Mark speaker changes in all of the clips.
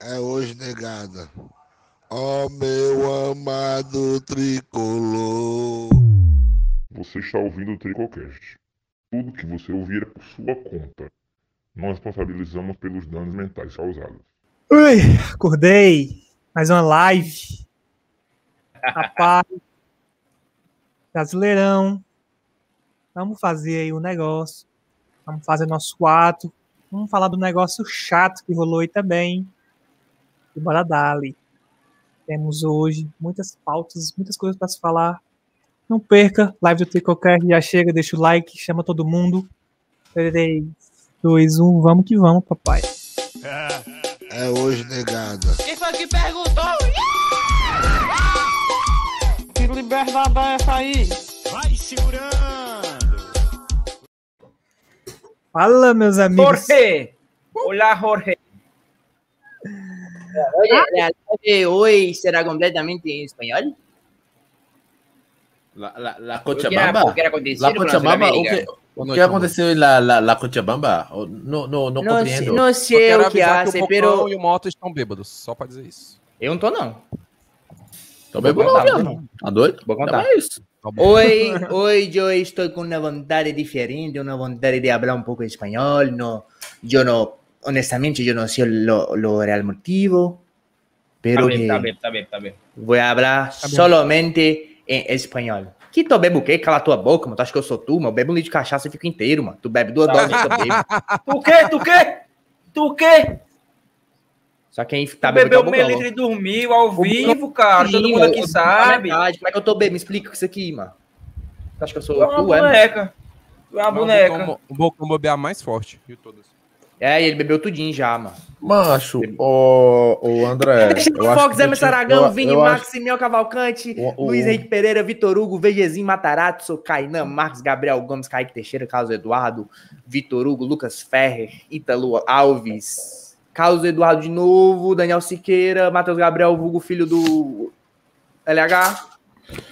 Speaker 1: é hoje negada. Ó meu amado tricolor.
Speaker 2: Você está ouvindo o Tricocast. Tudo que você ouvir é por sua conta. Nós responsabilizamos pelos danos mentais causados.
Speaker 3: Ui, acordei. Mais uma live. Rapaz. Brasileirão. Vamos fazer aí o negócio. Vamos fazer nosso ato. Vamos falar do negócio chato que rolou aí também. E bora dali. Temos hoje muitas pautas, muitas coisas para se falar. Não perca, live do Tricocast já chega, deixa o like, chama todo mundo. 3, 2, 1, vamos que vamos, papai.
Speaker 1: É hoje negada.
Speaker 4: Quem foi que perguntou? Que liberdade é essa aí?
Speaker 5: Vai segurando!
Speaker 3: Fala, meus amigos.
Speaker 6: Jorge! Olá, Jorge.
Speaker 7: Oye, la live hoy será completamente en español.
Speaker 8: La, la, la
Speaker 7: Era
Speaker 8: Cochabamba.
Speaker 7: porque era acontecido
Speaker 8: La
Speaker 7: con
Speaker 8: Cochabamba, o
Speaker 7: Sudamérica.
Speaker 8: que, o que aconteceu em la, la, la Cochabamba? O- Não, não,
Speaker 7: No,
Speaker 8: não
Speaker 7: sé-
Speaker 8: compreendo.
Speaker 7: no sé
Speaker 9: quero
Speaker 7: o que
Speaker 9: avisar que
Speaker 7: hace,
Speaker 9: o
Speaker 7: pero
Speaker 9: Pocão e o Mota estão bêbados, só pra dizer isso.
Speaker 6: Eu não tô, não.
Speaker 8: Tô bebo não,
Speaker 6: Vou contar,
Speaker 8: viado. Tá doido?
Speaker 6: Vou contar.
Speaker 8: Então É isso.
Speaker 9: Tá bom.
Speaker 7: hoy, hoy yo estoy con una voluntad diferente, una voluntad de hablar un poco de español. No, yo no, honestamente, yo no sé lo, lo real motivo,
Speaker 6: Tá
Speaker 7: pero
Speaker 6: bem,
Speaker 7: que
Speaker 6: tá bem, tá bem, tá bem.
Speaker 7: voy a hablar
Speaker 3: bien.
Speaker 7: solamente en español. Que tu bebo o quê? Cala tua boca, mano. Tu acha que eu sou tu, mano? Eu bebo um litro de cachaça e fico inteiro, mano. Tu bebe duas
Speaker 6: Tá.
Speaker 7: doses, eu bebo.
Speaker 6: Tu quê? Tu quê? Tu quê?
Speaker 7: Só quem tá
Speaker 6: tu bebeu
Speaker 7: bebendo
Speaker 6: meio litro e dormiu ao vivo, cara. Todo
Speaker 7: Sim,
Speaker 6: mundo
Speaker 7: eu-
Speaker 6: aqui
Speaker 7: eu-
Speaker 6: sabe.
Speaker 7: na verdade, Como é que eu tô bem? Me explica isso aqui, mano. Tu acha que eu
Speaker 6: Tu
Speaker 7: sou
Speaker 6: é uma
Speaker 7: tu, é, mano?
Speaker 6: boneca. Tu é
Speaker 9: Mas
Speaker 6: uma
Speaker 9: O
Speaker 6: boneca.
Speaker 9: Bocão- o Bocão bobear mais forte. E o todas.
Speaker 7: É, ele bebeu tudinho já, mano.
Speaker 8: Macho, o, o André. É, eu acho
Speaker 7: Fox,
Speaker 8: que
Speaker 7: Emerson
Speaker 8: você-
Speaker 7: Aragão,
Speaker 8: eu-
Speaker 7: Vini,
Speaker 8: eu
Speaker 7: Max, Simeão Cavalcante,
Speaker 8: O- o-
Speaker 7: Luiz Henrique Pereira, Vitor Hugo, VGzinho, Matarazzo, Kainan, Marcos, Gabriel Gomes, Kaique Teixeira, Carlos Eduardo, Vitor Hugo, Lucas Ferrer, Ítalo Alves, Carlos Eduardo de novo, Daniel Siqueira, Matheus Gabriel, Vulgo, filho do LH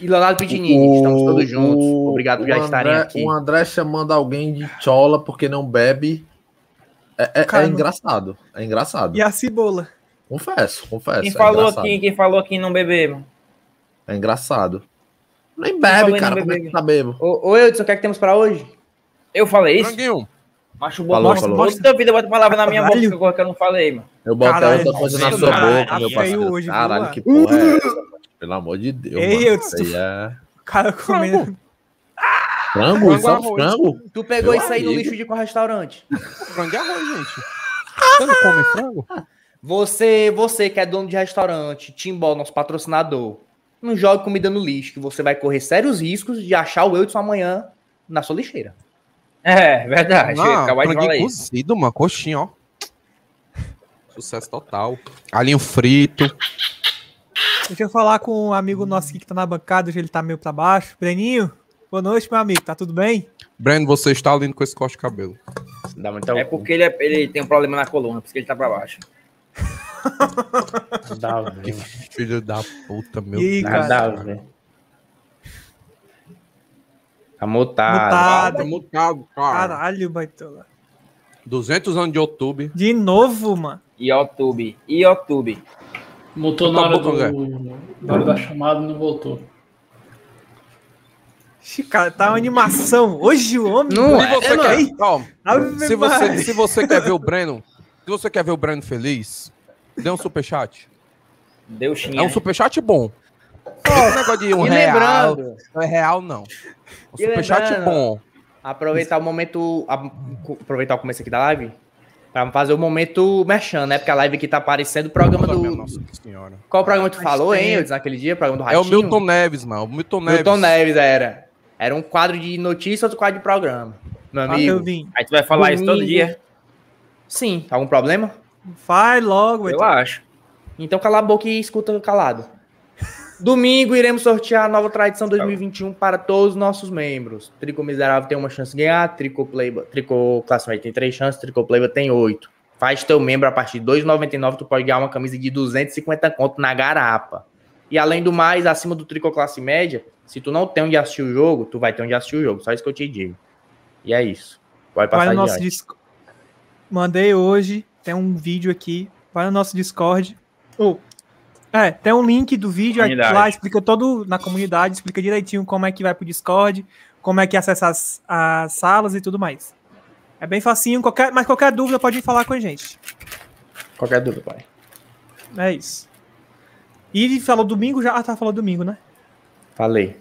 Speaker 7: e Leonardo Pitinini. Estamos todos juntos. Obrigado por já
Speaker 8: o
Speaker 7: estarem
Speaker 8: André-
Speaker 7: aqui.
Speaker 8: O André chamando alguém de chola porque não bebe. É, é- é
Speaker 3: Cara, não-
Speaker 8: engraçado. É engraçado.
Speaker 3: E a cebola.
Speaker 8: Confesso, confesso.
Speaker 6: Quem
Speaker 8: é
Speaker 6: falou
Speaker 8: engraçado.
Speaker 6: aqui, quem falou aqui não beber, mano?
Speaker 8: É engraçado. Nem
Speaker 6: falou
Speaker 8: bebe,
Speaker 6: em
Speaker 8: cara.
Speaker 6: não
Speaker 8: Como é
Speaker 6: beber.
Speaker 8: que tá bebo?
Speaker 7: Ô, ô Edson, o que é que temos pra hoje?
Speaker 6: Eu falei isso?
Speaker 9: Franguinho.
Speaker 6: Macho
Speaker 8: Falou,
Speaker 6: bosta,
Speaker 8: falou.
Speaker 6: bosta da vida, bota palavra na minha boca
Speaker 3: Caralho.
Speaker 6: que eu- que eu não falei, mano.
Speaker 8: Eu botei
Speaker 3: Caralho,
Speaker 8: outra coisa na
Speaker 9: feio,
Speaker 8: sua
Speaker 9: cara.
Speaker 8: boca, meu
Speaker 3: Feio
Speaker 8: parceiro.
Speaker 3: hoje, viu,
Speaker 8: Caralho,
Speaker 3: mano?
Speaker 8: que porra é essa? mano? Pelo amor de Deus,
Speaker 3: Ei,
Speaker 8: mano.
Speaker 3: eu-
Speaker 8: Isso aí é...
Speaker 3: O cara comendo.
Speaker 8: Frango? Isso é um
Speaker 9: Frango
Speaker 8: frango?
Speaker 7: Tu pegou
Speaker 8: Meu
Speaker 7: isso aí no
Speaker 8: amigo.
Speaker 7: lixo de qual restaurante?
Speaker 9: Frango é arroz, gente. Você não come frango?
Speaker 7: Você, você que é dono de restaurante, Timbó, nosso patrocinador, não jogue comida no lixo, que você vai correr sérios riscos de achar o Eudson amanhã na sua lixeira.
Speaker 6: É, verdade.
Speaker 9: Ah,
Speaker 6: Acabou de falar
Speaker 9: franguinho
Speaker 6: isso.
Speaker 9: cozido, uma coxinha, ó. Sucesso total. Alinho frito.
Speaker 3: Deixa eu falar com um amigo nosso aqui que tá na bancada, hoje ele tá meio pra baixo. Breninho, boa noite, meu amigo. Tá tudo bem?
Speaker 9: Breno, você está lindo com esse corte de cabelo.
Speaker 7: Dá muita
Speaker 6: É porque ele, é- ele tem um problema na coluna, por isso que ele tá pra baixo.
Speaker 7: dá,
Speaker 9: Que filho da puta, meu
Speaker 3: Ih,
Speaker 9: Deus.
Speaker 3: cara.
Speaker 7: dá, velho. Tá mutado.
Speaker 3: Mutado.
Speaker 9: Tá mutado, cara.
Speaker 3: Caralho, baitola.
Speaker 9: 200 anos de YouTube.
Speaker 3: De novo, mano.
Speaker 6: YouTube, YouTube.
Speaker 10: Voltou na
Speaker 9: Tá
Speaker 10: hora,
Speaker 9: bom, Zé.
Speaker 10: do, na hora da chamada, não voltou.
Speaker 3: Ixi, cara, tá uma animação. Hoje o homem.
Speaker 7: Não
Speaker 9: Se você,
Speaker 7: é, mano.
Speaker 9: quer, ó,
Speaker 3: Ave
Speaker 9: se,
Speaker 3: Maria.
Speaker 9: você, se você quer ver o Breno, se você quer ver o Breno feliz, dê um superchat.
Speaker 6: Deus
Speaker 9: É um superchat bom. Esse negócio de um
Speaker 7: E
Speaker 9: real,
Speaker 7: lembrando,
Speaker 9: não é real não. Um
Speaker 7: E
Speaker 9: superchat
Speaker 7: lembrando-
Speaker 9: bom.
Speaker 7: aproveitar o momento, a- aproveitar o começo aqui da live, pra fazer o momento merchan, né? Porque a live aqui tá aparecendo o programa
Speaker 9: Puta minha
Speaker 7: do...
Speaker 9: Nossa senhora.
Speaker 7: Qual programa tu
Speaker 3: Mas
Speaker 7: falou,
Speaker 3: tem-
Speaker 7: hein, Eudson, naquele dia? Programa do
Speaker 9: É
Speaker 7: Ratinho?
Speaker 9: o Milton Neves, mano. O Milton Neves.
Speaker 7: Milton Neves era. Era um quadro de notícia, outro quadro de programa. Meu
Speaker 3: Ah, eu
Speaker 7: amigo.
Speaker 3: vim.
Speaker 6: Aí tu vai falar isso todo
Speaker 7: domingo.
Speaker 6: dia?
Speaker 7: Sim. Algum problema?
Speaker 3: Vai logo,
Speaker 6: Eu
Speaker 3: Baitola.
Speaker 6: acho.
Speaker 7: Então cala a boca e escuta calado. Domingo iremos sortear a nova
Speaker 3: Tá
Speaker 7: tradição 2021 para todos os nossos membros. Tricô Miserável tem uma chance de ganhar, Tricô, Playboy, Tricô Classmate tem três chances, Tricô Playboy tem oito. Faz teu membro a partir de 2,99, tu pode ganhar uma camisa de 250 conto na garapa. E além do mais, acima do Tricô Classe Média, se tu não tem onde assistir o jogo, tu vai ter onde assistir o jogo, só isso que eu te digo. E é isso. Vai
Speaker 3: Vai
Speaker 7: passar
Speaker 3: no nosso
Speaker 7: adiante.
Speaker 3: disco. Mandei hoje. Tem um vídeo aqui Vai no nosso Discord. Ou, é, tem um link do vídeo aí,
Speaker 11: Comunidade.
Speaker 3: lá, explica todo na comunidade, explica direitinho como é que vai pro Discord, como é que acessa as, as salas e tudo mais. É bem facinho, qualquer, mas qualquer dúvida pode falar com a gente.
Speaker 7: Qualquer dúvida, pai.
Speaker 3: É isso. E ele falou domingo já. Ah, tá, falou domingo, né?
Speaker 7: Falei.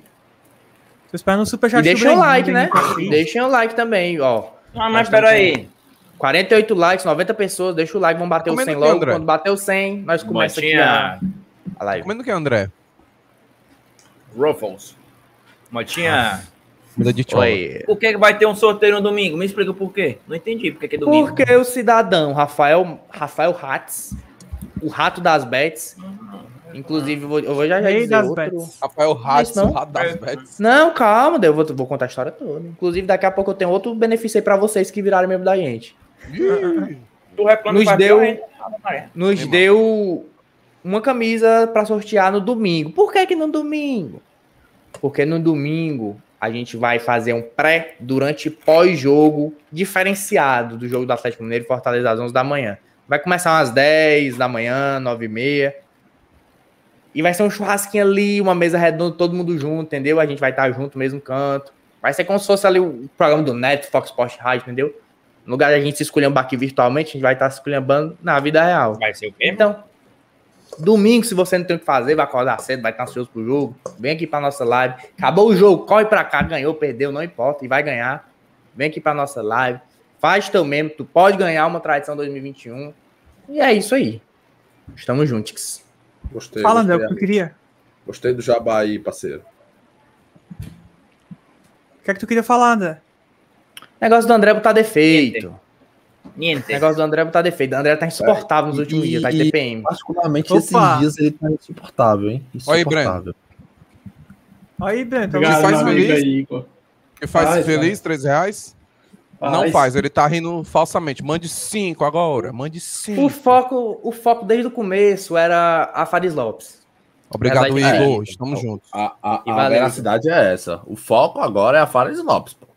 Speaker 3: Tô esperando o
Speaker 7: E
Speaker 3: superchat
Speaker 7: deixa
Speaker 3: do
Speaker 7: o
Speaker 3: Brandinho,
Speaker 7: like, né?
Speaker 3: Brandinho.
Speaker 7: Deixa o like também, ó.
Speaker 6: Ah,
Speaker 7: Nós
Speaker 6: mas
Speaker 7: estamos
Speaker 6: peraí.
Speaker 7: com 48 likes, 90 pessoas, deixa o like, vamos bater o
Speaker 9: Comenta
Speaker 7: 100
Speaker 9: o
Speaker 7: logo.
Speaker 9: quê, André?
Speaker 7: Quando bater o 100, nós começamos aqui a...
Speaker 9: Botinha.
Speaker 7: a live.
Speaker 9: Tá Comendo o que, André?
Speaker 6: Ruffles.
Speaker 9: Motinha. Comida de tchola.
Speaker 7: Oi.
Speaker 6: Por que que vai ter um sorteio no domingo? Me explica por quê. Não entendi por que que é domingo.
Speaker 7: Porque o cidadão Rafael, Rafael Hatz, o rato das bets, inclusive eu vou, eu vou já, já
Speaker 3: Rei
Speaker 7: dizer
Speaker 3: das
Speaker 7: outro.
Speaker 3: bets.
Speaker 9: Rafael Hatz,
Speaker 7: Não.
Speaker 9: o rato das bets.
Speaker 7: Não, calma, eu vou, vou contar a história toda. Inclusive, daqui a pouco eu tenho outro benefício aí pra vocês que viraram membro da gente.
Speaker 6: Tu reclama
Speaker 7: Nos
Speaker 6: pra
Speaker 7: deu-
Speaker 6: cá, hein? Nada, Maria.
Speaker 7: Nos deu uma camisa pra sortear no domingo. Por que que no domingo? Porque no domingo a gente vai fazer um pré, durante e pós-jogo diferenciado do jogo do Atlético Mineiro e Fortaleza às 11 da manhã. Vai começar umas 10 da manhã, 9 e meia. E vai ser um churrasquinho ali, uma mesa redonda, todo mundo junto, entendeu? A gente vai estar junto no mesmo canto. Vai ser como se fosse ali o programa do Net, Fox Sport Rádio, entendeu? No lugar da gente se esculhambar aqui virtualmente, a gente vai estar se esculhambando na vida real.
Speaker 11: Vai ser o quê?
Speaker 7: Então, domingo, se você não tem o que fazer, vai acordar cedo, vai estar ansioso pro jogo, vem aqui pra nossa live. Acabou o jogo, corre pra cá, ganhou, perdeu, não importa, e vai ganhar. Vem aqui pra nossa live, faz teu membro, tu pode ganhar uma tradição 2021. E é isso aí. Estamos juntos. um.
Speaker 8: Gostei.
Speaker 3: Fala, André,
Speaker 8: gostei,
Speaker 3: o que tu
Speaker 8: amigo.
Speaker 3: queria?
Speaker 8: Gostei do jabá aí, parceiro.
Speaker 3: O que é que tu queria falar, André?
Speaker 7: Negócio do André botar defeito.
Speaker 6: Niente.
Speaker 7: Negócio do André botar defeito. O André tá insuportável nos últimos
Speaker 8: E-
Speaker 7: dias, tá de
Speaker 8: e-
Speaker 7: TPM.
Speaker 8: Particularmente
Speaker 3: Opa.
Speaker 8: esses dias ele tá insuportável, hein?
Speaker 9: Olha aí, Breno.
Speaker 8: Insuportável.
Speaker 3: Aí, Breno, tá
Speaker 10: Obrigado,
Speaker 9: Então faz
Speaker 10: meu amigo
Speaker 9: feliz?
Speaker 10: aí, Igor.
Speaker 9: Que faz
Speaker 10: Faz,
Speaker 9: feliz, três reais?
Speaker 10: Faz.
Speaker 9: Não faz, ele tá rindo falsamente. Mande cinco agora, mande cinco.
Speaker 7: O foco, o foco desde o começo era a Faris Lopes.
Speaker 9: Obrigado,
Speaker 7: Mas aí-
Speaker 9: Igor. Estamos juntos.
Speaker 8: A, a,
Speaker 7: E
Speaker 8: a
Speaker 7: valeu.
Speaker 8: veracidade é essa. O foco agora é a Fares Lopes. pô.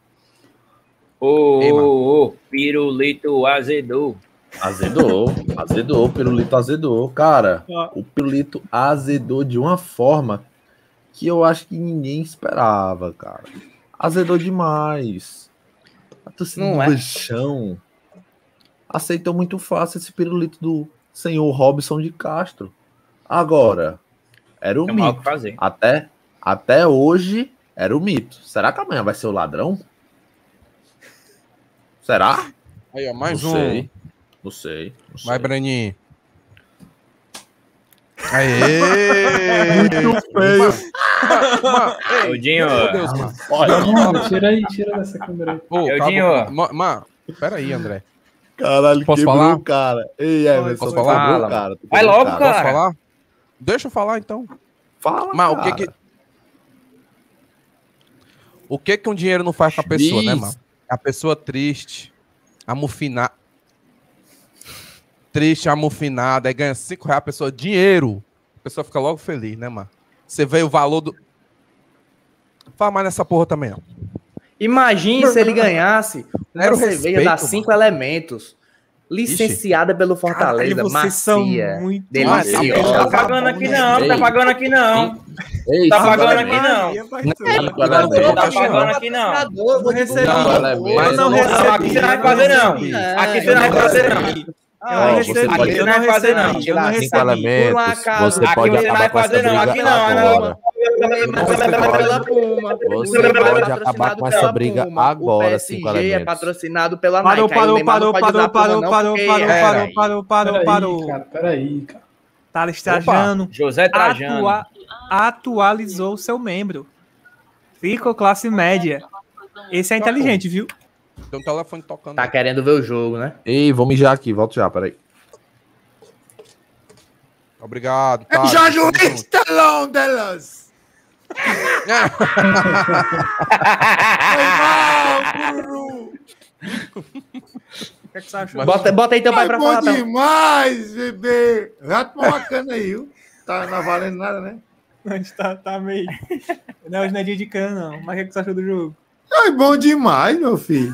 Speaker 6: Ô,
Speaker 9: Ei, mano.
Speaker 6: ô, ô, pirulito azedou.
Speaker 8: Azedou, azedou, o pirulito azedou. Cara,
Speaker 3: Ó.
Speaker 8: o pirulito azedou de uma forma que eu acho que ninguém esperava, cara. Azedou demais. A torcida
Speaker 7: Não
Speaker 8: do
Speaker 7: é.
Speaker 8: Baixão aceitou muito fácil esse pirulito do senhor Robson de Castro. Agora, era o
Speaker 7: É
Speaker 6: Tem mal o
Speaker 8: mito.
Speaker 6: que fazer.
Speaker 8: Até, até hoje era o mito. Será que amanhã vai ser o ladrão? Será?
Speaker 9: Aí, ó, mais
Speaker 8: não
Speaker 9: um.
Speaker 8: Sei. Não sei. Não sei.
Speaker 9: Vai, Breninho. Aê!
Speaker 8: Muito feio.
Speaker 9: Ma- ma- ei,
Speaker 6: Eudinho,
Speaker 9: Meu Deus, mano.
Speaker 8: Olha,
Speaker 10: Não, tira aí, tira dessa câmera aí.
Speaker 9: Ô,
Speaker 6: Eudinho.
Speaker 9: cabo- ma- ma- Peraí, André.
Speaker 8: caralho,
Speaker 9: Posso
Speaker 8: quebrou
Speaker 9: falar?
Speaker 8: o cara. Ei, Emerson,
Speaker 9: Posso
Speaker 8: tu
Speaker 9: falar?
Speaker 8: quebrou o
Speaker 7: Fala,
Speaker 8: cara. tu
Speaker 6: Vai
Speaker 8: quebrou o
Speaker 6: logo,
Speaker 9: Posso
Speaker 6: Cara.
Speaker 9: falar? Deixa eu falar, então.
Speaker 8: Fala,
Speaker 9: Mas o
Speaker 8: cara.
Speaker 9: que que... O que que um dinheiro não faz com a pessoa, né,
Speaker 8: Diz.
Speaker 9: mano? A pessoa triste, amufinada. Triste, amufinada, aí ganha cinco reais, a pessoa, dinheiro. A pessoa fica logo feliz, né, mano? Você vê o valor do... Fala mais nessa porra também, ó.
Speaker 7: Imagine se ele ganhasse uma
Speaker 9: Era o
Speaker 7: cerveja
Speaker 9: respeito,
Speaker 7: da
Speaker 9: mano.
Speaker 7: Cinco Elementos, licenciada pelo Fortaleza,
Speaker 3: Caralho, vocês são
Speaker 7: macia,
Speaker 3: muito- Ah,
Speaker 6: Tá
Speaker 7: deliciosa.
Speaker 6: pagando aqui não,
Speaker 8: Ei.
Speaker 6: tá pagando aqui não.
Speaker 8: Ei,
Speaker 6: Tá
Speaker 8: cinco
Speaker 6: pagando
Speaker 8: elementos.
Speaker 6: aqui não.
Speaker 8: Cinco elementos.
Speaker 6: Tá pagando aqui não.
Speaker 7: Eu vou
Speaker 3: recebi.
Speaker 7: divulgar.
Speaker 8: Não, ela é mesmo.
Speaker 3: Eu não
Speaker 8: Não,
Speaker 3: recebi.
Speaker 6: aqui você não vai fazer, não. Aqui você não vai fazer, não.
Speaker 3: Ah, Eu não
Speaker 8: Ó,
Speaker 3: recebi,
Speaker 8: você pode-
Speaker 3: eu não
Speaker 6: Aqui não vai fazer, não.
Speaker 3: recebi, eu não
Speaker 7: Cinco
Speaker 8: Cinco
Speaker 3: recebi.
Speaker 8: elementos.
Speaker 7: Placa-
Speaker 8: Você
Speaker 6: Aqui
Speaker 8: pode
Speaker 6: você não vai
Speaker 8: acabar com essa
Speaker 6: fazer, não.
Speaker 8: briga
Speaker 6: Aqui não.
Speaker 8: agora.
Speaker 7: Pela Puma.
Speaker 8: Você
Speaker 7: O Grêmio é
Speaker 8: pode
Speaker 7: patrocinado
Speaker 8: acabar com
Speaker 7: pela
Speaker 8: essa briga
Speaker 7: Puma.
Speaker 8: agora,
Speaker 7: O
Speaker 8: Cinco
Speaker 7: PSG é
Speaker 8: Elementos.
Speaker 7: patrocinado pela
Speaker 3: Parou,
Speaker 7: Nike. Aí o
Speaker 3: parou,
Speaker 7: Neymar não
Speaker 3: parou,
Speaker 7: pode usar
Speaker 3: parou, parou,
Speaker 7: Puma, não,
Speaker 3: parou,
Speaker 7: porque-
Speaker 3: parou,
Speaker 7: É,
Speaker 3: parou, parou, parou,
Speaker 9: Ah,
Speaker 10: Peraí,
Speaker 3: parou.
Speaker 10: cara, peraí, cara.
Speaker 3: Tá estrajando.
Speaker 6: José Trajano.
Speaker 3: Atua- atualizou seu membro. Ficou classe média. Esse é inteligente, viu?
Speaker 9: Tem um telefone tocando.
Speaker 7: Tá querendo ver o jogo, né?
Speaker 8: Ei, vou mijar aqui, volto já, peraí.
Speaker 9: Obrigado.
Speaker 3: É
Speaker 9: Tá, tamo junto.
Speaker 8: Stallone de los.
Speaker 3: O que é que você achou?
Speaker 7: Bota, bota aí teu pai pra falar. Tá?
Speaker 1: demais, bebê. Vai tomar uma cana aí, viu? Tá não valendo nada, né?
Speaker 3: Mas tá, tá meio. Não, hoje não é dia de cana, não. Mas o que é que você achou do jogo?
Speaker 1: É bom demais, meu filho.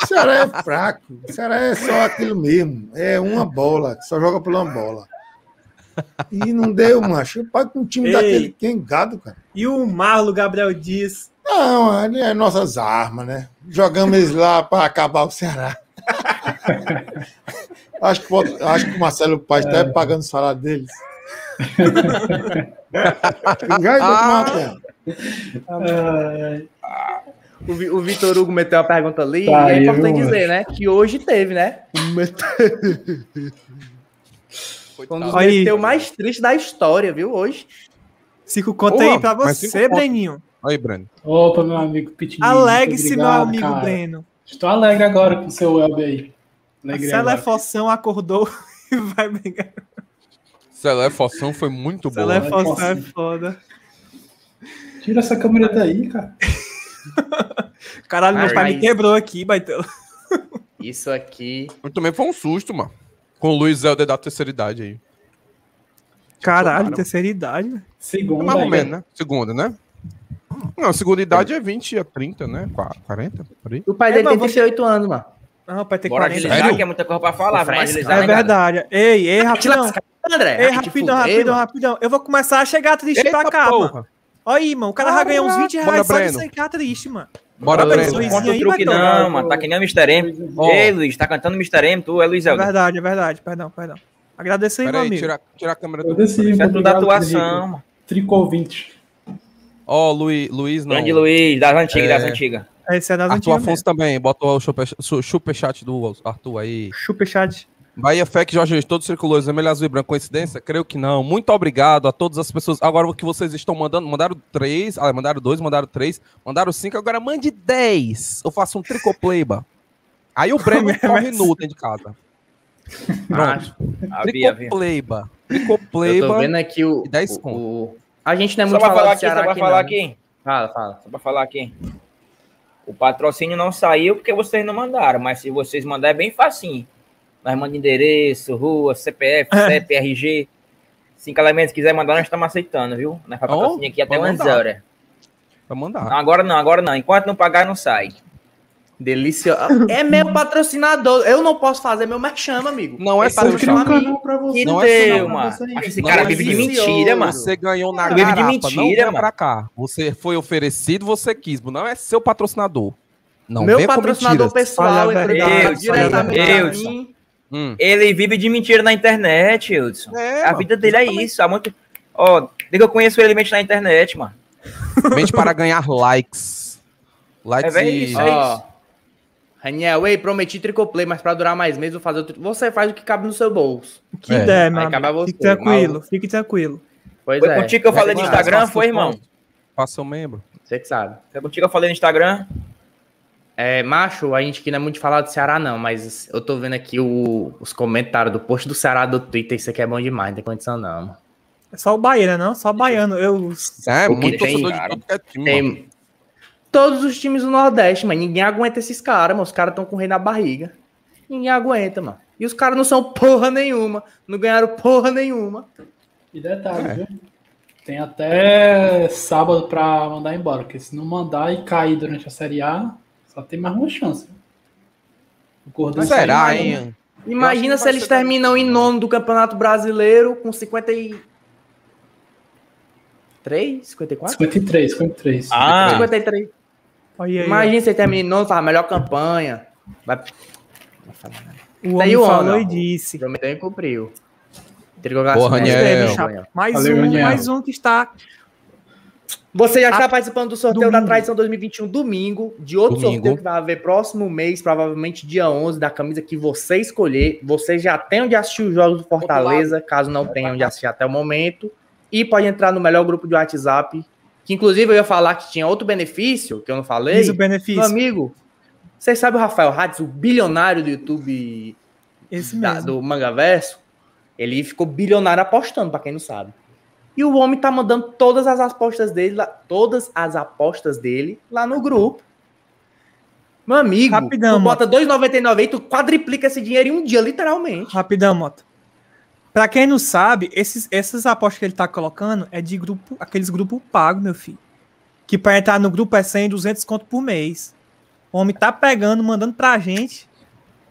Speaker 1: O Ceará é fraco. O Ceará é só aquilo mesmo. É uma bola, que só joga por uma bola. E não deu, macho. Pai com um time
Speaker 3: Ei.
Speaker 1: daquele tem gado, cara.
Speaker 3: E o Marlo Gabriel diz.
Speaker 1: Não, ali é nossas armas, né? Jogamos eles lá para acabar o Ceará. acho, que, falta- acho que o Marcelo Paes está pagando o salário deles. Vai, doutor Marcelo.
Speaker 7: O, Vi- o Vitor Hugo meteu uma pergunta ali
Speaker 10: Tá
Speaker 7: e é
Speaker 10: aí,
Speaker 7: importante
Speaker 10: viu,
Speaker 7: dizer, né? Que hoje teve, né? Foi um dos
Speaker 3: Olha aí.
Speaker 7: meteu mais triste da história, viu? Hoje.
Speaker 3: Cinco conto
Speaker 9: Porra,
Speaker 3: aí pra
Speaker 9: mas cinco
Speaker 3: você,
Speaker 9: conto.
Speaker 3: Breninho.
Speaker 9: Aí, Breno.
Speaker 10: Opa, meu amigo Pitbull.
Speaker 3: Alegre-se, meu
Speaker 10: muito obrigado,
Speaker 3: amigo
Speaker 10: cara.
Speaker 3: Breno.
Speaker 9: Tá
Speaker 10: Estou alegre agora com o seu web aí.
Speaker 3: A
Speaker 10: Alegre agora.
Speaker 3: Celefoção acordou e vai pegar.
Speaker 9: Celefação foi muito boa. né?
Speaker 3: Celefoção é
Speaker 10: Celefoção.
Speaker 3: foda.
Speaker 10: Tira essa câmera daí, cara.
Speaker 3: Caralho, meu pai me
Speaker 7: Mas-
Speaker 3: quebrou aqui, baitola.
Speaker 7: Isso aqui.
Speaker 9: Mas Também foi um susto, mano. Com o Luiz Helder da terceira idade aí.
Speaker 3: Caralho,
Speaker 9: Tomaram.
Speaker 3: terceira idade, né?
Speaker 10: Segunda.
Speaker 9: Mais ou
Speaker 10: aí.
Speaker 9: menos, né? Segunda, né? Não, segunda idade é 20 a 30, né? Qua- 40, por aí.
Speaker 7: O pai
Speaker 3: É,
Speaker 7: dele
Speaker 3: mas
Speaker 7: tem
Speaker 3: você-
Speaker 7: 38 anos, mano.
Speaker 3: Não, pai, tem
Speaker 6: Bora
Speaker 3: 40.
Speaker 6: agilizar,
Speaker 9: Sério?
Speaker 6: que é muita coisa pra falar. Bora agilizar,
Speaker 3: É
Speaker 6: né, galera?
Speaker 3: verdade. Ei, ei,
Speaker 7: Te
Speaker 3: rapidão.
Speaker 7: lascar, André. tipo,
Speaker 3: Ei,
Speaker 7: Vai te
Speaker 3: rapidão,
Speaker 7: fuder,
Speaker 3: rapidão,
Speaker 7: mano.
Speaker 3: rapidão. Eu vou começar a chegar triste pra
Speaker 9: Eita
Speaker 3: cá, mano.
Speaker 9: porra!
Speaker 3: Olha aí, mano. O cara vai ganhar uns 20
Speaker 9: Bora,
Speaker 3: reais só de
Speaker 9: Breno.
Speaker 3: ficar triste, mano.
Speaker 9: Bora,
Speaker 7: Ô,
Speaker 9: Breno.
Speaker 3: Luiz.
Speaker 6: Conta
Speaker 3: Luizinho
Speaker 6: o
Speaker 3: aí, vai
Speaker 6: truque não,
Speaker 3: tomar.
Speaker 6: mano. Tá que nem o Mr. M.
Speaker 9: Ó.
Speaker 6: Ei, Luiz, tá cantando Mr. M, tu é Luiz
Speaker 3: É
Speaker 6: Helder.
Speaker 3: verdade, é verdade. Perdão, perdão. Agradeço aí, meu
Speaker 9: Peraí,
Speaker 3: amigo.
Speaker 9: tira, tira a câmera do.
Speaker 10: Agradeci,
Speaker 6: Isso é tudo
Speaker 10: obrigado,
Speaker 6: atuação,
Speaker 10: Henrique.
Speaker 6: mano.
Speaker 10: Tricovinte.
Speaker 9: Ó, Luiz, Luiz não.
Speaker 6: Grande Luiz, das antigas,
Speaker 9: É.
Speaker 6: das antigas.
Speaker 3: Esse é das
Speaker 9: Arthur
Speaker 3: antigas.
Speaker 9: Afonso também, bota o super, superchat do Arthur aí.
Speaker 3: mesmo. Superchat. Chupa
Speaker 9: Bahia FEC, Jorge Luiz, todos circulou vermelho, azul e branco, coincidência? Creio que não. Muito obrigado a todas as pessoas. Agora o que vocês estão mandando, mandaram três, ah, mandaram dois, mandaram três, mandaram cinco, agora mande dez. Eu faço um tricopleba. Aí o Breno corre nu dentro de casa. Pronto.
Speaker 6: A Bia, Bia.
Speaker 9: Tricopleba.
Speaker 7: Eu tô
Speaker 9: Tricopleba.
Speaker 7: vendo aqui o.
Speaker 9: e 10
Speaker 7: o-
Speaker 9: conto.
Speaker 7: o- A gente não é
Speaker 6: Só
Speaker 7: muito
Speaker 6: pra falar
Speaker 7: falado do
Speaker 6: aqui, só
Speaker 7: Ceará
Speaker 6: pra
Speaker 7: aqui, não.
Speaker 6: falar aqui.
Speaker 7: Fala, fala.
Speaker 6: Só pra falar aqui. O patrocínio não saiu porque vocês não mandaram, mas se vocês mandarem é bem facinho. Nós mandamos endereço, rua, CPF, CEP, RG. Cinco elementos, quiser mandar, nós estamos aceitando, viu? Nós faz
Speaker 9: Oh,
Speaker 6: patrocínio aqui até
Speaker 9: pode
Speaker 6: umas
Speaker 9: mandar.
Speaker 6: horas.
Speaker 9: Pra
Speaker 6: Não,
Speaker 9: mandar.
Speaker 6: agora não, agora não. Enquanto não pagar, não sai.
Speaker 7: Delícia. É meu patrocinador. Eu não posso fazer meu merchan, amigo.
Speaker 9: Não é
Speaker 7: Ele
Speaker 9: seu
Speaker 10: Eu crio um
Speaker 7: patrocinou
Speaker 9: chapa.
Speaker 7: a mim.
Speaker 10: canal pra você.
Speaker 7: Que
Speaker 9: Não é
Speaker 7: deu,
Speaker 6: Meu,
Speaker 10: não,
Speaker 6: mano.
Speaker 10: isso aí.
Speaker 6: Acho que esse
Speaker 9: Não
Speaker 6: cara
Speaker 9: é
Speaker 6: vive de
Speaker 7: isso,
Speaker 6: mentira,
Speaker 7: senhor.
Speaker 6: mano.
Speaker 9: Você ganhou na
Speaker 6: Vive de
Speaker 9: garapa, não
Speaker 6: mentira,
Speaker 9: venha
Speaker 6: mano.
Speaker 9: pra cá. Você foi oferecido, você quis, mas não é seu patrocinador. Não
Speaker 7: meu
Speaker 9: venha com
Speaker 7: patrocinador
Speaker 9: mentiras.
Speaker 7: pessoal
Speaker 3: Olha a
Speaker 7: entrou em
Speaker 6: verdade,
Speaker 7: contato
Speaker 6: olha a
Speaker 7: diretamente
Speaker 6: verdade.
Speaker 7: pra mim.
Speaker 9: Hum.
Speaker 6: Ele vive de mentira na internet, Hudson.
Speaker 9: É,
Speaker 6: a
Speaker 9: mano,
Speaker 6: vida dele é
Speaker 9: exatamente.
Speaker 6: isso. Há muito... Ó, desde que eu conheço ele, ele mente na internet, mano.
Speaker 9: Mente para ganhar likes. Likes
Speaker 6: É
Speaker 9: e...
Speaker 6: isso, é
Speaker 7: Ó, Raniel, ei, prometi tricoplay, mas pra durar mais meses eu vou fazer o tri... Você faz o que cabe no seu bolso.
Speaker 3: O que
Speaker 9: É.
Speaker 3: der,
Speaker 7: Aí
Speaker 3: mano.
Speaker 7: cabe a você,
Speaker 3: Fique tranquilo,
Speaker 7: maluco.
Speaker 3: fique tranquilo.
Speaker 7: Pois
Speaker 6: Foi
Speaker 7: é.
Speaker 6: contigo que eu falei no
Speaker 7: Mas,
Speaker 6: Instagram,
Speaker 9: faça
Speaker 6: foi,
Speaker 9: o
Speaker 6: irmão?
Speaker 9: ponto. Faça um membro.
Speaker 7: Você que sabe.
Speaker 6: Foi contigo que eu falei no Instagram?
Speaker 7: É, macho, a gente aqui não é muito de falar do Ceará, não, mas eu tô vendo aqui o- os comentários do post do Ceará do Twitter. Isso aqui é bom demais, não tem condição, não.
Speaker 3: É só o baiano, não? Só o baiano. Eu...
Speaker 9: É,
Speaker 7: O que
Speaker 9: muito
Speaker 7: tem,
Speaker 9: torcedor de
Speaker 6: cara.
Speaker 9: tudo que é time, mano.
Speaker 7: Tem todos os times do Nordeste, mas ninguém aguenta esses caras, mano. Os caras estão com o rei na barriga. Ninguém aguenta, mano. E os caras não são porra nenhuma. Não ganharam porra nenhuma.
Speaker 10: E detalhe,
Speaker 9: É.
Speaker 10: viu? Tem até sábado pra mandar embora, porque se não mandar e cair durante a Série A, só tem mais uma chance. O Cordão
Speaker 9: Será,
Speaker 10: saiu, né?
Speaker 9: hein? acho que
Speaker 7: Imagina
Speaker 9: não
Speaker 7: se
Speaker 9: vai
Speaker 7: eles
Speaker 9: ser daí.
Speaker 7: terminam em nono do Campeonato Brasileiro com 53,
Speaker 10: um.
Speaker 7: 54?
Speaker 10: 53, 53.
Speaker 6: Ah,
Speaker 7: 53.
Speaker 3: Olha aí.
Speaker 7: Imagina se ele termina em nono, fala, melhor campanha. Vai...
Speaker 3: o
Speaker 7: tá
Speaker 3: homem
Speaker 7: aí o
Speaker 3: falou
Speaker 7: homem,
Speaker 3: e
Speaker 7: ó.
Speaker 3: disse.
Speaker 7: Prometeu e cumpriu.
Speaker 9: Boa,
Speaker 3: Mas
Speaker 9: Raniel.
Speaker 3: teve, chapa. Mais
Speaker 10: Valeu,
Speaker 3: um,
Speaker 10: Raniel.
Speaker 3: mais um que está.
Speaker 7: Você já está
Speaker 3: Ah,
Speaker 7: participando do sorteio
Speaker 3: domingo.
Speaker 7: da Tradição 2021 domingo, de outro
Speaker 9: Domingo.
Speaker 7: sorteio que vai haver próximo mês, provavelmente dia 11, da camisa que você escolher. Você já tem onde assistir os jogos do Fortaleza, caso não tenha onde assistir até o momento. E pode entrar no melhor grupo de WhatsApp, que inclusive eu ia falar que tinha outro benefício, que eu não falei.
Speaker 3: Diz o
Speaker 7: Meu
Speaker 3: benefício.
Speaker 7: amigo, vocês sabem o Rafael Hades, o bilionário do YouTube
Speaker 3: Esse
Speaker 7: da-
Speaker 3: mesmo.
Speaker 7: do Mangaverso, ele ficou bilionário apostando, pra quem não sabe. E o homem tá mandando todas as apostas dele, lá, todas as apostas dele lá no grupo. Meu amigo,
Speaker 3: Rapidão,
Speaker 7: tu bota 2,99 e tu quadriplica esse dinheiro em um dia, literalmente.
Speaker 3: Rapidão, moto. Pra quem não sabe, esses, essas apostas que ele tá colocando é de grupo, aqueles grupos pagos, meu filho. que para entrar no grupo é 100, 200 conto por mês. O homem tá pegando, mandando pra gente.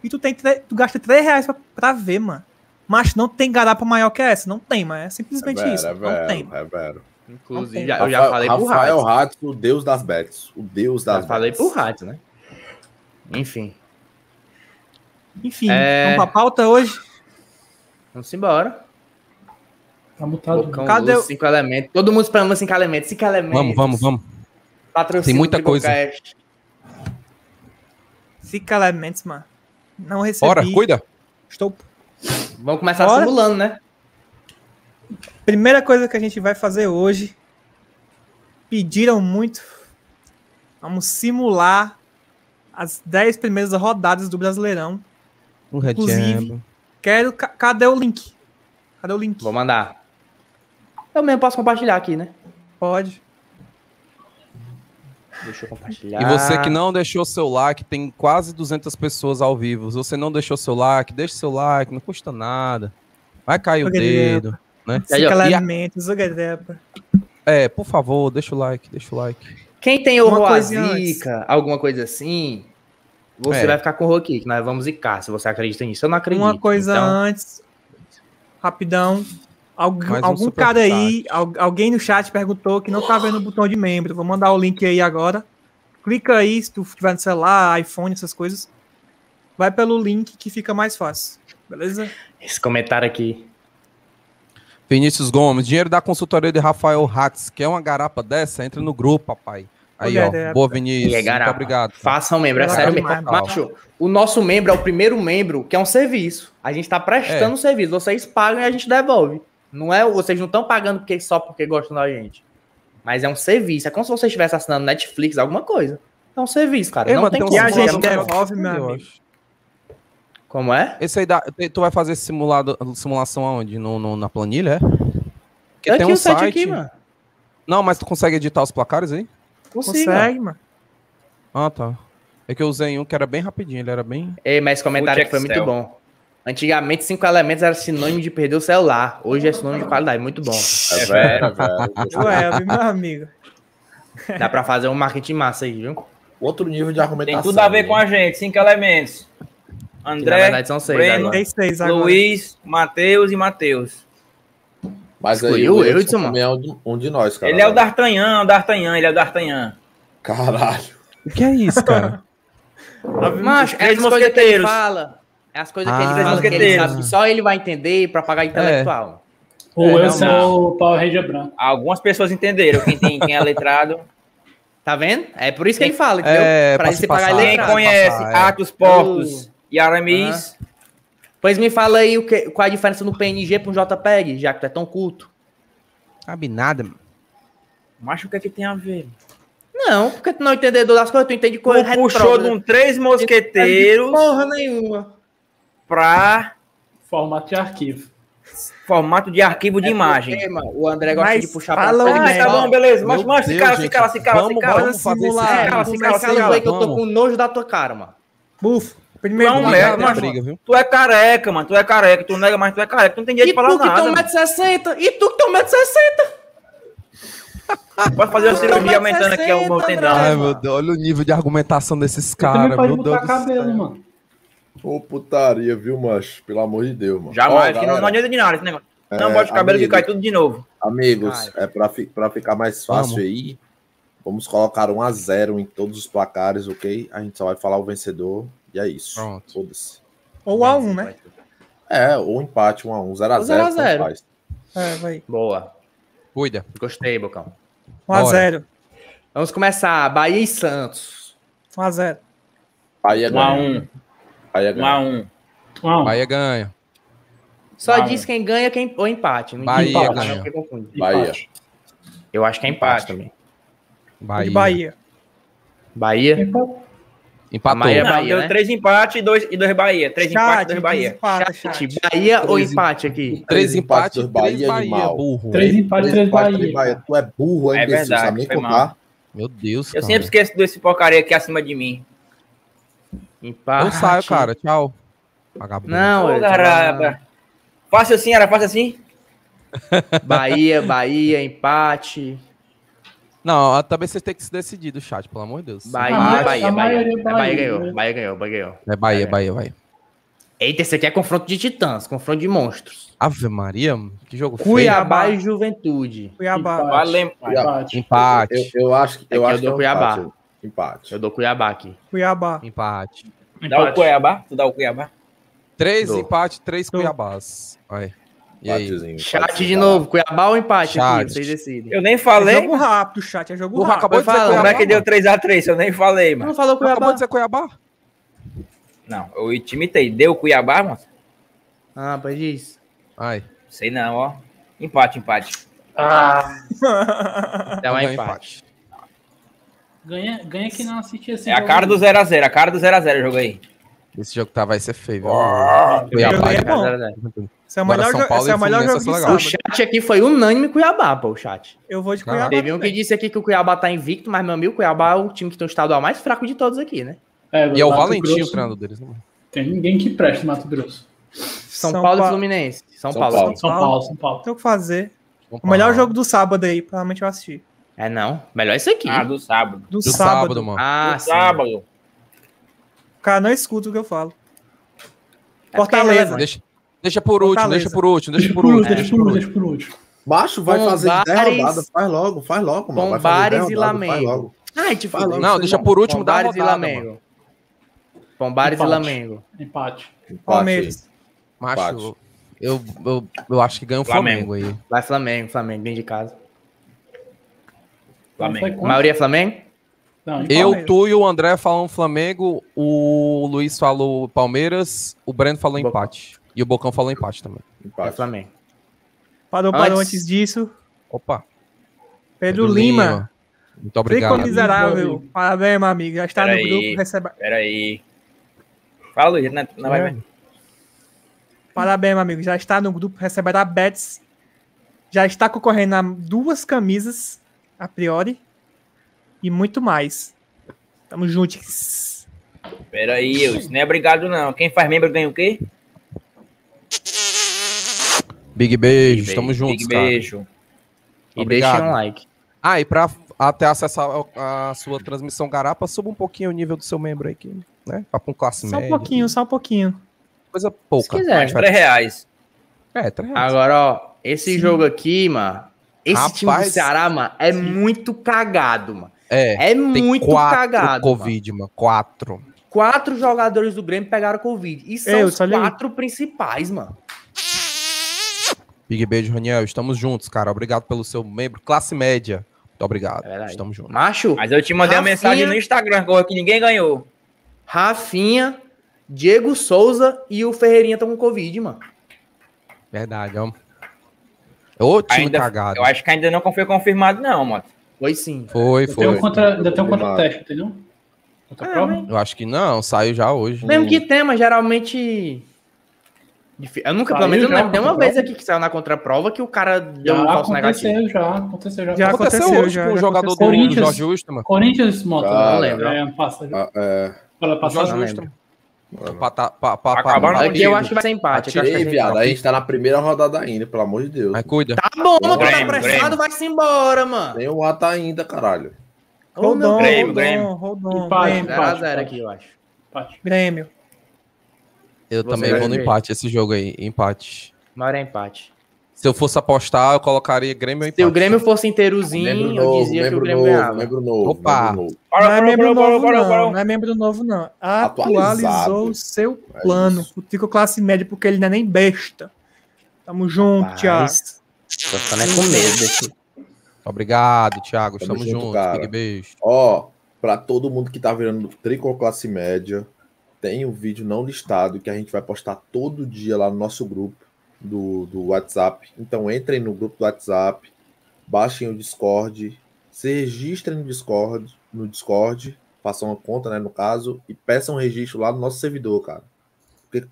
Speaker 3: E tu, tem, tre- tu gasta 3 reais pra, pra ver, mano. Mas não tem garapa maior que essa. Não tem, mas é simplesmente
Speaker 8: É vero,
Speaker 3: isso.
Speaker 8: é
Speaker 3: não
Speaker 8: vero,
Speaker 3: tem.
Speaker 8: É vero.
Speaker 3: Não
Speaker 7: Inclusive,
Speaker 3: tem.
Speaker 7: já- eu já
Speaker 8: Rafael-
Speaker 7: falei pro
Speaker 8: Rafael
Speaker 7: Rato.
Speaker 8: Rato, o deus das bets. O deus das
Speaker 7: Já falei
Speaker 8: bets.
Speaker 7: pro Rato, né? Enfim,
Speaker 3: Enfim,
Speaker 7: É.
Speaker 3: vamos pra pauta hoje.
Speaker 7: vamos embora.
Speaker 10: Tá mutado.
Speaker 7: Bocão,
Speaker 3: Cadê
Speaker 7: luz,
Speaker 3: o-
Speaker 7: cinco elementos. Todo mundo esperando cinco elementos. Cinco elementos.
Speaker 9: Vamos, vamos, vamos.
Speaker 7: Patrocínio
Speaker 9: Tem muita
Speaker 7: do Tribocast.
Speaker 3: Fica elementos, mano. Não recebi.
Speaker 9: Bora, cuida.
Speaker 3: Estou...
Speaker 7: Vamos começar
Speaker 3: Bora.
Speaker 7: simulando, né?
Speaker 3: Primeira coisa que a gente vai fazer hoje. Pediram muito. Vamos simular as 10 primeiras rodadas do Brasileirão. Inclusive, quero. ca- Cadê o link? Cadê o link?
Speaker 7: Vou mandar. Eu mesmo posso compartilhar aqui, né?
Speaker 3: Pode.
Speaker 7: Deixa eu compartilhar.
Speaker 9: E você que não deixou seu like, tem quase 200 pessoas ao vivo. Se você não deixou seu like, deixa seu like, não custa nada. Vai cair o
Speaker 3: Eu queria-
Speaker 9: dedo, né?
Speaker 7: E aí, ó,
Speaker 3: Fica
Speaker 7: e a-
Speaker 3: elementos, o Gadepa.
Speaker 9: É, por favor, deixa o like, deixa o like.
Speaker 7: Quem tem
Speaker 3: Uma
Speaker 7: o
Speaker 3: coisinha
Speaker 7: Zica, alguma coisa assim, você
Speaker 9: É.
Speaker 7: vai ficar com o Roki, que nós vamos zicar, se você acredita nisso. Eu não acredito.
Speaker 3: Uma coisa
Speaker 7: então,
Speaker 3: antes, rapidão. Algu-
Speaker 9: Mais um
Speaker 3: algum
Speaker 9: superchat.
Speaker 3: cara aí, al- alguém no chat perguntou que não tá vendo o botão de membro. Vou mandar o link aí agora. Clica aí, se tu tiver no celular, iPhone, essas coisas. Vai pelo link que fica mais fácil. Beleza?
Speaker 7: Esse comentário aqui.
Speaker 9: Vinícius Gomes, dinheiro da consultoria de Rafael Hatz, que é uma garapa dessa, entra no grupo, papai. Aí,
Speaker 3: Olha,
Speaker 9: ó.
Speaker 3: garapa.
Speaker 9: Boa,
Speaker 7: E
Speaker 9: Vinícius.
Speaker 7: é
Speaker 9: Muito
Speaker 7: garapa.
Speaker 9: obrigado.
Speaker 7: Façam membro, é
Speaker 3: Garapa
Speaker 7: sério mesmo.
Speaker 3: demais,
Speaker 9: mano.
Speaker 7: Macho, o nosso membro é o primeiro membro, que é um serviço. A gente tá
Speaker 9: É.
Speaker 7: prestando um serviço. Vocês pagam e a gente devolve. Não é, vocês não estão pagando porque, só porque gostam da gente. Mas é um serviço. É como se você estivesse assinando Netflix, alguma coisa. É um serviço, cara.
Speaker 9: Ei,
Speaker 7: não
Speaker 9: mano,
Speaker 7: tem
Speaker 9: tem
Speaker 7: como.
Speaker 3: um
Speaker 9: simulador
Speaker 3: E a gente
Speaker 9: melhor que é
Speaker 3: devolve,
Speaker 9: esse
Speaker 3: meu
Speaker 9: aqui, eu
Speaker 3: amigo.
Speaker 9: acho.
Speaker 7: Como é?
Speaker 9: Esse aí dá. Tu vai fazer esse simulado, simulação aonde? No, no- na planilha, é? Porque
Speaker 7: Eu
Speaker 9: tem
Speaker 7: tinha
Speaker 9: um
Speaker 7: o site
Speaker 9: site.
Speaker 7: aqui, mano.
Speaker 9: Não, mas tu consegue editar os placares aí?
Speaker 7: Consigo.
Speaker 3: Consegue, mano.
Speaker 9: Ah, tá. É que eu usei um que era bem rapidinho, ele era bem.
Speaker 7: Ei, mas esse comentário
Speaker 6: Fute
Speaker 7: aqui foi muito
Speaker 6: Excel.
Speaker 7: bom. Antigamente, cinco elementos era sinônimo de perder o celular. Hoje é sinônimo de qualidade. Muito bom.
Speaker 8: É vero, é vero.
Speaker 6: Ah.
Speaker 3: Ué, meu amigo.
Speaker 7: Dá pra fazer um marketing massa aí, viu?
Speaker 8: Outro nível de
Speaker 6: Tem
Speaker 9: tá
Speaker 8: argumentação. né?
Speaker 6: tudo a ver com a gente, cinco elementos.
Speaker 7: Que na
Speaker 6: André,
Speaker 7: verdade são seis
Speaker 6: Breno,
Speaker 7: agora.
Speaker 3: Tem seis agora.
Speaker 6: Luiz, Matheus e Matheus.
Speaker 8: Mas aí
Speaker 7: Excluiu
Speaker 8: o
Speaker 7: o Edson,
Speaker 8: Edson
Speaker 7: mano.
Speaker 8: também é um de- um de nós,
Speaker 9: Tá
Speaker 8: cara.
Speaker 6: Ele é o D'Artagnan, o D'Artagnan, ele é o D'Artagnan.
Speaker 8: Caralho.
Speaker 9: O que é isso, cara?
Speaker 7: Macho, é as coisas
Speaker 6: Três
Speaker 7: que ele
Speaker 6: mosqueteiros.
Speaker 7: fala. É as coisas que
Speaker 9: Ah.
Speaker 7: ele fala que ele
Speaker 6: Mosqueteiros.
Speaker 7: sabe que só ele vai entender pra pagar intelectual.
Speaker 10: Ou
Speaker 9: É,
Speaker 10: eu sou
Speaker 6: realmente.
Speaker 10: o Power Ranger branco.
Speaker 6: Algumas pessoas entenderam quem, tem, quem é letrado.
Speaker 7: Tá vendo? É por isso que ele fala, entendeu?
Speaker 9: É,
Speaker 7: pra
Speaker 9: pra
Speaker 7: ele
Speaker 9: se
Speaker 7: se pagar
Speaker 9: passar.
Speaker 6: Quem
Speaker 9: pra
Speaker 7: letrado.
Speaker 6: conhece
Speaker 9: passar, é.
Speaker 6: Atos Portos
Speaker 7: Uh.
Speaker 6: e Aramis,
Speaker 7: Pois me fala aí o que, qual a diferença do PNG pra um JPEG, já que tu é tão culto.
Speaker 9: Sabe nada, mano.
Speaker 6: macho, o que é que tem a ver?
Speaker 7: Não, porque tu não é entendedor das coisas, tu entende coisa
Speaker 6: Tu puxou de um três mosqueteiros
Speaker 7: Porra nenhuma.
Speaker 6: pra
Speaker 10: Formato de arquivo.
Speaker 6: formato de arquivo de
Speaker 7: É
Speaker 6: imagem.
Speaker 7: porque, mano, o André gosta
Speaker 3: Mas
Speaker 7: de puxar
Speaker 3: fala
Speaker 7: frente,
Speaker 3: o
Speaker 7: mas
Speaker 6: Ah,
Speaker 3: merda.
Speaker 6: tá
Speaker 7: fala-
Speaker 6: bom, beleza. Mas,
Speaker 9: Meu
Speaker 6: mas se
Speaker 9: Deus,
Speaker 6: cala, se
Speaker 9: gente.
Speaker 6: cala, se cala, se
Speaker 9: Vamos,
Speaker 6: cala.
Speaker 9: vamos fazer esse
Speaker 3: simular.
Speaker 9: cara.
Speaker 6: Cala,
Speaker 7: Mas
Speaker 6: se cala, se
Speaker 7: cala
Speaker 6: cala.
Speaker 7: aí que eu tô
Speaker 9: vamos.
Speaker 7: com nojo da tua cara, mano.
Speaker 3: Bufo. Primeiro. né?
Speaker 6: Não,
Speaker 3: Não,
Speaker 6: merda,
Speaker 9: Obrigado,
Speaker 6: mas-
Speaker 9: briga, viu?
Speaker 6: Tu é careca, mano. Tu é careca. Tu nega, mas tu é careca. Tu não tem
Speaker 7: E
Speaker 6: direito de falar
Speaker 7: tu que
Speaker 6: nada.
Speaker 7: tem
Speaker 6: mano.
Speaker 7: 1,60m? E tu que tem 1,60m?
Speaker 6: Pode fazer a cirurgia
Speaker 7: Toma
Speaker 6: aumentando aqui o meu
Speaker 7: 60,
Speaker 6: tendão.
Speaker 7: assim,
Speaker 6: né?
Speaker 7: André.
Speaker 9: Ai, meu Deus, olha o nível de argumentação desses
Speaker 10: Você também
Speaker 9: caras,
Speaker 10: pode
Speaker 9: meu Deus do
Speaker 10: botar cabelo,
Speaker 9: céu.
Speaker 10: mano.
Speaker 8: Ô, putaria, viu, macho? Pelo amor de Deus, mano.
Speaker 6: Jamais,
Speaker 8: Ó,
Speaker 6: que não, não
Speaker 8: galera,
Speaker 6: adianta de nada esse negócio. Não
Speaker 8: É,
Speaker 6: bote o cabelo que
Speaker 8: amigo.
Speaker 6: cai tudo de novo.
Speaker 8: Amigos, é pra, fi- pra ficar mais fácil
Speaker 9: Vamos.
Speaker 8: aí, vamos colocar um a zero em todos os placares, ok? A gente só vai falar o vencedor e é isso.
Speaker 9: Pronto.
Speaker 8: Foda-se.
Speaker 3: Ou a um, né?
Speaker 8: É, ou empate, um a um, zero a
Speaker 7: Ou
Speaker 8: zero.
Speaker 7: zero a
Speaker 8: tanto
Speaker 7: zero.
Speaker 8: faz.
Speaker 3: É, vai.
Speaker 7: Boa.
Speaker 9: Cuida.
Speaker 7: Gostei, Bocão.
Speaker 3: 1x0.
Speaker 7: Vamos começar. Bahia e Santos.
Speaker 3: 1x0.
Speaker 8: Aí é
Speaker 6: Um a
Speaker 8: ganhar.
Speaker 6: um.
Speaker 8: Aí é
Speaker 6: Um a
Speaker 8: ganhar.
Speaker 6: um.
Speaker 10: Não,
Speaker 9: Bahia ganha.
Speaker 7: Só
Speaker 6: Bahia.
Speaker 7: diz quem ganha quem, ou empate. Não
Speaker 9: Bahia
Speaker 7: empate,
Speaker 9: ganha.
Speaker 7: porque confunde.
Speaker 8: Bahia.
Speaker 10: empate.
Speaker 7: Eu acho que é empate
Speaker 8: Empate.
Speaker 7: também.
Speaker 3: De
Speaker 9: Bahia.
Speaker 3: Bahia.
Speaker 7: Bahia.
Speaker 9: Empatou.
Speaker 7: Bahia- É
Speaker 6: Não, deu
Speaker 7: né?
Speaker 6: três empates e dois, e dois Bahia. Três empates e dois Bahia.
Speaker 3: desempata,
Speaker 7: Chat,
Speaker 3: chat.
Speaker 7: Bahia ou
Speaker 8: Três
Speaker 7: empate aqui?
Speaker 9: Três
Speaker 8: Três
Speaker 9: empates,
Speaker 8: empates, dois
Speaker 9: três
Speaker 8: Bahia, é
Speaker 9: Bahia,
Speaker 8: animal.
Speaker 9: burro.
Speaker 10: Três empates, três
Speaker 8: empate, três
Speaker 10: Bahia.
Speaker 8: Tu é burro,
Speaker 6: É
Speaker 8: é imbecil,
Speaker 6: verdade,
Speaker 8: sabe nem
Speaker 6: foi
Speaker 8: contar.
Speaker 9: Meu Deus,
Speaker 6: Eu
Speaker 9: cara.
Speaker 6: sempre esqueço desse porcaria aqui acima de mim.
Speaker 7: Empate.
Speaker 3: Ah,
Speaker 9: Eu saio, cara. Tchau. Vagabundo.
Speaker 7: Não,
Speaker 6: Ô,
Speaker 7: eu-
Speaker 6: garapa. Fácil assim, era fácil assim?
Speaker 7: Bahia, Bahia, empate.
Speaker 9: Não, ah, também vocês têm que se decidir do chat, pelo amor de Deus.
Speaker 7: Bahia,
Speaker 9: Bahia.
Speaker 7: Bahia, Bahia, Bahia.
Speaker 10: a maioria é
Speaker 7: É
Speaker 10: Bahia,
Speaker 7: Bahia ganhou,
Speaker 10: né?
Speaker 7: Bahia ganhou, Bahia ganhou.
Speaker 9: É Bahia, Bahia, Bahia.
Speaker 7: Eita, esse aqui é confronto de titãs, confronto de monstros.
Speaker 9: Ave Maria, que jogo
Speaker 7: Cuiabá e Juventude.
Speaker 3: Cuiabá.
Speaker 6: Vai lem-
Speaker 10: Empate.
Speaker 9: feio. Empate.
Speaker 8: Eu, eu acho que eu
Speaker 7: Aqui eu
Speaker 8: acho que
Speaker 7: dou
Speaker 8: é um
Speaker 7: Cuiabá.
Speaker 8: empate. Empate.
Speaker 7: Eu dou Cuiabá aqui.
Speaker 3: Cuiabá.
Speaker 9: Empate.
Speaker 6: Dá o
Speaker 10: Empate.
Speaker 6: Cuiabá? Tu dá o Cuiabá?
Speaker 9: Três
Speaker 8: Dou.
Speaker 9: empates, três
Speaker 3: Dou.
Speaker 9: Cuiabás. Vai. E aí?
Speaker 8: Empatezinho,
Speaker 7: Chat
Speaker 8: empatezinho.
Speaker 7: de novo, Cuiabá ou empate
Speaker 9: Chat.
Speaker 7: aqui, vocês decidem.
Speaker 6: Eu nem
Speaker 3: É
Speaker 6: falei.
Speaker 3: jogo rápido, chat. É jogo
Speaker 9: Porra,
Speaker 3: rápido.
Speaker 9: acabou de dizer
Speaker 7: Vai falar,
Speaker 9: Cuiabá.
Speaker 6: Como é que deu
Speaker 9: mano.
Speaker 6: 3x3? Eu nem falei,
Speaker 7: Eu
Speaker 6: mano.
Speaker 7: não falou
Speaker 9: Acabou
Speaker 7: Cuiabá.
Speaker 9: de dizer Cuiabá.
Speaker 6: Não, eu imitei. Deu Cuiabá, mano?
Speaker 7: Ah, pois diz.
Speaker 9: Ai.
Speaker 6: Sei não, ó. Empate, empate.
Speaker 10: Ah,
Speaker 7: Dá um
Speaker 9: Ganhou
Speaker 7: empate.
Speaker 10: ganha, ganha quem não assiste esse
Speaker 6: É a
Speaker 10: jogo.
Speaker 6: cara do 0x0, a cara do 0x0 eu joguei.
Speaker 9: Esse jogo tá, vai ser feio. viu?
Speaker 3: Cuiabá.
Speaker 7: Cara,
Speaker 3: bom.
Speaker 7: zero a zero.
Speaker 3: Esse é o
Speaker 9: Agora
Speaker 3: melhor,
Speaker 9: São
Speaker 3: jo-
Speaker 9: Paulo
Speaker 3: esse é
Speaker 9: e
Speaker 3: o melhor jogo
Speaker 9: Fluminense
Speaker 3: de
Speaker 9: vai ser
Speaker 3: sábado.
Speaker 9: legal.
Speaker 7: O chat aqui foi unânime Cuiabá, pô, o chat.
Speaker 3: Eu vou de
Speaker 9: Caralho.
Speaker 3: Cuiabá.
Speaker 7: Teve um que
Speaker 3: também.
Speaker 7: disse aqui que o Cuiabá tá invicto, mas, meu amigo, o Cuiabá é o time que tem o estadual mais fraco de todos aqui, né?
Speaker 10: É,
Speaker 9: E é o
Speaker 10: Mato
Speaker 9: Valentim o
Speaker 10: Grosso.
Speaker 9: treinador deles. né?
Speaker 10: Tem ninguém que preste Mato Grosso.
Speaker 7: São, Paulo e
Speaker 3: Pa-
Speaker 7: Fluminense. São,
Speaker 8: São
Speaker 7: Paulo.
Speaker 8: Paulo.
Speaker 10: São
Speaker 3: Paulo.
Speaker 10: Paulo, São Paulo.
Speaker 3: Não tem o que fazer.
Speaker 9: Vamos
Speaker 3: O melhor
Speaker 9: pra-
Speaker 3: jogo do sábado aí, provavelmente eu assisti.
Speaker 7: É não. Melhor isso aqui.
Speaker 6: Ah, do sábado.
Speaker 3: Do,
Speaker 9: do
Speaker 3: sábado.
Speaker 9: sábado, mano.
Speaker 7: Ah,
Speaker 6: do
Speaker 7: sim.
Speaker 6: sábado.
Speaker 3: O cara não escuta o que eu falo.
Speaker 7: É
Speaker 3: Fortaleza.
Speaker 7: porque
Speaker 9: Deixa, deixa por último,
Speaker 3: Fortaleza. É.
Speaker 9: deixa por último, deixa por
Speaker 10: último,
Speaker 9: último.
Speaker 10: deixa por último, deixa por último.
Speaker 8: Macho vai fazer
Speaker 7: Pombares-
Speaker 8: 10 rodadas. Faz logo, faz logo, mano. Vai fazer
Speaker 7: Pombares
Speaker 8: 10
Speaker 7: e
Speaker 8: rodadas, faz
Speaker 7: Lamego.
Speaker 8: logo.
Speaker 7: Ai, te
Speaker 8: Fala,
Speaker 7: falei.
Speaker 9: Não, deixa por último da
Speaker 7: Pombares e
Speaker 9: rodada,
Speaker 7: Flamengo. Pombares e
Speaker 10: Empate.
Speaker 7: Flamengo.
Speaker 10: Empate.
Speaker 8: Empate
Speaker 3: Palmeiras.
Speaker 9: Macho, eu, eu, eu acho que ganha o
Speaker 6: Flamengo.
Speaker 9: Flamengo aí.
Speaker 7: Vai Flamengo, Flamengo, dentro de casa.
Speaker 10: Flamengo.
Speaker 7: A maioria é Flamengo?
Speaker 10: Não, empate.
Speaker 9: Eu,
Speaker 3: Palmeiras.
Speaker 9: tu e o André falam Flamengo, o Luiz falou Palmeiras, o Breno falou
Speaker 7: Bocão.
Speaker 9: empate. E o Bocão falou empate também.
Speaker 8: aí.
Speaker 7: É
Speaker 8: Empate.
Speaker 7: Flamengo.
Speaker 3: Parou, parou
Speaker 7: Antes.
Speaker 3: antes disso.
Speaker 9: Opa.
Speaker 3: Pedro É Lima.
Speaker 9: Muito
Speaker 3: Trico
Speaker 9: obrigado.
Speaker 3: miserável. Parabéns, meu amigo. Já está
Speaker 6: Peraí.
Speaker 3: no grupo. Receba...
Speaker 6: Pera aí. Fala, Luiz, né? não, não
Speaker 9: É.
Speaker 6: vai ver.
Speaker 3: Parabéns, meu amigo. Já está no grupo. Receberá bets. Já está concorrendo a duas camisas, a priori. E muito mais. Tamo juntos.
Speaker 6: Pera aí, eu. Isso não é obrigado, não. Quem faz membro ganha o quê?
Speaker 9: Big beijo, tamo juntos,
Speaker 6: Big
Speaker 9: cara.
Speaker 6: beijo.
Speaker 7: E
Speaker 9: Obrigado.
Speaker 7: deixem um like.
Speaker 9: Ah, e pra até acessar a, a sua transmissão garapa, suba um pouquinho o nível do seu membro aí, que, né? Pra pra um classe
Speaker 3: Só um
Speaker 9: média.
Speaker 3: pouquinho, só um pouquinho.
Speaker 9: Coisa pouca.
Speaker 7: Se quiser.
Speaker 9: Mas vai-
Speaker 6: Três reais.
Speaker 9: É, três reais.
Speaker 7: Agora, ó, esse jogo aqui, mano. Esse time do
Speaker 9: Rapaz.
Speaker 7: Ceará, mano, é muito cagado, mano.
Speaker 9: É,
Speaker 7: É
Speaker 9: tem
Speaker 7: muito
Speaker 9: quatro
Speaker 7: cagado. mano.
Speaker 9: Covid, mano. Quatro.
Speaker 7: Quatro jogadores do Grêmio pegaram Covid. E são
Speaker 3: Eu,
Speaker 7: os
Speaker 3: só li.
Speaker 7: quatro principais, mano.
Speaker 9: Big beijo, Raniel. Estamos juntos, cara. Obrigado pelo seu membro. Classe média. Muito obrigado.
Speaker 7: É verdade.
Speaker 9: Estamos juntos.
Speaker 7: Macho,
Speaker 6: Mas eu te mandei uma
Speaker 7: Rafinha.
Speaker 6: mensagem no Instagram agora que ninguém ganhou.
Speaker 7: Rafinha, Diego Souza e o Ferreirinha estão com Covid, mano.
Speaker 9: Verdade,
Speaker 7: é um
Speaker 9: ó. Ô, time
Speaker 6: Ainda,
Speaker 9: cagado.
Speaker 6: eu acho que ainda não foi confirmado, não, mano.
Speaker 7: Foi sim.
Speaker 9: Foi,
Speaker 10: Ainda tem um
Speaker 9: foi.
Speaker 10: contra- Ainda tem um
Speaker 8: Confirmado.
Speaker 10: contra-teste, entendeu? Outra
Speaker 7: É,
Speaker 10: prova?
Speaker 7: mas-
Speaker 9: Eu acho que não, saiu já hoje.
Speaker 7: Mesmo que tema, geralmente. Difi- Eu nunca, pelo
Speaker 10: Saiu
Speaker 7: menos, eu
Speaker 10: já
Speaker 7: não lembro
Speaker 10: a
Speaker 7: nenhuma
Speaker 10: contraprova?
Speaker 7: vez aqui que saiu na contraprova que o cara deu um
Speaker 10: Já
Speaker 7: falso negativo.
Speaker 10: aconteceu, já aconteceu, já.
Speaker 3: Já
Speaker 10: aconteceu.
Speaker 9: Aconteceu,
Speaker 3: aconteceu,
Speaker 9: hoje
Speaker 3: já-
Speaker 9: com o
Speaker 3: já
Speaker 9: jogador
Speaker 3: aconteceu.
Speaker 9: do, do
Speaker 10: Corinthians.
Speaker 9: Jorge Justo,
Speaker 10: Corinthians Mota,
Speaker 8: Ah,
Speaker 10: não
Speaker 7: lembro.
Speaker 10: lembro. É, passa, já.
Speaker 8: Ah, é.
Speaker 10: Para passar.
Speaker 9: Jorge
Speaker 3: né,
Speaker 7: não
Speaker 9: Justo.
Speaker 7: lembro.
Speaker 9: Pra, pra, pra, pra, tá
Speaker 6: Acabaram
Speaker 9: pra-
Speaker 6: com o
Speaker 7: Aqui eu acho que vai ser empate. aqui eu acho que
Speaker 8: Ei,
Speaker 7: vai ser
Speaker 8: viado,
Speaker 7: empate.
Speaker 8: a gente tá na primeira rodada ainda, pelo amor de Deus.
Speaker 9: Mas cuida.
Speaker 7: Tá bom, tu tá
Speaker 6: Grêmio,
Speaker 7: apressado,
Speaker 6: Grêmio.
Speaker 7: vai-se embora, mano.
Speaker 8: Nem o A tá ainda, caralho.
Speaker 3: Rodon,
Speaker 6: Grêmio, Grêmio.
Speaker 3: Rodon, Rodon.
Speaker 10: Empate.
Speaker 3: Grêmio.
Speaker 7: 0x0 aqui, eu acho.
Speaker 10: Empate.
Speaker 3: Grêmio.
Speaker 9: Eu
Speaker 7: Você
Speaker 9: também
Speaker 7: vai
Speaker 9: vou no
Speaker 7: ver.
Speaker 9: empate esse jogo aí. Empate.
Speaker 7: Maior é empate.
Speaker 9: Se eu fosse apostar, eu colocaria Grêmio ou empate.
Speaker 7: Se o Grêmio fosse inteirozinho, eu dizia que o
Speaker 8: membro
Speaker 7: Grêmio
Speaker 8: novo,
Speaker 7: ganhava.
Speaker 8: membro novo.
Speaker 9: Opa.
Speaker 8: membro novo.
Speaker 6: Bora,
Speaker 3: não é
Speaker 6: bora,
Speaker 3: membro
Speaker 6: bora, bora,
Speaker 3: novo,
Speaker 6: bora,
Speaker 3: não.
Speaker 6: bora.
Speaker 3: Não é membro novo, não.
Speaker 8: Atualizado.
Speaker 3: Atualizou o seu
Speaker 8: É
Speaker 3: plano.
Speaker 8: isso.
Speaker 3: o Tico classe média, porque ele não é nem besta. Tamo junto,
Speaker 7: Rapaz.
Speaker 3: Thiago.
Speaker 7: Tô ficando é com medo desse.
Speaker 9: Obrigado, Thiago.
Speaker 8: Tamo
Speaker 9: Estamos
Speaker 8: junto,
Speaker 9: juntos.
Speaker 8: cara.
Speaker 9: Big beijo.
Speaker 8: Ó, pra todo mundo que tá virando tricô classe média, tem um vídeo não listado que a gente vai postar todo dia lá no nosso grupo do, do WhatsApp. Então entrem no grupo do WhatsApp, baixem o Discord, se registrem no Discord, no Discord, façam uma conta, né, no caso, e peçam registro lá no nosso servidor, cara. Porque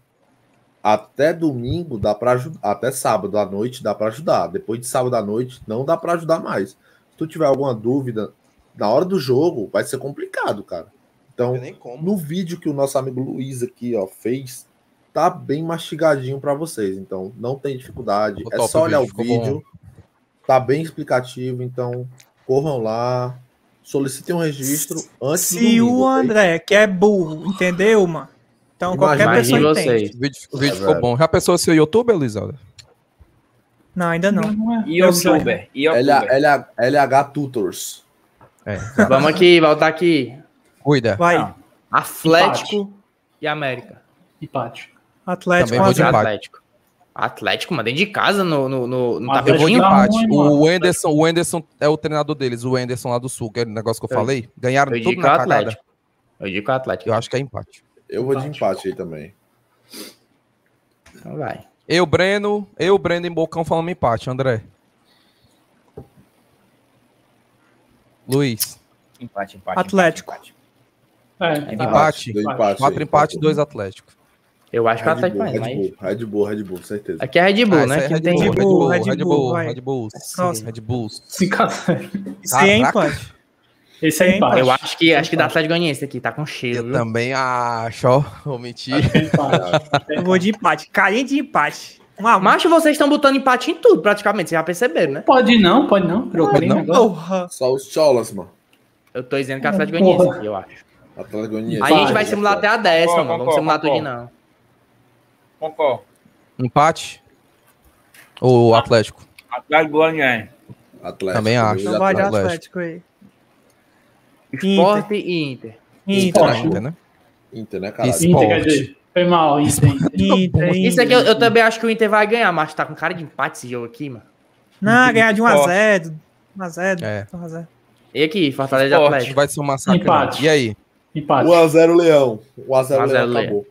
Speaker 8: até domingo dá para ajudar, até sábado à noite dá para ajudar. Depois de sábado à noite não dá para ajudar mais. Se tu tiver alguma dúvida na hora do jogo, vai ser complicado, cara. Então,
Speaker 9: nem como.
Speaker 8: no vídeo que o nosso amigo Luiz aqui, ó, fez, tá bem mastigadinho para vocês. Então, não tem dificuldade.
Speaker 9: Ficou
Speaker 8: é
Speaker 9: top
Speaker 8: só
Speaker 9: o
Speaker 8: olhar
Speaker 9: vídeo,
Speaker 8: o
Speaker 9: ficou
Speaker 8: vídeo. Tá bem explicativo, então Corram lá, solicitem um registro antes
Speaker 3: Se
Speaker 8: do domingo, tá?
Speaker 3: o
Speaker 8: ok?
Speaker 3: André, que é burro, entendeu, mano? Então qualquer
Speaker 8: Imagine
Speaker 3: pessoa entende.
Speaker 9: O vídeo,
Speaker 7: tá
Speaker 9: o vídeo
Speaker 8: É,
Speaker 9: ficou
Speaker 8: velho.
Speaker 9: bom. Já pensou ser youtuber, Lisalda?
Speaker 3: Não, ainda não.
Speaker 10: é.
Speaker 6: E youtuber. E
Speaker 8: LH,
Speaker 6: youtuber.
Speaker 8: LH, LH Tutors.
Speaker 7: Vamos aqui, voltar aqui.
Speaker 9: É, Cuida.
Speaker 3: Vai,
Speaker 7: Não. Atlético e América.
Speaker 10: Empate.
Speaker 3: Atlético
Speaker 9: Também vou de
Speaker 3: Atlético.
Speaker 9: empate.
Speaker 7: Atlético. Atlético, mas dentro de casa, no, no, no, no
Speaker 10: Eu
Speaker 9: Eu
Speaker 7: tapete.
Speaker 9: vou em
Speaker 10: Tá
Speaker 9: empate.
Speaker 10: ruim, mano.
Speaker 9: o, Anderson, o Anderson é o treinador deles, o Anderson lá do Sul, que é o negócio que eu
Speaker 7: Eu-
Speaker 9: falei. Ganharam
Speaker 7: Eu
Speaker 9: tudo
Speaker 7: indico o
Speaker 9: na cagada.
Speaker 7: Atlético. Eu indico o Atlético.
Speaker 9: Eu acho que é empate.
Speaker 8: Eu vou de empate aí também.
Speaker 7: Então vai.
Speaker 9: Eu, Breno, eu, Breno e Bocão falamos empate, André. Luiz,
Speaker 6: Empate, empate.
Speaker 3: Atlético.
Speaker 6: empate, empate.
Speaker 10: É, tá.
Speaker 9: Empate.
Speaker 8: Dois empates
Speaker 9: quatro
Speaker 8: aí.
Speaker 9: empates, dois Atlético.
Speaker 7: Eu acho que o
Speaker 8: Red
Speaker 7: Atlético
Speaker 8: Bull,
Speaker 7: vai,
Speaker 8: Red
Speaker 7: mas-
Speaker 8: Bull, Red Bull, Red Bull, certeza.
Speaker 7: Aqui é Red Bull,
Speaker 9: Ah,
Speaker 7: né?
Speaker 9: essa é
Speaker 7: Que
Speaker 9: Red
Speaker 7: tem...
Speaker 9: Bull,
Speaker 3: Red
Speaker 9: Red
Speaker 3: Bull,
Speaker 9: Bull,
Speaker 3: Red
Speaker 9: Red
Speaker 3: Bull,
Speaker 9: Bull,
Speaker 3: vai.
Speaker 9: Red Bull.
Speaker 3: Próximo.
Speaker 9: Sim, Red Bull.
Speaker 10: 5 a 0.
Speaker 3: Isso aí é
Speaker 9: Caraca.
Speaker 3: empate.
Speaker 10: Esse é
Speaker 3: Tem
Speaker 10: empate.
Speaker 7: Ah, Eu acho que acho que dá Atlético Goianiense aqui, tá com cheiro.
Speaker 9: Eu
Speaker 7: viu?
Speaker 9: também acho, ó. Vou mentir.
Speaker 10: Acho que é empate.
Speaker 3: Eu vou de empate. Carente de empate. Um a um.
Speaker 7: Ah, Macho, vocês estão botando empate em tudo, praticamente. Vocês já perceberam, né?
Speaker 10: Pode não, pode não. Virou crime
Speaker 9: não.
Speaker 10: agora.
Speaker 3: Porra.
Speaker 8: Só os Cholas, mano.
Speaker 7: Eu tô dizendo que é Atlético Goianiense
Speaker 10: Porra.
Speaker 7: aqui, eu acho.
Speaker 8: Atlético Goianiense.
Speaker 7: A
Speaker 10: Vai,
Speaker 7: gente vai simular até a décima,
Speaker 6: Concordo,
Speaker 7: mano. Vamos simular tudo
Speaker 6: concordo,
Speaker 7: de não.
Speaker 6: Concordo.
Speaker 9: Empate? Ou Atlético?
Speaker 6: Atlético Goianiense.
Speaker 8: Atlético.
Speaker 9: Também
Speaker 8: eu vou
Speaker 9: acho.
Speaker 8: de
Speaker 3: Então vai de
Speaker 8: Atlético.
Speaker 3: Atlético aí.
Speaker 7: Esporte e Inter.
Speaker 3: Inter,
Speaker 10: Esporte.
Speaker 9: Inter, né?
Speaker 8: Inter, né, caralho?
Speaker 9: Isso.
Speaker 10: Inter, quer
Speaker 9: Esporte.
Speaker 10: dizer, foi mal, Inter. Inter.
Speaker 3: Inter,
Speaker 7: Isso
Speaker 3: Inter.
Speaker 7: aqui é eu, eu também acho que o Inter vai ganhar, mas tá com cara de empate esse jogo aqui, mano.
Speaker 3: Não, ganhar de 1 a
Speaker 6: Esporte.
Speaker 3: 0 1 a 0
Speaker 9: É.
Speaker 3: 1 a 0
Speaker 7: E aqui, Fortaleza e
Speaker 9: Acho
Speaker 6: Esporte,
Speaker 9: que
Speaker 7: Atlético.
Speaker 9: Vai ser um massacre.
Speaker 10: Empate.
Speaker 9: não. E aí?
Speaker 10: Empate.
Speaker 8: 1x0 Leão.
Speaker 7: 1
Speaker 8: 1x0
Speaker 7: a 0
Speaker 8: Leão acabou.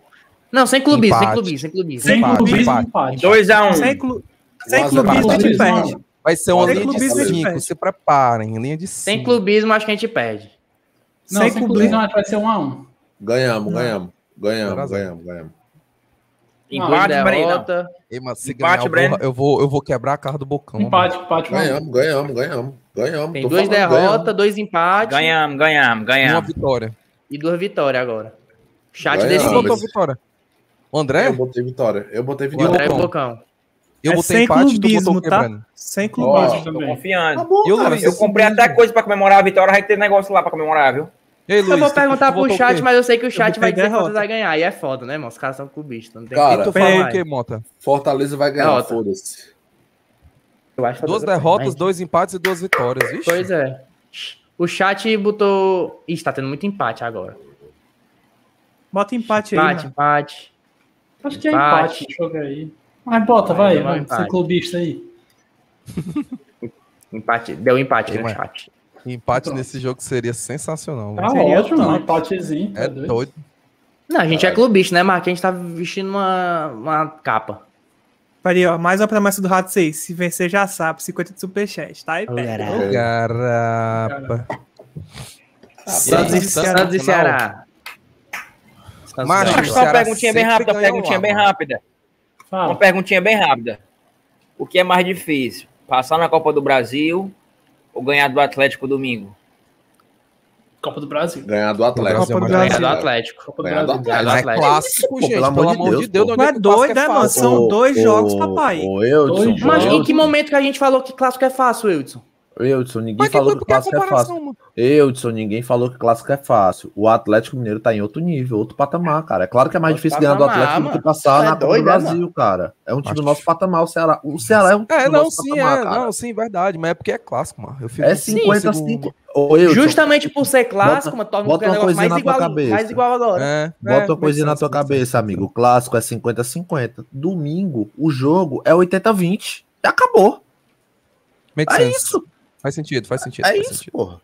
Speaker 7: Não, sem clubismo, sem
Speaker 9: Empate.
Speaker 7: clubismo, sem clubismo.
Speaker 10: Sem
Speaker 9: Empate,
Speaker 10: clubismo,
Speaker 9: empate.
Speaker 10: empate.
Speaker 6: 2x1.
Speaker 3: Sem, clu... sem
Speaker 8: a zero,
Speaker 3: clubismo a gente
Speaker 10: Clubismo,
Speaker 3: perde.
Speaker 10: não.
Speaker 9: Vai ser uma
Speaker 8: Sem
Speaker 9: linha de
Speaker 8: clubismo,
Speaker 9: cinco.
Speaker 3: velho.
Speaker 9: Se preparem, linha de
Speaker 7: Sem
Speaker 9: cinco.
Speaker 7: clubismo, acho que a gente perde.
Speaker 10: Não,
Speaker 3: Sem
Speaker 10: sem,
Speaker 3: clubismo.
Speaker 10: clubismo, não, acho que vai ser 1 a 1
Speaker 8: Ganhamos,
Speaker 9: Zero
Speaker 8: ganhamos.
Speaker 9: a zero.
Speaker 8: Ganhamos, ganhamos, ganhamos.
Speaker 7: Duas
Speaker 6: Empate, Breno.
Speaker 7: derrotas.
Speaker 9: Ei, mas se
Speaker 6: Empate,
Speaker 9: ganhar, eu vou-
Speaker 6: Breno.
Speaker 9: eu, vou, eu vou quebrar a cara do Bocão.
Speaker 10: Empate, empate. Ganhamos.
Speaker 8: Ganhamos, ganhamos, ganhamos. Ganhamos.
Speaker 7: Tem
Speaker 8: tô
Speaker 7: duas
Speaker 8: falando,
Speaker 7: derrotas, dois empates
Speaker 6: Ganhamos, ganhamos,
Speaker 9: mano. Uma
Speaker 6: ganhamos.
Speaker 9: vitória.
Speaker 7: e duas vitórias agora. Chat
Speaker 8: Ganhamos.
Speaker 9: Quem
Speaker 8: Não,
Speaker 9: botou
Speaker 7: decide.
Speaker 8: mas-
Speaker 9: vitória? O
Speaker 8: Eu
Speaker 9: André?
Speaker 8: botei vitória. Eu botei
Speaker 9: Eu-
Speaker 8: vitória.
Speaker 7: André Bocão.
Speaker 9: Eu
Speaker 3: É
Speaker 9: botei
Speaker 3: sem
Speaker 9: empate, tu botou
Speaker 3: clubismo,
Speaker 9: o
Speaker 3: tá?
Speaker 9: quebrando.
Speaker 3: Sem
Speaker 8: Ó,
Speaker 3: clubismo.
Speaker 10: Empate
Speaker 6: Tô
Speaker 10: também.
Speaker 6: confiando.
Speaker 9: E o
Speaker 8: cara,
Speaker 9: Luiz?
Speaker 6: Eu comprei até coisa pra comemorar a vitória, vai ter negócio lá pra comemorar, viu?
Speaker 9: Ei,
Speaker 7: eu
Speaker 9: Luiz,
Speaker 7: vou
Speaker 9: tu-
Speaker 7: perguntar
Speaker 9: tu botou
Speaker 7: pro
Speaker 9: o
Speaker 7: chat,
Speaker 9: quê?
Speaker 7: mas eu sei que o
Speaker 3: Eu
Speaker 7: chat
Speaker 3: botei
Speaker 7: vai dizer que
Speaker 3: derrota.
Speaker 7: Fortaleza vai ganhar. E é foda, né, mano? Os caras são clubistas. Não tem
Speaker 8: Cara,
Speaker 9: E Ah, tu
Speaker 7: o que falar.
Speaker 9: falou o quê, Mota?
Speaker 8: Fortaleza vai ganhar,
Speaker 7: Derrota.
Speaker 8: foda-se.
Speaker 7: Eu acho que
Speaker 9: Duas
Speaker 7: Fortaleza vai
Speaker 9: derrotas,
Speaker 7: ganhar.
Speaker 9: dois empates e duas vitórias. Vixe.
Speaker 7: Pois é. O chat botou. Ih, tá tendo muito empate agora.
Speaker 3: Bota empate aí.
Speaker 7: Empate,
Speaker 3: mano.
Speaker 7: empate.
Speaker 10: Acho que é
Speaker 7: Empate.
Speaker 10: empate. Joga aí. Mas bota,
Speaker 7: Vai,
Speaker 10: vai.
Speaker 7: vai,
Speaker 10: vai,
Speaker 7: empate.
Speaker 10: Ser clubista aí.
Speaker 7: Empate. Deu empate
Speaker 9: Ei,
Speaker 7: no
Speaker 9: mano.
Speaker 7: chat.
Speaker 9: Empate
Speaker 10: Pronto.
Speaker 9: nesse jogo seria sensacional.
Speaker 10: Tá
Speaker 9: mano.
Speaker 3: Seria
Speaker 10: ótimo,
Speaker 3: top.
Speaker 10: um empatezinho. tá
Speaker 9: É
Speaker 10: doido.
Speaker 9: doido.
Speaker 7: Não, a gente é clubista, né, Marquinhos? A gente tá vestindo uma, uma capa.
Speaker 3: Peraí, ó. Mais uma promessa do Rato 6. Se vencer, já sabe. 50 de superchat. Tá aí, pé.
Speaker 7: Caralho.
Speaker 9: Garapa.
Speaker 7: Santos e Santos e Ceará. Santos
Speaker 9: Macho,
Speaker 7: ganhou.
Speaker 9: o
Speaker 6: Só uma
Speaker 9: Ceará
Speaker 6: perguntinha bem
Speaker 9: sempre
Speaker 6: rápida, uma
Speaker 9: ganha
Speaker 6: perguntinha
Speaker 9: lá,
Speaker 6: bem
Speaker 9: mano.
Speaker 6: rápida. Uma
Speaker 10: Fala.
Speaker 6: perguntinha bem rápida. O que é mais difícil? Passar na Copa do Brasil ou ganhar do Atlético domingo?
Speaker 10: Copa do Brasil.
Speaker 8: Ganhar do Atlético.
Speaker 9: Copa do
Speaker 7: Ganhar
Speaker 3: Brasil.
Speaker 7: É do Atlético.
Speaker 10: Copa do
Speaker 8: Ganhar do
Speaker 10: Brasil.
Speaker 8: Atlético.
Speaker 7: Ganhar do
Speaker 9: É
Speaker 7: Atlético.
Speaker 9: clássico,
Speaker 8: Pô,
Speaker 9: gente.
Speaker 8: pelo
Speaker 9: Pelo,
Speaker 8: amor de
Speaker 9: amor de Deus.
Speaker 8: Deus, pô.
Speaker 9: de onde
Speaker 3: Não é
Speaker 9: que o clássico
Speaker 3: doido, né,
Speaker 9: fácil?
Speaker 3: mano? São dois jogos, papai.
Speaker 8: Ô, Wilson,
Speaker 10: Dois
Speaker 7: Mas em
Speaker 10: jogos.
Speaker 7: que momento que a gente falou que clássico é fácil, Wilson?
Speaker 8: Wilson, ninguém
Speaker 9: Mas que
Speaker 8: falou
Speaker 9: foi
Speaker 8: que
Speaker 9: porque a
Speaker 8: clássico é fácil.
Speaker 9: comparação, mano?
Speaker 8: Eudson, ninguém falou que clássico é fácil. O Atlético Mineiro tá em outro nível, outro patamar, cara. É claro que é mais
Speaker 7: Outro
Speaker 8: difícil ganhar do
Speaker 7: patamar,
Speaker 8: Atlético do que
Speaker 7: mano.
Speaker 8: passar
Speaker 7: Tá
Speaker 8: na Copa
Speaker 7: doido,
Speaker 8: do
Speaker 7: né,
Speaker 8: Brasil, cara. É um time do nosso patamar, o Ceará. O Ceará é um time
Speaker 9: É,
Speaker 8: do
Speaker 9: não,
Speaker 8: nosso
Speaker 9: sim,
Speaker 8: patamar,
Speaker 9: é.
Speaker 8: cara.
Speaker 9: Não, sim, verdade. Mas é porque é clássico, mano. Eu fico
Speaker 8: é
Speaker 9: assim,
Speaker 8: 50
Speaker 9: segundo.
Speaker 8: 5. Ô, Eudson,
Speaker 7: Justamente por ser clássico,
Speaker 8: Bota-
Speaker 7: mano, torna o
Speaker 8: bota uma
Speaker 7: negócio
Speaker 8: coisinha
Speaker 7: mais
Speaker 8: na tua
Speaker 7: igual,
Speaker 8: cabeça.
Speaker 7: mais igual agora.
Speaker 9: É,
Speaker 8: Bota
Speaker 9: é,
Speaker 8: uma coisinha na tua cabeça, amigo. O clássico é 50 50. Domingo, o jogo é 80 20. Acabou.
Speaker 9: Make
Speaker 8: É
Speaker 9: sense.
Speaker 8: isso.
Speaker 9: Faz sentido, faz sentido.
Speaker 8: É
Speaker 9: faz
Speaker 8: isso,
Speaker 9: sentido.
Speaker 8: porra.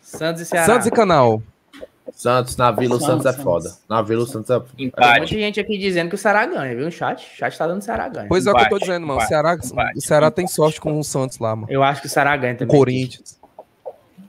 Speaker 7: Santos e Ceará.
Speaker 9: Santos e Canal.
Speaker 8: Santos, na Vila, o Santos,
Speaker 10: Santos,
Speaker 8: é foda.
Speaker 10: Santos.
Speaker 8: Na Vila, o Santos é foda.
Speaker 7: Tem muita
Speaker 6: Empate.
Speaker 7: um gente aqui dizendo que o Ceará ganha, viu? O chat, o chat tá dando Ceará ganha.
Speaker 9: Pois é o que eu tô
Speaker 6: Empate,
Speaker 9: dizendo, mano. O
Speaker 6: empate,
Speaker 9: Ceará,
Speaker 6: empate,
Speaker 9: o Ceará tem
Speaker 6: empate.
Speaker 9: sorte com o Santos lá, mano.
Speaker 7: Eu acho que o Ceará ganha
Speaker 8: É
Speaker 9: O
Speaker 7: também.
Speaker 9: Corinthians.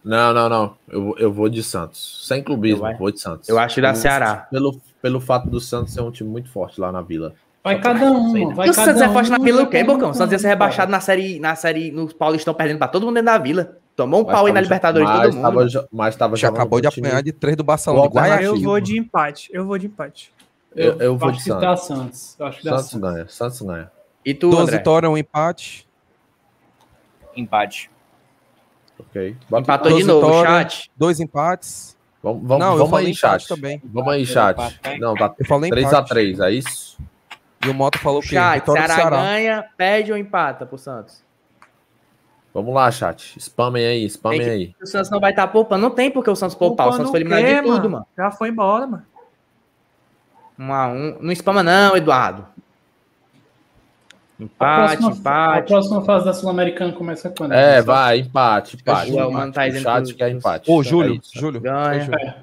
Speaker 8: Não, não, não. Eu, vou- eu vou de Santos. Sem clubismo,
Speaker 7: Eu-
Speaker 8: vou de Santos.
Speaker 7: Eu acho que dá Ceará.
Speaker 8: Pelo, pelo fato do Santos ser um time muito forte lá na Vila.
Speaker 10: Vai cada um,
Speaker 8: Sei
Speaker 10: mano.
Speaker 8: não.
Speaker 10: Vai
Speaker 7: E o
Speaker 10: cada
Speaker 7: Santos é
Speaker 10: um,
Speaker 7: forte na Vila, o quê,
Speaker 10: cada um,
Speaker 7: Bocão? O Santos ia ser
Speaker 10: cara.
Speaker 7: rebaixado na série, na série, no Paulistão, perdendo pra todo mundo dentro da Vila. Tomou um
Speaker 8: Mas
Speaker 7: pau aí
Speaker 8: tava
Speaker 7: na Libertadores de
Speaker 8: jo-
Speaker 7: todo
Speaker 8: mas
Speaker 7: mundo.
Speaker 8: tava jo- mas tava
Speaker 9: Já acabou de apanhar de três do Barcelona.
Speaker 8: Boa
Speaker 9: de Guayaquil.
Speaker 3: Eu
Speaker 8: Aqui,
Speaker 3: vou
Speaker 8: mano.
Speaker 3: de empate. Eu vou de empate.
Speaker 8: Eu, eu vou de
Speaker 10: acho que dá
Speaker 8: Santos.
Speaker 10: Santos. Eu acho que dá
Speaker 8: Santos
Speaker 10: Santos.
Speaker 8: ganha, Santos ganha.
Speaker 7: E tu,
Speaker 9: Duas
Speaker 7: André?
Speaker 9: vitórias, um empate.
Speaker 6: Empate.
Speaker 8: Ok.
Speaker 7: Empatou de novo, chat.
Speaker 9: Dois empates.
Speaker 8: Vamos, vamos,
Speaker 9: Não, eu
Speaker 8: vamos
Speaker 9: falei
Speaker 8: aí,
Speaker 9: empate
Speaker 8: chat.
Speaker 9: também.
Speaker 8: Vamos aí, chat. Não, tá
Speaker 9: Eu falei empate.
Speaker 8: 3x3, é isso?
Speaker 9: E o Moto falou que
Speaker 7: Chat,
Speaker 9: vitória do
Speaker 7: Ceará,
Speaker 9: Ceará.
Speaker 7: ganha, perde ou empata pro Santos?
Speaker 8: Vamos lá, chat. Spamem aí,
Speaker 7: Tem
Speaker 8: spamem
Speaker 7: que-
Speaker 8: aí.
Speaker 7: O Santos não vai estar poupando. Não tem porque o Santos poupar. O
Speaker 3: Culpa
Speaker 7: Santos
Speaker 3: no
Speaker 7: foi eliminado
Speaker 3: quê,
Speaker 7: de tudo, mano.
Speaker 3: Já foi embora, mano.
Speaker 7: Um a um. Não espama não, Eduardo.
Speaker 10: A
Speaker 7: Empate,
Speaker 10: próxima- A
Speaker 7: empate.
Speaker 10: próxima fase da Sul-Americana começa quando?
Speaker 7: né?
Speaker 8: É, vai, empate, empate.
Speaker 7: Ué, o
Speaker 8: empate.
Speaker 7: mano tá dizendo
Speaker 8: o chat
Speaker 7: que-
Speaker 8: quer empate.
Speaker 9: Ô,
Speaker 8: É
Speaker 9: Júlio,
Speaker 8: isso.
Speaker 9: Júlio.
Speaker 7: Ganha.
Speaker 9: Ô, Júlio.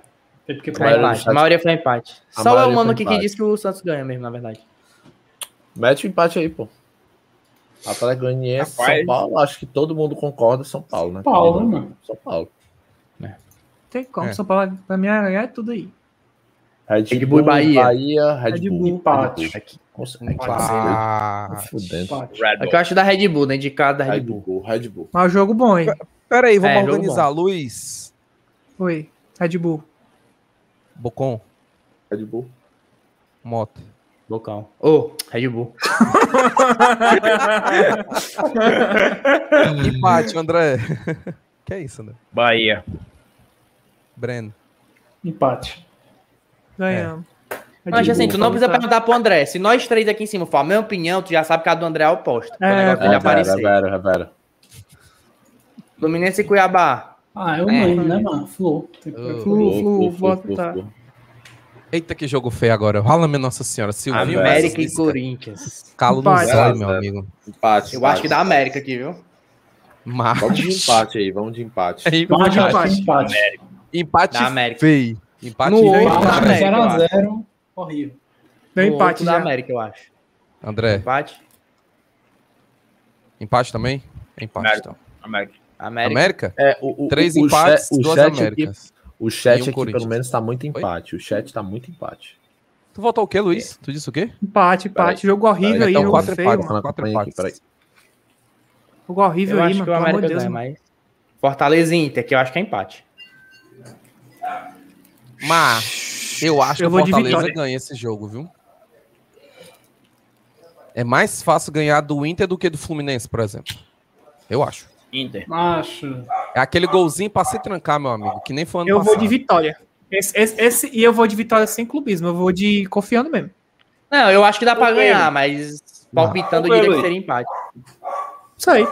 Speaker 10: É porque
Speaker 7: Tá
Speaker 8: Vai,
Speaker 7: empate.
Speaker 8: vai.
Speaker 7: A maioria foi empate.
Speaker 8: A
Speaker 7: Só é o
Speaker 8: maioria
Speaker 7: mano
Speaker 8: foi
Speaker 7: aqui que
Speaker 8: empate.
Speaker 7: disse que o Santos ganha mesmo, na verdade.
Speaker 8: Mete o empate aí, pô. Atlético Goianiense,
Speaker 6: Rapaz.
Speaker 8: São Paulo, acho que todo mundo concorda, São Paulo, né?
Speaker 10: Paulo, mano.
Speaker 8: São Paulo.
Speaker 3: Tem como,
Speaker 9: É.
Speaker 3: São Paulo, pra mim, é é tudo aí.
Speaker 8: Red
Speaker 7: Bull e Bahia.
Speaker 8: Bahia, É Red, Bull.
Speaker 10: Empate.
Speaker 8: Aqui, com certeza.
Speaker 9: Ah,
Speaker 8: Tá Fudendo.
Speaker 10: Empate.
Speaker 6: Red
Speaker 7: É o que eu acho da Red Bull, né? Indicado da Red
Speaker 8: Red
Speaker 7: Bull.
Speaker 8: Bull, Red Bull.
Speaker 3: Mas o jogo bom, hein?
Speaker 9: peraí, vamos
Speaker 7: É, jogo
Speaker 9: organizar. Luiz,
Speaker 3: Foi. Red Bull.
Speaker 9: Bocon,
Speaker 8: Red Bull.
Speaker 9: Moto.
Speaker 7: Bocão. Ô, Red Bull.
Speaker 9: Empate, André. que é isso, André?
Speaker 6: Bahia.
Speaker 9: Breno.
Speaker 10: Empate.
Speaker 3: Ganhamos. Red
Speaker 7: Mas
Speaker 3: Bull.
Speaker 7: assim, tu não precisa
Speaker 3: Tá.
Speaker 7: perguntar pro André. Se nós três aqui em cima for a mesma opinião, tu já sabe que a do André é a oposta.
Speaker 3: É,
Speaker 7: o negócio dele
Speaker 8: É, Vera,
Speaker 7: aparecer.
Speaker 8: é Vera, é Vera.
Speaker 7: Fluminense e Cuiabá.
Speaker 10: Ah, eu
Speaker 7: É.
Speaker 10: ganho, né, mano? Flu. Tem que
Speaker 8: Uh,
Speaker 3: Flu,
Speaker 9: Ô.
Speaker 8: Flu,
Speaker 3: flu,
Speaker 8: flu, flu,
Speaker 3: voto
Speaker 8: flu,
Speaker 3: tá.
Speaker 8: flu.
Speaker 9: Eita, que jogo feio agora. Fala, minha Nossa Senhora. Silvinho
Speaker 8: América
Speaker 9: versus
Speaker 7: América e
Speaker 9: Lisca.
Speaker 7: Corinthians.
Speaker 9: Calo no
Speaker 3: Empate.
Speaker 9: zóio, meu
Speaker 8: Zero.
Speaker 9: amigo.
Speaker 8: Empate.
Speaker 7: Eu acho que dá
Speaker 8: empate.
Speaker 7: América aqui, viu?
Speaker 9: Mas...
Speaker 8: Vamos de empate aí, vamos de empate.
Speaker 10: Mas
Speaker 9: Empate.
Speaker 10: acho que empate.
Speaker 9: Empate
Speaker 7: Da América.
Speaker 9: feio. Empate
Speaker 7: No
Speaker 9: feio.
Speaker 7: outro, da
Speaker 10: Empate
Speaker 7: América, eu
Speaker 10: 0x0. Horrível.
Speaker 3: Deu
Speaker 7: No
Speaker 3: empate
Speaker 7: outro da
Speaker 3: já.
Speaker 7: América, eu acho.
Speaker 9: André,
Speaker 7: Empate?
Speaker 9: empate também? Empate,
Speaker 6: América.
Speaker 9: então.
Speaker 6: América.
Speaker 7: América.
Speaker 9: América?
Speaker 8: É, o, o,
Speaker 9: Três
Speaker 8: o,
Speaker 9: empates,
Speaker 8: o,
Speaker 9: duas
Speaker 8: chat, o chat aqui,
Speaker 9: Américas.
Speaker 8: o
Speaker 9: E um
Speaker 8: chat aqui pelo
Speaker 9: Corinthians.
Speaker 8: menos tá muito empate. O chat tá muito empate.
Speaker 9: Tu votou o quê, Luiz? Tu disse o quê?
Speaker 3: Empate, empate. Jogo horrível
Speaker 8: Peraí,
Speaker 3: aí,
Speaker 8: então
Speaker 3: jogo
Speaker 9: quatro
Speaker 3: é
Speaker 9: né?
Speaker 3: feio, mano.
Speaker 9: empates,
Speaker 8: Fala com a
Speaker 9: Quatro
Speaker 8: Penha aqui,
Speaker 9: empates.
Speaker 3: Jogo horrível
Speaker 7: Eu
Speaker 3: aí,
Speaker 7: acho
Speaker 3: mano.
Speaker 7: que o
Speaker 3: Pelo amor
Speaker 7: América
Speaker 3: de Deus,
Speaker 7: ganha,
Speaker 3: mano.
Speaker 7: mas. Fortaleza e Inter, que eu acho que é empate.
Speaker 9: Mas eu acho
Speaker 3: Eu
Speaker 9: que
Speaker 3: vou
Speaker 9: o
Speaker 3: de
Speaker 9: Fortaleza
Speaker 3: vitória.
Speaker 9: ganha esse jogo, viu? É mais fácil ganhar do Inter do que do Fluminense, por exemplo. Eu acho.
Speaker 6: Inter.
Speaker 10: Acho.
Speaker 9: É aquele golzinho pra se trancar, meu amigo, que nem foi ano
Speaker 3: Eu
Speaker 9: passado.
Speaker 3: vou de vitória. Esse, esse- esse- e eu vou de vitória sem clubismo. Eu vou de confiando mesmo.
Speaker 7: Não, eu acho que dá pra
Speaker 6: Pedro.
Speaker 7: ganhar, mas palpitando, eu
Speaker 6: Ô,
Speaker 7: diria que
Speaker 6: Pedro.
Speaker 7: seria empate.
Speaker 3: Isso aí.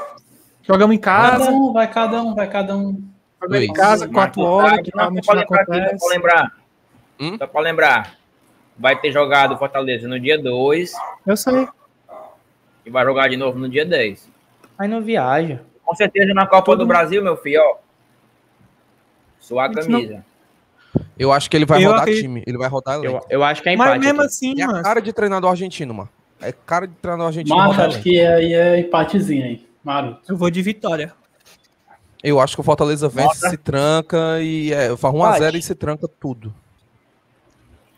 Speaker 3: Jogamos em
Speaker 10: Cada
Speaker 9: Ah,
Speaker 3: casa,
Speaker 10: um, vai cada um, vai cada um.
Speaker 3: jogamos em
Speaker 9: Luiz.
Speaker 3: casa, quatro horas, que
Speaker 6: Não,
Speaker 3: normalmente
Speaker 6: Ah, só
Speaker 3: não
Speaker 6: pra lembrar aqui, só pra
Speaker 3: acontece.
Speaker 6: lembrar.
Speaker 9: Hum?
Speaker 6: Só pra lembrar. Vai ter jogado Fortaleza no dia 2
Speaker 3: Eu sei.
Speaker 6: e vai jogar de novo no dia 10.
Speaker 7: Mas não viaja.
Speaker 6: Com certeza na Copa do Brasil, meu filho, ó. Sua
Speaker 3: Isso
Speaker 6: camisa.
Speaker 9: Eu acho que ele vai
Speaker 3: Eu
Speaker 9: rodar
Speaker 3: acredito-
Speaker 9: time. Ele vai rodar
Speaker 7: Eu,
Speaker 9: elenco.
Speaker 7: eu acho que é empate.
Speaker 3: Mas mesmo
Speaker 7: aqui.
Speaker 3: assim,
Speaker 9: É a
Speaker 3: mano.
Speaker 9: cara de treinador argentino, mano. É cara de treinador argentino.
Speaker 10: Mas
Speaker 9: rodar
Speaker 10: acho
Speaker 9: elenco.
Speaker 10: que aí é empatezinho aí. Maru.
Speaker 3: Eu vou de vitória.
Speaker 9: Eu acho que o Fortaleza vence, se tranca e é, faz 1x0 e se tranca tudo.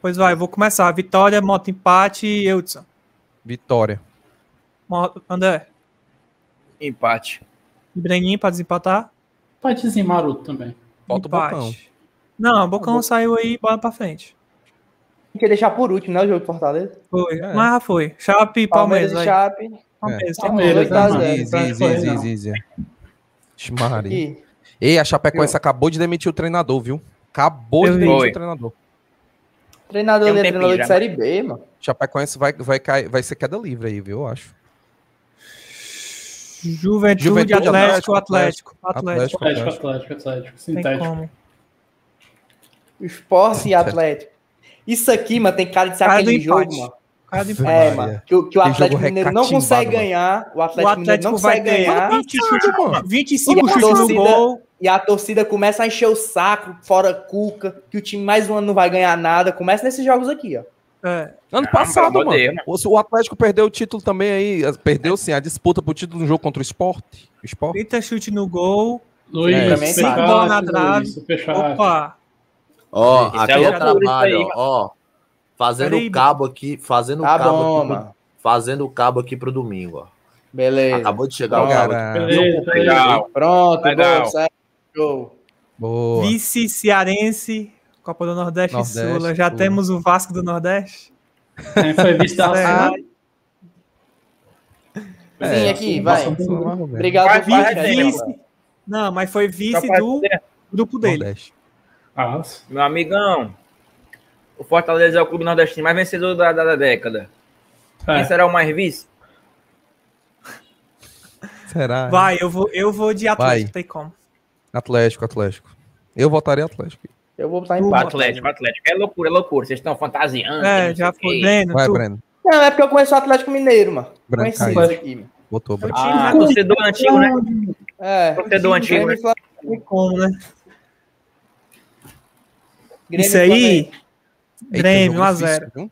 Speaker 3: Pois vai, eu vou começar. Vitória, moto empate e Eudson.
Speaker 9: Vitória.
Speaker 3: Mo- André,
Speaker 6: Empate.
Speaker 3: e Breninho pra desempatar.
Speaker 10: Empatezinho maroto também.
Speaker 9: Falta o bocão.
Speaker 3: Não, o Bocão saiu aí, bola pra frente.
Speaker 7: Tem que deixar por último, né? O jogo do Fortaleza.
Speaker 3: Foi,
Speaker 9: É.
Speaker 3: mas já foi. Chape e Palmeiras,
Speaker 7: Palmeiras, e
Speaker 3: aí.
Speaker 7: Chape.
Speaker 3: Palmeiras, tem
Speaker 10: Palmeiras,
Speaker 3: Palmeiras.
Speaker 10: né,
Speaker 7: tá
Speaker 10: mano?
Speaker 7: zero,
Speaker 9: Easy,
Speaker 10: pra
Speaker 9: easy,
Speaker 10: escolher,
Speaker 9: easy,
Speaker 10: não.
Speaker 9: easy. Ixi, Maria.
Speaker 7: E
Speaker 9: Ei, a Chapecoense acabou de demitir o treinador, viu? Acabou
Speaker 3: Eu vi.
Speaker 9: de demitir
Speaker 6: Foi.
Speaker 9: o treinador.
Speaker 7: treinador
Speaker 6: Tem um
Speaker 7: ali, é
Speaker 6: tempinho
Speaker 7: treinador
Speaker 6: já,
Speaker 7: de Série B, mano.
Speaker 9: Chapecoense vai, vai, cair, vai ser queda livre aí, viu? Eu acho.
Speaker 3: Juventude,
Speaker 9: Juventude,
Speaker 3: Atlético,
Speaker 9: Atlético,
Speaker 3: Atlético, Atlético.
Speaker 9: Atlético,
Speaker 10: Atlético,
Speaker 9: Atlético.
Speaker 10: Atlético, Atlético.
Speaker 3: Tem
Speaker 10: Sintético.
Speaker 3: como.
Speaker 7: Esporte e Atlético. Isso aqui, mano, tem cara de ser
Speaker 3: Cara do
Speaker 7: Tá aquele jogo,
Speaker 3: empate.
Speaker 7: mano.
Speaker 3: Cara do empate.
Speaker 7: É,
Speaker 9: Maria.
Speaker 7: mano. Que, o- que o
Speaker 9: Que
Speaker 7: Atlético
Speaker 9: jogo
Speaker 7: Mineiro não
Speaker 9: recatimbado,
Speaker 7: consegue
Speaker 9: mano.
Speaker 7: ganhar. O
Speaker 3: O
Speaker 7: Atlético, Mineiro
Speaker 3: Atlético
Speaker 7: não
Speaker 3: vai
Speaker 7: consegue ganhar.
Speaker 3: ganhar 20 chutes, mano. 25
Speaker 7: E a
Speaker 3: chutes no
Speaker 7: torcida-
Speaker 3: gol.
Speaker 7: E a torcida começa a encher o saco, fora Cuca, que o time mais um ano não vai ganhar nada. Começa nesses jogos aqui, ó.
Speaker 3: É,
Speaker 9: Ano
Speaker 6: pelo
Speaker 9: passado,
Speaker 6: amor
Speaker 9: mano.
Speaker 6: de Deus, né?
Speaker 9: O o Atlético perdeu o título também aí. Perdeu, sim, a disputa pro título no jogo contra o Sport. Sport.
Speaker 3: 30 chute no gol.
Speaker 10: Luiz,
Speaker 9: É,
Speaker 10: superchat,
Speaker 7: cinco
Speaker 3: bola na trave.
Speaker 10: Luiz, superchat.
Speaker 3: Opa!
Speaker 8: Ó,
Speaker 6: Esse
Speaker 8: aqui
Speaker 6: é
Speaker 8: é,
Speaker 6: loucura
Speaker 8: trabalho,
Speaker 6: isso aí,
Speaker 8: ó, ó. Fazendo
Speaker 3: Peraí,
Speaker 8: o cabo aqui, fazendo o
Speaker 7: Tá
Speaker 8: cabo
Speaker 7: bom,
Speaker 8: aqui, pro-
Speaker 7: mano.
Speaker 8: fazendo o cabo aqui pro domingo, ó.
Speaker 7: Beleza.
Speaker 8: Acabou de chegar o
Speaker 9: Cara,
Speaker 8: cabo. aqui.
Speaker 10: Beleza, beleza.
Speaker 6: Legal.
Speaker 7: Pronto,
Speaker 6: Legal.
Speaker 7: gol, certo, show.
Speaker 9: Boa.
Speaker 3: Vice-cearense, Copa do Nordeste, e
Speaker 9: Nordeste,
Speaker 3: Sula. Já
Speaker 9: Sula.
Speaker 3: temos o Vasco do Nordeste.
Speaker 10: Quem foi visto da
Speaker 3: Ah,
Speaker 10: Sula?
Speaker 7: Sim, aqui, vai.
Speaker 9: Só mais ou menos.
Speaker 7: Obrigado
Speaker 6: Vai,
Speaker 7: pelo
Speaker 6: vai,
Speaker 7: chat,
Speaker 6: vai,
Speaker 7: ó.
Speaker 3: Vice, Não, mas foi vice do grupo dele.
Speaker 10: Ah,
Speaker 6: Meu amigão, o Fortaleza é o clube nordestino mais vencedor da, da- da década.
Speaker 3: É.
Speaker 6: Quem será o mais vice?
Speaker 9: Será?
Speaker 3: Vai, eu vou, eu vou de Atlético,
Speaker 9: Vai.
Speaker 3: tem como.
Speaker 9: Atlético, Atlético. Eu votaria Atlético.
Speaker 7: Eu vou botar
Speaker 6: O
Speaker 7: empate.
Speaker 6: Atlético, o Atlético. É loucura, é loucura. Vocês estão fantasiando.
Speaker 3: É,
Speaker 6: não
Speaker 3: já
Speaker 6: sei o
Speaker 3: foi.
Speaker 6: quê.
Speaker 3: Breno,
Speaker 9: Vai,
Speaker 3: tu-
Speaker 9: Breno.
Speaker 7: Não, é porque eu conheço o Atlético Mineiro, mano.
Speaker 9: Breno
Speaker 7: Conheci
Speaker 9: caiu.
Speaker 7: isso aqui, mano.
Speaker 9: Votou, Breno.
Speaker 6: Ah, torcedor antigo, né?
Speaker 7: É.
Speaker 6: Torcedor antigo, né?
Speaker 7: Grêmio e Flam-
Speaker 3: Tem como, né?
Speaker 7: Grêmio
Speaker 3: Isso
Speaker 7: e
Speaker 3: aí,
Speaker 7: Flamengo.
Speaker 3: Grêmio,
Speaker 9: jogo
Speaker 3: 1x0.
Speaker 9: difícil, viu?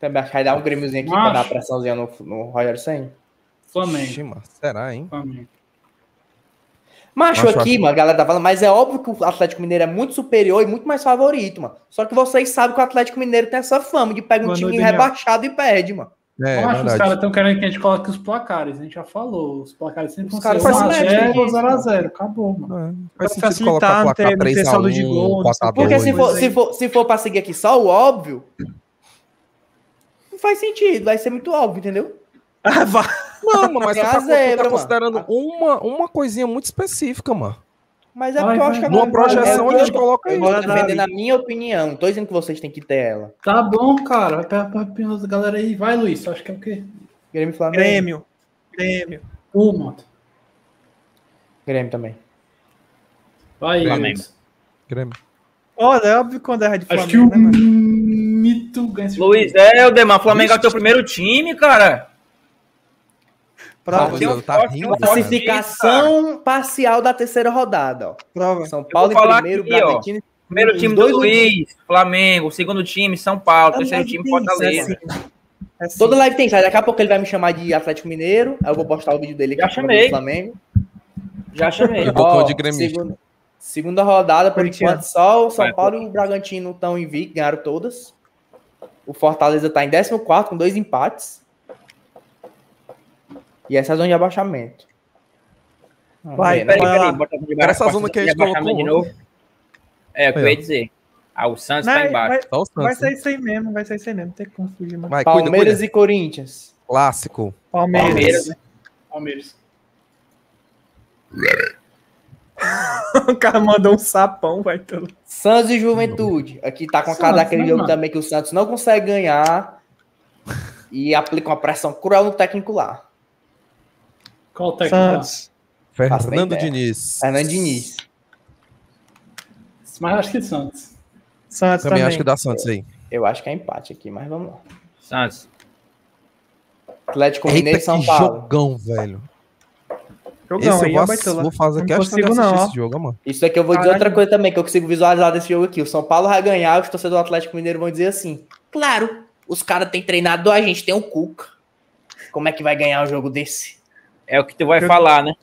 Speaker 7: Também acho que vai dar um Grêmiozinho aqui pra
Speaker 10: Macho.
Speaker 7: dar uma pressãozinha no, no Roger Senna.
Speaker 10: Flamengo.
Speaker 9: Ixi, mano, será, hein?
Speaker 10: Flamengo.
Speaker 7: Macho
Speaker 9: Macho,
Speaker 7: aqui,
Speaker 9: acho-
Speaker 7: mano, a galera tá falando, mas é óbvio que o Atlético Mineiro é muito superior e muito mais favorito, mano. Só que vocês sabem que o Atlético Mineiro tem essa fama de pega um
Speaker 3: Boa
Speaker 7: time
Speaker 3: noite, Daniel.
Speaker 7: rebaixado e perde, mano.
Speaker 9: É,
Speaker 10: eu acho que os caras
Speaker 9: verdade.
Speaker 10: estão querendo que a gente coloque os placares. A gente já falou. Os placares
Speaker 7: Os
Speaker 10: sempre vão ser
Speaker 7: caras
Speaker 3: são
Speaker 10: 1x0 ou
Speaker 7: leves,
Speaker 10: 0x0. Acabou, mano.
Speaker 9: É,
Speaker 3: Pra
Speaker 9: Faz sentido
Speaker 3: facilitar,
Speaker 9: colocar
Speaker 3: não ter- não
Speaker 9: placar
Speaker 3: ter
Speaker 9: 3 a 1,
Speaker 3: saldo de gol, não sei o quê.
Speaker 7: Porque
Speaker 9: 4x2.
Speaker 7: se for,
Speaker 3: Pois é.
Speaker 7: se, for, se for pra seguir aqui só o óbvio, não faz sentido, vai ser muito óbvio, entendeu?
Speaker 3: Ah, vai.
Speaker 9: Não, mano, mas tu
Speaker 7: Tem É a
Speaker 9: tá, tu tá
Speaker 7: zebra, mano.
Speaker 9: considerando uma, uma coisinha muito específica, mano.
Speaker 7: Mas é porque
Speaker 10: Vai,
Speaker 7: eu
Speaker 10: vai.
Speaker 7: acho que a
Speaker 9: Numa
Speaker 7: galera- é
Speaker 9: projeção
Speaker 7: eu
Speaker 9: a gente
Speaker 7: tô-
Speaker 9: coloca
Speaker 7: Eu
Speaker 9: isso.
Speaker 7: tô
Speaker 3: Bora, Davi.
Speaker 7: defendendo a tá minha opinião, não tô dizendo que vocês têm que ter ela.
Speaker 10: Tá bom, cara. Pega pra opinião da galera aí. Vai, Luiz. Acho que é o quê?
Speaker 7: Grêmio e Flamengo.
Speaker 3: Grêmio. Grêmio.
Speaker 10: Um, mano.
Speaker 7: Grêmio também.
Speaker 10: Vai,
Speaker 6: Flamengo.
Speaker 10: Luiz.
Speaker 9: Grêmio.
Speaker 3: Olha, é óbvio quando erra de
Speaker 10: Acho que
Speaker 3: Flamengo,
Speaker 10: o
Speaker 3: né, mano?
Speaker 10: mito ganha esse jogo.
Speaker 6: Luiz Helder, mano. Flamengo é o teu primeiro time, cara. um
Speaker 7: Prova.
Speaker 9: Tá,
Speaker 6: eu-
Speaker 9: tá rindo, cara.
Speaker 6: Classifica-
Speaker 7: Classificação parcial da terceira rodada, ó.
Speaker 3: Prova.
Speaker 7: São Paulo em
Speaker 6: falar
Speaker 7: primeiro,
Speaker 6: aqui, ó.
Speaker 7: Bragantino em
Speaker 6: Primeiro
Speaker 7: Os
Speaker 6: time
Speaker 7: dois
Speaker 6: do Luiz, Flamengo. Segundo time, São Paulo. Terceiro time, Fortaleza.
Speaker 3: É assim. É assim.
Speaker 7: Toda live tem já. Daqui a pouco ele vai me chamar de Atlético Mineiro. Aí eu vou postar o vídeo dele aqui
Speaker 6: Já
Speaker 7: pra falar
Speaker 6: chamei.
Speaker 7: do Flamengo.
Speaker 6: Já chamei.
Speaker 9: Eu botou
Speaker 7: Ó,
Speaker 9: de gremista.
Speaker 7: Segunda, segunda rodada, por
Speaker 3: Corintiano.
Speaker 7: enquanto, só o São
Speaker 6: Vai,
Speaker 7: Paulo e o Bragantino estão em vi, ganharam todas. O Fortaleza tá em 14 com dois empates. E essa é a zona de abaixamento. Vamos
Speaker 3: Vai,
Speaker 7: ver, né?
Speaker 6: Peraí,
Speaker 3: Vai lá.
Speaker 6: peraí, bota de
Speaker 9: Era essa
Speaker 6: baixo,
Speaker 9: zona que a
Speaker 6: de
Speaker 9: gente
Speaker 6: baixo,
Speaker 9: colocou um.
Speaker 6: de novo. É, o que
Speaker 9: Aí,
Speaker 6: eu ia
Speaker 9: ó.
Speaker 6: dizer. Ah, o Santos tá
Speaker 3: Vai,
Speaker 6: embaixo.
Speaker 3: vai,
Speaker 9: Só o
Speaker 3: vai
Speaker 9: Santos. né?
Speaker 3: sair sem mesmo, vai sair sem mesmo. Tem como fugir, mano.
Speaker 9: Vai, cuida,
Speaker 7: Palmeiras
Speaker 9: cuida.
Speaker 7: e Corinthians.
Speaker 9: Clássico.
Speaker 3: Palmeiras.
Speaker 6: Palmeiras. né? é-
Speaker 10: Palmeiras.
Speaker 3: O cara mandou um sapão, vai tá todo.
Speaker 7: Santos e Juventude. Aqui tá com a cara
Speaker 10: Santos,
Speaker 7: daquele
Speaker 10: né,
Speaker 7: jogo
Speaker 10: mano?
Speaker 7: também que o Santos não consegue ganhar. E aplica uma pressão cruel no técnico lá.
Speaker 10: Qual o técnico? lá?
Speaker 3: Santos.
Speaker 9: Fernando
Speaker 7: ideia. É,
Speaker 9: Diniz.
Speaker 7: Fernando Diniz.
Speaker 10: tá? Mas acho que Santos.
Speaker 3: Santos
Speaker 9: Também
Speaker 3: também.
Speaker 9: acho que dá Santos aí.
Speaker 7: Eu acho que é empate aqui, mas vamos lá.
Speaker 6: Santos.
Speaker 7: Atlético Mineiro
Speaker 9: Eita,
Speaker 7: e São
Speaker 9: que
Speaker 7: Paulo.
Speaker 9: jogão, velho.
Speaker 3: Jogão,
Speaker 9: Esse
Speaker 3: aí,
Speaker 9: eu
Speaker 3: ó,
Speaker 9: vou,
Speaker 3: vai
Speaker 9: ass-
Speaker 3: todo.
Speaker 9: vou fazer
Speaker 3: Não
Speaker 9: questão de
Speaker 3: consigo
Speaker 9: assistir
Speaker 3: não, ó.
Speaker 9: esse jogo, mano.
Speaker 7: Isso aqui eu vou dizer
Speaker 3: Caralho.
Speaker 7: outra coisa também, que eu consigo visualizar desse jogo aqui. O São Paulo vai ganhar, os torcedores do Atlético Mineiro vão dizer assim: claro, os caras têm treinado a gente, tem o Cuca. Como é que vai ganhar um jogo desse?
Speaker 6: É o que tu vai
Speaker 3: Eu-
Speaker 6: falar, né?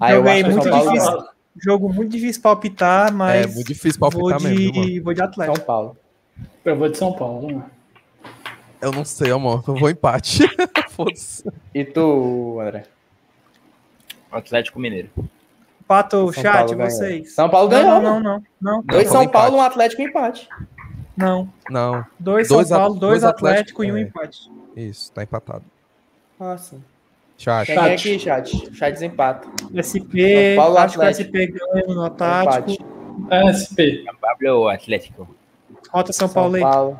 Speaker 7: Aí eu,
Speaker 3: Jogo aí
Speaker 7: acho que o
Speaker 3: É muito
Speaker 7: São Paulo
Speaker 3: difícil.
Speaker 10: né?
Speaker 7: ganha.
Speaker 3: Jogo muito difícil palpitar, mas.
Speaker 9: É muito difícil
Speaker 3: vou
Speaker 9: palpitar
Speaker 3: de,
Speaker 9: mesmo, viu, mano.
Speaker 3: vou de Atlético.
Speaker 7: São Paulo.
Speaker 10: Eu vou de São Paulo. né? vamos lá.
Speaker 9: Eu não sei, amor. Eu vou empate. Foda-se.
Speaker 7: E tu, André?
Speaker 6: Atlético Mineiro.
Speaker 3: Pato,
Speaker 7: São
Speaker 3: chat,
Speaker 7: Paulo ganha.
Speaker 3: vocês.
Speaker 7: São Paulo ganhou.
Speaker 3: Não,
Speaker 7: mano.
Speaker 3: não, não. Não, não.
Speaker 7: Dois
Speaker 9: Não,
Speaker 7: São
Speaker 9: empate.
Speaker 7: Paulo, um Atlético e empate.
Speaker 3: não.
Speaker 9: Não,
Speaker 3: Dois,
Speaker 9: Dois
Speaker 3: São
Speaker 9: At-
Speaker 3: Paulo, dois,
Speaker 9: dois
Speaker 3: Atlético,
Speaker 9: Atlético,
Speaker 3: e um
Speaker 9: é.
Speaker 3: empate.
Speaker 9: isso. Tá empatado.
Speaker 7: Ah, sim.
Speaker 9: Chat.
Speaker 7: Quem é aqui, chat? Chat desempata.
Speaker 3: SP,
Speaker 7: São Paulo,
Speaker 3: acho que o
Speaker 7: Atlético.
Speaker 3: SP ganha no tático.
Speaker 7: Empate.
Speaker 10: É, SP.
Speaker 6: Pablo Atlético.
Speaker 3: Rota São,
Speaker 7: São
Speaker 3: Paulo aí.
Speaker 7: Paulo.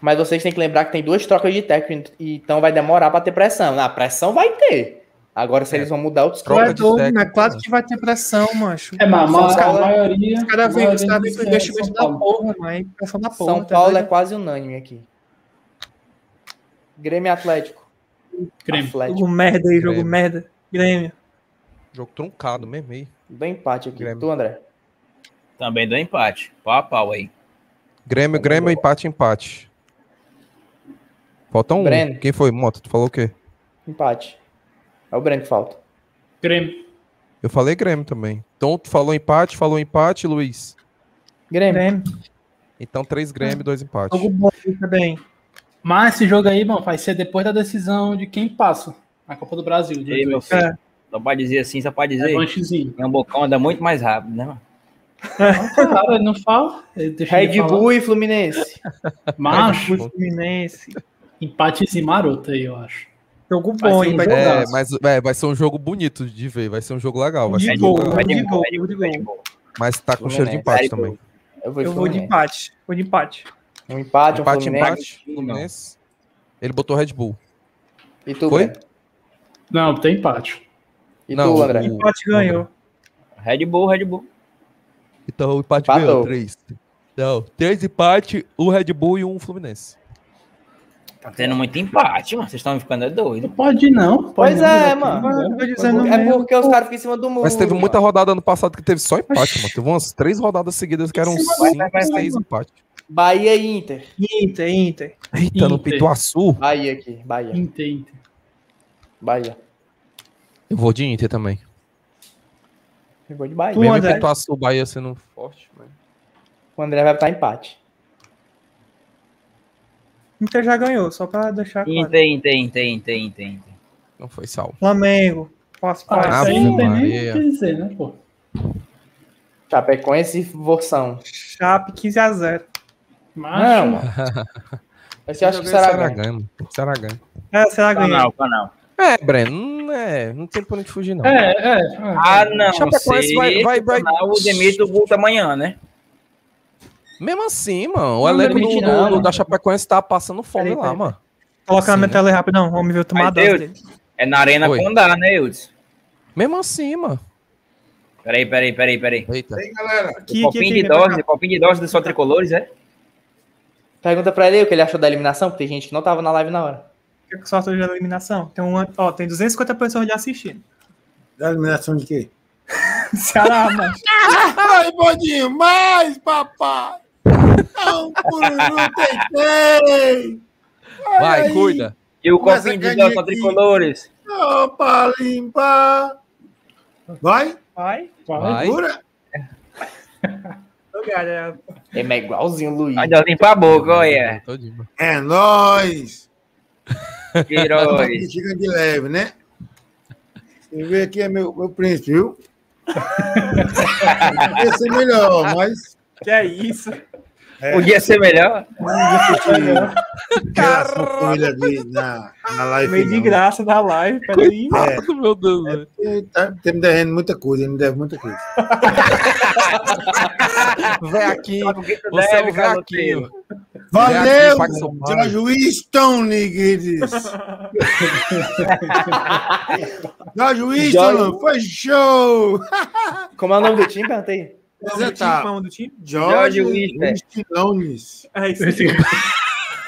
Speaker 7: Mas vocês têm que lembrar que tem duas trocas de técnico, então vai demorar pra ter pressão. Ah, pressão vai ter. Agora, se
Speaker 9: É.
Speaker 7: eles vão mudar outros
Speaker 9: Troca
Speaker 3: Vai
Speaker 9: de
Speaker 3: doido,
Speaker 9: técnico,
Speaker 3: mas claro
Speaker 9: mano.
Speaker 3: que vai ter pressão, mancho.
Speaker 10: É, mas
Speaker 7: São
Speaker 10: mas a
Speaker 7: Paulo é-
Speaker 10: maioria.
Speaker 3: Os caras vêm os caras vêm com
Speaker 10: é
Speaker 3: investimento
Speaker 10: São
Speaker 3: da
Speaker 10: Paulo.
Speaker 3: porra, mãe. Pressão da porra.
Speaker 7: São
Speaker 3: tá
Speaker 7: Paulo é
Speaker 3: doido?
Speaker 7: quase unânime aqui. Grêmio e Atlético.
Speaker 10: Grêmio.
Speaker 7: Atlético.
Speaker 3: Jogo merda aí, jogo
Speaker 9: Grêmio.
Speaker 3: merda. Grêmio.
Speaker 9: Jogo truncado mesmo aí.
Speaker 7: Do empate aqui.
Speaker 9: Grêmio.
Speaker 7: Tu, André.
Speaker 6: Também do empate. Pau a pau aí.
Speaker 9: Grêmio, Grêmio, empate, empate. Falta um.
Speaker 7: Breno.
Speaker 9: Quem foi? Mota, tu falou o quê?
Speaker 7: Empate. É o Breno que falta.
Speaker 3: Ah.
Speaker 10: Grêmio.
Speaker 9: Eu falei Grêmio também. Então tu falou empate, falou empate, Luiz.
Speaker 7: Grêmio.
Speaker 3: Grêmio.
Speaker 9: Então três Grêmio, dois empates.
Speaker 3: Jogo bom aí também.
Speaker 10: Mas esse jogo aí, mano, vai ser depois da decisão de quem passa na Copa do Brasil. dia
Speaker 6: Ei, meu
Speaker 10: 18.
Speaker 6: filho. Só pode dizer assim, só pode
Speaker 10: É
Speaker 6: dizer.
Speaker 10: lanchezinho.
Speaker 6: Rambocão anda muito mais rápido, né, mano?
Speaker 10: Cara, ele não fala. Ele deixa ele
Speaker 7: Red
Speaker 10: falar.
Speaker 7: Bull e Fluminense.
Speaker 10: Macho,
Speaker 3: Fluminense.
Speaker 10: empatezinho maroto aí, eu acho.
Speaker 3: Jogo bom, hein? Vai
Speaker 9: É,
Speaker 3: jogar.
Speaker 9: mas é, vai ser um jogo bonito de ver, vai ser um jogo legal. Vai
Speaker 3: De
Speaker 9: ser um
Speaker 3: gol,
Speaker 9: jogo legal.
Speaker 3: de gol, de gol.
Speaker 9: Mas tá com cheiro de empate também.
Speaker 7: Eu
Speaker 3: Eu vou de
Speaker 7: Fluminense.
Speaker 3: empate. Vou de empate.
Speaker 7: Um empate, um
Speaker 9: Empate,
Speaker 7: Fluminense.
Speaker 9: empate. Fluminense. Ele botou Red Bull.
Speaker 7: E tu,
Speaker 9: Foi?
Speaker 7: Breno?
Speaker 10: Não, tem empate.
Speaker 7: E
Speaker 9: Não,
Speaker 7: tu, André?
Speaker 9: o-
Speaker 3: Empate ganhou.
Speaker 6: Red Bull, Red Bull.
Speaker 9: Então o empate
Speaker 7: Empatou.
Speaker 9: ganhou. Três. Não, três empate, um Red Bull e um Fluminense.
Speaker 6: Tá tendo muito empate, mano. Vocês estão ficando é doido.
Speaker 10: Pode não. Pode
Speaker 7: Pois
Speaker 10: não,
Speaker 7: é, mano.
Speaker 10: moleque.
Speaker 3: Mano, tô dizendo
Speaker 7: É
Speaker 3: mesmo.
Speaker 7: porque os caras ficam em cima do muro.
Speaker 9: Mas teve muita
Speaker 7: mano.
Speaker 9: rodada ano passado que teve só empate, mano. Teve umas três rodadas seguidas que eram
Speaker 6: vai,
Speaker 9: cinco,
Speaker 6: vai,
Speaker 9: seis empates.
Speaker 7: Bahia e Inter.
Speaker 3: Inter, Inter.
Speaker 9: Eita, no
Speaker 10: Inter.
Speaker 9: Pituaçu.
Speaker 7: Bahia aqui, Bahia.
Speaker 10: Inter, Inter.
Speaker 7: Bahia.
Speaker 9: Eu vou de Inter também.
Speaker 7: Eu vou de Bahia.
Speaker 3: Tu,
Speaker 9: Mesmo
Speaker 3: André?
Speaker 9: em Pituaçu, o Bahia sendo forte, mas...
Speaker 7: O André vai botar empate.
Speaker 3: Inter já ganhou, só pra deixar claro.
Speaker 6: Inter, Inter, Inter, Inter, Inter. Inter.
Speaker 9: não foi salvo.
Speaker 3: Flamengo. Posso
Speaker 10: Ah,
Speaker 3: falar?
Speaker 10: isso aí não tem nem
Speaker 9: Maria.
Speaker 10: o que dizer, né, pô?
Speaker 7: Chapecoense e Vorsão.
Speaker 3: Chape 15 a 0
Speaker 7: Não,
Speaker 10: Mas
Speaker 7: mano. Mas eu acho que será ganha.
Speaker 9: mano. Ceará ganha.
Speaker 3: É, será que ganhou?
Speaker 6: Canal, canal.
Speaker 9: É, Breno, não, é, não tem por onde fugir, não.
Speaker 10: É, é. é.
Speaker 6: Ah, não.
Speaker 9: Chapecoense
Speaker 6: sei.
Speaker 9: vai- vai- vai-
Speaker 6: Canal, o Demito volta amanhã, né?
Speaker 9: Mesmo assim, mano, o
Speaker 7: Não
Speaker 9: elenco do,
Speaker 7: demite
Speaker 9: do-
Speaker 7: não,
Speaker 9: do-
Speaker 7: não.
Speaker 9: da Chapecoense tá passando fome
Speaker 3: Peraí,
Speaker 9: lá,
Speaker 3: peraí.
Speaker 9: mano.
Speaker 3: Coloca na
Speaker 9: Sim,
Speaker 3: minha
Speaker 9: né?
Speaker 3: tela aí rápido, não. Vamos ver o tomar a
Speaker 6: Mas
Speaker 3: dose
Speaker 6: Deus-
Speaker 3: dele.
Speaker 6: É na Arena
Speaker 9: Oi.
Speaker 6: Condá, né, Eudes?
Speaker 9: Mesmo assim, mano.
Speaker 6: Peraí, peraí, peraí, peraí.
Speaker 9: Eita.
Speaker 1: Bem, galera,
Speaker 3: Aqui, aqui,
Speaker 6: copinho
Speaker 3: aqui,
Speaker 6: Um de
Speaker 3: pra cá.
Speaker 6: dose, copinho de dose dos só tricolores, é?
Speaker 7: Pergunta pra ele aí o que ele achou da eliminação, porque tem gente que não tava na live na hora.
Speaker 3: Fica com sorte de eliminação. Tem, uma, ó, tem 250 pessoas já assistindo.
Speaker 1: da eliminação de quê?
Speaker 3: Ceará, mano.
Speaker 1: Ai, bodinho, mais, papai! Não, por não tentei! Olha
Speaker 9: Vai,
Speaker 1: aí,
Speaker 9: cuida.
Speaker 6: E o
Speaker 1: Mas
Speaker 6: copinho
Speaker 1: a
Speaker 6: de dose
Speaker 1: canequinha.
Speaker 6: só tricolores.
Speaker 1: Não, pra limpar! Vai,
Speaker 3: Vai.
Speaker 9: Vai.
Speaker 1: cura!
Speaker 3: Ô, galera.
Speaker 7: Ele é igualzinho o Luiz.
Speaker 6: Ainda limpa a boca, olha.
Speaker 9: Todinho, mano.
Speaker 1: É nóis!
Speaker 6: Que herói.
Speaker 1: Chega de leve, né? Você vê aqui é meu, meu príncipe, viu? Ia ser melhor, mas.
Speaker 3: Que é isso?
Speaker 6: Podia ser melhor.
Speaker 1: Relação com ele ali na, na live.
Speaker 3: Meio de
Speaker 1: não.
Speaker 3: graça da live. Peraí.
Speaker 1: É,
Speaker 9: Meu Deus, velho.
Speaker 1: ele tá, tá me devendo muita coisa, ele me deve muita coisa.
Speaker 9: Veaquinho. Você é
Speaker 6: deve,
Speaker 9: o Veaquinho.
Speaker 1: Valeu!
Speaker 9: paga seu
Speaker 1: um
Speaker 9: pai.
Speaker 1: Jorge Winston, Niguedes! Jorge Winston, foi show!
Speaker 7: Como é o nome do time? Perguntei.
Speaker 8: é,
Speaker 3: Vamos
Speaker 1: Zé
Speaker 3: do é time,
Speaker 1: tá.
Speaker 3: vamos do time.
Speaker 1: Jorge
Speaker 6: Jorge Winston.
Speaker 1: Winston,
Speaker 3: É isso.
Speaker 10: Esse-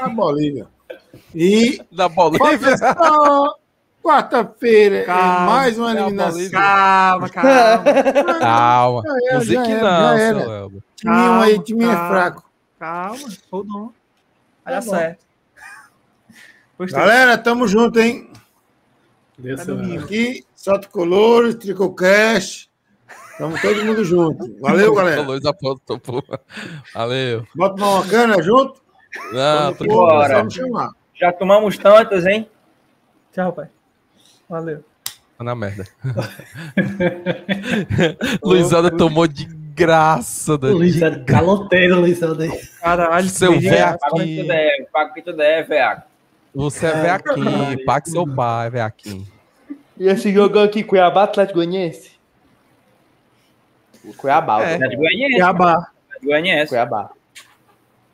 Speaker 1: da Bolívia. E
Speaker 9: Da Bolívia.
Speaker 1: Professor, quarta-feira, é
Speaker 3: Calma,
Speaker 1: mais uma
Speaker 9: é a
Speaker 1: eliminação.
Speaker 9: Bolívia.
Speaker 3: Calma, calma.
Speaker 9: Calma.
Speaker 1: Já
Speaker 9: Não
Speaker 1: era,
Speaker 9: sei
Speaker 1: já
Speaker 9: que
Speaker 1: era,
Speaker 9: não,
Speaker 1: já era.
Speaker 9: seu Elba.
Speaker 1: Timinho aí,
Speaker 3: Calma,
Speaker 1: timinho é
Speaker 3: calma.
Speaker 1: fraco.
Speaker 3: Calma. Hold on. Vai
Speaker 1: Tá
Speaker 3: dar
Speaker 1: bom.
Speaker 3: certo. Gostei.
Speaker 1: Galera, tamo junto, hein?
Speaker 10: Deus
Speaker 9: tá
Speaker 3: É
Speaker 10: do céu.
Speaker 3: domingo.
Speaker 1: Aqui, Salto Colores, Tricocast. Tamo todo mundo junto. Valeu, galera.
Speaker 9: Valores apontou, pô. Valeu.
Speaker 1: Bota uma cana junto. Quando
Speaker 9: Não, tô
Speaker 1: for,
Speaker 9: de boa.
Speaker 6: embora.
Speaker 1: Vamos chamar.
Speaker 6: Já tomamos tantos, hein?
Speaker 3: Tchau, pai. Valeu.
Speaker 9: Tá na merda. Luizada tomou de graça, Dani.
Speaker 10: Luiz é caloteiro, Luiz é daí.
Speaker 3: Caralho,
Speaker 9: Seu
Speaker 3: que
Speaker 9: velho.
Speaker 3: dia-
Speaker 6: Paga o que tu deve, paga o que tu deve, veaco.
Speaker 9: Você é Veaquinho. Paga seu pai, Veaquinho.
Speaker 7: E esse jogo aqui, Cuiabá Atlético Goianiense? O Cuiabá, o
Speaker 9: É.
Speaker 6: Tá de
Speaker 7: Atlético
Speaker 6: Goianiense,
Speaker 3: Cuiabá.
Speaker 6: tá de Goianiense.
Speaker 7: Cuiabá.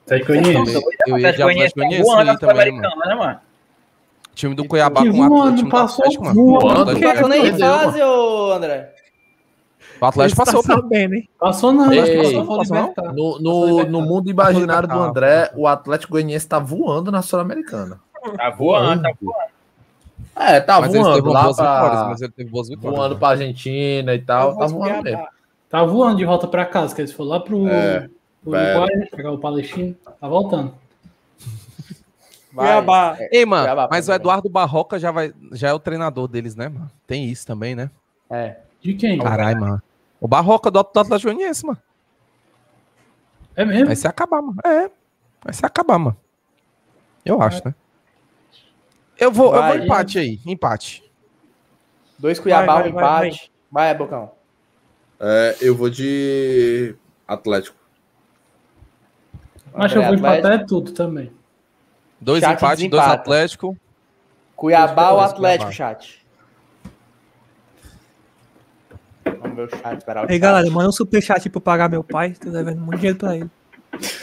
Speaker 10: Tá aí que eu conheço.
Speaker 9: Eu ia de Atlético
Speaker 6: Goianiense
Speaker 9: Goianiense
Speaker 6: tá voando
Speaker 9: ali
Speaker 6: na
Speaker 9: também, mano.
Speaker 6: Sul-Americana, né, mano?
Speaker 9: Time do Cuiabá com
Speaker 10: Que
Speaker 9: o Atlético.
Speaker 10: voando,
Speaker 9: time do
Speaker 10: passou
Speaker 9: Atlético, mano.
Speaker 10: voando.
Speaker 9: O
Speaker 7: Não passou
Speaker 9: Atlético-
Speaker 7: nem em
Speaker 1: Perdeu,
Speaker 7: fase, ô André.
Speaker 9: O Atlético
Speaker 3: Tá
Speaker 9: passou, pô.
Speaker 3: sabendo, hein?
Speaker 10: Passou não,
Speaker 8: Ei,
Speaker 10: mas passou, vou
Speaker 9: passou não?
Speaker 10: libertar.
Speaker 8: No, no, no mundo imaginário do
Speaker 9: Calma.
Speaker 8: André, o Atlético Goianiense tá voando na Sul-Americana.
Speaker 6: Tá voando, tá
Speaker 8: É, tá
Speaker 9: Mas ele teve
Speaker 8: voando lá
Speaker 9: boas vitórias.
Speaker 8: pra,
Speaker 9: Mas ele teve boas vitórias.
Speaker 8: voando pra Argentina e tal. Tá voando mesmo.
Speaker 10: Tá voando de volta pra casa, que eles foram lá pro
Speaker 8: É,
Speaker 10: pro Uruguai, né, pegar o Palestino. Tá voltando.
Speaker 7: Vai.
Speaker 3: Cuiabá.
Speaker 7: É,
Speaker 9: Ei, mano,
Speaker 7: Cuiabá,
Speaker 9: mas o
Speaker 7: Cuiabá.
Speaker 9: Eduardo Barroca já, vai, já é o treinador deles, né, mano? Tem isso também, né?
Speaker 7: É.
Speaker 10: De quem?
Speaker 9: Caralho, mano. O Barroca do do Atlético Goianiense, mano.
Speaker 10: É mesmo?
Speaker 9: Vai se acabar, mano. É. Vai se acabar, mano. Eu acho, né? Eu vou, eu
Speaker 7: Vai.
Speaker 9: vou empate aí. Empate.
Speaker 7: Dois Cuiabá,
Speaker 3: vai,
Speaker 7: um
Speaker 3: vai,
Speaker 7: empate. Vai, Bocão.
Speaker 8: É, eu vou de Atlético.
Speaker 10: Mas eu
Speaker 7: André,
Speaker 10: vou
Speaker 7: Atlético.
Speaker 10: empatar é tudo também.
Speaker 9: Dois
Speaker 7: Chat
Speaker 9: empates, dois
Speaker 7: desempata.
Speaker 9: Atlético.
Speaker 7: Cuiabá ou
Speaker 9: Cuiabá.
Speaker 7: Atlético, chat? Vamos ver o chat, esperar o
Speaker 3: Ei,
Speaker 7: chat.
Speaker 3: galera, manda um superchat pra pagar meu pai. Tô devendo muito dinheiro pra ele.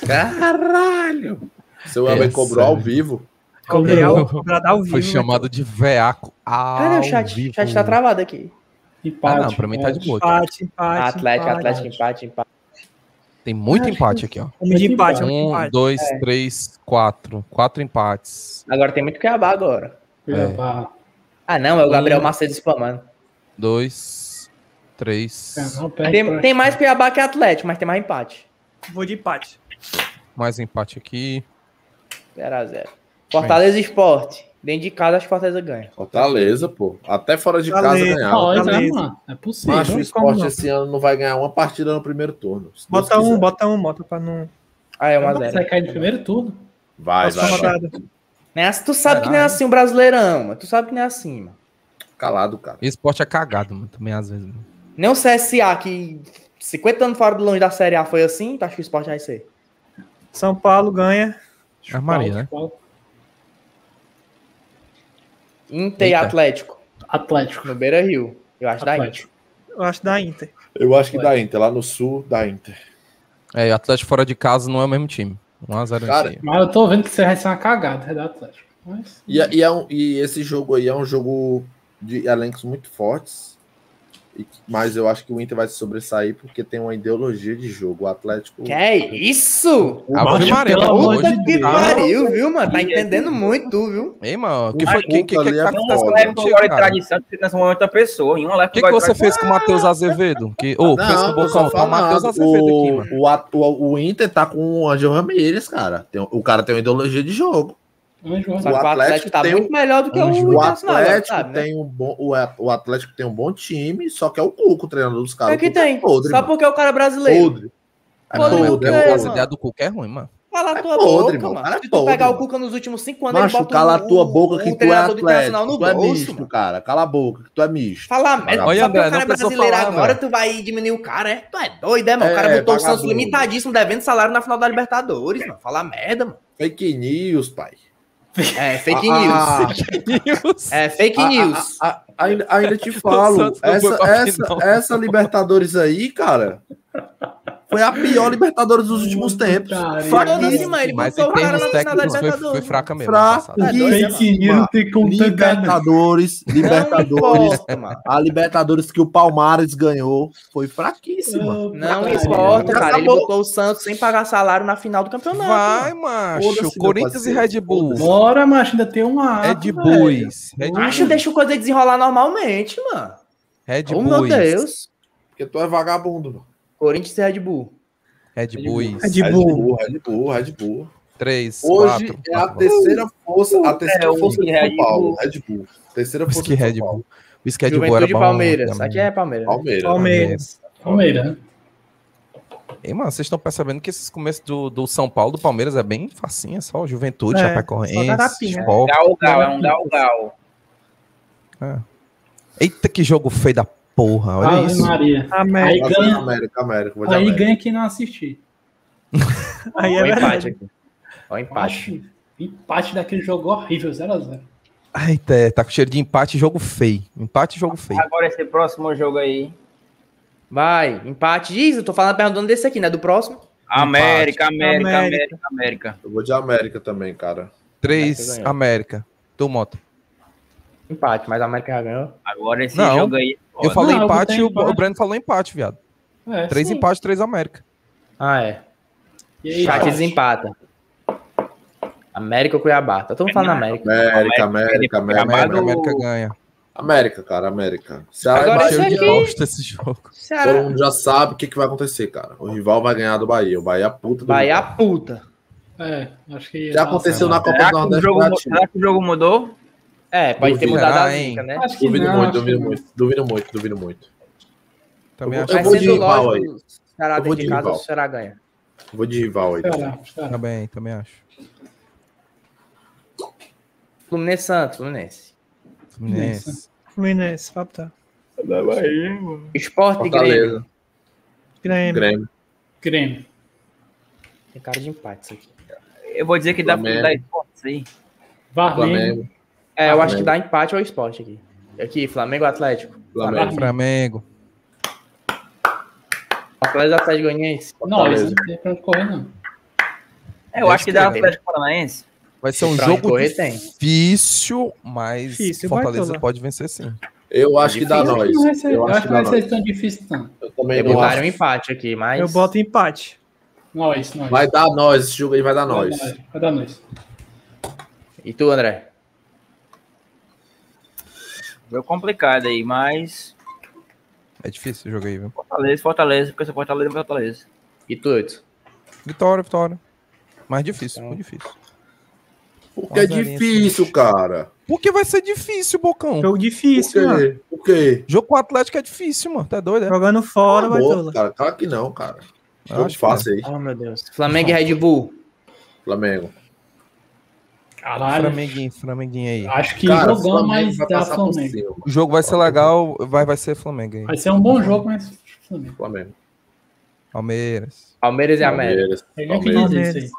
Speaker 8: Caralho! Seu
Speaker 9: É,
Speaker 8: Elber cobrou ao
Speaker 9: sério.
Speaker 8: vivo.
Speaker 3: Cobrei ao- né?
Speaker 9: Cobrou.
Speaker 3: pra dar o
Speaker 9: Foi
Speaker 3: vídeo.
Speaker 9: chamado de veaco.
Speaker 7: Cadê
Speaker 9: Ao
Speaker 7: o chat?
Speaker 9: vivo.
Speaker 7: O chat tá travado aqui.
Speaker 9: Ah,
Speaker 10: Empate.
Speaker 9: não, pra mim tá de boa. aqui.
Speaker 3: Empate, empate.
Speaker 7: Atlético,
Speaker 3: empate.
Speaker 7: Atlético, empate, empate.
Speaker 9: Tem muito empate aqui, ó.
Speaker 3: Vamos de empate, vamos de
Speaker 9: Um,
Speaker 3: empate.
Speaker 9: dois,
Speaker 7: É.
Speaker 9: três, quatro. Quatro empates.
Speaker 7: Agora tem muito Cuiabá agora.
Speaker 9: É.
Speaker 10: Cuiabá.
Speaker 7: Ah, não, é o Gabriel
Speaker 9: Um.
Speaker 7: Macedo spamando.
Speaker 9: Dois, três,
Speaker 10: É,
Speaker 7: Tá
Speaker 10: não perde
Speaker 7: Tem,
Speaker 10: pra-
Speaker 7: tem mais Cuiabá que Atlético, mas tem mais empate.
Speaker 3: Vou de empate.
Speaker 9: mais empate aqui.
Speaker 7: 0x0. Fortaleza e Esporte. Dentro de casa, acho que Fortaleza ganha.
Speaker 8: Fortaleza, pô. Até fora de casa
Speaker 3: Fortaleza.
Speaker 8: ganhava.
Speaker 10: Pode, né,
Speaker 3: Fortaleza.
Speaker 10: mano? É possível.
Speaker 8: Mas o
Speaker 3: não tem como
Speaker 8: esporte
Speaker 3: não.
Speaker 8: esse ano não vai ganhar uma partida no primeiro turno. se Deus
Speaker 3: Bota um,
Speaker 8: quiser.
Speaker 3: bota um, bota pra não.
Speaker 7: Ah, é
Speaker 10: Você vai
Speaker 7: 1x0.
Speaker 10: cair no primeiro turno.
Speaker 8: Vai,
Speaker 3: Próxima
Speaker 8: vai, vai.
Speaker 3: rodada.
Speaker 7: Não é assim- Tu sabe que não é assim o Brasileirão, mano. Tu sabe que não é assim, mano.
Speaker 8: Calado, cara.
Speaker 9: Esporte é cagado, mano. Também às vezes. mano.
Speaker 7: Nem o CSA, que 50 anos fora do longe da Série A foi assim, tu acha que o Esporte vai ser?
Speaker 3: São Paulo ganha.
Speaker 9: É Maria, né?
Speaker 10: Qual- qual-
Speaker 7: Inter e
Speaker 9: Eita.
Speaker 7: Atlético.
Speaker 10: Atlético.
Speaker 7: No Beira Rio. Eu acho da Inter.
Speaker 10: Atlético.
Speaker 3: Eu acho da Inter.
Speaker 8: Eu acho que dá Inter. Lá no sul, dá Inter.
Speaker 9: É, e o Atlético fora de casa não é o mesmo time. 1x0
Speaker 8: Cara,
Speaker 10: Mas eu tô vendo que você vai ser uma cagada, é da Atlético. Mas...
Speaker 8: E, é- e é um- e esse jogo aí é um jogo de elencos muito fortes. E- mas eu acho que o Inter vai se sobressair porque tem uma ideologia de jogo. O Atlético.
Speaker 7: Que é isso?
Speaker 8: O Atlético-
Speaker 10: pelo amor
Speaker 7: Puta
Speaker 10: de
Speaker 7: que
Speaker 10: Deus.
Speaker 7: pariu, viu, mano?
Speaker 8: é
Speaker 7: Tá entendendo muito, tu, viu?
Speaker 9: Ei, mano, o que
Speaker 8: O
Speaker 9: foi? que, que, que, que
Speaker 8: Atlético
Speaker 9: tá
Speaker 8: ali é
Speaker 9: acontecendo
Speaker 8: foda.
Speaker 9: contigo,
Speaker 6: leva pro gol de
Speaker 9: cara?
Speaker 6: tradição, você transforma em outra pessoa. Em um leva
Speaker 9: O
Speaker 6: pro
Speaker 9: que,
Speaker 6: gol
Speaker 9: que
Speaker 6: de
Speaker 9: você
Speaker 6: tradição.
Speaker 9: fez com o Matheus Azevedo? Que, ô, fez com o
Speaker 8: eu
Speaker 9: Bocão.
Speaker 8: só
Speaker 9: Tá o
Speaker 8: falo
Speaker 9: Matheus
Speaker 8: nada.
Speaker 9: Azevedo aqui, mano.
Speaker 8: o, o, at- o, o Inter tá com o Angel Ramirez, cara. Tem- o cara tem uma ideologia de jogo.
Speaker 10: Vamos, vamos.
Speaker 7: Só que o Atlético,
Speaker 8: Atlético
Speaker 7: tá
Speaker 8: tem
Speaker 7: muito melhor do que
Speaker 9: um
Speaker 7: o
Speaker 8: O
Speaker 7: Internacional,
Speaker 8: Atlético
Speaker 7: sabe, né?
Speaker 8: tem um bom, o, A- o Atlético tem um bom time, só que é o Cuco o treinador dos caras.
Speaker 7: É que
Speaker 8: O Cuca
Speaker 7: tem.
Speaker 8: podre,
Speaker 7: Só
Speaker 8: mano.
Speaker 7: porque o cara é brasileiro.
Speaker 8: podre. É
Speaker 7: Podre
Speaker 9: Não, é
Speaker 7: do
Speaker 8: podre,
Speaker 9: porque
Speaker 7: quê,
Speaker 8: é
Speaker 9: as
Speaker 8: podre.
Speaker 7: mano?
Speaker 9: ideias do Cuca é ruim, mano.
Speaker 7: Cala
Speaker 8: É
Speaker 7: a tua
Speaker 8: podre,
Speaker 7: boca,
Speaker 8: mano.
Speaker 7: mano.
Speaker 8: Cara, é
Speaker 7: Se tu pegar o
Speaker 8: podre.
Speaker 7: Cuca nos últimos cinco anos,
Speaker 8: Macho,
Speaker 7: ele bota
Speaker 8: cala a
Speaker 7: o-
Speaker 8: tua
Speaker 7: o-
Speaker 8: boca que
Speaker 7: o
Speaker 8: tu é
Speaker 7: treinador do
Speaker 8: Atlético.
Speaker 7: Internacional no
Speaker 8: Tu é
Speaker 7: bolso,
Speaker 8: misto,
Speaker 7: mano.
Speaker 8: cara. Cala a boca que tu é misto.
Speaker 7: Fala merda.
Speaker 8: Olha,
Speaker 7: Só porque
Speaker 9: André,
Speaker 7: o cara
Speaker 9: não
Speaker 7: é
Speaker 9: precisou
Speaker 7: brasileiro
Speaker 9: falar,
Speaker 7: agora,
Speaker 9: velho.
Speaker 7: tu vai diminuir o cara, é? Tu é doido, é, mano? o
Speaker 8: É,
Speaker 7: cara botou o Santos
Speaker 8: vagabundo.
Speaker 7: limitadíssimo, devendo salário na final da Libertadores, mano. Fala merda, mano.
Speaker 8: Fake news, pai.
Speaker 7: É fake
Speaker 8: Ah,
Speaker 7: news. É fake
Speaker 8: Ah,
Speaker 7: news.
Speaker 8: ah, ah, ah, ainda, ainda te falo,
Speaker 9: Santos não foi
Speaker 8: essa,
Speaker 9: pra
Speaker 8: essa,
Speaker 9: final.
Speaker 8: essa Libertadores aí, cara, foi a pior Libertadores dos últimos tempos. assim,
Speaker 10: Cara,
Speaker 7: Foda-se,
Speaker 8: Fraquíssima.
Speaker 7: mano.
Speaker 10: É,
Speaker 7: Ele
Speaker 9: Mas em
Speaker 7: botou o cara na
Speaker 9: termos
Speaker 7: final da
Speaker 9: técnicos foi, foi
Speaker 7: Libertadores. mano.
Speaker 9: fraca mesmo. passada.
Speaker 8: assim,
Speaker 10: Fake news não
Speaker 8: Fraquíssima.
Speaker 10: tem como tancar, não.
Speaker 8: Libertadores,
Speaker 7: É Não
Speaker 8: Libertadores.
Speaker 9: É,
Speaker 7: importa, mano.
Speaker 8: A Libertadores que o Palmares ganhou foi
Speaker 7: É.
Speaker 8: fraquíssima.
Speaker 7: Não
Speaker 10: Caralho.
Speaker 7: importa,
Speaker 8: Já
Speaker 7: cara. Ele
Speaker 8: acabou.
Speaker 7: botou o Santos sem pagar salário na final do campeonato.
Speaker 9: Vai,
Speaker 7: mano.
Speaker 9: macho.
Speaker 8: Foda-se, meu
Speaker 9: Corinthians e Red
Speaker 8: parceiro.
Speaker 9: Bull.
Speaker 10: Bora, macho, ainda tem uma.
Speaker 7: É
Speaker 9: Red Bulls. Red
Speaker 7: Acho, deixa o coisa desenrolar normalmente, mano.
Speaker 9: Red
Speaker 7: oh, meu
Speaker 9: Bulls.
Speaker 7: Deus.
Speaker 8: Porque tu é vagabundo. mano.
Speaker 7: Corinthians e Red Bull.
Speaker 9: Red Bulls.
Speaker 3: Red
Speaker 8: Red
Speaker 3: Bull.
Speaker 8: Bull, Red Bull, Red Bull.
Speaker 9: Três,
Speaker 8: Hoje
Speaker 9: quatro.
Speaker 8: é a
Speaker 9: quatro.
Speaker 8: terceira força, a terceira
Speaker 6: o
Speaker 8: força de São
Speaker 6: Red
Speaker 8: Paulo,
Speaker 6: Bull.
Speaker 8: Red Bull. Terceira
Speaker 9: Whisky
Speaker 8: força de
Speaker 9: Red
Speaker 8: São Paulo.
Speaker 9: Bull. Whisky Red Bull era
Speaker 7: Juventude e
Speaker 9: bom.
Speaker 7: Palmeiras.
Speaker 9: também.
Speaker 7: Aqui é Palmeiras. né?
Speaker 8: Palmeiras.
Speaker 3: Palmeiras.
Speaker 10: Palmeiras, né?
Speaker 9: Ei, mano, vocês estão percebendo que esses começos do, do São Paulo, do Palmeiras, é bem facinho, é só Juventude,
Speaker 3: É,
Speaker 9: Chapecoense,
Speaker 10: tá
Speaker 3: só garapinha.
Speaker 9: Sport.
Speaker 6: Gal, gal, é um gal, gal.
Speaker 9: Eita, que jogo feio da porra, olha
Speaker 10: Ave
Speaker 9: isso.
Speaker 10: Maria. Aí
Speaker 3: América.
Speaker 8: Mas
Speaker 10: ganha.
Speaker 8: América, América, vou de
Speaker 10: Aí
Speaker 8: América.
Speaker 10: ganha quem não assistir.
Speaker 3: Aí é
Speaker 7: Olha o
Speaker 3: verdade.
Speaker 7: empate aqui. Olha o empate.
Speaker 10: Empate. Empate daquele jogo horrível, 0x0.
Speaker 9: Eita, é, tá com cheiro de empate, jogo feio. Empate, jogo feio.
Speaker 6: Agora esse próximo jogo aí.
Speaker 7: Vai, empate. Diz, eu tô falando perguntando desse aqui, né? Do próximo.
Speaker 6: América, América,
Speaker 3: América.
Speaker 6: América, América.
Speaker 8: Eu vou de América também, cara.
Speaker 9: Três,
Speaker 7: ganhou.
Speaker 9: América. Tu, Mota.
Speaker 7: Empate, mas a América já ganhou.
Speaker 6: Agora esse
Speaker 9: Não.
Speaker 6: jogo aí.
Speaker 9: Eu
Speaker 6: foda.
Speaker 9: falei
Speaker 10: Não, eu
Speaker 9: empate
Speaker 10: botei
Speaker 9: e o,
Speaker 10: empate.
Speaker 9: o Breno falou empate, viado.
Speaker 10: É,
Speaker 9: Três
Speaker 10: sim.
Speaker 9: empates, três América.
Speaker 7: Ah, é.
Speaker 10: E aí,
Speaker 7: Chat
Speaker 10: empate.
Speaker 7: desempata. América ou Cuiabá? Tá todo mundo falando
Speaker 6: Não.
Speaker 7: América.
Speaker 8: América, América, América.
Speaker 9: América,
Speaker 8: Tá América,
Speaker 6: Acabado.
Speaker 9: América ganha.
Speaker 8: América, cara, América. Ceará
Speaker 7: Agora
Speaker 8: e
Speaker 9: Tá
Speaker 7: esse
Speaker 9: cheio
Speaker 8: Bahia,
Speaker 9: de
Speaker 7: aqui-
Speaker 9: bosta esse jogo.
Speaker 8: todo
Speaker 7: Ceará.
Speaker 8: mundo já sabe o que, que vai acontecer, cara. O rival vai ganhar do Bahia. O Bahia é a puta do
Speaker 7: Vai
Speaker 8: rival.
Speaker 7: a puta.
Speaker 10: É, acho que.
Speaker 8: Já
Speaker 10: nossa,
Speaker 8: aconteceu na Copa do
Speaker 6: Será
Speaker 9: um
Speaker 6: que, o
Speaker 8: Nordeste.
Speaker 6: jogo, mu-
Speaker 8: Latino.
Speaker 6: será que o jogo mudou?
Speaker 7: É, pode ter
Speaker 8: Duvido.
Speaker 7: mudado a
Speaker 9: Será, hein?
Speaker 7: zica, né?
Speaker 10: Acho que
Speaker 8: Duvido
Speaker 10: não,
Speaker 8: muito,
Speaker 10: acho
Speaker 8: duvido
Speaker 10: que não.
Speaker 8: muito, duvido muito, duvido muito.
Speaker 9: Também
Speaker 8: Eu
Speaker 9: acho
Speaker 7: Mas
Speaker 8: vou de
Speaker 7: sendo
Speaker 8: rival
Speaker 7: lógico, o Ceará
Speaker 8: Eu
Speaker 7: dentro
Speaker 8: vou de
Speaker 7: de casa,
Speaker 8: rival.
Speaker 7: o Ceará ganha.
Speaker 8: Vou de rival aí.
Speaker 10: Será, será.
Speaker 9: Também, também acho.
Speaker 7: Fluminense e Santos, Fluminense.
Speaker 9: Fluminense.
Speaker 3: Fluminense, papo tá.
Speaker 7: Esporte e Grêmio.
Speaker 8: Fortaleza,
Speaker 3: Grêmio.
Speaker 8: Grêmio.
Speaker 10: Grêmio.
Speaker 7: Tem cara de empate isso aqui.
Speaker 6: Eu vou dizer que dá pra
Speaker 8: Flamengo.
Speaker 6: mudar esporte, sim.
Speaker 10: Varley.
Speaker 8: Flamengo.
Speaker 7: É, eu acho que dá empate ao esporte aqui. Aqui, Flamengo Atlético.
Speaker 9: Flamengo. Flamengo.
Speaker 7: Atlético Atlético Goianiense.
Speaker 10: Não, isso não tem pra onde correr, não.
Speaker 6: É, eu acho que dá Atlético Paranaense.
Speaker 9: Vai ser um
Speaker 7: Pra
Speaker 9: jogo
Speaker 7: correr, tem.
Speaker 9: difícil, mas
Speaker 3: Difícil, vai
Speaker 9: Fortaleza
Speaker 3: tolar.
Speaker 9: pode vencer sim.
Speaker 8: Eu acho que dá
Speaker 10: Eu acho que não vai
Speaker 8: nós.
Speaker 10: ser, eu acho que não vai ser tão difícil, não.
Speaker 8: Eu também não
Speaker 7: Botaram um
Speaker 8: acho.
Speaker 7: empate aqui, mas.
Speaker 3: Eu boto empate.
Speaker 10: Nós, nós.
Speaker 8: Vai dar nós, esse jogo aí vai dar nós.
Speaker 10: Vai dar nós.
Speaker 7: E tu, André?
Speaker 6: Jogo complicado aí, mas
Speaker 9: É difícil esse jogo aí, viu?
Speaker 6: Fortaleza, Fortaleza, porque se Fortaleza é Fortaleza.
Speaker 7: E tu, Edson?
Speaker 9: Vitória, vitória. Mas difícil, muito difícil.
Speaker 8: Porque é difícil, cara.
Speaker 9: Porque vai ser difícil, Bocão.
Speaker 3: Jogo
Speaker 8: Por
Speaker 3: difícil, mano.
Speaker 8: quê? Por quê?
Speaker 9: Jogo com o Atlético é difícil, mano. Tá doido, é?
Speaker 3: Jogando fora, vai
Speaker 8: Boa,
Speaker 3: tola.
Speaker 8: cara, claro que não, cara.
Speaker 9: Eu
Speaker 8: Jogo
Speaker 9: acho que é.
Speaker 8: fácil aí,
Speaker 7: Oh, meu Deus. Flamengo e Red Bull.
Speaker 8: Flamengo.
Speaker 10: Caralho.
Speaker 9: Flamenguinho, Flamenguinho aí.
Speaker 10: Acho que
Speaker 8: Cara,
Speaker 10: jogão, mas dá
Speaker 8: por
Speaker 10: Flamengo.
Speaker 8: cima.
Speaker 9: O jogo vai ser legal, vai, vai ser Flamengo aí.
Speaker 10: Vai ser um bom jogo, mas Flamengo.
Speaker 8: Flamengo.
Speaker 9: Palmeiras.
Speaker 7: Palmeiras e é América.
Speaker 8: Palmeiras.
Speaker 10: Eu nem
Speaker 8: Palmeiras.
Speaker 10: queria dizer isso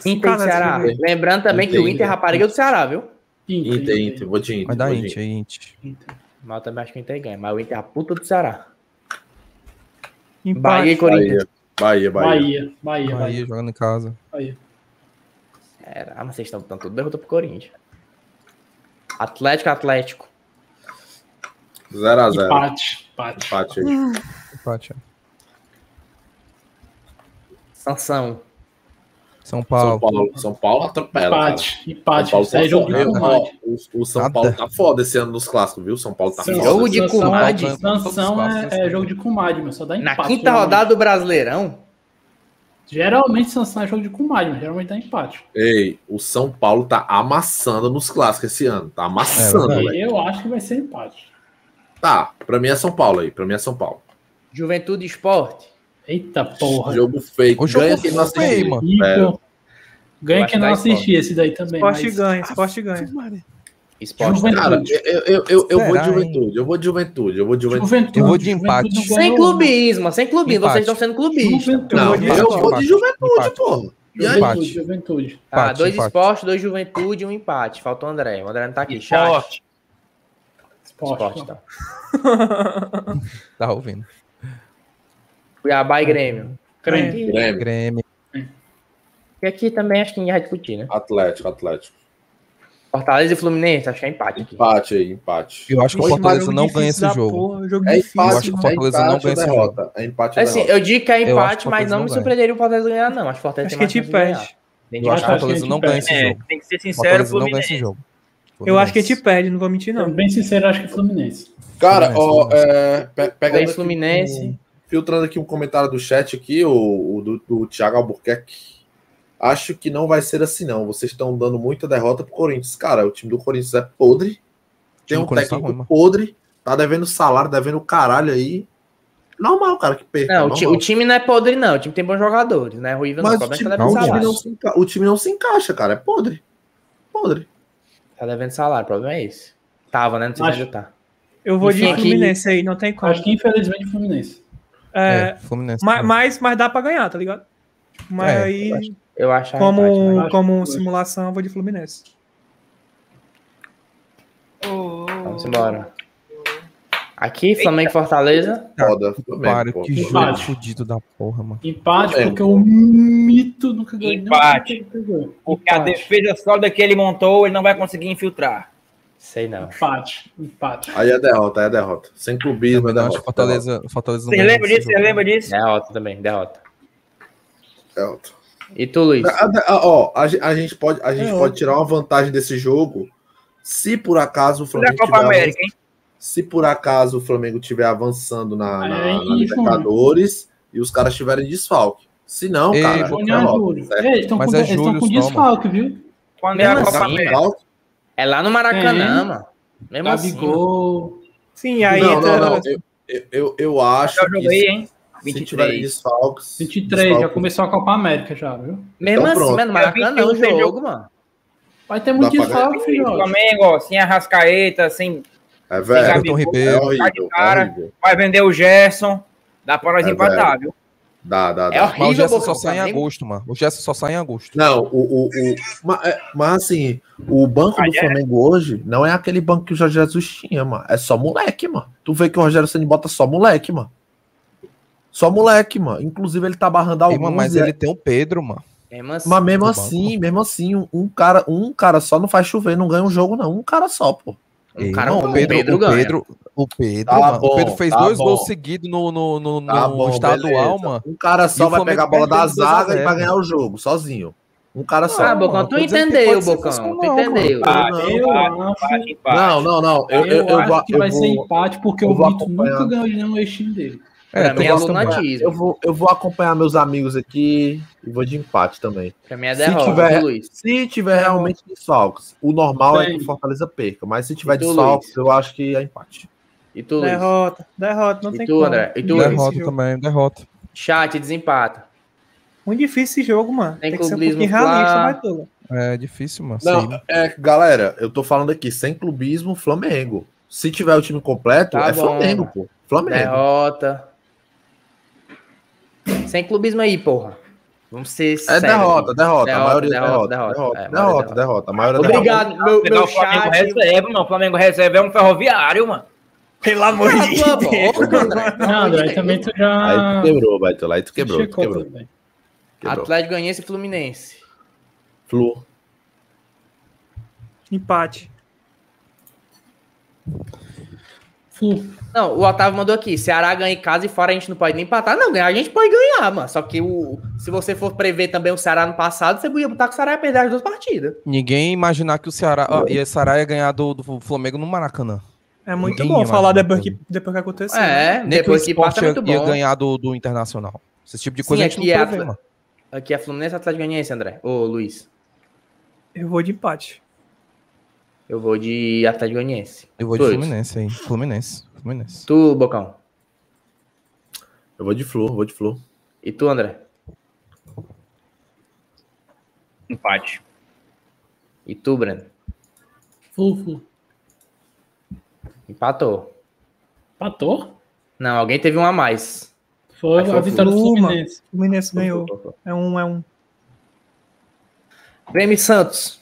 Speaker 7: Inter e
Speaker 3: Cara,
Speaker 7: Ceará.
Speaker 3: esse
Speaker 7: Lembrando também que o
Speaker 8: Inter,
Speaker 7: Inter é rapariga do Ceará, viu?
Speaker 10: aí.
Speaker 8: Inter, Inter. Vou de Inter.
Speaker 9: Vai dar
Speaker 8: vou de
Speaker 9: Inter aí, Inter.
Speaker 7: Mas eu também acho que o Inter ganha. Mas o Inter é a puta do Ceará. Bahia e
Speaker 3: Empate.
Speaker 7: Corinthians.
Speaker 8: Bahia. Bahia, Bahia.
Speaker 10: Bahia,
Speaker 9: Bahia
Speaker 10: Bahia, Bahia.
Speaker 9: jogando em casa.
Speaker 10: Bahia.
Speaker 7: Era, ah, mas vocês estão dando tudo derrota pro Corinthians. Atlético, Atlético.
Speaker 8: 0x0.
Speaker 10: Empate, empate.
Speaker 8: Empate aí.
Speaker 9: Empate. é.
Speaker 7: Sansão.
Speaker 9: São
Speaker 8: São
Speaker 9: Paulo.
Speaker 8: Paulo, São Paulo atropela. cara.
Speaker 10: Empate,
Speaker 8: São
Speaker 10: empate.
Speaker 8: Paulo tá
Speaker 10: Isso aí é jogo de
Speaker 8: foda.
Speaker 10: comadre.
Speaker 8: O, o São
Speaker 9: Nada.
Speaker 8: Paulo tá foda esse ano nos clássicos, viu? São Paulo tá
Speaker 10: Sansão-
Speaker 8: foda.
Speaker 7: Jogo de
Speaker 10: Sansão é-
Speaker 7: comadre.
Speaker 10: Sansão é, é jogo de comadre, mas só dá
Speaker 7: Na
Speaker 10: empate.
Speaker 7: quinta
Speaker 10: geralmente.
Speaker 7: rodada do Brasileirão,
Speaker 10: Geralmente Sansão é jogo de comadre, mas geralmente dá empate.
Speaker 8: Ei, o São Paulo tá amassando nos clássicos esse ano. Tá amassando,
Speaker 9: É,
Speaker 8: velho.
Speaker 10: Eu acho que vai ser empate.
Speaker 8: Tá, pra mim é São Paulo aí. Pra mim é São Paulo.
Speaker 7: Juventude e Esporte.
Speaker 10: Eita porra.
Speaker 8: Jogo feio.
Speaker 9: O jogo
Speaker 8: Ganha assim, quem não
Speaker 9: feio,
Speaker 8: assistiu.
Speaker 9: mano.
Speaker 10: Incrível.
Speaker 7: Eu
Speaker 10: Ganha
Speaker 7: acho
Speaker 10: quem
Speaker 7: que
Speaker 10: não
Speaker 7: dá
Speaker 10: assistia esse daí também.
Speaker 3: Esporte
Speaker 10: Mas...
Speaker 3: ganha, esporte ganha.
Speaker 7: Esporte.
Speaker 10: Juventude.
Speaker 8: Cara, eu, eu, eu, eu vou
Speaker 9: Será,
Speaker 8: de juventude. Eu vou de juventude. Eu vou de juventude.
Speaker 10: Juventude.
Speaker 9: Eu vou de
Speaker 10: Juventude
Speaker 9: empate.
Speaker 10: não ganhou-
Speaker 7: Sem clubismo, sem clubismo.
Speaker 9: Empate.
Speaker 7: Vocês estão sendo clubistas.
Speaker 10: Juventude.
Speaker 8: Não,
Speaker 3: vou de
Speaker 8: eu
Speaker 9: empate,
Speaker 8: vou de
Speaker 9: empate,
Speaker 8: juventude,
Speaker 9: empate.
Speaker 8: porra. E aí?
Speaker 9: Empate.
Speaker 10: Juventude, juventude.
Speaker 7: Tá,
Speaker 9: Empate,
Speaker 7: dois
Speaker 9: empate.
Speaker 7: esporte, dois juventude e um empate. Faltou o André. O André não tá aqui. Chat.
Speaker 6: Esporte.
Speaker 10: Esporte.
Speaker 7: Esporte, tá.
Speaker 9: Tá ouvindo.
Speaker 7: Cuiabá e Grêmio.
Speaker 6: É.
Speaker 10: Crente.
Speaker 8: Grêmio,
Speaker 9: Grêmio.
Speaker 7: E aqui também acho que ninguém vai discutir, né?
Speaker 8: Atlético, Atlético.
Speaker 7: Fortaleza e Fluminense, acho que é empate aqui.
Speaker 8: Empate aí, empate.
Speaker 9: Eu acho que o
Speaker 3: Hoje,
Speaker 9: Fortaleza
Speaker 3: jogo
Speaker 9: não
Speaker 3: difícil
Speaker 9: ganha esse
Speaker 3: da
Speaker 9: jogo.
Speaker 3: porra, jogo
Speaker 8: É
Speaker 3: difícil.
Speaker 9: Eu
Speaker 8: empate,
Speaker 9: acho que o
Speaker 8: é
Speaker 9: Fortaleza
Speaker 8: empate
Speaker 9: não ganha
Speaker 8: ou
Speaker 9: esse
Speaker 8: derrota. É empate
Speaker 7: É
Speaker 8: ou
Speaker 7: Assim,
Speaker 8: derrota.
Speaker 7: eu digo que é
Speaker 9: Eu acho
Speaker 7: empate,
Speaker 9: que o
Speaker 7: mas não me
Speaker 9: Fortaleza não
Speaker 7: surpreenderia o Fortaleza ganhar, não. Acho que o Fortaleza
Speaker 3: Acho
Speaker 7: tem
Speaker 3: que
Speaker 7: mais
Speaker 3: te
Speaker 7: chance de ganhar.
Speaker 3: perde.
Speaker 7: Tem
Speaker 9: Eu acho que o
Speaker 10: acho que
Speaker 9: Fortaleza
Speaker 10: a
Speaker 9: não
Speaker 10: gente
Speaker 9: ganha esse
Speaker 6: É,
Speaker 9: jogo.
Speaker 6: tem que ser
Speaker 9: O
Speaker 6: sincero,
Speaker 9: Fortaleza não ganha esse
Speaker 6: Fluminense.
Speaker 9: jogo.
Speaker 3: Eu acho que te
Speaker 9: Fluminense.
Speaker 3: perde, não vou mentir,
Speaker 10: Sendo
Speaker 3: não.
Speaker 10: Bem sincero, acho que Fluminense.
Speaker 8: Cara,
Speaker 9: Fluminense,
Speaker 8: ó, é, pe- pegando
Speaker 7: Fluminense,
Speaker 8: aqui
Speaker 7: Fluminense.
Speaker 8: filtrando aqui um comentário do chat aqui, o, o do, do Thiago Albuquerque. Acho que não vai ser assim, não. Vocês estão dando muita derrota pro Corinthians. Cara, o time do Corinthians é podre. Tem
Speaker 9: time do
Speaker 8: um
Speaker 9: Corinthians tá
Speaker 8: técnico
Speaker 9: ruim, mano.
Speaker 8: podre. Tá devendo salário, devendo caralho aí. Normal, cara, que perca.
Speaker 7: Não, o,
Speaker 8: normal.
Speaker 7: ti- o time não é podre, não. O time tem bons jogadores, né? Ruiva não.
Speaker 8: Mas
Speaker 7: O
Speaker 8: o
Speaker 7: problema é que tá
Speaker 8: time, o
Speaker 7: devendo
Speaker 8: time
Speaker 7: salário.
Speaker 8: não se enca- o time não se encaixa, cara. É podre. Podre.
Speaker 7: Tá devendo salário, o problema é esse. Tava, né? Não sei se
Speaker 10: Acho-
Speaker 7: já tá.
Speaker 3: Eu vou de
Speaker 7: Enfim, aqui-
Speaker 3: Fluminense aí, não tem
Speaker 6: Tá.
Speaker 3: como.
Speaker 10: Acho que infelizmente Fluminense.
Speaker 3: É,
Speaker 9: É, Fluminense.
Speaker 3: ma- mas, mas dá pra ganhar, tá ligado? Mas
Speaker 9: É,
Speaker 3: aí,
Speaker 7: Eu acho.
Speaker 3: como,
Speaker 10: mas-
Speaker 3: como simulação, eu vou de Fluminense.
Speaker 7: tá, Vamos embora. Aqui, Flamengo e Fortaleza.
Speaker 8: Foda.
Speaker 9: Para,
Speaker 8: Flamengo,
Speaker 9: que
Speaker 8: pô.
Speaker 9: jogo
Speaker 10: Empate.
Speaker 9: fudido da porra, mano.
Speaker 10: Empate,
Speaker 8: É.
Speaker 10: porque o mito nunca ganhou.
Speaker 6: Empate.
Speaker 10: Nunca ganhou.
Speaker 6: Porque a defesa sólida que ele montou, ele não vai conseguir infiltrar.
Speaker 7: Sei não.
Speaker 10: Empate, empate.
Speaker 8: Aí é derrota, aí é derrota. Sem clubismo,
Speaker 9: Eu acho
Speaker 8: é derrota.
Speaker 9: que Fortaleza, Fortaleza não
Speaker 6: Você
Speaker 9: ganha
Speaker 6: lembra
Speaker 9: esse
Speaker 6: disso? Você
Speaker 9: jogo.
Speaker 6: lembra disso?
Speaker 7: Derrota também, derrota.
Speaker 8: é derrota.
Speaker 7: E tu, Luiz?
Speaker 8: A- a- a- Ó, a, gen- a gente, pode, a gente
Speaker 3: É,
Speaker 8: pode tirar uma vantagem desse jogo se por acaso o
Speaker 6: Na
Speaker 8: Flamengo
Speaker 6: é Copa
Speaker 8: tiver, avan-
Speaker 6: América, hein?
Speaker 8: se por acaso o Flamengo tiver avançando na, na-
Speaker 10: Aí,
Speaker 8: na Libertadores e os caras tiverem desfalque. Se não,
Speaker 9: Ei,
Speaker 8: cara, tá
Speaker 9: Júnior,
Speaker 10: Júnior
Speaker 8: derrota,
Speaker 10: Júlio.
Speaker 8: certo?
Speaker 10: É, eles estão
Speaker 9: Mas
Speaker 10: com,
Speaker 9: é
Speaker 10: eles tão
Speaker 9: Júlio,
Speaker 10: com
Speaker 9: toma.
Speaker 10: desfalque, viu?
Speaker 6: Quando é a
Speaker 7: Mesmo
Speaker 6: Copa
Speaker 7: assim,
Speaker 6: América.
Speaker 8: Desfalque?
Speaker 7: É lá no Maracanã, mano.
Speaker 6: tá
Speaker 7: Mesmo assim.
Speaker 10: Gabigol.
Speaker 3: Sim, aí
Speaker 8: não,
Speaker 3: entra.
Speaker 8: não, não. Eu, eu, eu, eu acho
Speaker 6: Já
Speaker 8: que
Speaker 6: joguei,
Speaker 8: se,
Speaker 6: hein?
Speaker 8: se tiverem
Speaker 6: 23.
Speaker 8: desfalques...
Speaker 10: 23, já
Speaker 8: desfalque-
Speaker 10: começou a Copa América já, viu?
Speaker 7: Mesmo
Speaker 8: Então,
Speaker 7: assim,
Speaker 8: pronto.
Speaker 7: mano. Maracanã é um
Speaker 6: 21 tem
Speaker 7: jogo,
Speaker 6: jogo.
Speaker 7: mano.
Speaker 10: Vai ter muito
Speaker 8: Dá pra
Speaker 10: desfalque, filhote.
Speaker 6: Flamengo, ó, sem Arrascaeta, sem.
Speaker 8: É
Speaker 6: sem
Speaker 8: velho,
Speaker 9: Everton
Speaker 6: Gabigol.
Speaker 8: é
Speaker 9: Ribeiro.
Speaker 8: horrível, é
Speaker 6: Cara,
Speaker 8: horrível.
Speaker 6: Vai vender o Gerson. Dá pra nós
Speaker 8: É
Speaker 6: empatar, viu?
Speaker 8: Dá, dá, dá.
Speaker 9: É horrível, mas o Gerson só sai em agosto, mano. O Gerson só sai em agosto.
Speaker 8: Não, o, o, o- ma- é, mas assim, o banco
Speaker 10: é.
Speaker 8: do Flamengo hoje não é aquele banco que o Jorge Jesus tinha, mano. É só moleque, mano. Tu vê que o Rogério Ceni bota só moleque, mano. Só moleque, mano. Inclusive ele tá barrando
Speaker 9: Ei,
Speaker 8: alguns.
Speaker 9: mano, mas
Speaker 8: e-
Speaker 9: ele tá tem o Pedro, mano.
Speaker 7: Mesmo assim,
Speaker 8: Mas mesmo
Speaker 9: do
Speaker 8: assim, mesmo assim, um- um cara, um cara só não faz chover, não ganha um jogo não, um cara só, pô.
Speaker 9: Ei,
Speaker 7: cara
Speaker 9: mano,
Speaker 7: como
Speaker 9: o
Speaker 7: o
Speaker 9: Pedro,
Speaker 7: Pedro
Speaker 9: o
Speaker 7: ganha.
Speaker 9: Pedro, o Pedro,
Speaker 8: Tá
Speaker 9: mano, o
Speaker 8: bom,
Speaker 9: Pedro fez
Speaker 8: tá
Speaker 9: dois
Speaker 8: bom.
Speaker 9: gols seguidos no, no, no,
Speaker 8: Tá
Speaker 9: no
Speaker 8: bom,
Speaker 9: estadual,
Speaker 8: beleza.
Speaker 9: mano.
Speaker 8: Um cara
Speaker 9: E
Speaker 8: só
Speaker 9: o
Speaker 8: vai
Speaker 9: Flamengo
Speaker 8: pegar a bola
Speaker 9: perdeu
Speaker 8: da
Speaker 9: de dois a
Speaker 8: zaga e
Speaker 9: zero.
Speaker 8: vai ganhar o jogo, sozinho. Um cara só.
Speaker 7: Ah,
Speaker 9: mano,
Speaker 7: Bocão,
Speaker 9: tô
Speaker 7: tu
Speaker 9: dizendo que
Speaker 7: entendeu,
Speaker 9: pode ser
Speaker 7: Bocão. Tu
Speaker 9: funcional, mano.
Speaker 7: entendeu.
Speaker 6: Empate,
Speaker 8: não,
Speaker 10: eu
Speaker 6: empate, empate, empate.
Speaker 8: Não, não, não. Eu,
Speaker 10: Ah, Eu,
Speaker 8: eu, eu,
Speaker 10: acho
Speaker 8: vou-
Speaker 10: que
Speaker 8: eu
Speaker 10: vai ser
Speaker 8: vou,
Speaker 10: empate, porque
Speaker 8: eu
Speaker 10: o
Speaker 8: vou
Speaker 10: Vitor
Speaker 8: acompanhar.
Speaker 10: nunca ganhou de nenhum ex-time dele.
Speaker 9: É,
Speaker 7: pra mim
Speaker 9: tu
Speaker 7: é
Speaker 9: gosta muito.
Speaker 8: eu,
Speaker 7: lunatismo.
Speaker 8: vou, eu vou acompanhar meus amigos aqui e vou de empate também.
Speaker 7: Pra mim é
Speaker 8: Se
Speaker 7: derrota,
Speaker 8: tiver-
Speaker 7: viu, Luiz.
Speaker 8: Se tiver realmente desfalques, o normal é
Speaker 10: Tem.
Speaker 8: que o Fortaleza perca, mas se tiver
Speaker 7: E tu,
Speaker 8: desfalques, eu acho que é empate.
Speaker 7: E tu, Luiz?
Speaker 3: Derrota, derrota, não
Speaker 7: E
Speaker 3: tem
Speaker 7: tu,
Speaker 3: como.
Speaker 7: André? E tu,
Speaker 3: Muito
Speaker 7: Luiz?
Speaker 3: difícil esse
Speaker 9: Derrota
Speaker 3: jogo.
Speaker 9: também, derrota.
Speaker 7: Chat, desempata.
Speaker 3: Muito difícil esse jogo, mano.
Speaker 7: Tem
Speaker 3: Tem, que ser um
Speaker 7: clubismo
Speaker 3: pouquinho
Speaker 7: lá.
Speaker 3: realista, vai tudo.
Speaker 9: É difícil, mano.
Speaker 8: Não,
Speaker 9: Sim.
Speaker 8: é, galera, eu tô falando aqui, sem clubismo, Flamengo. Se tiver o time completo,
Speaker 7: Tá
Speaker 8: é
Speaker 7: bom.
Speaker 8: Flamengo, pô. Flamengo.
Speaker 7: Né? Derrota. Sem clubismo aí, porra. Vamos ser
Speaker 8: É
Speaker 7: sérios
Speaker 8: derrota, derrota,
Speaker 7: aqui.
Speaker 8: A maioria é derrota.
Speaker 7: derrota,
Speaker 8: Derrota,
Speaker 7: é,
Speaker 8: derrota, derrota, derrota. A maioria é derrota.
Speaker 7: Obrigado, meu,
Speaker 6: Pegar
Speaker 7: meu
Speaker 6: o Flamengo
Speaker 7: chat.
Speaker 6: reserva, mano. O Flamengo reserva é um ferroviário, mano.
Speaker 3: Pelo amor
Speaker 7: Ah, pela boca, André. Pelo
Speaker 10: Não,
Speaker 7: amor de
Speaker 10: André, aí
Speaker 7: Deus.
Speaker 10: também tu
Speaker 8: Aí
Speaker 10: já.
Speaker 8: tu quebrou, Beto. Aí tu quebrou, tu
Speaker 10: checou
Speaker 8: quebrou.
Speaker 10: também.
Speaker 8: quebrou.
Speaker 7: Atlético Goianiense e Fluminense.
Speaker 8: Flu.
Speaker 3: Empate.
Speaker 10: Flu.
Speaker 7: Não, o Otávio mandou aqui. Ceará ganha em casa e fora a gente não pode nem empatar. Não, ganhar a gente pode ganhar, mano. Só que o, se você for prever também o Ceará no passado, você ia botar que o Ceará ia perder as duas partidas.
Speaker 9: Ninguém imaginar que o Ceará ó, e o Ceará ia ganhar do, do Flamengo no Maracanã.
Speaker 3: É muito
Speaker 9: Ninguém
Speaker 3: bom
Speaker 9: imagina
Speaker 3: falar depois que,
Speaker 9: tudo.
Speaker 3: depois que aconteceu. né?
Speaker 7: É,
Speaker 9: né? Nem
Speaker 7: depois
Speaker 9: que o
Speaker 7: que passa
Speaker 9: Sport
Speaker 7: é muito
Speaker 9: ia, ia
Speaker 7: bom.
Speaker 9: ganhar do, do Internacional. Esse tipo de coisa
Speaker 7: Sim,
Speaker 9: a gente
Speaker 7: aqui é
Speaker 9: não prevê,
Speaker 7: Atl-
Speaker 9: mano.
Speaker 7: Aqui é Fluminense Atlético Goianiense, André. Ô, Luiz.
Speaker 3: Eu vou de empate.
Speaker 7: Eu vou de Atlético Goianiense.
Speaker 9: Eu vou de
Speaker 7: Dois.
Speaker 9: Fluminense aí. Fluminense. Fluminense.
Speaker 7: Tu, Bocão.
Speaker 8: Eu vou de Flu, eu vou de Flu.
Speaker 7: E tu, André.
Speaker 6: Empate.
Speaker 7: E tu, Breno.
Speaker 10: Flu, Flu.
Speaker 7: Empatou.
Speaker 10: Empatou?
Speaker 7: Não, alguém teve um a mais.
Speaker 10: Foi
Speaker 7: Aí foi
Speaker 10: a vitória do
Speaker 3: Flu, mano.
Speaker 10: Fluminense.
Speaker 3: O Fluminense ganhou. É um, é um.
Speaker 7: Grêmio e Santos.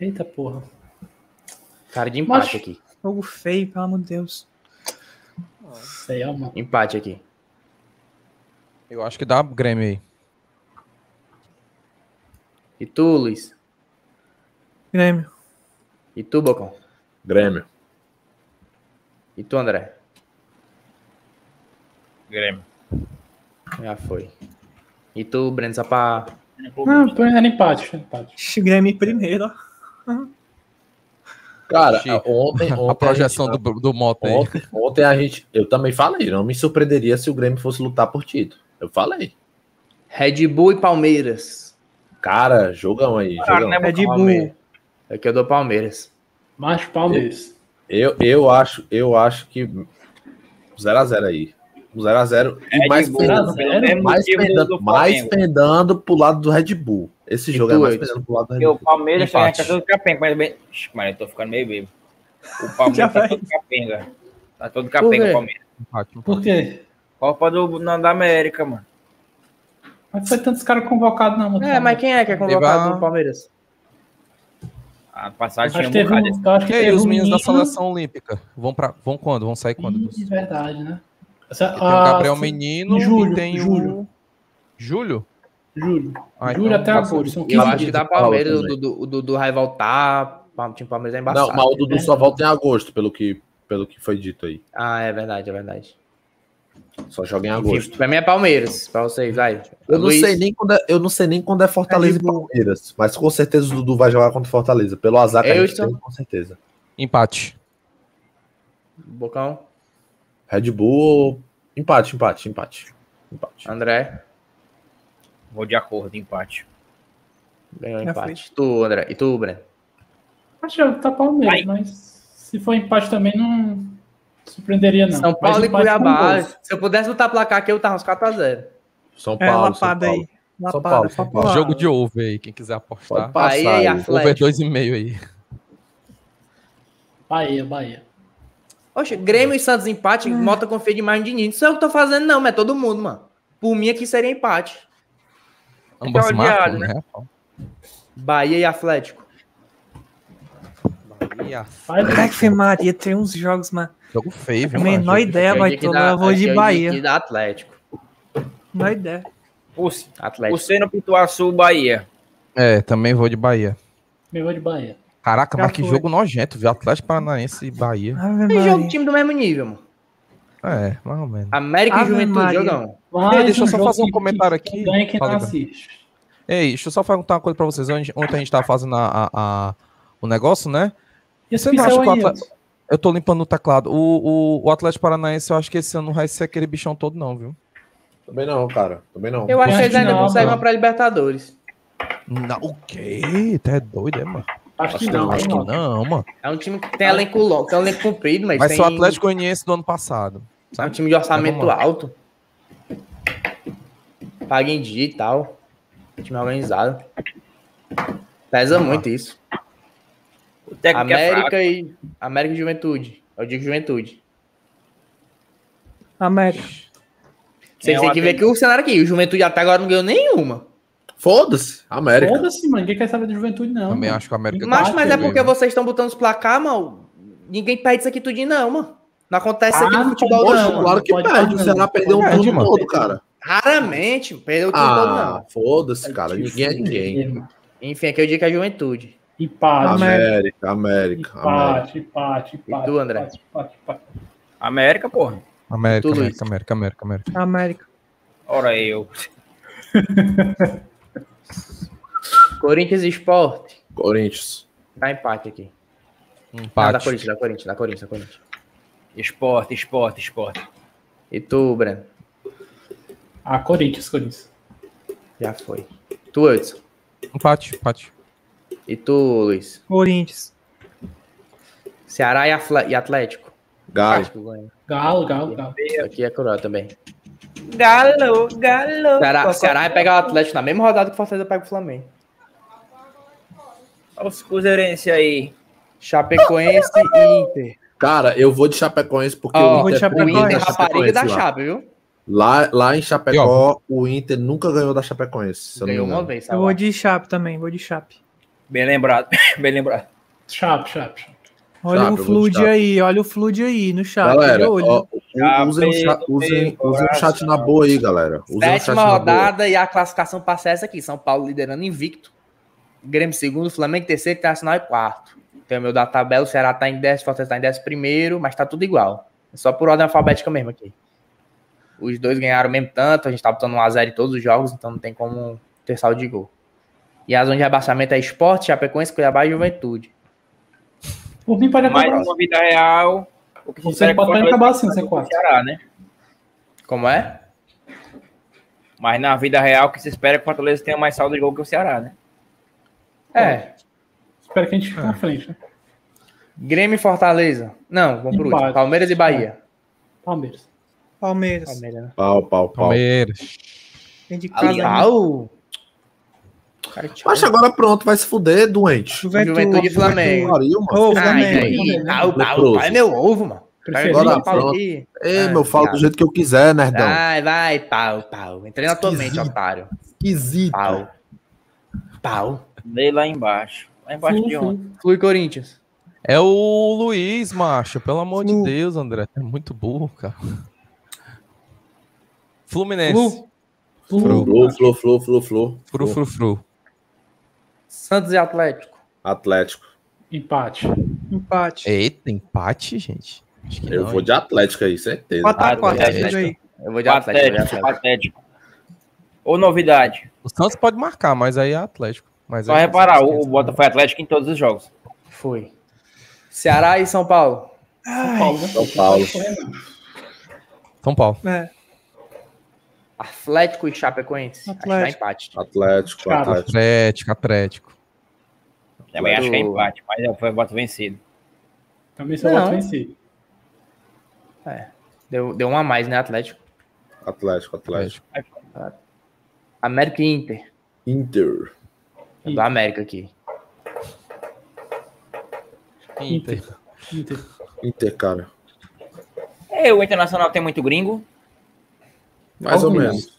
Speaker 10: Eita porra.
Speaker 7: Cara de empate
Speaker 10: Mas-
Speaker 7: aqui.
Speaker 3: Jogo feio, pelo amor de Deus.
Speaker 10: Sei é lá, mano.
Speaker 7: Empate aqui.
Speaker 9: Eu acho que dá Grêmio aí.
Speaker 7: E tu, Luiz.
Speaker 3: Grêmio.
Speaker 7: E tu, Bocão.
Speaker 8: Grêmio.
Speaker 7: E tu, André.
Speaker 6: Grêmio.
Speaker 7: Já foi. E tu, Breno, só pra...
Speaker 10: Não, era empate, um empate.
Speaker 3: Ixi, Grêmio em primeiro, ó.
Speaker 8: Cara,
Speaker 9: Oxi.
Speaker 8: ontem, ontem
Speaker 9: a projeção
Speaker 8: gente-
Speaker 7: tá.
Speaker 9: do, do Mota aí.
Speaker 8: Ontem, ontem a gente. Eu também falei, não me surpreenderia se o Grêmio fosse lutar por título. Eu falei.
Speaker 7: Red Bull e Palmeiras.
Speaker 8: Cara, jogão aí,
Speaker 6: Tá,
Speaker 8: jogão.
Speaker 6: né,
Speaker 3: É de
Speaker 7: Palmeiras.
Speaker 3: Bull.
Speaker 7: Aqui eu dou Palmeiras.
Speaker 10: Mas Palmeiras.
Speaker 8: Eu, eu acho, eu acho que 0 a 0 aí. 0 a 0 e mais
Speaker 10: né?
Speaker 8: pendando, mais pendando, mais pendando pro lado do Red Bull. Esse jogo é mais
Speaker 7: dois.
Speaker 8: pendando pro lado do Red
Speaker 6: Porque
Speaker 8: Bull.
Speaker 6: o Palmeiras tem a
Speaker 9: Empate.
Speaker 6: todo capenga, mas é bem. Ixi, Mano, eu tô ficando meio bebo. O Palmeiras
Speaker 3: Já
Speaker 6: tá
Speaker 3: vai.
Speaker 6: todo capenga. Tá todo
Speaker 7: Por
Speaker 6: capenga
Speaker 7: quê?
Speaker 6: o Palmeiras.
Speaker 9: Empate, empate.
Speaker 10: Por quê?
Speaker 6: Copa do, na- da América, mano.
Speaker 10: Mas foi tantos caras convocados na mão.
Speaker 7: É, mas quem é que é
Speaker 9: Levar-
Speaker 7: convocado no Palmeiras?
Speaker 6: A passagem
Speaker 10: acho que
Speaker 6: tinha um
Speaker 10: teve
Speaker 6: bocado.
Speaker 10: um, acho que
Speaker 9: E aí,
Speaker 10: teve
Speaker 9: os
Speaker 10: um
Speaker 9: meninos da
Speaker 10: menino-
Speaker 9: seleção olímpica vão, pra, vão quando? Vão sair quando?
Speaker 10: Ih, verdade, né?
Speaker 7: Ah,
Speaker 10: Ah,
Speaker 9: Porque tem o Gabriel Menino
Speaker 10: em julho,
Speaker 9: e tem o.
Speaker 10: julho.
Speaker 9: Julho?
Speaker 10: Julho.
Speaker 9: Ah,
Speaker 10: julho
Speaker 9: então
Speaker 10: até
Speaker 9: tá
Speaker 10: agosto.
Speaker 9: certo.
Speaker 10: São
Speaker 7: Eu
Speaker 10: 15
Speaker 7: acho que
Speaker 10: dias.
Speaker 7: dá
Speaker 8: de Paulo
Speaker 7: Palmeiras, o
Speaker 8: também.
Speaker 7: Dudu, o Dudu vai voltar. O time Palmeiras é embaçado.
Speaker 8: Não, mas o Dudu
Speaker 10: né?
Speaker 8: só volta em agosto, pelo que, pelo que foi dito aí.
Speaker 7: Ah, é verdade, é verdade.
Speaker 8: Só joga em
Speaker 7: Enfim,
Speaker 8: agosto.
Speaker 7: pra mim é Palmeiras. Pra vocês, vai.
Speaker 8: Eu não,
Speaker 7: Luiz,
Speaker 8: sei nem quando é, eu não sei nem quando é Fortaleza
Speaker 3: Red
Speaker 8: e
Speaker 3: Bull.
Speaker 8: Palmeiras, mas com certeza o Dudu vai jogar contra o Fortaleza. Pelo azar que a gente
Speaker 7: Eilson.
Speaker 8: tem, com certeza.
Speaker 9: Empate.
Speaker 7: Bocão,
Speaker 8: Red Bull, empate, empate, empate. Empate.
Speaker 7: André.
Speaker 6: Vou de acordo, empate.
Speaker 7: Ganhou
Speaker 3: Já
Speaker 7: empate. Tu, André. E tu, Breno?
Speaker 10: Acho que tá Palmeiras, mas se for empate também não surpreenderia, não.
Speaker 7: São
Speaker 10: Mas
Speaker 7: Paulo e
Speaker 10: empate com
Speaker 7: Cuiabá.
Speaker 10: gols.
Speaker 7: Se eu pudesse botar placar aqui, eu tava uns 4x0.
Speaker 8: São
Speaker 3: É,
Speaker 8: Paulo, São
Speaker 3: lapada
Speaker 8: Paulo.
Speaker 3: aí. Lapada,
Speaker 8: São Paulo, São Paulo.
Speaker 3: popular.
Speaker 9: Jogo de over aí, quem quiser apostar.
Speaker 8: Pode passar
Speaker 7: Aí, aí,
Speaker 8: aí.
Speaker 9: Over
Speaker 7: Atlético.
Speaker 9: 2,5 aí.
Speaker 10: Bahia, Bahia.
Speaker 7: é Oxe, Grêmio e Santos empate, Mota confia demais no Diniz. Não sou eu que tô fazendo, não, mas é todo mundo, mano. Por mim, aqui seria empate.
Speaker 9: Ambas
Speaker 7: Então,
Speaker 9: marcam,
Speaker 7: aliado,
Speaker 9: né?
Speaker 7: Bahia e Atlético.
Speaker 9: né? Bahia.
Speaker 3: Ave Maria, tem uns jogos, mas.
Speaker 9: Jogo feio, viu?
Speaker 3: A menor
Speaker 9: mano?
Speaker 3: ideia,
Speaker 9: feio.
Speaker 3: Baitola, eu vou de
Speaker 7: aqui é
Speaker 3: Bahia.
Speaker 7: aqui da Atlético.
Speaker 3: Não ideia.
Speaker 6: Você,
Speaker 7: Atlético.
Speaker 6: você no Pituaçu, Bahia.
Speaker 9: É, também vou de Bahia.
Speaker 10: Meu de Bahia.
Speaker 9: Caraca,
Speaker 3: Já
Speaker 9: mas que
Speaker 3: foi.
Speaker 9: jogo nojento, viu? Atlético Paranaense e Bahia.
Speaker 3: Ave
Speaker 7: Tem jogo
Speaker 3: Maria.
Speaker 7: de time do mesmo nível, mano.
Speaker 9: É, mais ou menos.
Speaker 7: América
Speaker 3: Ave
Speaker 7: e Juventude,
Speaker 3: Maria.
Speaker 7: jogão.
Speaker 10: Mas
Speaker 9: Ei, deixa eu
Speaker 10: um
Speaker 9: só
Speaker 10: jogo
Speaker 9: fazer um
Speaker 10: que-
Speaker 9: comentário
Speaker 10: que
Speaker 9: aqui.
Speaker 10: Ganha quem não
Speaker 9: Fala, Ivan.
Speaker 10: assiste.
Speaker 9: Ei, deixa eu só perguntar uma coisa pra vocês. Ontem ontem a gente tava fazendo a- a- a- o negócio, né?
Speaker 10: E
Speaker 9: Você
Speaker 10: esse é
Speaker 9: não acha
Speaker 10: pincel
Speaker 9: que o
Speaker 10: aí,
Speaker 9: Atlético-
Speaker 10: Wilson?
Speaker 9: Eu tô limpando o teclado. O, o, o Atlético Paranaense, eu acho que esse ano não vai ser aquele bichão todo, não, viu?
Speaker 8: Também não, cara. Também não.
Speaker 7: Eu acho que eles
Speaker 10: acho que
Speaker 7: ainda
Speaker 10: não,
Speaker 7: conseguem
Speaker 10: mano.
Speaker 7: uma pra Libertadores.
Speaker 9: Não, o quê? Tu é doido, é, mano?
Speaker 10: Acho que não.
Speaker 9: Acho que
Speaker 10: não.
Speaker 9: não, mano.
Speaker 7: É um time que tem elenco longo, tem elenco comprido, mas
Speaker 9: Vai
Speaker 7: tem...
Speaker 9: ser o Atlético Goianiense do ano passado.
Speaker 7: É um time de orçamento
Speaker 9: Vamos lá.
Speaker 7: alto. Paga em dia e tal. Time organizado. Pesa
Speaker 9: Vamos lá.
Speaker 7: muito isso.
Speaker 6: O técnico é fraco.
Speaker 7: América e América e Juventude. Eu digo Juventude.
Speaker 3: América.
Speaker 7: Vocês
Speaker 6: É,
Speaker 7: têm
Speaker 6: eu
Speaker 7: que ver
Speaker 6: acredito.
Speaker 7: que o cenário aqui. O Juventude até agora não ganhou nenhuma.
Speaker 8: Foda-se. América.
Speaker 10: Foda-se, mano. Ninguém quer saber de juventude, não.
Speaker 9: Também
Speaker 10: mano.
Speaker 9: acho que o América... tá
Speaker 7: Mas,
Speaker 10: Empate,
Speaker 7: mas é porque
Speaker 9: eu
Speaker 7: vocês estão botando os placar, mal. Ninguém perde isso aqui tudinho, não, mano. Não acontece isso aqui
Speaker 10: Ah,
Speaker 7: no futebol,
Speaker 10: poxa,
Speaker 7: não.
Speaker 10: mano.
Speaker 7: mano.
Speaker 8: claro que
Speaker 10: Pode
Speaker 8: perde.
Speaker 10: fazer,
Speaker 8: O Ceará
Speaker 10: mano.
Speaker 8: perdeu um
Speaker 9: Perde,
Speaker 8: turno
Speaker 9: mano.
Speaker 8: todo, cara.
Speaker 7: Raramente perdeu o time todo,
Speaker 8: Ah,
Speaker 7: não.
Speaker 8: foda-se, cara. Ninguém é ninguém.
Speaker 7: Enfim, aqui eu digo que é Juventude.
Speaker 10: Empate.
Speaker 8: América, América, América.
Speaker 10: Empate, empate, empate.
Speaker 7: E tu, André?
Speaker 10: Empate, empate, empate.
Speaker 6: América, porra.
Speaker 9: América,
Speaker 7: Tudo
Speaker 9: América,
Speaker 7: isso.
Speaker 9: América, América, América.
Speaker 3: América.
Speaker 6: Ora eu.
Speaker 7: Corinthians e Sport.
Speaker 8: Corinthians.
Speaker 7: Dá empate aqui. Não, dá
Speaker 9: Empate.
Speaker 7: Corinthians, dá Corinthians, dá Corinthians, dá Corinthians.
Speaker 6: Esporte, esporte, esporte.
Speaker 7: E tu, Breno?
Speaker 10: Ah, Corinthians, Corinthians.
Speaker 7: Já foi. Tu, Edson.
Speaker 9: Empate, empate.
Speaker 7: E tu, Luiz?
Speaker 3: Corinthians.
Speaker 7: Ceará e, Afla- e Atlético.
Speaker 8: Galo.
Speaker 7: Acho que ganha.
Speaker 10: Galo, galo, galo.
Speaker 7: Isso aqui é cruel também.
Speaker 6: Galo, galo.
Speaker 7: Ceará, Ceará vai pegar o Atlético na mesma rodada que o Fortaleza pega o Flamengo.
Speaker 6: Olha os cruzeirenses aí.
Speaker 7: Chapecoense e Inter.
Speaker 8: Cara, eu vou de Chapecoense porque
Speaker 7: Ó,
Speaker 8: o
Speaker 3: vou de
Speaker 8: Inter,
Speaker 7: O
Speaker 3: Chapecoense.
Speaker 8: o
Speaker 7: Inter
Speaker 8: Inter é
Speaker 7: rapariga da
Speaker 8: Chapecoense lá.
Speaker 7: Chape, viu?
Speaker 8: Lá, lá em
Speaker 9: E,
Speaker 8: Chapecó, o Inter nunca ganhou da Chapecoense. se eu não
Speaker 7: Ganhou
Speaker 8: me
Speaker 7: uma
Speaker 8: engano.
Speaker 7: vez, sabe?
Speaker 3: Eu vou de Chape também, vou de Chape.
Speaker 6: Bem lembrado, bem lembrado.
Speaker 10: Chape, chape, chape.
Speaker 3: Olha
Speaker 8: Chape, eu
Speaker 3: o
Speaker 8: vou de
Speaker 3: Flood
Speaker 8: Chape.
Speaker 3: aí, olha o Flood aí no Chape.
Speaker 8: Galera,
Speaker 3: de olho.
Speaker 8: ó, usem, o cha-
Speaker 6: Chape,
Speaker 8: usem,
Speaker 6: meu
Speaker 8: usem o chat
Speaker 6: coração.
Speaker 8: na boa aí, galera. Usem o chat
Speaker 7: Sétima
Speaker 8: na boa.
Speaker 7: rodada e a classificação passa essa aqui. São Paulo liderando invicto. Grêmio segundo, Flamengo terceiro, Internacional e quarto. Tem o meu da tabela, o Ceará tá em décimo, Fortaleza tá em décimo primeiro, mas tá tudo igual. É só por ordem alfabética mesmo aqui. Os dois ganharam mesmo tanto, a gente tá botando um a zero em todos os jogos, então não tem como ter saldo de gol. E a zona de rebaixamento é Esporte, Chapecoense, Cuiabá e Juventude.
Speaker 10: Por mim pode
Speaker 6: Mais
Speaker 10: acabar.
Speaker 6: uma vida real. O que
Speaker 10: Você
Speaker 6: espera é que
Speaker 10: pode
Speaker 6: o
Speaker 10: acabar
Speaker 6: Atlético
Speaker 10: assim,
Speaker 6: faça
Speaker 10: C4.
Speaker 6: com o Ceará, né?
Speaker 7: Como é?
Speaker 6: Mas na vida real, o que se espera é que o Fortaleza tenha mais saldo de gol que o Ceará, né?
Speaker 7: É.
Speaker 10: Espero que a gente fique na frente, né?
Speaker 7: Grêmio e Fortaleza. Não, vamos pro último.
Speaker 10: Empate.
Speaker 7: Palmeiras e Bahia.
Speaker 10: Palmeiras.
Speaker 3: É. Palmeiras.
Speaker 7: Palmeiras, né?
Speaker 8: Pau, pau, pau.
Speaker 9: Palmeiras.
Speaker 3: Vem de casa. né?
Speaker 7: Legal. Cara, tchau.
Speaker 8: Mas agora pronto, vai se fuder, doente.
Speaker 7: Juventude e Flamengo.
Speaker 8: Pariu, mano.
Speaker 3: Ô,
Speaker 7: Ai,
Speaker 3: Flamengo.
Speaker 7: aí, ah, o pau,
Speaker 8: Leproso.
Speaker 7: o pau é meu ovo, mano.
Speaker 10: Preferi-
Speaker 7: Agora
Speaker 8: Bora,
Speaker 7: eu falo
Speaker 8: pronto.
Speaker 7: aqui.
Speaker 8: Ei,
Speaker 7: Ah,
Speaker 8: meu, fala
Speaker 7: viado. Ah,
Speaker 8: do jeito que eu quiser, nerdão.
Speaker 7: Vai, vai, pau, pau. Entrei na tua mente,
Speaker 8: Esquisito.
Speaker 7: otário.
Speaker 8: Esquisito.
Speaker 7: Pau. Pau.
Speaker 6: Lei é lá embaixo. Lá embaixo
Speaker 10: Flu,
Speaker 6: de
Speaker 10: flu.
Speaker 6: onde?
Speaker 7: Flui Corinthians.
Speaker 9: É o Luiz, macho. Pelo amor de
Speaker 3: Flu.
Speaker 9: Deus, André. É muito burro, cara. Fluminense.
Speaker 7: Flu.
Speaker 10: Flu.
Speaker 8: Flu, flu, flu, flu, flu.
Speaker 9: Fru, fru, fru.
Speaker 7: Santos e Atlético.
Speaker 8: Atlético.
Speaker 10: Empate.
Speaker 3: Empate.
Speaker 9: Eita, empate, gente. Acho que
Speaker 8: Eu
Speaker 9: não,
Speaker 8: vou
Speaker 9: hein?
Speaker 8: de Atlético aí, certeza.
Speaker 3: 4x4,
Speaker 7: Ah,
Speaker 3: diz
Speaker 7: Atlético.
Speaker 3: tá aí.
Speaker 7: Eu vou de Atlético. eu vou de
Speaker 6: Patético,
Speaker 7: Atlético.
Speaker 6: patético. Ou novidade.
Speaker 9: O Santos pode marcar, mas aí é Atlético. Mas
Speaker 6: Só
Speaker 9: aí-
Speaker 6: reparar, o o Bota foi Atlético em todos os jogos.
Speaker 7: Foi. Ceará e São Paulo.
Speaker 10: São Paulo, né?
Speaker 8: São Paulo.
Speaker 9: São Paulo.
Speaker 3: É,
Speaker 7: Atlético e Chapecoense. Acho que dá
Speaker 3: Atlético.
Speaker 7: empate.
Speaker 8: Atlético,
Speaker 10: Cara.
Speaker 8: Atlético.
Speaker 9: Atlético, Atlético.
Speaker 6: Também acho que é
Speaker 7: Claro.
Speaker 6: empate, mas é, foi o voto vencido.
Speaker 10: Também se eu
Speaker 7: Não.
Speaker 10: voto venci.
Speaker 7: Deu, deu um a mais, né, Atlético?
Speaker 8: Atlético, Atlético.
Speaker 9: Atlético.
Speaker 7: América e Inter.
Speaker 8: Inter.
Speaker 7: Eu dou É América aqui.
Speaker 9: Inter.
Speaker 10: Inter. né?
Speaker 8: Inter, cara.
Speaker 6: É, o Internacional tem muito gringo.
Speaker 8: Mais ou
Speaker 10: Alguns.
Speaker 9: é?
Speaker 8: menos.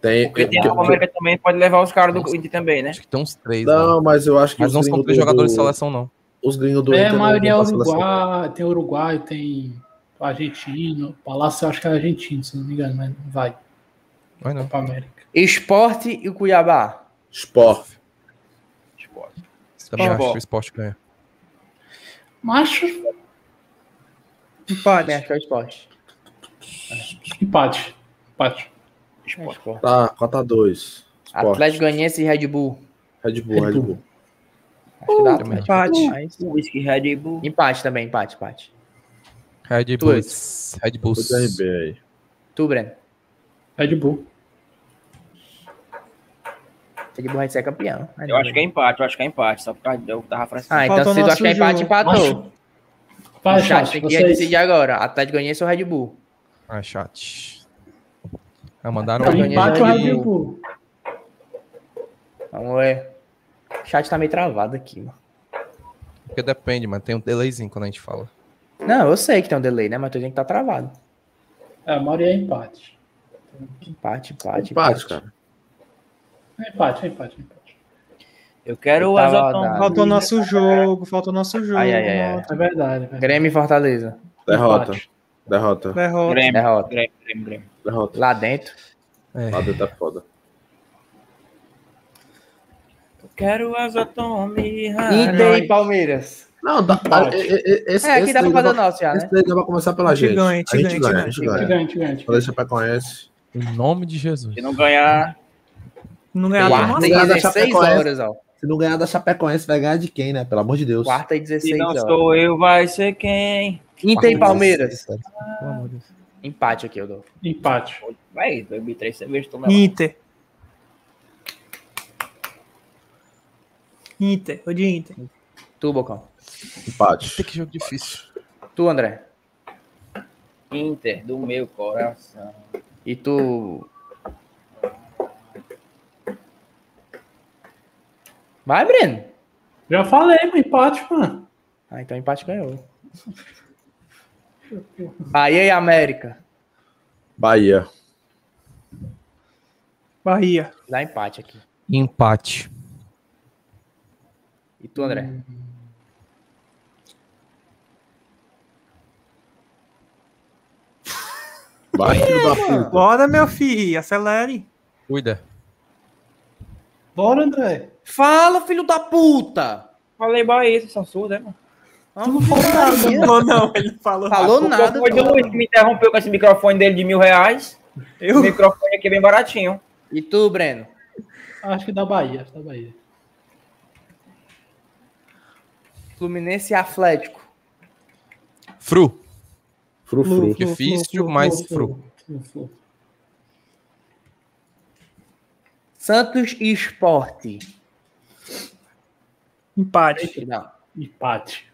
Speaker 8: Tem,
Speaker 6: Porque tem a
Speaker 7: né?
Speaker 6: América também, pode levar os caras do Inter também, né?
Speaker 9: Tem uns três.
Speaker 8: Não, mas eu acho que
Speaker 9: Mas não
Speaker 8: os
Speaker 9: são
Speaker 8: gringos
Speaker 9: três
Speaker 8: do-
Speaker 9: jogadores de
Speaker 8: do-
Speaker 9: seleção, não.
Speaker 8: Os gringos do
Speaker 10: É, a
Speaker 8: Inter né? não
Speaker 10: maioria é
Speaker 8: vão pra seleção.
Speaker 10: Uruguai, tem Uruguai, tem argentino. Palácio eu acho que é argentino, se não me engano, mas não vai.
Speaker 9: Vai não.
Speaker 10: Copa América.
Speaker 7: Esporte e Cuiabá.
Speaker 8: Sport.
Speaker 9: Também acho
Speaker 7: Futebol.
Speaker 9: que o esporte ganha.
Speaker 10: Macho,
Speaker 7: Empate. Acho que é o esporte.
Speaker 10: empate. Empate.
Speaker 7: Esporte.
Speaker 8: Tá, 4x2. Sport.
Speaker 7: Atlético Goianiense e Red Bull.
Speaker 8: Red Bull, Red
Speaker 10: Red
Speaker 8: Bull.
Speaker 7: Acho que dá
Speaker 9: Também.
Speaker 7: Atlético.
Speaker 6: Empate.
Speaker 7: Aí sim.
Speaker 6: O Whisky Red Bull.
Speaker 7: Empate também, empate, empate.
Speaker 9: Red Bulls. Red
Speaker 8: O
Speaker 9: Bulls.
Speaker 8: DRB aí.
Speaker 7: Tu, Breno.
Speaker 10: Red Bull.
Speaker 7: Red Bull vai ser campeão. Aí
Speaker 6: Eu
Speaker 7: não
Speaker 6: acho que é empate, eu acho que é empate, só por causa eu tava francês.
Speaker 7: Ah, então
Speaker 3: Faltou
Speaker 7: se tu
Speaker 3: nosso
Speaker 7: acha que é empate,
Speaker 3: jogo.
Speaker 7: empatou.
Speaker 10: Macho. Vai,
Speaker 7: o chat
Speaker 10: chat.
Speaker 7: tem que decidir
Speaker 10: Vocês.
Speaker 7: agora. Atlético Goianiense ou Red Bull?
Speaker 9: Ah, chat. Ah, mandaram
Speaker 7: Tá
Speaker 10: Então,
Speaker 7: Goianiense
Speaker 10: Empate
Speaker 7: é
Speaker 10: ou
Speaker 7: Red
Speaker 10: Red
Speaker 7: Bull.
Speaker 10: Bull?
Speaker 7: Vamos ver. O chat tá meio travado aqui, mano.
Speaker 9: Porque depende, mas tem um delayzinho quando a gente fala.
Speaker 7: Não, eu sei que tem um delay, né? Mas tu tem que tá travado.
Speaker 10: É, a maioria é empate.
Speaker 7: Empate, empate.
Speaker 8: Empate, cara.
Speaker 10: É empate, é empate, é empate.
Speaker 6: Eu quero o
Speaker 7: Tá
Speaker 6: Azotão.
Speaker 7: rodado.
Speaker 6: Faltou
Speaker 3: Faltou nosso jogo, faltou nosso jogo.
Speaker 7: Ai, ai, ai, ai.
Speaker 10: É verdade, é verdade.
Speaker 7: Grêmio e Fortaleza.
Speaker 9: Tá
Speaker 8: Derrota.
Speaker 10: Empate.
Speaker 8: Derrota.
Speaker 3: Derrota.
Speaker 6: Grêmio,
Speaker 7: Derrota.
Speaker 6: Grêmio, Grêmio, Grêmio.
Speaker 8: Derrota.
Speaker 7: Lá dentro.
Speaker 9: É,
Speaker 8: Lá dentro tá foda.
Speaker 6: Eu quero o Azotão,
Speaker 3: Ah,
Speaker 6: mirra.
Speaker 7: Inter e Palmeiras.
Speaker 8: Não, dá, dá, e- e- e- esse,
Speaker 7: É, aqui
Speaker 8: esse
Speaker 7: dá pra
Speaker 8: daí
Speaker 7: fazer o
Speaker 8: dá
Speaker 7: nosso já,
Speaker 8: Esse
Speaker 7: né?
Speaker 8: daí dá pra começar pela gente.
Speaker 3: ganha,
Speaker 8: a
Speaker 3: te
Speaker 8: gente
Speaker 3: ganha, te
Speaker 8: ganha,
Speaker 3: ganha,
Speaker 8: a gente
Speaker 3: te
Speaker 8: ganha.
Speaker 10: Gigante, gigante.
Speaker 8: Deixa pra conhece.
Speaker 9: Em nome de Jesus.
Speaker 6: Se não ganhar,
Speaker 3: Não ganhar
Speaker 7: É, Quarta
Speaker 3: nenhuma.
Speaker 7: e
Speaker 8: Ganhar da
Speaker 7: 16
Speaker 8: Chapecoense.
Speaker 7: horas, ó.
Speaker 8: Se não ganhar da Chapecoense, vai ganhar de quem, né? Pelo amor de Deus.
Speaker 7: Quarta e
Speaker 6: se
Speaker 7: 16
Speaker 6: não
Speaker 7: horas.
Speaker 6: sou eu, vai ser quem?
Speaker 7: Inter e Palmeiras.
Speaker 9: Pelo amor de Deus.
Speaker 7: Empate aqui, eu dou.
Speaker 10: Empate.
Speaker 6: Vai, bebi três cervejas, toma lá.
Speaker 3: Inter. Inter, eu de Inter.
Speaker 7: Tu, Bocão.
Speaker 8: Empate.
Speaker 7: é
Speaker 9: Que jogo difícil.
Speaker 7: Tu, André.
Speaker 6: Inter, do meu coração.
Speaker 7: E tu. Vai, Breno.
Speaker 10: Já falei, mano, empate, mano.
Speaker 7: Ah, então empate ganhou. Bahia e América.
Speaker 8: Bahia.
Speaker 3: Bahia.
Speaker 7: Dá empate aqui.
Speaker 9: Empate.
Speaker 7: E tu, André?
Speaker 8: Bahia da puta.
Speaker 3: Bora, meu filho, acelere.
Speaker 9: Cuida.
Speaker 10: Bora, André.
Speaker 7: Fala, filho da puta!
Speaker 6: Falei Bahia, vocês são surdos, né, mano?
Speaker 3: Não falou, não. Ele falou.
Speaker 7: Falou nada.
Speaker 6: Foi
Speaker 7: pô.
Speaker 6: Luiz que me interrompeu com esse microfone dele de mil reais. O
Speaker 3: Eu,
Speaker 6: microfone aqui é bem baratinho.
Speaker 7: E tu, Breno?
Speaker 10: Acho que da Bahia, acho que da Bahia.
Speaker 7: Fluminense e Atlético.
Speaker 9: Fru.
Speaker 8: Fru, fru.
Speaker 3: Flu,
Speaker 9: Difícil,
Speaker 3: flu, flu,
Speaker 9: mas
Speaker 10: Flu,
Speaker 9: fru.
Speaker 10: flu, flu, flu.
Speaker 7: Santos e Esporte.
Speaker 3: empate.
Speaker 7: Não.
Speaker 10: Empate.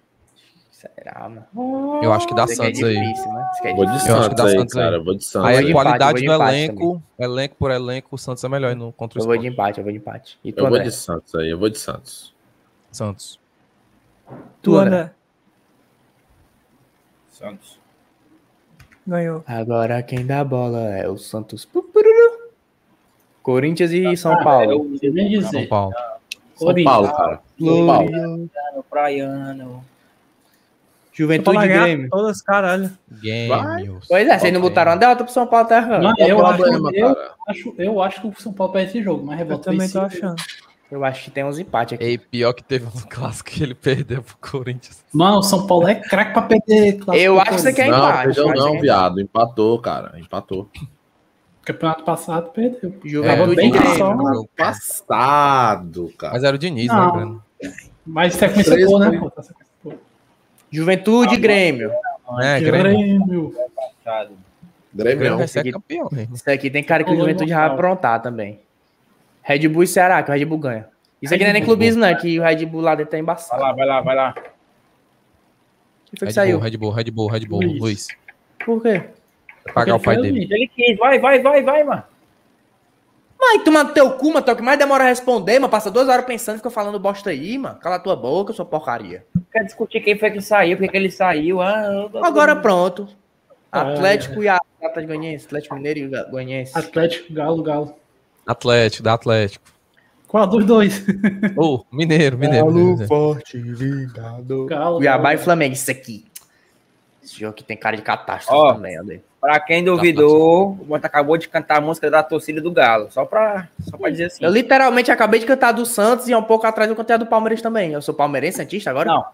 Speaker 7: Será, mano?
Speaker 9: Eu acho que dá
Speaker 7: Isso aqui é
Speaker 9: Tá Santos aí.
Speaker 7: difícil, mano. Isso aqui é
Speaker 8: Vou de
Speaker 7: difícil.
Speaker 9: Eu acho que dá
Speaker 8: Santos aí,
Speaker 9: Santos aí. é
Speaker 8: cara. Vou de Santos.
Speaker 9: Aí
Speaker 7: de
Speaker 9: a
Speaker 8: aí.
Speaker 7: empate,
Speaker 9: qualidade
Speaker 7: eu
Speaker 9: do
Speaker 7: vou de empate
Speaker 9: elenco, elenco por elenco, o Santos é melhor no contra o
Speaker 7: Eu vou de
Speaker 9: Sport.
Speaker 7: empate, eu vou de né? empate. E tu,
Speaker 8: Eu vou
Speaker 7: André?
Speaker 8: de Santos aí. Eu vou de Santos.
Speaker 9: Santos.
Speaker 3: Tu,
Speaker 7: André.
Speaker 3: André.
Speaker 6: Santos.
Speaker 3: Ganhou.
Speaker 7: Agora quem dá bola é o Santos. Pupururu. Corinthians e São
Speaker 8: Tá,
Speaker 7: Paulo.
Speaker 10: Você nem
Speaker 9: São
Speaker 10: dizer.
Speaker 9: Paulo.
Speaker 8: São Paulo, cara. São Paulo.
Speaker 6: Praiano, Praiano.
Speaker 3: Só
Speaker 7: Juventude
Speaker 3: pra
Speaker 7: e
Speaker 3: ganhar
Speaker 7: Grêmio.
Speaker 3: Todas, caralho.
Speaker 9: Games.
Speaker 7: Pois é, vocês não botaram a derrota pro São Paulo até agora.
Speaker 10: Mas
Speaker 8: Qual o
Speaker 10: eu, acho,
Speaker 8: problema,
Speaker 10: eu,
Speaker 8: cara?
Speaker 10: acho, eu acho que o São Paulo perde esse jogo, mas
Speaker 3: Eu
Speaker 10: rebota
Speaker 3: também tô achando.
Speaker 7: Eu acho que tem uns empates aqui.
Speaker 9: Ei, pior que teve um clássico que ele perdeu pro Corinthians.
Speaker 10: Mano, o São Paulo é craque pra perder. clássico
Speaker 7: Eu
Speaker 10: do
Speaker 7: acho que você
Speaker 10: Corinthians.
Speaker 7: quer
Speaker 8: Não,
Speaker 7: empate.
Speaker 8: perdeu
Speaker 7: mas
Speaker 8: não,
Speaker 7: é-
Speaker 8: viado. Empatou, cara. Empatou.
Speaker 10: Campeonato passado perdeu.
Speaker 9: É,
Speaker 7: Juventude
Speaker 10: bem
Speaker 7: e
Speaker 10: que
Speaker 7: Grêmio.
Speaker 10: só.
Speaker 8: Passado, cara.
Speaker 9: né? Mas era o Diniz,
Speaker 10: Não.
Speaker 9: né, Breno?
Speaker 10: Mas sequência
Speaker 8: Três
Speaker 10: boa, né?
Speaker 8: pontos.
Speaker 10: pô? Tá sequência boa.
Speaker 8: Tá
Speaker 7: Juventude e Grêmio.
Speaker 9: É, Grêmio.
Speaker 10: Grêmio.
Speaker 6: Fechado.
Speaker 9: Grêmio
Speaker 8: Grêmio.
Speaker 9: vai ser
Speaker 7: Seguinte.
Speaker 9: campeão, hein?
Speaker 7: Isso aqui tem cara que o
Speaker 10: Colônia
Speaker 7: Juventude vai
Speaker 10: Mortal.
Speaker 7: aprontar também. Red Bull e Ceará, que o Red Bull ganha. Isso aqui não é nem
Speaker 9: Bull.
Speaker 7: clubismo, não, é que o Red Bull lá dentro tá
Speaker 6: Vai
Speaker 7: embaçado.
Speaker 6: lá, vai lá, vai lá.
Speaker 7: O que foi que
Speaker 9: Red
Speaker 7: saiu?
Speaker 9: Bull, Red Bull, Red Bull, Red Bull,
Speaker 10: Luiz.
Speaker 9: Luiz.
Speaker 7: Por quê?
Speaker 9: Vai pagar é o pai dele.
Speaker 6: Ele quis. Vai, vai, vai, vai, mano.
Speaker 7: Mas tu mata teu cu, mano. tu é o que mais demora a responder, mano. Passa duas horas pensando, fica falando bosta aí, mano. Cala tua boca, sua porcaria.
Speaker 6: Quer discutir quem foi que saiu, por que que ele saiu. Ah, eu tô-
Speaker 7: Agora pronto.
Speaker 10: Ah,
Speaker 7: É. Atlético e a Atlético Goianiense, Atlético Mineiro e Goianiense.
Speaker 10: Atlético, Galo, Galo.
Speaker 9: Atlético, da Atlético.
Speaker 10: Qual dos dois?
Speaker 9: Ô,
Speaker 7: Tá
Speaker 9: mineiro, mineiro. mineiro, mineiro.
Speaker 8: forte, vingado.
Speaker 7: Cuiabá e Flamengo, isso aqui. Esse jogo aqui tem cara de catástrofe
Speaker 6: Ó.
Speaker 7: também, olha.
Speaker 6: Pra quem duvidou, o Bota acabou de cantar a música da torcida do Galo. Só pra, só pra dizer assim.
Speaker 7: Eu literalmente acabei de cantar do Santos e há um pouco atrás eu cantei a do Palmeiras também. Eu sou palmeirense, Santista agora?
Speaker 6: Não.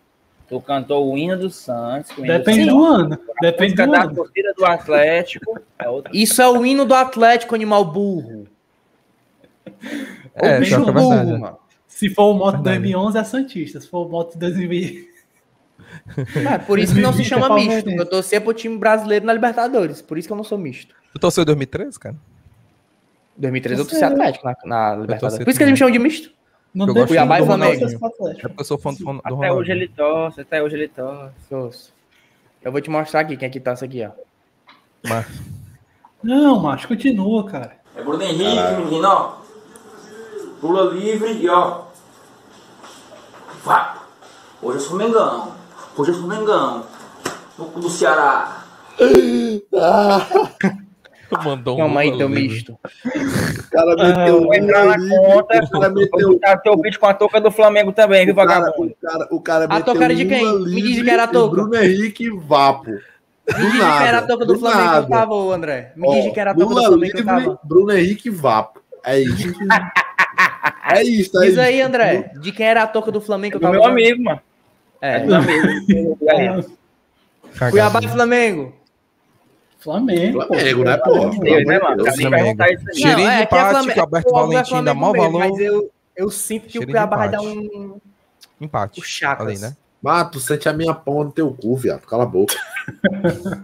Speaker 6: Tu cantou o hino do Santos. o hino
Speaker 10: Depende
Speaker 6: do
Speaker 10: do ano.
Speaker 6: A
Speaker 10: Depende
Speaker 6: música
Speaker 10: do
Speaker 6: da
Speaker 10: ano.
Speaker 6: torcida do Atlético. É outra.
Speaker 7: Isso é o hino do Atlético, animal burro.
Speaker 9: É,
Speaker 7: Ô,
Speaker 9: pior
Speaker 7: bicho
Speaker 9: que é
Speaker 7: burro,
Speaker 9: verdade, é.
Speaker 7: mano.
Speaker 10: Se for o moto de
Speaker 9: Verdade.
Speaker 10: 2011, é Santista. Se for o moto de 2020.
Speaker 7: É, por isso que não se chama
Speaker 10: Palmeiras.
Speaker 7: misto. Eu torcia pro time brasileiro na Libertadores. Por isso que eu não sou misto.
Speaker 9: Tu torceu em 2013, cara?
Speaker 7: 2013 eu torci Atlético na, na
Speaker 9: torci
Speaker 7: Libertadores. Por isso que eles me chamam de misto.
Speaker 10: Não
Speaker 9: Eu
Speaker 10: tem
Speaker 9: gosto
Speaker 10: como
Speaker 7: muito do
Speaker 10: não ser
Speaker 7: Ronaldinho.
Speaker 10: Atlético.
Speaker 9: É porque eu sou fã do, do
Speaker 6: Até
Speaker 9: Ronaldinho.
Speaker 6: hoje ele torce, até hoje ele torce.
Speaker 7: Torço. Eu vou te mostrar aqui quem é que tá isso aqui, ó.
Speaker 9: Mas-
Speaker 10: Não, macho, continua, cara.
Speaker 11: É Bruno Henrique, menino, ó. Pula livre e ó. Vá. Hoje eu sou Mengão. Hoje eu sou Mengão. Do, do Ceará.
Speaker 6: tá
Speaker 9: Tu mandou um
Speaker 7: Calma aí,
Speaker 9: Lula
Speaker 7: teu
Speaker 9: livre.
Speaker 7: misto.
Speaker 8: O cara
Speaker 7: Ah,
Speaker 8: meteu um
Speaker 6: Vou entrar na
Speaker 7: é
Speaker 6: conta.
Speaker 8: o cara
Speaker 6: Vou
Speaker 8: meteu.
Speaker 6: botar teu vídeo com a touca do Flamengo também, viu,
Speaker 8: O cara,
Speaker 6: vagabundo?
Speaker 8: o cara, o cara
Speaker 7: A
Speaker 8: meteu
Speaker 7: toca era de quem?
Speaker 8: Lula
Speaker 7: Me diz
Speaker 8: livre
Speaker 7: que era a
Speaker 8: e
Speaker 7: toca.
Speaker 8: Bruno Henrique e Vapo. Do nada.
Speaker 7: Era a toca do
Speaker 8: do
Speaker 7: Flamengo que eu
Speaker 8: nada.
Speaker 7: tava, ô, André. Me diz
Speaker 8: Ó,
Speaker 7: que era a toca do
Speaker 8: Lula
Speaker 7: Flamengo que eu
Speaker 8: livre,
Speaker 7: tava.
Speaker 8: Bruno Henrique e Vapo. É isso. é isso, é
Speaker 7: Diz
Speaker 8: isso.
Speaker 7: aí, André. De quem era a toca do Flamengo que eu
Speaker 6: Do
Speaker 7: tava?
Speaker 6: meu tá amigo, mano.
Speaker 7: É.
Speaker 6: Do amigo.
Speaker 9: é. Cagado. né?
Speaker 7: Cuiabá e Flamengo.
Speaker 10: Flamengo.
Speaker 8: Flamengo, né, pô?
Speaker 6: Deus, né, mano?
Speaker 8: Deus,
Speaker 6: Acabei de perguntar isso aí.
Speaker 9: Cheirinho de
Speaker 7: aqui é
Speaker 9: empate,
Speaker 7: Flamengo-
Speaker 9: que o Alberto
Speaker 7: é, Alberto
Speaker 9: Valentim dá
Speaker 7: Flamengo
Speaker 9: mau
Speaker 7: mesmo,
Speaker 9: valor.
Speaker 7: Mas eu, eu sinto que
Speaker 9: Cheirinho de
Speaker 7: o Cuiabá vai dar
Speaker 9: empate.
Speaker 7: um.
Speaker 9: Empate.
Speaker 7: O Chacas.
Speaker 9: Ali, né?
Speaker 8: Mato, sente a minha pão no teu cu, viado. Cala a boca.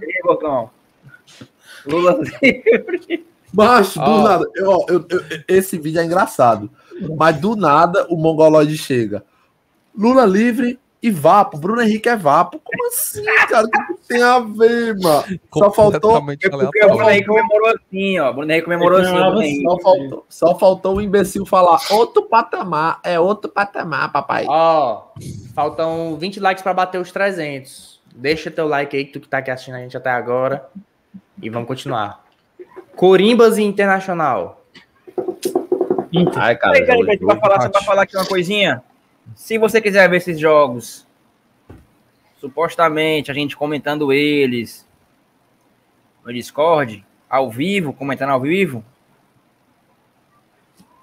Speaker 6: Ei, Bocão. Lula
Speaker 8: Macho, do
Speaker 7: Ó.
Speaker 8: nada. Eu, ó, eu- eu- esse vídeo é engraçado. Mas do nada o mongoloide chega. Lula livre e Vapo. Bruno Henrique é Vapo. Como assim, cara? O que que tem a ver, mano? Só faltou,
Speaker 9: Completamente
Speaker 6: É
Speaker 7: um
Speaker 6: porque o
Speaker 9: aleatório.
Speaker 6: Bruno Henrique comemorou assim, ó. O Bruno Henrique comemorou assim. o Bruno Henrique.
Speaker 8: só faltou, só faltou o imbecil falar outro patamar. É outro patamar, papai.
Speaker 7: Ó, faltam 20 likes pra bater os 300. Deixa teu like aí, que tu que tá aqui assistindo a gente até agora. E vamos continuar. Corimbas e Internacional.
Speaker 10: Inter.
Speaker 8: Ai, cara.
Speaker 6: Peraí, peraí,
Speaker 8: hoje-
Speaker 6: peraí, só pra falar, só pra
Speaker 9: empate.
Speaker 6: falar aqui uma coisinha. Se você quiser ver esses jogos, supostamente a gente comentando eles no Discord, ao vivo, comentando ao vivo,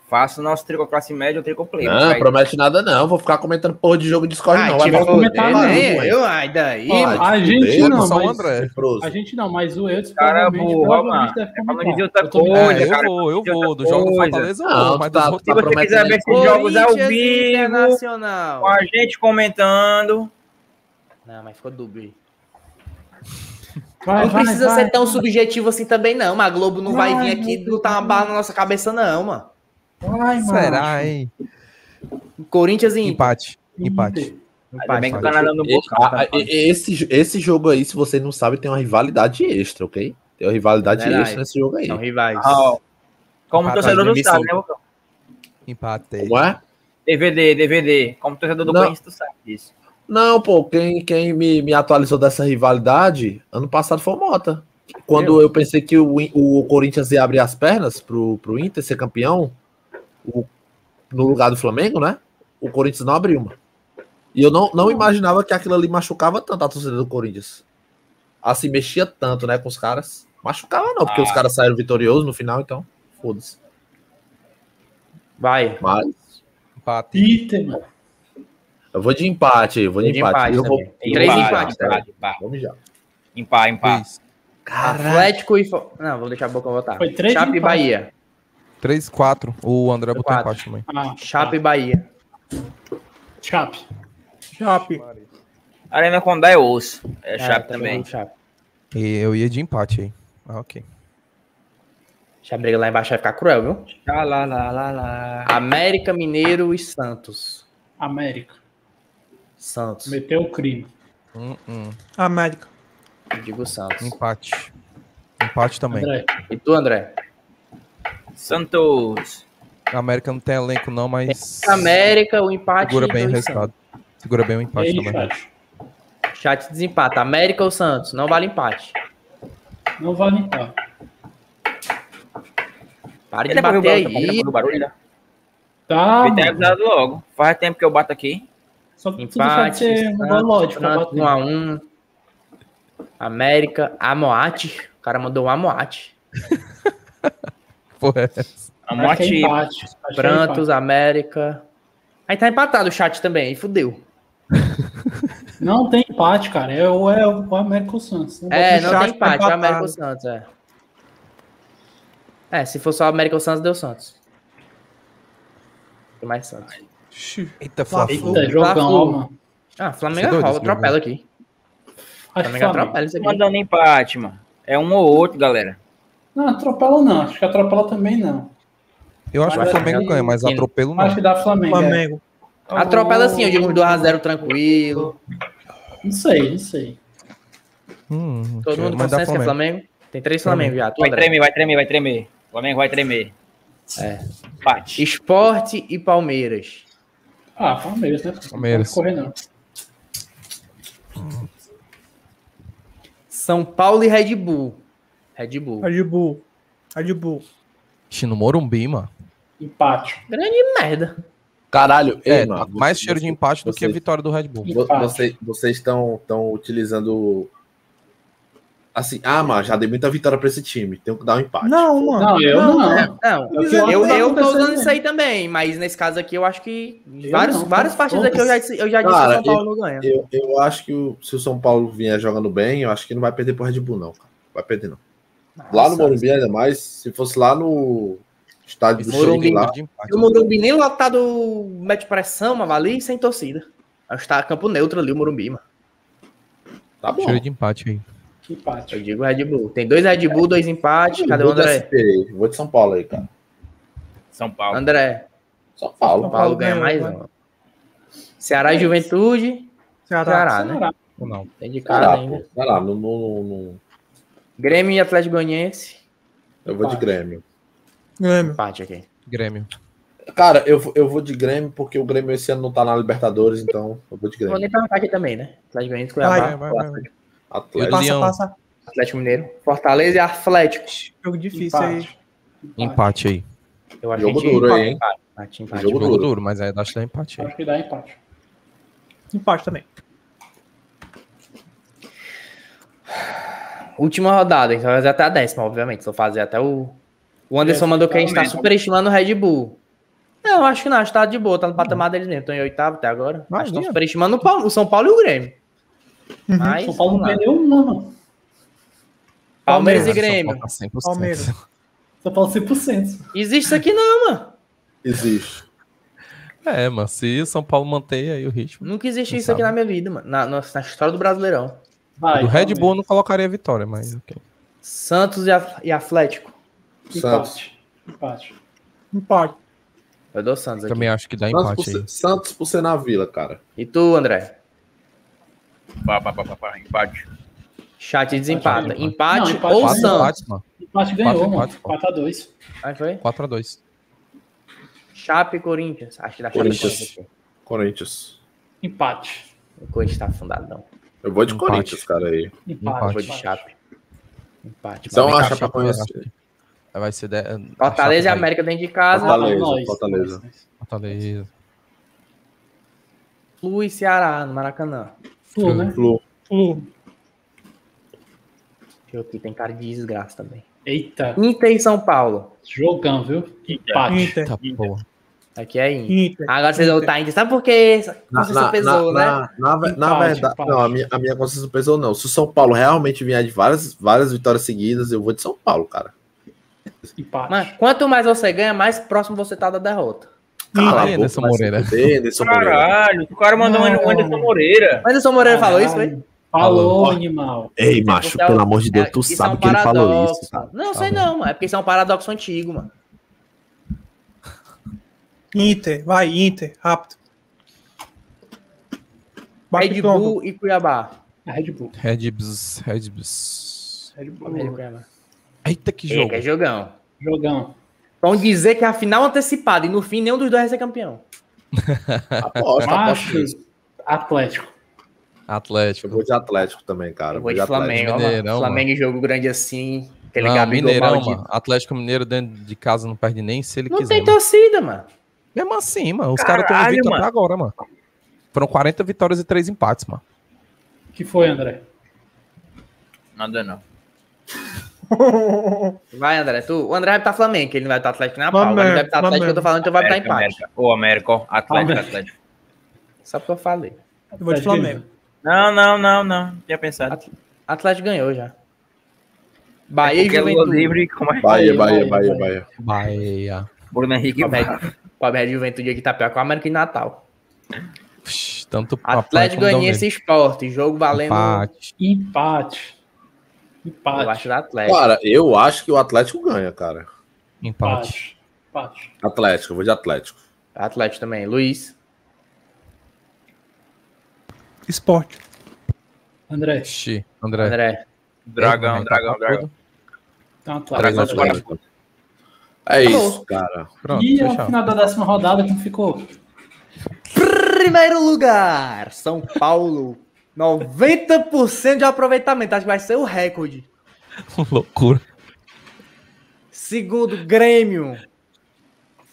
Speaker 6: faça o nosso Tricô Classe Média ou Tricô Play.
Speaker 8: Não, promete nada não. Vou ficar comentando porra de jogo de Discord não.
Speaker 7: Ah, tira
Speaker 8: Vai pra
Speaker 7: o
Speaker 10: comentar
Speaker 7: dedo,
Speaker 10: nada,
Speaker 7: né?
Speaker 8: mano.
Speaker 7: Eu, ai, daí.
Speaker 10: Ó,
Speaker 7: mano.
Speaker 10: a gente
Speaker 8: Deus,
Speaker 10: não,
Speaker 9: só o
Speaker 10: mas...
Speaker 9: André.
Speaker 8: Leproso.
Speaker 10: A gente não não, mas o
Speaker 6: Cara,
Speaker 10: provavelmente,
Speaker 6: burro,
Speaker 10: provavelmente
Speaker 6: mano.
Speaker 10: deve
Speaker 6: falando de
Speaker 10: comentar.
Speaker 6: outra
Speaker 10: Eu tô me-
Speaker 6: coisa,
Speaker 9: É, eu
Speaker 6: cara,
Speaker 9: vou, eu
Speaker 6: de
Speaker 9: vou.
Speaker 6: outra
Speaker 9: Do jogo do
Speaker 6: coisa.
Speaker 9: Fortaleza, eu
Speaker 8: Não,
Speaker 9: vou. Mas
Speaker 8: tá-
Speaker 9: dos outros-
Speaker 8: tá
Speaker 6: Se você quiser ver esses jogos ao
Speaker 7: Corinthians e
Speaker 6: vivo,
Speaker 7: Internacional.
Speaker 6: com a gente comentando,
Speaker 7: Não, mas ficou dúbio aí.
Speaker 10: Vai,
Speaker 7: não
Speaker 10: vai,
Speaker 7: precisa
Speaker 10: vai.
Speaker 7: ser tão subjetivo assim também, não. Mas a Globo não vai
Speaker 10: Vai,
Speaker 7: vir aqui
Speaker 10: meu
Speaker 7: botar uma
Speaker 10: Deus.
Speaker 7: bala na nossa cabeça, não, mano.
Speaker 10: Vai, mano.
Speaker 9: Será, hein?
Speaker 7: Corinthians e Inter.
Speaker 9: Empate. Empate.
Speaker 10: Inter.
Speaker 6: ainda bem que o
Speaker 9: faz.
Speaker 6: Canadá não é
Speaker 8: E-
Speaker 6: boca.
Speaker 8: a- a- e- esse, jo- esse jogo aí, se você não sabe, tem uma rivalidade extra, ok? Tem uma rivalidade
Speaker 7: Verdade.
Speaker 8: extra nesse jogo aí.
Speaker 7: São rivais.
Speaker 6: Ó, Como
Speaker 9: Empate,
Speaker 6: torcedor do Estado, né,
Speaker 7: 2005.
Speaker 6: Bocão?
Speaker 9: Empatei.
Speaker 8: Não é?
Speaker 6: DVD, DVD. Como torcedor do
Speaker 8: Não.
Speaker 6: Corinthians, tu sabe disso.
Speaker 8: Não, pô, quem, quem me, me atualizou dessa rivalidade ano passado foi o Mota. Quando eu pensei que o, In- o Corinthians ia abrir as pernas pro, pro Inter ser campeão, o- no lugar do Flamengo, né? O Corinthians não abriu uma. E eu não, não imaginava que aquilo ali machucava tanto a torcida do Corinthians. Assim, mexia tanto, né, com os caras. Machucava não, porque
Speaker 6: Ah.
Speaker 8: os caras saíram vitoriosos no final, então, foda-se.
Speaker 7: Vai.
Speaker 8: Mas
Speaker 9: Empate.
Speaker 10: Inter, mano.
Speaker 8: eu vou de empate aí, eu vou de, empate. Eu vou-
Speaker 7: também.
Speaker 8: eu
Speaker 7: Três
Speaker 8: vou-
Speaker 7: empates,
Speaker 6: empate, empate.
Speaker 8: Vamos já.
Speaker 6: Empate, empate.
Speaker 9: Luiz.
Speaker 7: Atlético e. Fo- Não, vamos deixar a boca votar.
Speaker 10: Foi três
Speaker 7: Chape e
Speaker 10: empates.
Speaker 7: Bahia.
Speaker 9: 3, 4. O André botou
Speaker 7: Quatro.
Speaker 9: empate também.
Speaker 10: Ah,
Speaker 7: Chape e Bahia.
Speaker 10: Chape.
Speaker 7: Chape.
Speaker 6: Arena Condá é osso. É chato
Speaker 7: tá
Speaker 6: também.
Speaker 7: Chape.
Speaker 9: E eu ia de empate aí. Ah, ok.
Speaker 7: Se a briga lá embaixo vai ficar cruel, viu?
Speaker 6: Lá, lá, lá, lá, lá.
Speaker 7: América, Mineiro e Santos.
Speaker 10: América.
Speaker 7: Santos.
Speaker 10: Meteu o crime.
Speaker 9: Hum, hum.
Speaker 3: América.
Speaker 7: Eu digo Santos.
Speaker 9: Empate. Empate também.
Speaker 10: André.
Speaker 7: E tu, André?
Speaker 6: Santos.
Speaker 9: A América não tem elenco, não, mas.
Speaker 7: América, então. o empate
Speaker 9: Segura
Speaker 7: e
Speaker 9: bem o
Speaker 7: dois
Speaker 9: resultado. Segura bem o
Speaker 10: E
Speaker 9: empate
Speaker 10: aí,
Speaker 9: também.
Speaker 10: chat.
Speaker 7: Santos. Chat desempata. América ou Santos? Não vale empate.
Speaker 10: Não vai limpar.
Speaker 6: Para
Speaker 7: de bater aí.
Speaker 6: o barulho, né?
Speaker 10: Tá,
Speaker 6: Ele tem
Speaker 10: mano.
Speaker 6: avisado logo. Faz tempo que eu bato aqui.
Speaker 10: Só que tudo pode ser um gol
Speaker 6: Tá,
Speaker 10: lógico. pra bater.
Speaker 7: 1 a 1 América, Amoate. O cara mandou um Amoate.
Speaker 9: Porra.
Speaker 10: Acho
Speaker 6: tipo.
Speaker 10: que é empate. Acho que é
Speaker 7: Prantos,
Speaker 10: empate.
Speaker 7: América. Aí tá empatado o chat também, aí fudeu.
Speaker 10: Não tem empate, cara. É o, é o América ou o Santos.
Speaker 7: É,
Speaker 10: bota o
Speaker 7: não tem
Speaker 10: chat, tá
Speaker 7: empate, é o América
Speaker 10: empatado.
Speaker 7: ou Santos, é. É, se for só América ou Santos, deu Santos. Tem mais Santos.
Speaker 9: Eita, Flávio.
Speaker 10: Eita, jogão, ó, tá mano.
Speaker 7: Ah,
Speaker 9: Você é
Speaker 7: Flamengo
Speaker 9: doido,
Speaker 7: rola,
Speaker 9: esse meu
Speaker 7: atropela
Speaker 9: velho.
Speaker 7: aqui.
Speaker 10: Acho que
Speaker 7: Flamengo
Speaker 10: É Flamengo.
Speaker 7: atropela isso aqui.
Speaker 6: Mandando empate, mano. É um ou outro, galera.
Speaker 10: Não, atropela não. Acho que atropela também não.
Speaker 9: Eu acho que o
Speaker 10: Mas
Speaker 9: Flamengo
Speaker 10: aí-
Speaker 9: ganha, mas atropelo não.
Speaker 10: Acho que dá Flamengo. é.
Speaker 3: Flamengo.
Speaker 7: Atropela sim, eu digo um 2x0 tranquilo.
Speaker 10: Não sei, não sei.
Speaker 9: Hum,
Speaker 7: Todo
Speaker 9: ok,
Speaker 7: mundo
Speaker 9: mas dá
Speaker 7: consenso que é Flamengo. Tem três Flamengo já, tu
Speaker 6: Vai
Speaker 7: André.
Speaker 6: tremer, vai tremer, vai tremer. O Flamengo vai tremer.
Speaker 7: É.
Speaker 6: Empate.
Speaker 7: Esporte e Palmeiras.
Speaker 10: Ah, Palmeiras, né?
Speaker 9: Palmeiras.
Speaker 10: Não pode correr, não.
Speaker 7: São Paulo e Red Bull. Red Bull.
Speaker 3: Red Bull. Red Bull.
Speaker 9: Ixi, no Morumbi, mano.
Speaker 10: Empate.
Speaker 7: Grande merda.
Speaker 8: Caralho,
Speaker 9: É,
Speaker 8: ei, mano,
Speaker 9: tá mais
Speaker 8: você-
Speaker 9: cheiro de empate do que a
Speaker 8: vocês-
Speaker 9: vitória do Red Bull.
Speaker 8: vo-
Speaker 10: empate.
Speaker 8: vocês- vocês estão estão utilizando. Assim, ah, mas já dei muita vitória pra esse time. Tenho que dar um empate.
Speaker 3: Não, mano.
Speaker 10: Não, eu não.
Speaker 7: Não, é, né?
Speaker 10: Eu acho que
Speaker 7: eu,
Speaker 10: tá
Speaker 7: eu tô
Speaker 10: acontecendo
Speaker 7: usando isso
Speaker 10: mesmo.
Speaker 7: aí também, mas nesse caso aqui eu acho que
Speaker 10: Eu
Speaker 7: vários,
Speaker 10: não,
Speaker 7: várias
Speaker 10: tá
Speaker 7: partidas
Speaker 10: foda-se.
Speaker 7: aqui eu já disse, eu já disse
Speaker 8: Cara,
Speaker 7: que o São Paulo não ganha.
Speaker 8: Eu, eu acho que o- se o São Paulo vier jogando bem, eu acho que não vai perder pro Red Bull, não. cara. Vai perder, não. Lá no
Speaker 7: Nossa,
Speaker 8: Morumbi, ainda mais, se fosse lá no estádio do
Speaker 9: Esse
Speaker 7: Morumbi.
Speaker 8: Sheik
Speaker 9: cheiro
Speaker 8: lá.
Speaker 9: de empate.
Speaker 7: E o Morumbi nem lotado mete pressão, mas ali sem torcida. Acho que tá campo neutro ali o Morumbi, mano. é
Speaker 8: Tá bom.
Speaker 9: Cheiro de empate aí.
Speaker 10: Empate.
Speaker 7: Eu digo Red Bull. Tem dois Red Bull, dois empates. Cadê o
Speaker 8: vou, do
Speaker 7: André?
Speaker 8: SP aí, vou de São Paulo aí, cara.
Speaker 6: São Paulo.
Speaker 7: André,
Speaker 8: São
Speaker 7: São
Speaker 8: Paulo.
Speaker 7: Paulo É. ganha mais um. Ceará e Juventude.
Speaker 3: Ceará.
Speaker 7: Ceará, né?
Speaker 9: Ou não?
Speaker 7: Tem de cara
Speaker 10: Tá.
Speaker 8: Cará,
Speaker 7: ainda.
Speaker 8: pô. Vai lá, no, no- no-
Speaker 7: Grêmio e Atlético Goianiense.
Speaker 8: eu vou de
Speaker 10: Empate.
Speaker 8: Grêmio.
Speaker 3: Grêmio.
Speaker 7: Empate aqui.
Speaker 9: Grêmio.
Speaker 8: Cara, eu, vou- eu vou de Grêmio porque o Grêmio esse ano não tá na Libertadores, então eu vou de
Speaker 7: Vou
Speaker 8: Grêmio.
Speaker 7: nem perguntar aqui também, né? Atlético Goianiense,
Speaker 9: Vai,
Speaker 7: Cuiabá,
Speaker 9: vai, vai, vai.
Speaker 8: Atlético.
Speaker 3: Passa,
Speaker 9: Leão.
Speaker 3: passa.
Speaker 7: Atlético Mineiro. Fortaleza e Atlético.
Speaker 3: Jogo difícil aí.
Speaker 10: Empate.
Speaker 9: Empate aí.
Speaker 7: Eu acho
Speaker 8: Jogo
Speaker 7: que a gente
Speaker 8: duro aí, hein?
Speaker 7: empata, empate, empate.
Speaker 8: Jogo
Speaker 9: Jogo
Speaker 8: duro.
Speaker 9: duro. mas aí acho que dá empate aí.
Speaker 10: Acho que dá empate.
Speaker 3: Empate também.
Speaker 7: Última rodada, então vai até a décima, obviamente. Se eu fazer até o. O Anderson mandou que a gente tá
Speaker 6: realmente.
Speaker 7: superestimando o Red Bull. Não, acho que não, acho que tá de boa, tá no patamar deles mesmo. Estão em oitavo até agora.
Speaker 9: Vai,
Speaker 7: acho que estão
Speaker 9: né?
Speaker 7: superestimando o, Palme- o São Paulo e o Grêmio. Mas,
Speaker 10: São Paulo não
Speaker 7: vamos lá.
Speaker 10: perdeu uma, mano.
Speaker 7: Palmeiras e
Speaker 9: Cara, São
Speaker 7: Grêmio.
Speaker 9: Paulo tá 100%.
Speaker 3: Palmeiras.
Speaker 10: São Paulo 100%.
Speaker 7: Existe isso aqui não, mano.
Speaker 8: Existe.
Speaker 9: É, mano. Se o São Paulo manter aí o ritmo.
Speaker 7: Nunca existiu
Speaker 9: Não
Speaker 7: isso aqui
Speaker 9: sabe.
Speaker 7: na minha vida, mano. Na, nossa, na história do Brasileirão.
Speaker 10: Vai.
Speaker 9: O Red
Speaker 10: Palmeiras.
Speaker 9: Bull não colocaria a vitória, mas ok.
Speaker 7: Santos e, Af- e Atlético.
Speaker 8: Santos.
Speaker 10: Empate. Empate.
Speaker 3: Empate.
Speaker 7: Eu dou Santos aqui.
Speaker 9: Também acho que dá
Speaker 8: Santos por,
Speaker 9: empate
Speaker 8: ser,
Speaker 9: aí.
Speaker 8: Santos por ser na vila, cara.
Speaker 7: E tu, André?
Speaker 6: Pá, pá, pá, pá, pá, Empate.
Speaker 7: Chat desempata.
Speaker 9: Empate.
Speaker 7: Empate,
Speaker 10: Não, empate
Speaker 7: ou
Speaker 10: não.
Speaker 9: Quatro
Speaker 7: Santos.
Speaker 9: empates, mano.
Speaker 10: Empate ganhou,
Speaker 9: Empate,
Speaker 10: mano.
Speaker 9: empate, pô.
Speaker 10: Empate a dois.
Speaker 7: Aí foi?
Speaker 9: 4x2.
Speaker 7: Chape e Corinthians. Acho que dá Chape e
Speaker 8: Corinthians.
Speaker 7: Corinthians. aqui.
Speaker 8: Corinthians.
Speaker 10: Empate.
Speaker 7: O Corinthians tá afundado, não.
Speaker 8: Eu vou de
Speaker 9: Empate.
Speaker 8: Corinthians, cara, aí.
Speaker 9: Empate.
Speaker 7: Eu
Speaker 10: Empate.
Speaker 7: vou de
Speaker 10: empate.
Speaker 7: Chape. Empate.
Speaker 8: Então,
Speaker 7: Mas vem
Speaker 8: a
Speaker 7: cá.
Speaker 9: Chape
Speaker 8: Chapecoense.
Speaker 9: vai- Aí Vai ser. De...
Speaker 7: Fortaleza e
Speaker 9: a Chape vai-
Speaker 7: América dentro de casa.
Speaker 8: Fortaleza.
Speaker 10: Ah, nós,
Speaker 8: Fortaleza.
Speaker 10: nós, nós.
Speaker 9: Fortaleza.
Speaker 7: Flu e Ceará no Maracanã.
Speaker 10: Flu, né?
Speaker 8: Flu.
Speaker 3: Flu.
Speaker 7: Deixa eu ver aqui, tem cara de desgraça também.
Speaker 10: Eita,
Speaker 7: Inter e São Paulo.
Speaker 10: jogão, viu? Empate.
Speaker 3: Inter.
Speaker 9: Eita porra.
Speaker 7: Aqui é Inter.
Speaker 3: Inter.
Speaker 7: Agora vocês vão
Speaker 3: Inter.
Speaker 7: estar Inter. Sabe por quê?
Speaker 8: Na,
Speaker 7: Vocês são
Speaker 8: na-
Speaker 7: pesou, né?
Speaker 8: na- na- na- na
Speaker 10: Empate,
Speaker 8: verdade,
Speaker 10: empate.
Speaker 8: não, a minha, a minha consciência pesou não. Se o São Paulo realmente vier de várias, várias vitórias seguidas, eu vou de São Paulo, cara.
Speaker 10: Empate.
Speaker 7: Mas quanto mais você ganha, mais próximo você tá da derrota.
Speaker 8: Cala a
Speaker 9: Ih, Anderson
Speaker 8: boca, vai se
Speaker 9: Moreira.
Speaker 8: fuder, Anderson Moreira.
Speaker 6: Caralho, o cara mandou
Speaker 3: Não.
Speaker 6: um Anderson Moreira.
Speaker 7: Anderson Moreira
Speaker 10: Ah,
Speaker 7: falou isso, foi?
Speaker 10: Falou,
Speaker 8: Falou.
Speaker 10: animal.
Speaker 8: Ei, macho,
Speaker 7: Porque é o-
Speaker 8: pelo amor de Deus,
Speaker 7: é,
Speaker 8: tu
Speaker 7: isso é
Speaker 8: sabe
Speaker 7: um
Speaker 8: que ele falou
Speaker 7: paradoxo.
Speaker 8: isso, cara.
Speaker 7: Não,
Speaker 9: Tá
Speaker 7: sei
Speaker 9: bom.
Speaker 7: não, mano. É porque isso é um paradoxo antigo, mano.
Speaker 3: Inter. Vai, Inter. Rápido. Bate
Speaker 7: Red
Speaker 3: tombo.
Speaker 7: Bull É e Cuiabá.
Speaker 10: A Red Bull.
Speaker 9: Red Bulls. Red Bulls.
Speaker 10: Red Bull.
Speaker 7: Palmeiras e Cuiabá.
Speaker 9: Eita, que
Speaker 7: É,
Speaker 9: jogo.
Speaker 7: que é jogão.
Speaker 10: Jogão.
Speaker 7: Vão dizer que é a final antecipada e no fim nenhum dos dois vai ser campeão.
Speaker 8: Aposta, aposta
Speaker 10: Macho.
Speaker 8: nisso.
Speaker 10: Atlético.
Speaker 8: Eu
Speaker 9: Atlético.
Speaker 8: vou de Atlético também, cara.
Speaker 7: Eu vou de Flamengo, ó, mano.
Speaker 9: Mineirão,
Speaker 7: Flamengo em jogo grande assim. Aquele
Speaker 9: não,
Speaker 7: Gabigol
Speaker 9: Mineirão,
Speaker 7: maldito.
Speaker 9: mano. Atlético Mineiro dentro de casa não perde nem se ele
Speaker 7: Não
Speaker 9: quiser.
Speaker 7: tem
Speaker 9: mano.
Speaker 7: torcida, mano.
Speaker 9: Mesmo assim, mano. Os caras estão
Speaker 7: Caralho,
Speaker 9: invictos até
Speaker 7: mano.
Speaker 9: agora, mano. Foram 40 vitórias e 3 empates, mano.
Speaker 10: que foi, André?
Speaker 6: Nada não.
Speaker 7: Vai, André. Tu... O André vai pra Flamengo, que ele não vai pra Atlético na pau.
Speaker 6: Mamãe,
Speaker 7: Mas ele vai pra Atlético,
Speaker 6: mamãe.
Speaker 7: eu tô falando, então vai pra
Speaker 6: América,
Speaker 7: empate.
Speaker 6: América. Ô, América, ó. Atlético,
Speaker 7: América.
Speaker 6: Atlético.
Speaker 7: Só porque eu falei.
Speaker 3: Eu vou de
Speaker 10: Tá
Speaker 3: Flamengo.
Speaker 6: Não, não, não, não. Tinha pensado.
Speaker 7: Atlético ganhou já. Bahia e
Speaker 6: Qualquer lua
Speaker 7: Juventude.
Speaker 6: é livre, como é?
Speaker 8: Bahia, Bahia, Bahia, Bahia.
Speaker 9: Bahia.
Speaker 6: Bruno Henrique vai.
Speaker 7: O América de Juventude aqui tá pior que o América de Natal.
Speaker 9: Tanto
Speaker 7: Atlético
Speaker 9: como
Speaker 7: Goianiense e Esporte. Jogo valendo.
Speaker 9: um Empate.
Speaker 10: Empate. Empate.
Speaker 7: Eu acho da Atlético.
Speaker 8: Cara, eu acho que o Atlético ganha, cara.
Speaker 9: Empate.
Speaker 10: Empate.
Speaker 8: Atlético, eu vou de Atlético.
Speaker 7: Atlético também. Luiz.
Speaker 3: Esporte.
Speaker 10: André.
Speaker 9: Ixi, André.
Speaker 7: André.
Speaker 6: Dragão,
Speaker 9: Eita,
Speaker 6: dragão,
Speaker 9: tá
Speaker 6: dragão.
Speaker 10: Então,
Speaker 7: Tá,
Speaker 10: Atlético.
Speaker 9: Dragão
Speaker 10: Atlético.
Speaker 9: fora.
Speaker 8: então. É
Speaker 10: Acabou.
Speaker 8: isso, cara.
Speaker 9: Pronto,
Speaker 10: E ao
Speaker 9: fechado.
Speaker 10: é final da décima rodada, quem ficou?
Speaker 7: Primeiro lugar, São Paulo. 90% de aproveitamento. Acho que vai ser o recorde.
Speaker 9: Loucura.
Speaker 7: Segundo, Grêmio.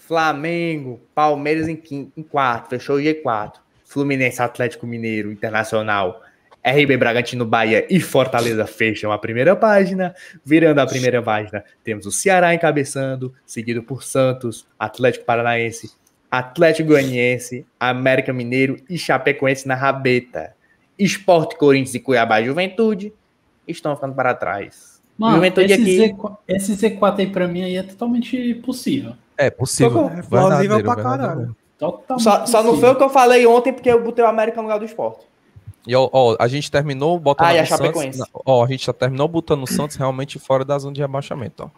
Speaker 7: Flamengo. Palmeiras em, quinto, em quarto. Fechou o G4. Fluminense, Atlético Mineiro, Internacional. RB Bragantino, Bahia e Fortaleza fecham a primeira página. Virando a primeira página, temos o Ceará encabeçando, seguido por Santos, Atlético Paranaense, Atlético Goianiense, América Mineiro e Chapecoense na rabeta. Esporte, Corinthians e Cuiabá e Juventude estão ficando para trás.
Speaker 10: Mano,
Speaker 7: Juventude
Speaker 10: esse,
Speaker 7: aqui-
Speaker 10: Z4, esse Z4 aí pra mim aí é totalmente possível.
Speaker 9: É possível.
Speaker 3: É plausível pra
Speaker 9: Verdadeiro,
Speaker 3: caralho.
Speaker 10: Totalmente
Speaker 7: Só, só não foi
Speaker 10: possível.
Speaker 7: o que eu falei ontem, porque eu botei o América no lugar do esporte.
Speaker 9: E ó, ó, a gente terminou botando
Speaker 7: Ah, e a
Speaker 9: o Santos.
Speaker 7: Chapecoense.
Speaker 9: na- Ó, a gente já terminou botando o Santos realmente fora da zona de rebaixamento, ó.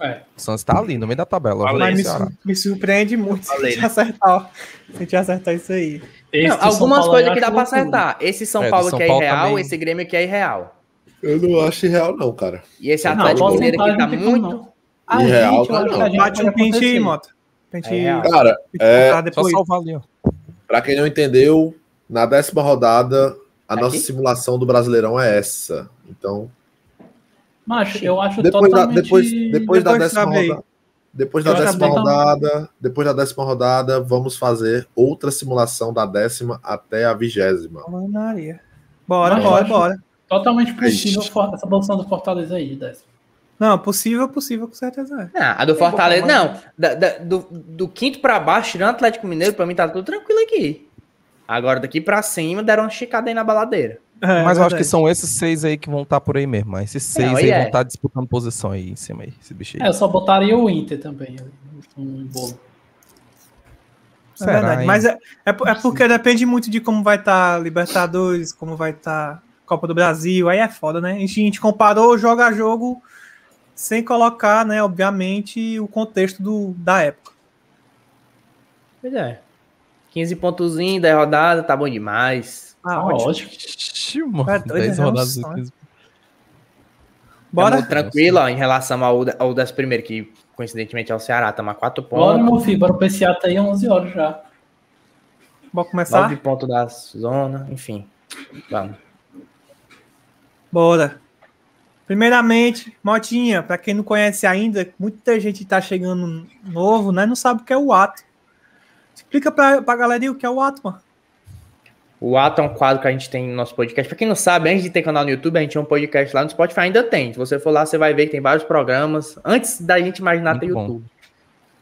Speaker 10: É.
Speaker 9: O Santos tá ali, no meio da tabela.
Speaker 3: Mas
Speaker 9: junto com
Speaker 6: Falei.
Speaker 9: o
Speaker 3: me,
Speaker 9: Ceará.
Speaker 3: sur- me surpreende muito se a
Speaker 6: Falei,
Speaker 3: gente
Speaker 6: né?
Speaker 3: acertar. Se a gente acertar isso aí.
Speaker 10: Esse
Speaker 7: Não,
Speaker 10: do São
Speaker 7: algumas
Speaker 10: Paulo
Speaker 7: coisas
Speaker 10: eu
Speaker 7: que dá
Speaker 10: acho
Speaker 7: pra
Speaker 10: loucura.
Speaker 7: acertar. Esse São
Speaker 9: É, do
Speaker 7: Paulo
Speaker 9: São
Speaker 7: que é
Speaker 10: tá
Speaker 9: Paulo
Speaker 7: irreal,
Speaker 9: também.
Speaker 7: esse Grêmio que é irreal.
Speaker 8: Eu não acho real, não, cara.
Speaker 7: E esse
Speaker 10: Não,
Speaker 7: Atlético
Speaker 10: porcentagem
Speaker 7: Mineiro aqui tá
Speaker 10: não tem como,
Speaker 7: muito.
Speaker 10: não. A gente,
Speaker 8: Irreal,
Speaker 10: eu acho que
Speaker 8: não.
Speaker 10: a gente
Speaker 3: Bate
Speaker 10: vai
Speaker 3: um pente aí,
Speaker 10: acontecer.
Speaker 3: moto. Pente
Speaker 7: É real.
Speaker 8: Cara,
Speaker 3: é,
Speaker 9: Só
Speaker 3: depois.
Speaker 9: salvar ali, ó.
Speaker 8: Pra quem não entendeu, na décima rodada, a
Speaker 7: Aqui?
Speaker 8: nossa simulação do Brasileirão é essa. Então,
Speaker 10: Macho, eu acho
Speaker 8: depois da,
Speaker 10: totalmente...
Speaker 8: depois, depois da
Speaker 3: depois
Speaker 8: décima
Speaker 3: sabe aí.
Speaker 8: rodada. Depois da
Speaker 10: Eu
Speaker 8: décima
Speaker 10: também.
Speaker 8: rodada, depois da décima rodada, vamos fazer outra simulação da décima até a vigésima.
Speaker 3: Maria. Bora,
Speaker 10: Mas eu
Speaker 3: bora,
Speaker 10: acho-
Speaker 3: bora.
Speaker 10: Totalmente possível
Speaker 8: Ixi.
Speaker 10: for- essa posição do Fortaleza aí, décimo.
Speaker 3: Não, possível, possível, com certeza é.
Speaker 7: Ah, a do Fortaleza. Não, da- da- do, do quinto pra baixo, tirando o Atlético Mineiro, pra mim tá tudo tranquilo aqui. Agora daqui pra cima deram uma esticada aí na baladeira.
Speaker 3: É,
Speaker 9: Mas eu acho
Speaker 3: verdade.
Speaker 9: que são esses seis aí que vão estar por aí mesmo. mas Esses seis
Speaker 7: Não,
Speaker 9: aí
Speaker 7: e é.
Speaker 9: vão estar disputando posição aí em cima aí, esse bicho
Speaker 10: É,
Speaker 9: aí.
Speaker 10: eu só botaria o Inter também. Um bolo.
Speaker 3: É
Speaker 9: Será,
Speaker 3: verdade.
Speaker 9: hein?
Speaker 3: Mas é, é, po- é porque depende muito de como vai estar Libertadores, como vai estar Copa do Brasil, aí é foda, né? A gente, a gente comparou jogo a jogo sem colocar, né, obviamente, o contexto do, da época.
Speaker 7: Pois é. 15 pontozinho, 10 rodadas, tá bom demais.
Speaker 3: Ah,
Speaker 10: Ah,
Speaker 3: ótimo.
Speaker 10: ótimo.
Speaker 9: Ixi, mano,
Speaker 3: É doido,
Speaker 9: 10
Speaker 3: é um
Speaker 9: rodadas.
Speaker 3: sonho.
Speaker 9: depois-
Speaker 7: Tá
Speaker 3: Bora.
Speaker 7: muito tranquilo ó, em relação ao, da- ao das primeiras, que coincidentemente é o Ceará, tá mais 4
Speaker 10: Bora,
Speaker 7: pontos.
Speaker 10: meu filho, bora pro PCA tá aí 11 horas já.
Speaker 3: Bora começar?
Speaker 7: 9 pontos da zona, enfim. Vamos.
Speaker 3: Bora. Primeiramente, Motinha, para quem não conhece ainda, muita gente tá chegando novo, né? Não sabe o que é o ato. Explica pra, pra galera aí o que é o ato, mano.
Speaker 7: O Ato é um quadro que a gente tem no nosso podcast. Pra quem não sabe, antes de ter canal no YouTube, a gente tinha um podcast lá no Spotify. Ainda tem. Se você for lá, você vai ver que tem vários programas. Antes da gente imaginar ter
Speaker 9: Muito bom.
Speaker 7: YouTube.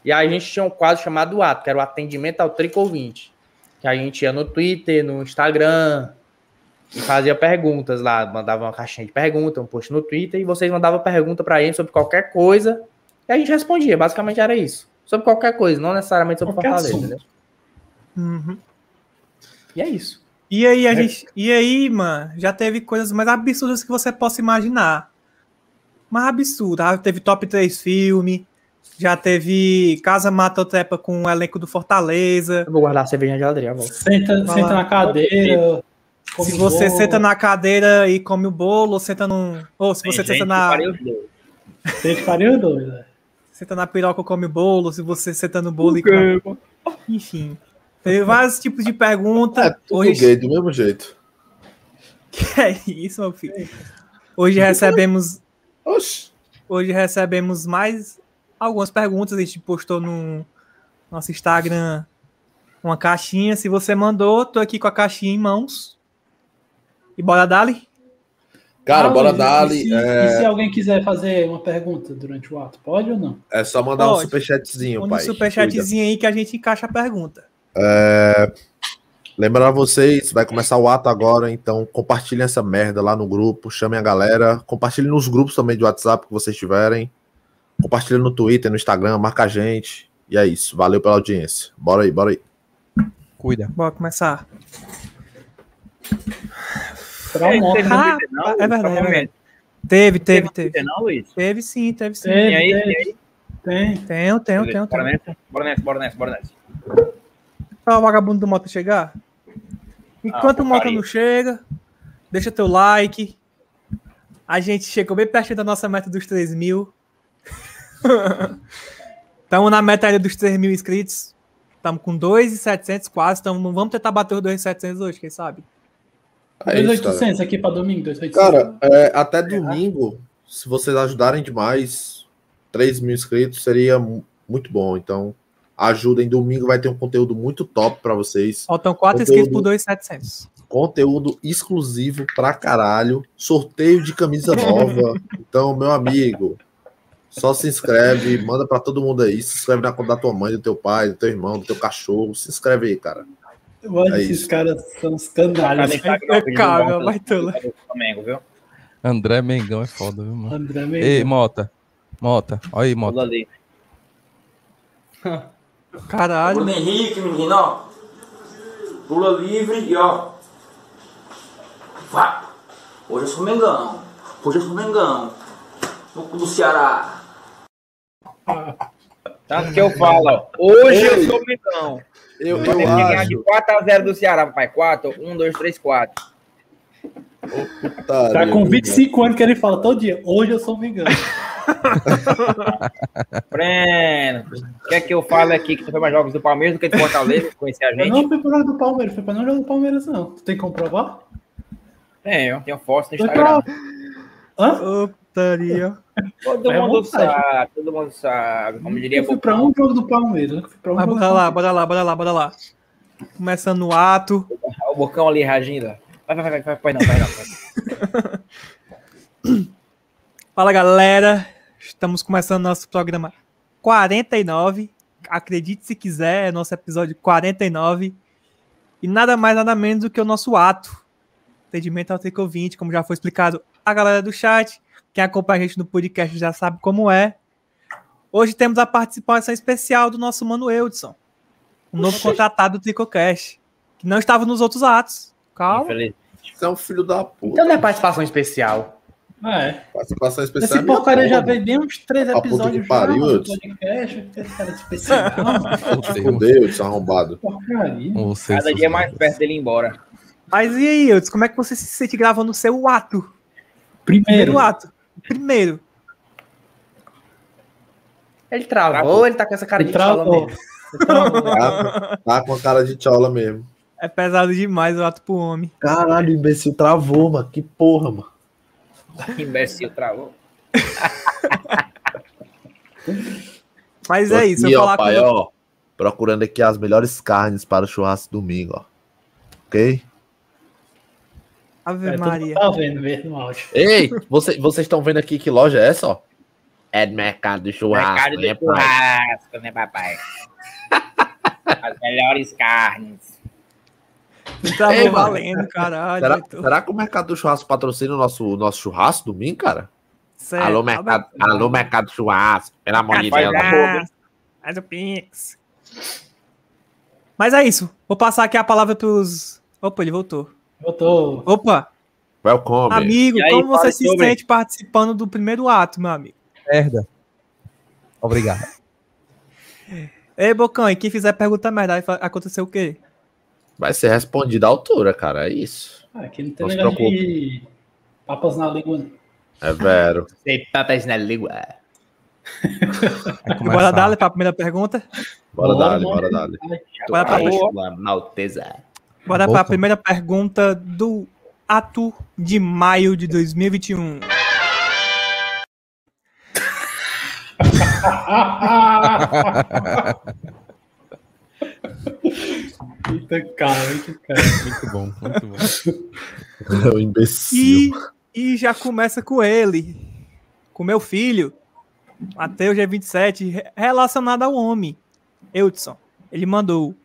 Speaker 7: E aí a gente tinha um quadro chamado Ato, que era o atendimento ao Tricovinte. Que a gente ia no Twitter, no Instagram, e fazia perguntas lá. Mandava uma caixinha de pergunta, um post no Twitter, e vocês mandavam pergunta pra gente sobre qualquer coisa. E a gente respondia. Basicamente era isso. Sobre qualquer coisa, não necessariamente sobre
Speaker 10: Qualquer
Speaker 7: Fortaleza.
Speaker 10: assunto.
Speaker 7: Né?
Speaker 6: Uhum.
Speaker 7: E é isso.
Speaker 3: E aí,
Speaker 6: É.
Speaker 3: a gente. E aí, mano, já teve coisas mais absurdas que você possa imaginar. Mais absurda. Ah, Teve top 3 filme, já teve Casa Mata ou Trepa com o elenco do Fortaleza.
Speaker 7: Eu vou guardar a cerveja na geladeira, eu volto.
Speaker 10: Senta,
Speaker 3: Vai
Speaker 10: senta
Speaker 3: lá.
Speaker 10: na cadeira. come
Speaker 3: Se você
Speaker 10: bolo,
Speaker 3: senta na cadeira e come o bolo, ou senta num. Ou se
Speaker 6: Tem
Speaker 3: você
Speaker 6: gente
Speaker 3: senta
Speaker 6: que
Speaker 3: na.
Speaker 6: faria os dois.
Speaker 10: Senta faria dois, né?
Speaker 3: senta tá na piroca, come bolo, se você senta no bolo e come. Enfim. Teve vários tipos de pergunta.
Speaker 8: É tudo
Speaker 3: Hoje
Speaker 8: gay do mesmo jeito.
Speaker 3: é isso, meu filho. Hoje recebemos Hoje recebemos mais algumas perguntas. A gente postou no nosso Instagram uma caixinha. Se você mandou, tô aqui com a caixinha em mãos. E bora dali?
Speaker 8: Cara,
Speaker 10: Ah,
Speaker 8: bora
Speaker 10: e-
Speaker 8: dar
Speaker 10: E,
Speaker 8: ali.
Speaker 10: se-
Speaker 8: É,
Speaker 10: e se alguém quiser fazer uma pergunta durante o ato, pode ou não?
Speaker 8: é só mandar um
Speaker 10: Pode.
Speaker 8: superchatzinho,
Speaker 3: Um
Speaker 8: pai.
Speaker 3: superchatzinho aí que a gente encaixa a pergunta.
Speaker 8: É, Lembrar vocês, vai começar o ato agora, então compartilhem essa merda lá no grupo, chamem a galera, compartilhem nos grupos também de WhatsApp que vocês tiverem, compartilhem no Twitter, no Instagram, marca a gente, e é isso, valeu pela audiência, bora aí, bora aí.
Speaker 9: Cuida.
Speaker 3: Bora começar.
Speaker 6: Pra um homem.
Speaker 3: Ah, é verdade. é verdade. Teve, teve, teve.
Speaker 6: Não, Luiz?
Speaker 3: Teve sim, teve um, sim.
Speaker 6: Tem aí, tem aí.
Speaker 10: Tem.
Speaker 3: Tenho, tenho, tenho.
Speaker 6: Beleza, Bora
Speaker 3: tenho.
Speaker 6: nessa, bora nessa, bora nessa, bora nessa.
Speaker 3: Pra o vagabundo do Mota chegar. Enquanto o Mota
Speaker 6: porcaria.
Speaker 3: não chega, deixa teu like. A gente chegou bem perto da nossa meta dos 3 mil. Estamos na meta ainda dos 3 mil inscritos. Estamos com 2,700 quase. Tamo, vamos tentar bater os 2,700 hoje, quem sabe?
Speaker 8: É isso,
Speaker 10: 2800 aqui pra domingo, 2800.
Speaker 8: Cara, é, até domingo, se vocês ajudarem demais, 3 mil inscritos seria mu- muito bom, então ajudem, domingo vai ter um conteúdo muito top pra vocês.
Speaker 3: Faltam 4
Speaker 8: Conteúdo-
Speaker 3: inscritos por 2,700.
Speaker 8: Conteúdo exclusivo pra caralho. Sorteio de camisa nova. Então, meu amigo, só se inscreve, manda pra todo mundo aí. Se inscreve na conta da tua mãe, do teu pai, do teu irmão, do teu cachorro. Se inscreve aí, cara.
Speaker 10: Olha,
Speaker 8: é
Speaker 10: esses
Speaker 8: isso.
Speaker 10: caras são um os canalhas.
Speaker 6: tá
Speaker 3: Impecável, vai tudo.
Speaker 6: Flamengo, viu?
Speaker 9: André Mengão é foda, viu, mano?
Speaker 10: André Mengão.
Speaker 9: Ei, Mota. Mota. Olha aí, Mota.
Speaker 3: Caralho.
Speaker 11: Bruno Henrique, menino, ó. Pula livre e ó. Vá. Hoje eu sou Mengão. Hoje eu sou Mengão. No cu do Ceará.
Speaker 6: Tanto que eu falo, ó, hoje eu sou Mengão.
Speaker 8: Eu,
Speaker 6: Vou ter que ganhar de 4x0 do Ceará, um, papai. 4, 1, 2, 3, 4.
Speaker 10: Tá com 25 anos que ele fala todo dia. Hoje eu sou um vegano.
Speaker 6: Breno, quer que eu fale aqui que tu foi mais jogos do Palmeiras do que de Fortaleza, pra conhecer a
Speaker 10: Eu
Speaker 6: gente?
Speaker 10: não fui pra do Palmeiras, foi pra não jogar do Palmeiras, não. Tu tem que comprovar?
Speaker 6: Tenho, tenho foto no
Speaker 10: Foi
Speaker 6: Instagram.
Speaker 10: Hã?
Speaker 3: Putaria.
Speaker 6: Todo
Speaker 10: É
Speaker 6: mundo
Speaker 10: vontade.
Speaker 6: sabe, todo mundo sabe. Como diria
Speaker 10: Eu fui pra um jogo do Palmeiras. eu fui pra um
Speaker 3: Mas
Speaker 10: jogo
Speaker 3: bora
Speaker 10: do
Speaker 3: lá, bora lá, bora lá, bora lá. Começando o ato.
Speaker 6: o Bocão ali reagindo. ó. Vai, vai, vai, vai, vai, não, vai, não. vai.
Speaker 3: Fala galera, estamos começando nosso programa 49. Acredite se quiser, é nosso episódio 49. E nada mais, nada menos do que o nosso ato. Atendimento ao Tricô 20, como já foi explicado a galera do chat. Quem acompanha a gente no podcast já sabe como é. Hoje temos a participação especial do nosso mano Eudson, o novo contratado do Tricocast, que não estava nos outros atos. Calma.
Speaker 8: Você é um filho da puta.
Speaker 7: Então não é participação especial.
Speaker 10: Ah, é.
Speaker 8: Participação especial.
Speaker 10: Esse
Speaker 8: é minha
Speaker 10: porcaria já
Speaker 8: porra,
Speaker 10: veio bem uns três
Speaker 8: A puta que
Speaker 10: episódios já
Speaker 8: pariu,
Speaker 10: no
Speaker 8: Edson.
Speaker 10: podcast. Esse cara é especial.
Speaker 8: mano. Te Fudeu, Tá seu arrombado.
Speaker 10: Porcaria.
Speaker 6: Cada
Speaker 7: é
Speaker 6: dia é mais perto dele ir embora.
Speaker 3: Mas e aí, Eudson, como é que você se sente gravando o seu ato?
Speaker 10: Primeiro,
Speaker 3: Primeiro ato. Primeiro.
Speaker 7: Ele travou, ele tá com essa cara de
Speaker 10: travou.
Speaker 7: travou.
Speaker 8: Tá, tá com a cara de tchola mesmo.
Speaker 3: É pesado demais o ato pro homem.
Speaker 8: Caralho, imbecil, travou, mano. Que porra, mano.
Speaker 6: Que imbecil travou.
Speaker 3: Mas
Speaker 8: Tô
Speaker 3: é isso,
Speaker 8: aqui,
Speaker 3: eu
Speaker 8: ó,
Speaker 3: falar
Speaker 8: pai,
Speaker 3: com
Speaker 8: ó, procurando aqui as melhores carnes para o churrasco domingo, ó. Ok?
Speaker 3: Ave
Speaker 10: É, tu não
Speaker 3: Maria.
Speaker 10: tá vendo mesmo no áudio.
Speaker 8: Ei, você- vocês estão vendo aqui que loja é essa, ó? É do mercado do
Speaker 6: Mercado de
Speaker 8: né, pai?
Speaker 6: churrasco, né, papai? As melhores carnes.
Speaker 3: Não tava
Speaker 8: Ei, mano.
Speaker 3: valendo, caralho.
Speaker 8: Será,
Speaker 3: eu tô-
Speaker 8: será que o mercado do churrasco patrocina o nosso, o nosso churrasco domingo, cara?
Speaker 3: Sério,
Speaker 8: alô,
Speaker 3: tá
Speaker 8: mercado,
Speaker 3: bem.
Speaker 8: alô, mercado do churrasco, pelo amor de
Speaker 6: Faz
Speaker 8: Deus.
Speaker 6: lá.
Speaker 3: Ah, Faz o Pix. Mas é isso. Vou passar aqui a palavra pros. Opa, ele voltou.
Speaker 10: Eu tô.
Speaker 3: Opa,
Speaker 6: é.
Speaker 8: Welcome.
Speaker 3: amigo,
Speaker 6: E aí,
Speaker 3: como você
Speaker 6: fala
Speaker 3: se
Speaker 6: sobre.
Speaker 3: sente participando do primeiro ato, meu amigo?
Speaker 9: Merda. Obrigado.
Speaker 3: Ei, Bocão, e quem fizer pergunta merda, aí fa- aconteceu o quê?
Speaker 8: Vai ser respondido à altura, cara, é isso.
Speaker 10: Ah, aqui não tem
Speaker 8: Não se
Speaker 10: negócio de papas na língua. não.
Speaker 8: É vero.
Speaker 7: Tem papas na tá língua.
Speaker 9: Vai
Speaker 3: Bora
Speaker 9: começar.
Speaker 3: dar para a primeira pergunta?
Speaker 8: Bora,
Speaker 10: Bora,
Speaker 8: dali,
Speaker 10: bora.
Speaker 8: bora, dali.
Speaker 3: Bora pra boa.
Speaker 7: Malteza.
Speaker 3: Bora
Speaker 9: Boca.
Speaker 3: para a primeira pergunta do um. ato de maio de 2021.
Speaker 10: Eita, cara, muito cara.
Speaker 9: Muito bom, muito bom.
Speaker 8: É um imbecil.
Speaker 3: E, e já começa com ele, com meu filho, Mateus é G27, re- relacionado ao homem, Eudson. Ele mandou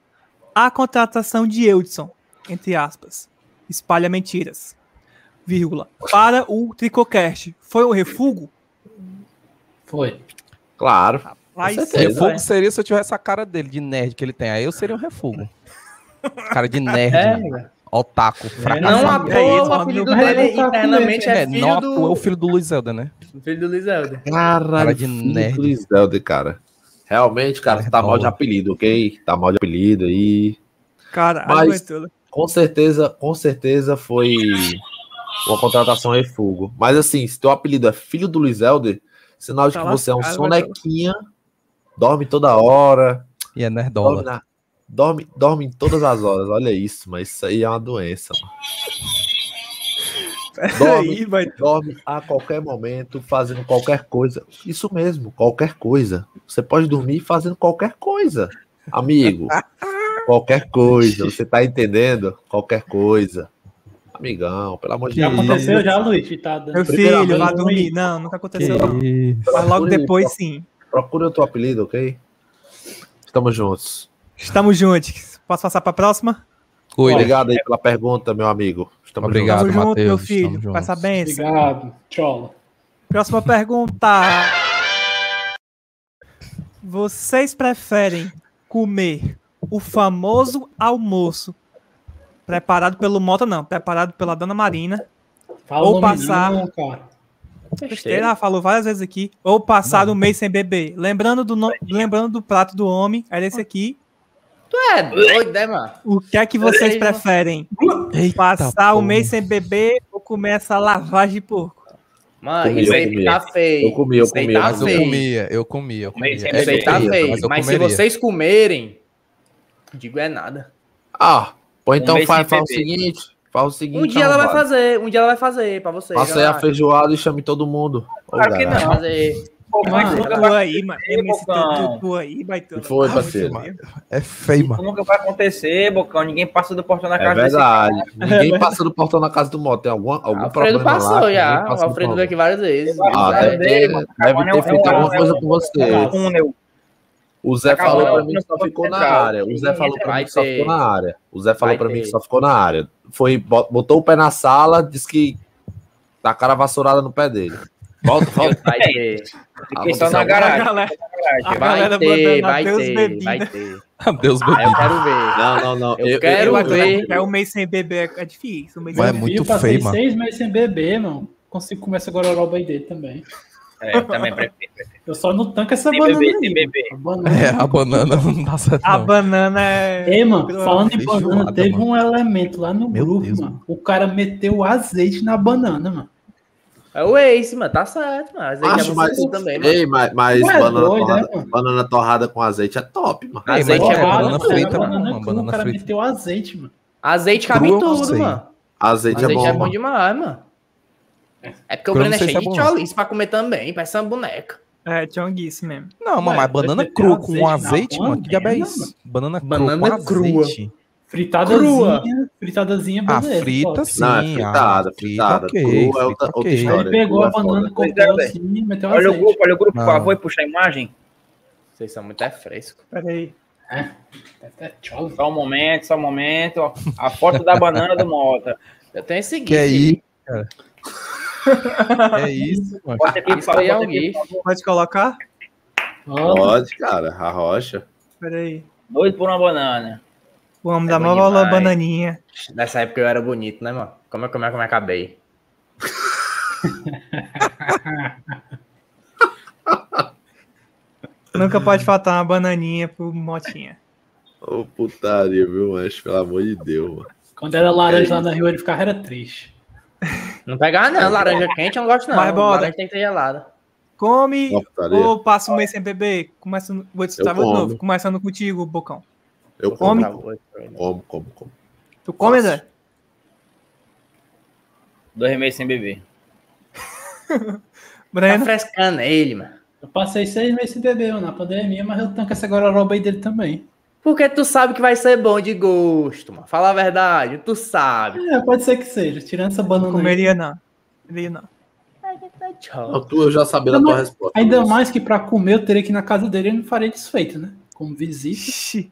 Speaker 3: a contratação de Eudson, entre aspas, espalha mentiras, vírgula, para o Tricocast. Foi um refugo?
Speaker 10: Foi.
Speaker 8: Claro.
Speaker 3: Mas,
Speaker 7: É,
Speaker 9: Refugo seria se eu tivesse a cara dele, de nerd que ele tem. Aí eu seria um refugo. Cara de nerd.
Speaker 7: É,
Speaker 9: né? Otaku, fracassado.
Speaker 7: Não à toa
Speaker 9: É isso,
Speaker 7: o apelido
Speaker 9: mano.
Speaker 7: dele internamente é,
Speaker 9: É,
Speaker 7: filho,
Speaker 9: não à toa, é
Speaker 7: do...
Speaker 9: o filho do Luiz Zelda, né?
Speaker 7: filho do Luiz Helder.
Speaker 9: Cara
Speaker 8: Caralho,
Speaker 9: de
Speaker 8: de
Speaker 9: nerd.
Speaker 8: nerd. Zelda, cara. Realmente, cara, você tá mal de apelido, ok? Tá mal de apelido aí.
Speaker 3: Cara,
Speaker 8: Mas-
Speaker 3: aguentou, né?
Speaker 8: Com certeza, com certeza foi uma contratação refugo. Mas assim, se teu apelido é filho do Luiz Helder, sinal de
Speaker 3: Tá
Speaker 8: que você é um
Speaker 3: lascado,
Speaker 8: sonequinha, dorme toda hora,
Speaker 9: E é
Speaker 8: dorme,
Speaker 9: nerdola.
Speaker 8: na- dorme, dorme em todas as horas. Olha isso, mas isso aí é uma doença, mano. Dorme,
Speaker 3: Aí, vai.
Speaker 8: dorme a qualquer momento, fazendo qualquer coisa. Isso mesmo, qualquer coisa. Você pode dormir fazendo qualquer coisa, amigo. Qualquer coisa, você tá entendendo? Qualquer coisa. Amigão, pelo amor de
Speaker 10: Já
Speaker 8: Deus.
Speaker 10: aconteceu já, Luiz? de Tá dando...
Speaker 3: Meu filho, vá dormir. Não, nunca aconteceu. não.
Speaker 9: E-
Speaker 3: Mas logo
Speaker 8: Procure-
Speaker 3: depois, sim.
Speaker 8: Procura o teu apelido, ok? Estamos juntos.
Speaker 3: Estamos juntos. Posso passar para a próxima?
Speaker 9: Cuida.
Speaker 8: Obrigado aí pela pergunta, meu amigo. Estamos
Speaker 9: Obrigado,
Speaker 3: Tamo junto,
Speaker 9: Matheus,
Speaker 3: meu
Speaker 9: tamo junto.
Speaker 3: filho. Com essa benção.
Speaker 10: Obrigado, Chola.
Speaker 3: Próxima pergunta. Vocês preferem comer o famoso almoço preparado pelo Mota, não, preparado pela Dona Marina,
Speaker 10: Fala
Speaker 3: Ou
Speaker 10: o nome
Speaker 3: passar.
Speaker 10: não, cara.
Speaker 3: besteira, ela falou várias vezes aqui, ou passar um mês sem beber. Lembrando do, no- lembrando do prato do homem, era esse aqui.
Speaker 7: Tu é doido, né, mano?
Speaker 3: O que é que
Speaker 7: Ei,
Speaker 3: vocês
Speaker 7: mano.
Speaker 3: preferem?
Speaker 9: Eita,
Speaker 3: Passar um
Speaker 9: porra.
Speaker 3: mês sem beber ou comer essa lavagem de porco?
Speaker 7: Mano,
Speaker 8: Comi,
Speaker 7: isso
Speaker 8: eu
Speaker 7: aí
Speaker 8: comi.
Speaker 7: tá feio.
Speaker 8: Eu comi, eu
Speaker 7: Isso aí
Speaker 8: comi,
Speaker 7: Tá
Speaker 8: mas eu
Speaker 9: Eu
Speaker 7: feio.
Speaker 9: comia, eu comia, eu comia. É
Speaker 6: Mas sem
Speaker 7: Isso aí tá
Speaker 9: eu
Speaker 7: feio.
Speaker 9: comia,
Speaker 7: Mas, se
Speaker 9: comeria.
Speaker 7: vocês comerem, digo é nada.
Speaker 8: Ah, ou
Speaker 6: Um
Speaker 8: então
Speaker 6: mês
Speaker 8: faz,
Speaker 6: sem
Speaker 8: faz o
Speaker 6: beber.
Speaker 8: seguinte. Faz o seguinte.
Speaker 7: Um dia ela vai
Speaker 8: arrombado.
Speaker 7: fazer, um dia ela vai fazer pra vocês.
Speaker 8: Passa aí Então, a feijoada e chame todo mundo. Ô,
Speaker 6: Claro que
Speaker 8: galera.
Speaker 6: não.
Speaker 7: fazer.
Speaker 10: Mano,
Speaker 3: Esse
Speaker 6: nunca
Speaker 3: tutu
Speaker 6: vai
Speaker 3: Ah, aí, mano. Esse
Speaker 6: Bocão.
Speaker 3: tutu aí, baitona. tá
Speaker 8: Que foi,
Speaker 3: Pelo amor
Speaker 8: parceiro?
Speaker 3: de Deus.
Speaker 9: É feio, mano.
Speaker 6: Nunca vai acontecer, Bocão. Ninguém passa do portão da
Speaker 8: É
Speaker 6: casa desse
Speaker 8: verdade. Ninguém passa do portão na casa do moto. Tem algum, algum
Speaker 7: Alfredo
Speaker 8: problema
Speaker 7: passou
Speaker 8: lá. que
Speaker 7: já.
Speaker 8: ninguém passa
Speaker 7: O
Speaker 8: do
Speaker 7: Alfredo
Speaker 8: portão.
Speaker 7: veio aqui várias vezes.
Speaker 8: Ah,
Speaker 6: Cara
Speaker 8: deve ter,
Speaker 6: dele, mano.
Speaker 8: deve
Speaker 6: Cara,
Speaker 8: ter feito
Speaker 6: é um-
Speaker 8: alguma
Speaker 6: é um-
Speaker 8: coisa com você.
Speaker 10: Cara,
Speaker 6: túnel.
Speaker 8: O Zé
Speaker 6: né? Acabou,
Speaker 8: falou pra
Speaker 6: não,
Speaker 8: mim que só
Speaker 6: não,
Speaker 8: ficou na
Speaker 6: central.
Speaker 8: área. O Zé falou pra
Speaker 7: Vai
Speaker 8: mim que só
Speaker 7: ter.
Speaker 8: ficou na área. O Zé falou
Speaker 7: Vai
Speaker 8: pra mim
Speaker 7: ter.
Speaker 8: que só ficou na área. Foi, bo- botou o pé na sala, disse que tacaram a vassourada no pé dele. Volta, volta.
Speaker 7: Vai ter.
Speaker 6: Fiquei só
Speaker 8: Aconteceu
Speaker 6: na
Speaker 8: alguma
Speaker 3: A
Speaker 6: garagem.
Speaker 3: galera, a galera
Speaker 7: Vai ter,
Speaker 3: botando
Speaker 7: vai
Speaker 3: Mateus
Speaker 7: ter,
Speaker 3: bebida.
Speaker 7: vai ter.
Speaker 9: Deus me
Speaker 7: Eu quero ver.
Speaker 8: Não, não, não.
Speaker 7: Eu quero
Speaker 3: Eu acho
Speaker 7: ver.
Speaker 3: que É um mês sem beber é difícil. Um mês
Speaker 9: Mas
Speaker 10: Meu
Speaker 9: é
Speaker 3: sem
Speaker 9: muito
Speaker 10: filho, passei
Speaker 9: feio, mano.
Speaker 10: seis meses sem beber, mano. Consigo comer essa gororoba aí dele também.
Speaker 6: É, também prefiro.
Speaker 10: Eu só não tanco essa
Speaker 6: Sem
Speaker 10: banana
Speaker 6: beber,
Speaker 10: aí.
Speaker 6: sem beber.
Speaker 10: mano.
Speaker 7: ah,
Speaker 9: É, a
Speaker 10: A banana.
Speaker 9: banana não dá certo,
Speaker 3: A
Speaker 9: não.
Speaker 3: banana é.
Speaker 10: Ei, mano,
Speaker 3: Micro-
Speaker 10: falando em
Speaker 9: feijoada,
Speaker 10: banana, teve
Speaker 9: mano.
Speaker 10: um elemento lá no
Speaker 9: Meu
Speaker 10: grupo,
Speaker 9: Deus,
Speaker 10: mano. O cara meteu azeite na banana, mano.
Speaker 7: É o Ace, mano. Tá certo, mano. Às vezes é
Speaker 8: Acho, mas,
Speaker 7: muito bom também, mano.
Speaker 8: ei, mas, mas
Speaker 10: Ué,
Speaker 8: banana,
Speaker 10: doido,
Speaker 8: torrada,
Speaker 10: né, mano?
Speaker 8: banana torrada com azeite é top, mano.
Speaker 9: Ei, mas
Speaker 7: Azeite
Speaker 9: é
Speaker 7: é bom,
Speaker 9: banana
Speaker 7: mano.
Speaker 9: frita,
Speaker 10: banana
Speaker 9: mano.
Speaker 10: crua,
Speaker 9: Banana
Speaker 10: o cara
Speaker 9: frita.
Speaker 10: meteu azeite, mano.
Speaker 7: Azeite cabe em
Speaker 9: Cru eu não
Speaker 7: tudo,
Speaker 9: sei.
Speaker 7: mano.
Speaker 8: Azeite, é
Speaker 7: Azeite
Speaker 8: bom.
Speaker 7: é bom demais, mano. É porque o
Speaker 9: Cru eu não
Speaker 7: Breno é
Speaker 9: sei se
Speaker 7: cheio
Speaker 9: é
Speaker 7: de
Speaker 9: bom.
Speaker 7: tcholice pra comer também, parece uma boneca.
Speaker 3: É, chonguice mesmo.
Speaker 9: Não, mano,
Speaker 10: Ué,
Speaker 9: mas banana
Speaker 10: vai ter
Speaker 9: crua
Speaker 10: azeite
Speaker 9: com
Speaker 10: na
Speaker 9: azeite, mano. Que diabo é
Speaker 10: banana,
Speaker 9: isso?
Speaker 10: mano?
Speaker 9: Banana, crua
Speaker 7: Banana
Speaker 9: com
Speaker 7: crua.
Speaker 9: azeite.
Speaker 10: Fritadazinha,
Speaker 7: Crua.
Speaker 10: fritadazinha,
Speaker 9: Ah,
Speaker 10: beleza.
Speaker 9: frita
Speaker 10: pô.
Speaker 9: sim.
Speaker 8: Não, é
Speaker 9: ah,
Speaker 8: fritada,
Speaker 9: frita,
Speaker 8: fritada.
Speaker 9: ok.
Speaker 8: Crua é
Speaker 9: frita,
Speaker 8: outra- outra
Speaker 9: ok.
Speaker 10: Aí
Speaker 8: história.
Speaker 10: ele pegou a
Speaker 8: Crua é
Speaker 10: banana,
Speaker 8: foda.
Speaker 10: cortou
Speaker 6: Pois é,
Speaker 10: assim e meteu
Speaker 6: Olha o
Speaker 10: azeite.
Speaker 6: grupo, olha o grupo, por
Speaker 9: Não.
Speaker 6: favor, e puxa a imagem.
Speaker 7: Vocês são muito é fresco.
Speaker 3: Peraí.
Speaker 10: É, tchau.
Speaker 6: Só um momento, só um momento. ó. A foto da banana do Mota.
Speaker 7: Eu tenho esse gif.
Speaker 9: Que é isso, cara? É isso, mano.
Speaker 6: Bota aqui, por
Speaker 7: Isso aí é um
Speaker 6: favor, bota aqui.
Speaker 7: gif.
Speaker 3: Pode colocar?
Speaker 10: Ó,
Speaker 8: Pode, cara. A rocha.
Speaker 3: Peraí.
Speaker 6: Doido por uma banana.
Speaker 3: O homem
Speaker 7: É
Speaker 3: da
Speaker 7: bom
Speaker 3: maior
Speaker 7: demais.
Speaker 3: bananinha.
Speaker 7: Nessa época eu era bonito, né, mano? Como é como é como eu acabei?
Speaker 3: Nunca pode faltar uma bananinha pro Motinha.
Speaker 8: Ô, putaria, viu, mas Pelo amor de Deus, mano.
Speaker 10: Quando era laranja lá na Rio, ele ficava era triste.
Speaker 7: Não pegava, não. Laranja quente eu não gosto, não.
Speaker 3: Mas bora.
Speaker 7: Laranja tem que ter gelada.
Speaker 3: Come
Speaker 8: Uma putaria.
Speaker 3: ou passa um mês sem beber? Começando. Vou te
Speaker 8: Eu
Speaker 3: escutar de
Speaker 8: como.
Speaker 3: novo. Começando contigo, Bocão.
Speaker 8: Eu
Speaker 3: Come.
Speaker 8: como,
Speaker 7: Acabou, foi, né?
Speaker 8: como, como, como.
Speaker 3: Tu come,
Speaker 8: Faço.
Speaker 3: Zé?
Speaker 6: Dois meses sem beber.
Speaker 7: Tá
Speaker 3: Breno?
Speaker 7: Né?
Speaker 10: Tá
Speaker 7: frescando ele, mano.
Speaker 10: Eu passei seis meses sem beber mano, na pandemia, mas eu tanco essa gororoba aí dele também.
Speaker 7: Porque tu sabe que vai ser bom de gosto, mano. Fala a verdade, tu sabe.
Speaker 10: É, pode ser que seja. Tirando essa banana
Speaker 3: Comeria não. Comeria não.
Speaker 8: Não, tu, eu já sabia da
Speaker 10: Ainda
Speaker 8: tua
Speaker 10: mais-
Speaker 8: resposta.
Speaker 10: Ainda mais que pra comer eu teria que ir na casa dele e não farei desfeito, né? Como visita.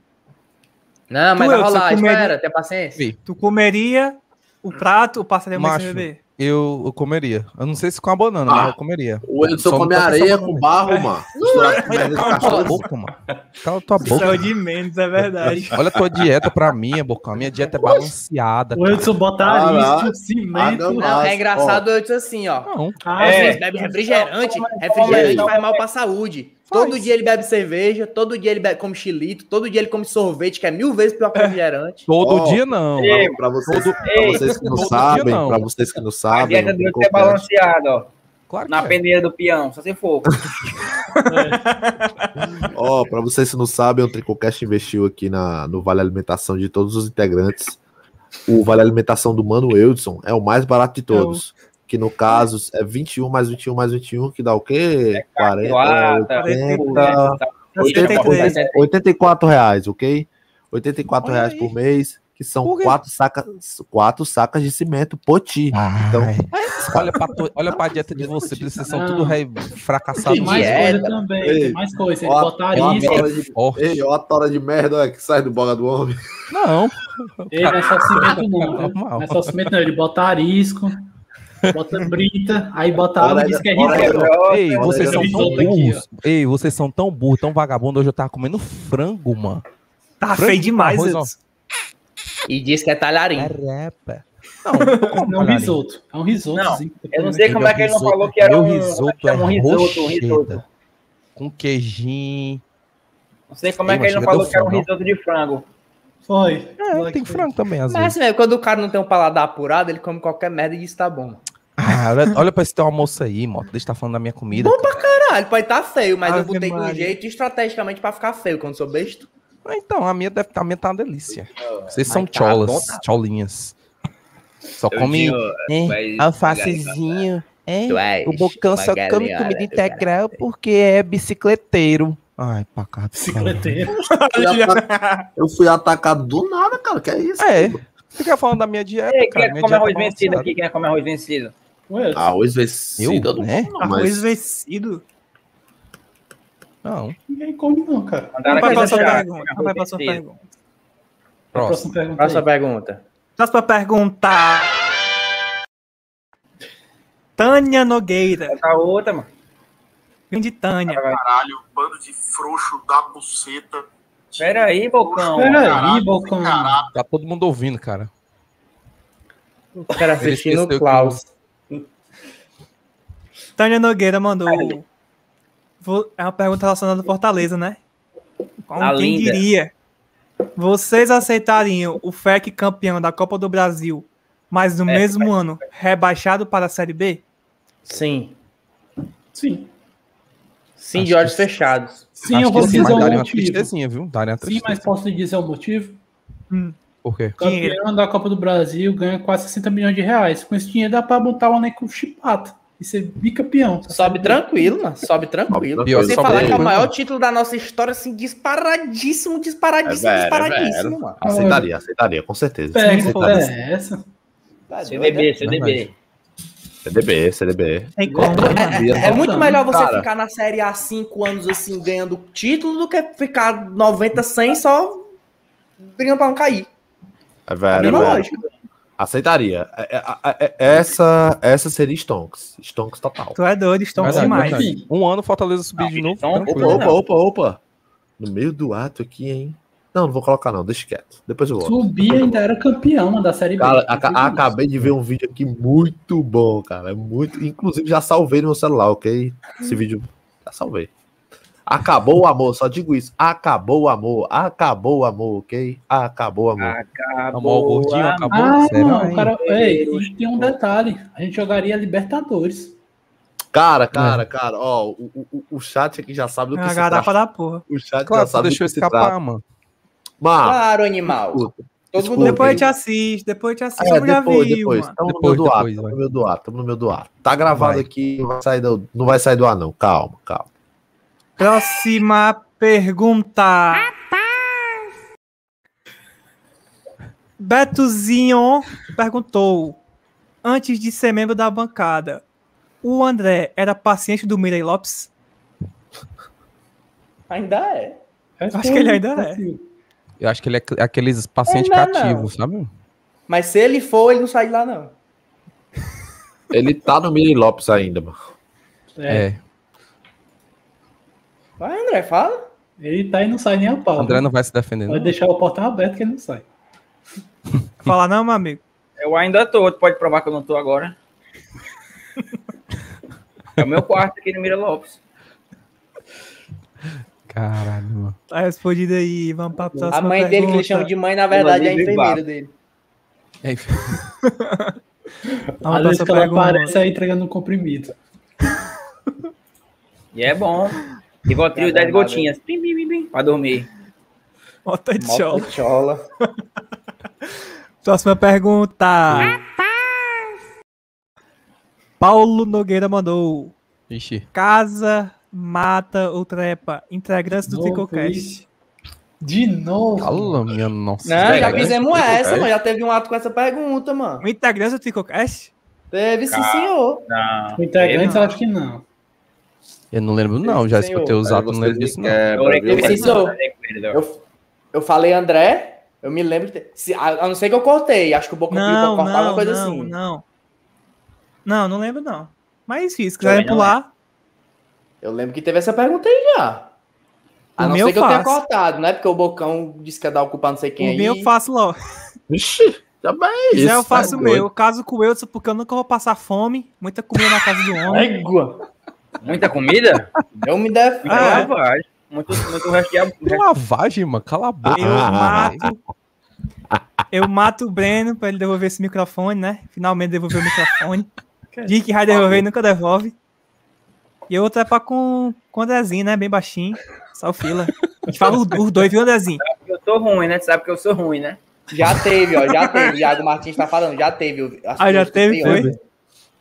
Speaker 7: Não, mas
Speaker 10: mas Tu, vai
Speaker 7: vai
Speaker 10: Edson, rolar,
Speaker 7: rolar,
Speaker 10: comeria-
Speaker 7: espera,
Speaker 10: espera,
Speaker 7: tenha paciência.
Speaker 3: Tu comeria o prato ou passaria mais sem
Speaker 9: Macho,
Speaker 3: beber?
Speaker 9: eu, eu comeria. Eu não sei se com a banana,
Speaker 8: Ah,
Speaker 9: mas eu comeria.
Speaker 8: O Edson
Speaker 9: Só não tá
Speaker 8: come
Speaker 9: pode essa
Speaker 8: areia
Speaker 9: banana.
Speaker 8: com barro, mano. Misturar com merda de
Speaker 9: Cala
Speaker 8: cachorro.
Speaker 9: tua boca, mano. Cala tua
Speaker 3: Isso é
Speaker 9: boca.
Speaker 3: o de menos, é verdade.
Speaker 9: Olha a tua dieta pra mim, Bocão. A minha dieta é balanceada.
Speaker 10: O Edson
Speaker 9: cara.
Speaker 10: botar isso,
Speaker 9: Ah,
Speaker 10: cimento.
Speaker 9: não,
Speaker 7: Não,
Speaker 9: Mas,
Speaker 7: é engraçado eu disse assim, ó.
Speaker 9: Não.
Speaker 10: Ah,
Speaker 7: Às
Speaker 10: é.
Speaker 7: vezes bebe refrigerante, refrigerante faz mal pra saúde. Todo dia ele bebe cerveja, todo dia ele bebe, come chilito, todo dia ele come sorvete, que é mil vezes pior que refrigerante.
Speaker 9: Todo
Speaker 8: Ó,
Speaker 9: dia não.
Speaker 6: Ei,
Speaker 8: Pra vocês,
Speaker 9: Todo-
Speaker 8: pra vocês que não
Speaker 9: Todo dia
Speaker 8: sabem,
Speaker 9: não.
Speaker 8: pra vocês que não
Speaker 6: A
Speaker 8: sabem, um
Speaker 6: dieta do
Speaker 8: o
Speaker 6: Edson é
Speaker 8: Cocante-
Speaker 6: balanceada, ó.
Speaker 9: Claro que
Speaker 6: Na
Speaker 9: Tá é.
Speaker 6: peneira do peão, só se for.
Speaker 8: Ó, pra vocês que não sabem, o Tricocast investiu aqui na, no Vale Alimentação de todos os integrantes. O Vale Alimentação do Mano Wilson é o mais barato de todos. Que no caso é 21 mais 21 mais 21, que dá o quê?
Speaker 9: é
Speaker 8: 40,
Speaker 6: Lata, né?
Speaker 8: 80,
Speaker 3: Tá
Speaker 6: é tá
Speaker 3: 83.
Speaker 8: 80, 84 reais, ok? 84
Speaker 9: Olha
Speaker 8: reais
Speaker 9: aí.
Speaker 8: por mês, que são
Speaker 9: Por quê?
Speaker 8: quatro sacas, quatro sacas de cimento poti. Então,
Speaker 9: Ai, olha, pra tu- olha pra dieta de vocês, vocês são
Speaker 10: Não.
Speaker 9: tudo rei-
Speaker 10: Tem
Speaker 9: fracassados.
Speaker 10: mais
Speaker 9: mesmo.
Speaker 10: coisa também,
Speaker 8: Ei,
Speaker 10: tem mais coisa. Ele
Speaker 8: ó,
Speaker 10: botar
Speaker 8: ó,
Speaker 10: isso.
Speaker 8: ó,
Speaker 9: Forte.
Speaker 8: ei, ó a tora de merda olha, que sai do boga do homem.
Speaker 9: Não,
Speaker 10: Ei, não é só cimento, não. viu?
Speaker 9: Normal.
Speaker 10: Não é só cimento, não. Ele bota arisco, bota brita, aí bota
Speaker 8: Olha
Speaker 10: água e
Speaker 8: aí,
Speaker 10: diz que é
Speaker 8: olha aí,
Speaker 10: risco.
Speaker 9: Ei,
Speaker 8: Olha
Speaker 9: vocês
Speaker 8: aí,
Speaker 9: são
Speaker 10: eu
Speaker 9: tão
Speaker 10: vi aqui,
Speaker 9: burros. Ei, vocês são tão burros, tão vagabundo. Hoje eu tava comendo frango, mano.
Speaker 3: Tá
Speaker 9: Frango
Speaker 3: feio demais,
Speaker 9: com arroz,
Speaker 3: Edson.
Speaker 7: E diz que é talharim.
Speaker 9: Caramba. Não, eu como
Speaker 10: É um
Speaker 9: talharim.
Speaker 10: risoto. É um risoto.
Speaker 6: Não,
Speaker 10: sim, que tá
Speaker 6: Eu não
Speaker 10: comendo.
Speaker 6: sei como é que ele não
Speaker 9: Meu
Speaker 6: falou que era
Speaker 9: risoto-
Speaker 6: um.
Speaker 9: Meu risoto é
Speaker 6: um risoto, um risoto.
Speaker 9: rocheda. Com queijinho.
Speaker 6: Não sei como é que ele não
Speaker 9: Chega, deu
Speaker 6: falou que era um
Speaker 9: fome, não.
Speaker 6: risoto de frango.
Speaker 10: Foi.
Speaker 9: É, tem frango também, às
Speaker 7: Mas
Speaker 9: vezes.
Speaker 7: assim, velho, quando o cara não tem um paladar apurado, ele come qualquer merda e diz que tá bom.
Speaker 9: Ah, olha, olha pra esse teu almoço aí, moto. Deixa eu tá falando da minha comida.
Speaker 7: Bom pra caralho, pode tá feio, mas eu
Speaker 3: Ave
Speaker 7: botei de um
Speaker 3: Maria.
Speaker 7: jeito estrategicamente pra ficar feio, quando sou besta.
Speaker 9: Ah, então, a minha deve tá, a minha tá uma delícia.
Speaker 6: Ah,
Speaker 9: Vocês são
Speaker 7: Ai, tá bom,
Speaker 9: cholas,
Speaker 7: tá.
Speaker 9: cholinhas. Só come
Speaker 6: vai-
Speaker 9: é, alfacezinho. É,
Speaker 7: Tu és
Speaker 9: o Bocão só
Speaker 7: uma
Speaker 9: come
Speaker 7: galinha,
Speaker 9: comida
Speaker 7: né, tu
Speaker 9: integral porque é bicicleteiro. Ai, pra cá.
Speaker 10: Bicicleteiro.
Speaker 8: Eu fui ata- Eu fui atacado do nada, cara. Que é isso?
Speaker 9: É. Fica falando da minha dieta,
Speaker 6: Ei, quem
Speaker 9: cara.
Speaker 6: é que
Speaker 9: Minha
Speaker 6: come
Speaker 9: dieta
Speaker 6: arroz
Speaker 9: é
Speaker 6: vencido
Speaker 9: balanceada.
Speaker 6: aqui? Quem é que come arroz vencido?
Speaker 10: Ué,
Speaker 8: Arroz vencido,
Speaker 9: Eu,
Speaker 8: eu não
Speaker 9: né?
Speaker 8: como,
Speaker 3: Arroz
Speaker 8: mas é
Speaker 3: vencido.
Speaker 9: Não.
Speaker 10: ninguém come, não, cara.
Speaker 6: Mandaram
Speaker 3: Vai
Speaker 6: aqui
Speaker 3: pra sua
Speaker 6: deixar.
Speaker 3: pergunta. Vai pra sua pergunta.
Speaker 9: Próximo.
Speaker 10: Próxima pergunta.
Speaker 7: Próxima
Speaker 10: aí.
Speaker 7: pergunta.
Speaker 3: Próxima pergunta. Tânia Nogueira.
Speaker 6: Essa Tá outra, mano.
Speaker 3: Grande Tânia.
Speaker 12: Caralho, bando de frouxo da buceta.
Speaker 6: Pera aí, Bocão. Hum,
Speaker 10: Peraí, Bocão.
Speaker 9: Tá todo mundo ouvindo, cara.
Speaker 7: O
Speaker 9: Ele
Speaker 7: cara assistindo
Speaker 9: esqueceu
Speaker 7: o
Speaker 9: que
Speaker 7: Klaus.
Speaker 3: Tânia Nogueira mandou. Vo- É uma pergunta relacionada ao Fortaleza, né? Como
Speaker 6: A
Speaker 3: quem
Speaker 6: Tá linda.
Speaker 3: diria? Vocês aceitariam o FEC campeão da Copa do Brasil, mas no
Speaker 6: É,
Speaker 3: mesmo ano rebaixado para a Série B?
Speaker 7: Sim.
Speaker 10: Sim.
Speaker 7: Sim,
Speaker 9: Acho
Speaker 7: de olhos
Speaker 9: que-
Speaker 7: fechados.
Speaker 10: Sim,
Speaker 9: Acho
Speaker 10: eu vou
Speaker 9: que sim,
Speaker 10: dizer
Speaker 9: mas
Speaker 10: o
Speaker 9: daria uma
Speaker 10: motivo.
Speaker 9: tristezinha, viu? Daria uma
Speaker 10: Sim,
Speaker 9: tristeza.
Speaker 10: mas posso lhe dizer o motivo?
Speaker 9: Por quê?
Speaker 3: Dinheiro.
Speaker 10: Campeão da Copa do Brasil ganha quase 60 milhões de reais. Com esse dinheiro dá pra montar o Aneco Chipata e ser bicampeão. tá
Speaker 7: Sobe tranquilo, mano. Sobe tranquilo.
Speaker 8: Pior que
Speaker 7: Você
Speaker 8: sobe
Speaker 7: falar que é o
Speaker 9: tranquilo.
Speaker 7: maior título da nossa história, assim, disparadíssimo, disparadíssimo,
Speaker 8: É, velho,
Speaker 7: disparadíssimo, mano.
Speaker 8: Aceitaria, aceitaria, com certeza.
Speaker 10: Pega, pô,
Speaker 8: aceitaria.
Speaker 10: é essa?
Speaker 7: Tá doido, né?
Speaker 6: CDB, CDB.
Speaker 8: CDB, CDB.
Speaker 3: Tem como, né?
Speaker 7: É
Speaker 8: então.
Speaker 7: muito melhor você
Speaker 8: Cara.
Speaker 7: ficar na Série A 5 anos assim, ganhando título, do que ficar 90, 100 só brigando pra não cair. É
Speaker 8: É
Speaker 7: a
Speaker 8: velho, é
Speaker 7: mesma
Speaker 8: velho.
Speaker 7: lógica.
Speaker 8: Aceitaria. É- é- é- é- essa, essa seria Stonks. Stonks total.
Speaker 3: Tu é doido, estão
Speaker 9: Verdade,
Speaker 3: demais.
Speaker 9: verdade.
Speaker 10: Enfim.
Speaker 9: Um ano Fortaleza subir de novo.
Speaker 6: então,
Speaker 8: Opa,
Speaker 9: tranquilo.
Speaker 8: opa, opa, opa. No meio do ato aqui, hein? Não, não vou colocar, não. Deixa quieto. Depois eu volto.
Speaker 10: Subir ainda era campeão mano, da Série B.
Speaker 8: Cara, aca- acabei de ver um vídeo aqui muito bom, cara. É muito. Inclusive, já salvei no meu celular, ok? Esse vídeo. Já salvei. Acabou o amor, só digo isso. Acabou o amor, acabou o amor, ok? Acabou o
Speaker 9: Ah.
Speaker 8: amor.
Speaker 6: tá
Speaker 9: Amor
Speaker 6: Acabou.
Speaker 9: Tá gordinho,
Speaker 6: a-
Speaker 9: acabou.
Speaker 10: Ah,
Speaker 9: Sério,
Speaker 10: não,
Speaker 9: hein?
Speaker 10: o cara. Ei, a gente tem um detalhe. A gente jogaria Libertadores.
Speaker 8: Cara, cara, cara, ó, o, o, o chat aqui já sabe do
Speaker 3: É
Speaker 8: que
Speaker 3: uma
Speaker 8: se trata.
Speaker 3: É. garapa da porra.
Speaker 8: O chat
Speaker 9: É Claro,
Speaker 8: já
Speaker 9: só
Speaker 8: sabe do
Speaker 9: deixou
Speaker 8: que se trata.
Speaker 9: escapar, mano.
Speaker 8: Mas,
Speaker 7: Claro, animal.
Speaker 8: escuta,
Speaker 7: Todo
Speaker 8: Pô,
Speaker 7: mundo
Speaker 3: Depois a
Speaker 7: depois
Speaker 3: gente assiste, Ah, depois a gente assiste.
Speaker 8: É,
Speaker 3: eu já
Speaker 8: depois,
Speaker 3: vi,
Speaker 8: depois.
Speaker 3: mano.
Speaker 8: Tamo no
Speaker 9: Depois,
Speaker 8: meu do ar,
Speaker 9: depois,
Speaker 8: tamo
Speaker 9: vai.
Speaker 8: no meu do ar, tamo no meu do ar. Tá gravado
Speaker 9: Vai.
Speaker 8: aqui, não vai sair do, não vai sair do ar, não. Calma, calma.
Speaker 3: Próxima pergunta. Betozinho perguntou: Antes de ser membro da bancada, o André era paciente do Mirei Lopes?
Speaker 7: Ainda é.
Speaker 3: Acho que ele ainda é.
Speaker 9: Eu acho que ele é cl- aqueles pacientes
Speaker 7: Não, não.
Speaker 9: cativos, sabe?
Speaker 7: Mas se ele for, ele não sai de lá, não.
Speaker 8: Ele tá no Miri Lopes ainda, mano.
Speaker 9: É.
Speaker 7: Vai, André, fala.
Speaker 10: Ele tá e não sai nem a pau.
Speaker 9: André não vai se defender.
Speaker 10: Pode
Speaker 9: Não.
Speaker 10: deixar o portão aberto que ele não sai.
Speaker 3: Fala não, meu amigo.
Speaker 6: Eu ainda tô, tu pode provar que eu não tô agora. É o meu quarto aqui no Mira Lopes.
Speaker 9: Caralho, mano.
Speaker 3: Tá respondido aí, vamos pra próxima
Speaker 7: A mãe dele, que ele
Speaker 3: Então, pergunta.
Speaker 7: chama de mãe, na verdade, é a enfermeira dele.
Speaker 9: É,
Speaker 10: Às
Speaker 3: Vamos
Speaker 10: vezes
Speaker 3: pra
Speaker 10: que ela
Speaker 3: próxima
Speaker 10: aparece
Speaker 3: pergunta.
Speaker 10: aí entregando um comprimido.
Speaker 6: E é bom. E vou trio 10 gotinhas. Pim, pim, pim, pim, pra dormir.
Speaker 3: Bota de
Speaker 6: Bota
Speaker 3: chola.
Speaker 6: de
Speaker 3: Próxima pergunta. Paulo Nogueira mandou.
Speaker 9: Ixi.
Speaker 3: Casa, mata ou trepa? Integrantes do
Speaker 10: Novo,
Speaker 3: Tricocast.
Speaker 10: ixi. De novo.
Speaker 9: Cala, minha nossa.
Speaker 7: Não, já
Speaker 8: né?
Speaker 9: velho.
Speaker 7: fizemos essa, mano. Já teve um ato com essa pergunta, mano.
Speaker 3: O integrante do Tricocast?
Speaker 7: Teve, sim,
Speaker 9: Cara.
Speaker 7: senhor.
Speaker 6: Não.
Speaker 10: O integrante, eu acho que não.
Speaker 9: Eu não lembro, não. Já
Speaker 7: Senhor,
Speaker 9: escutei os
Speaker 7: cara,
Speaker 9: atos, não lembro
Speaker 7: vocês
Speaker 9: disso,
Speaker 7: me
Speaker 9: não.
Speaker 7: quebram, viu? Teve, sim, senhor.
Speaker 8: É.
Speaker 7: Eu, eu falei André, eu me lembro. que te- se- a, a não ser que eu cortei. Acho que o Boca
Speaker 3: Não,
Speaker 7: Pipa cortava
Speaker 3: não,
Speaker 7: uma coisa
Speaker 3: não,
Speaker 7: assim.
Speaker 3: não. Não, não lembro não. Mas fiz, se
Speaker 7: Também
Speaker 3: quiser
Speaker 7: não
Speaker 3: pular.
Speaker 7: Eu lembro que teve essa pergunta aí já. A
Speaker 3: O
Speaker 7: não
Speaker 3: meu
Speaker 7: ser que eu tenha
Speaker 3: faço.
Speaker 7: cortado, né? Porque o Bocão disse que ia dar o culpa não sei quem
Speaker 3: O meu eu
Speaker 7: aí.
Speaker 3: faço logo.
Speaker 8: Ixi, também
Speaker 7: isso,
Speaker 3: Já eu
Speaker 7: tá
Speaker 3: faço o
Speaker 7: doido.
Speaker 3: meu. Caso com eu, só porque eu nunca vou passar fome. Muita comida na casa do homem.
Speaker 10: Égua.
Speaker 6: Muita comida?
Speaker 7: Eu me deve.
Speaker 6: Muita
Speaker 3: Ah, é?
Speaker 6: lavagem. Muito, muito resto de ab-
Speaker 7: é.
Speaker 9: Que Lavagem, mano. Cala a boca.
Speaker 3: Eu
Speaker 7: Ah,
Speaker 3: mato. Eu mato o Breno pra ele devolver esse microfone, né? Finalmente devolver o microfone. Diz que vai devolver e nunca devolve. E outra é pra com, com o Andrezinho, né? Bem baixinho. Só o fila. A gente fala os os dois, viu, Andrezinho?
Speaker 6: Eu sou ruim, né? Tu sabe que eu sou ruim, né?
Speaker 7: Já teve, ó. Já teve. Iago Martins tá falando, já teve. eu- acho
Speaker 3: Ah,
Speaker 7: que né?
Speaker 3: já
Speaker 7: eu escutei
Speaker 3: teve,
Speaker 7: ontem.
Speaker 3: foi?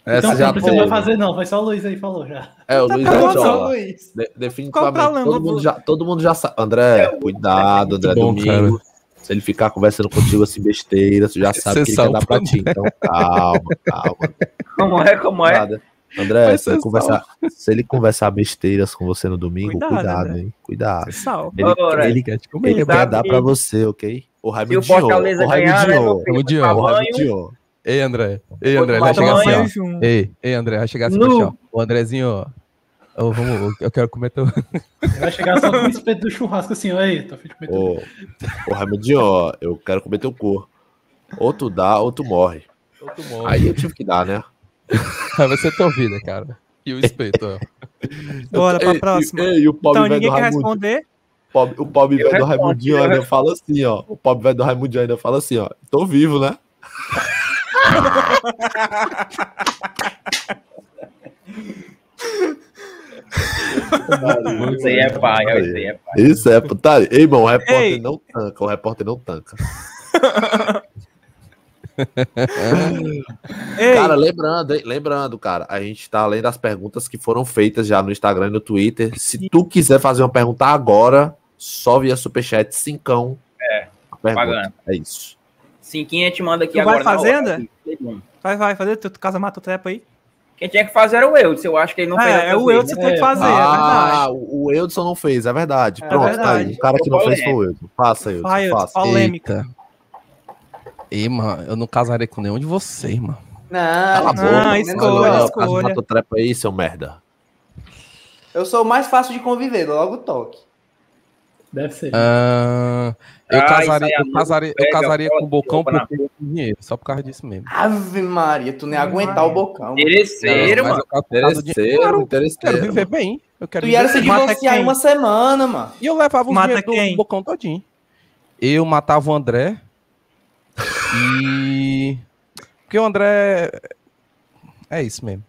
Speaker 8: Essa
Speaker 10: então,
Speaker 8: já
Speaker 10: não precisa
Speaker 8: teve.
Speaker 10: mais fazer, não. Foi só o Luiz aí falou já.
Speaker 8: É, o Luiz
Speaker 10: Tá bom,
Speaker 8: Gachola.
Speaker 10: Luiz.
Speaker 8: De-
Speaker 10: Qual o
Speaker 8: definitivamente.
Speaker 10: problema?
Speaker 8: Todo mundo, já, todo mundo já sabe. André, cuidado, André
Speaker 9: bom,
Speaker 8: Domingo. Se ele ficar conversando contigo assim, besteira, tu já sabe o que ele quer
Speaker 9: salva,
Speaker 8: dar pra ti.
Speaker 9: André.
Speaker 8: Então, calma, calma.
Speaker 6: Como é, como é?
Speaker 8: Nada. André,
Speaker 6: Vai
Speaker 8: se ele,
Speaker 6: ser
Speaker 8: conversar, se ele conversar besteiras com você no domingo,
Speaker 6: Cuidado,
Speaker 8: cuidado,
Speaker 6: André.
Speaker 8: hein? Cuidado.
Speaker 3: Salva.
Speaker 8: Ele,
Speaker 6: Ora,
Speaker 7: tá
Speaker 8: ele, é
Speaker 9: quer te
Speaker 7: tipo,
Speaker 6: comer,
Speaker 8: ele
Speaker 6: sabe
Speaker 8: quer dar
Speaker 6: que-
Speaker 8: pra você, ok? O
Speaker 6: Se
Speaker 8: Raimundinho.
Speaker 6: o Fortaleza
Speaker 8: O
Speaker 6: ganhar, né,
Speaker 8: Raimundinho.
Speaker 6: meu filho, vai
Speaker 8: O
Speaker 6: tomar
Speaker 8: Raimundinho.
Speaker 9: Ei, André. Ei, André.
Speaker 6: tomar
Speaker 9: Vai chegar assim,
Speaker 6: banho
Speaker 9: ó.
Speaker 6: junto.
Speaker 9: Ei, ei, André. Vai chegar assim,
Speaker 6: Nu.
Speaker 9: ó. Ô, Andrezinho, ó. Ô, vamos, eu quero comer teu...
Speaker 10: Vai chegar só com o espeto do churrasco assim, ó. Aí, tô feito com
Speaker 8: Ô, ô Raimundinho, ó, eu quero comer teu corpo. Ou tu dá, ou tu morre. Aí eu tive que dar, né?
Speaker 9: Vai ser tua vida, cara. E o espeto, ó.
Speaker 3: Bora pra
Speaker 8: Ei,
Speaker 3: próxima.
Speaker 8: ei, e o pobre
Speaker 3: então,
Speaker 8: velho
Speaker 3: ninguém
Speaker 8: do
Speaker 3: quer
Speaker 8: Raimundo.
Speaker 3: responder.
Speaker 8: Pobre- o pobre
Speaker 3: Eu
Speaker 8: velho do
Speaker 3: respondo,
Speaker 8: Raimundinho
Speaker 3: eu
Speaker 8: ainda
Speaker 6: né?
Speaker 3: respondo.
Speaker 8: fala assim, ó. O pobre velho do Raimundinho ainda fala assim, ó. Tô vivo, né?
Speaker 6: Isso aí é pai, isso aí é pai.
Speaker 8: Isso é putaria. Ei, irmão, o repórter
Speaker 6: Ei.
Speaker 8: não tanca. O repórter não tanca.
Speaker 3: Ei.
Speaker 8: Cara, lembrando, hein? Lembrando, cara, a gente tá além das perguntas que foram feitas já no Instagram e no Twitter. Se tu quiser fazer uma pergunta agora, só via Superchat, cincão.
Speaker 6: É,
Speaker 8: a pergunta.
Speaker 6: pagando.
Speaker 8: É isso.
Speaker 6: Cinquinha te manda aqui
Speaker 3: Tu vai
Speaker 6: agora. na
Speaker 3: fazer,
Speaker 6: hora,
Speaker 3: André?
Speaker 6: aqui, segundo.
Speaker 3: Vai, vai, fazer tu, tu casa mata o trepa aí.
Speaker 6: Quem tinha que fazer era o Eudes. Eu acho que ele não
Speaker 3: É,
Speaker 6: fez.
Speaker 3: é o Eudes que tem que fazer, é
Speaker 8: Ah,
Speaker 3: verdade.
Speaker 8: o o Eudson não fez, é verdade.
Speaker 3: É
Speaker 8: Pronto, tá
Speaker 3: verdade.
Speaker 8: aí. O cara que não
Speaker 3: Polêmica.
Speaker 8: fez foi o Eudson. Passa, Eudson,
Speaker 3: Vai, Eudes,
Speaker 8: faça.
Speaker 3: polêmica.
Speaker 9: Ei, mano, eu não casarei com nenhum de vocês, mano.
Speaker 8: Cala a
Speaker 7: Não,
Speaker 8: boca,
Speaker 7: não,
Speaker 8: mano.
Speaker 7: Ah, escolha,
Speaker 8: Casa
Speaker 7: escolha.
Speaker 8: mata o trepa aí, seu merda.
Speaker 7: Eu sou o mais fácil de conviver, logo toque.
Speaker 10: Deve ser.
Speaker 9: Ah, eu,
Speaker 7: Ah,
Speaker 9: casaria,
Speaker 7: isso aí,
Speaker 9: eu
Speaker 7: amigo,
Speaker 9: casaria, eu
Speaker 7: pega,
Speaker 9: casaria
Speaker 7: pode,
Speaker 9: com o Bocão
Speaker 7: rouba na
Speaker 9: por pouco dinheiro, só por causa disso mesmo.
Speaker 7: Ave Maria, tu nem ia aguentar o
Speaker 9: Não,
Speaker 7: bocão.
Speaker 9: mas eu caso por causa de- Claro,
Speaker 8: interesseiro.
Speaker 9: Eu quero viver bem. Eu quero
Speaker 7: Tu ia
Speaker 9: viver
Speaker 7: se
Speaker 9: bem.
Speaker 7: divorciar em uma semana, mano.
Speaker 9: E eu levava os
Speaker 7: Mata
Speaker 9: dinheiro do- do Bocão todinho. Eu matava o André. e. Porque o André. É isso mesmo.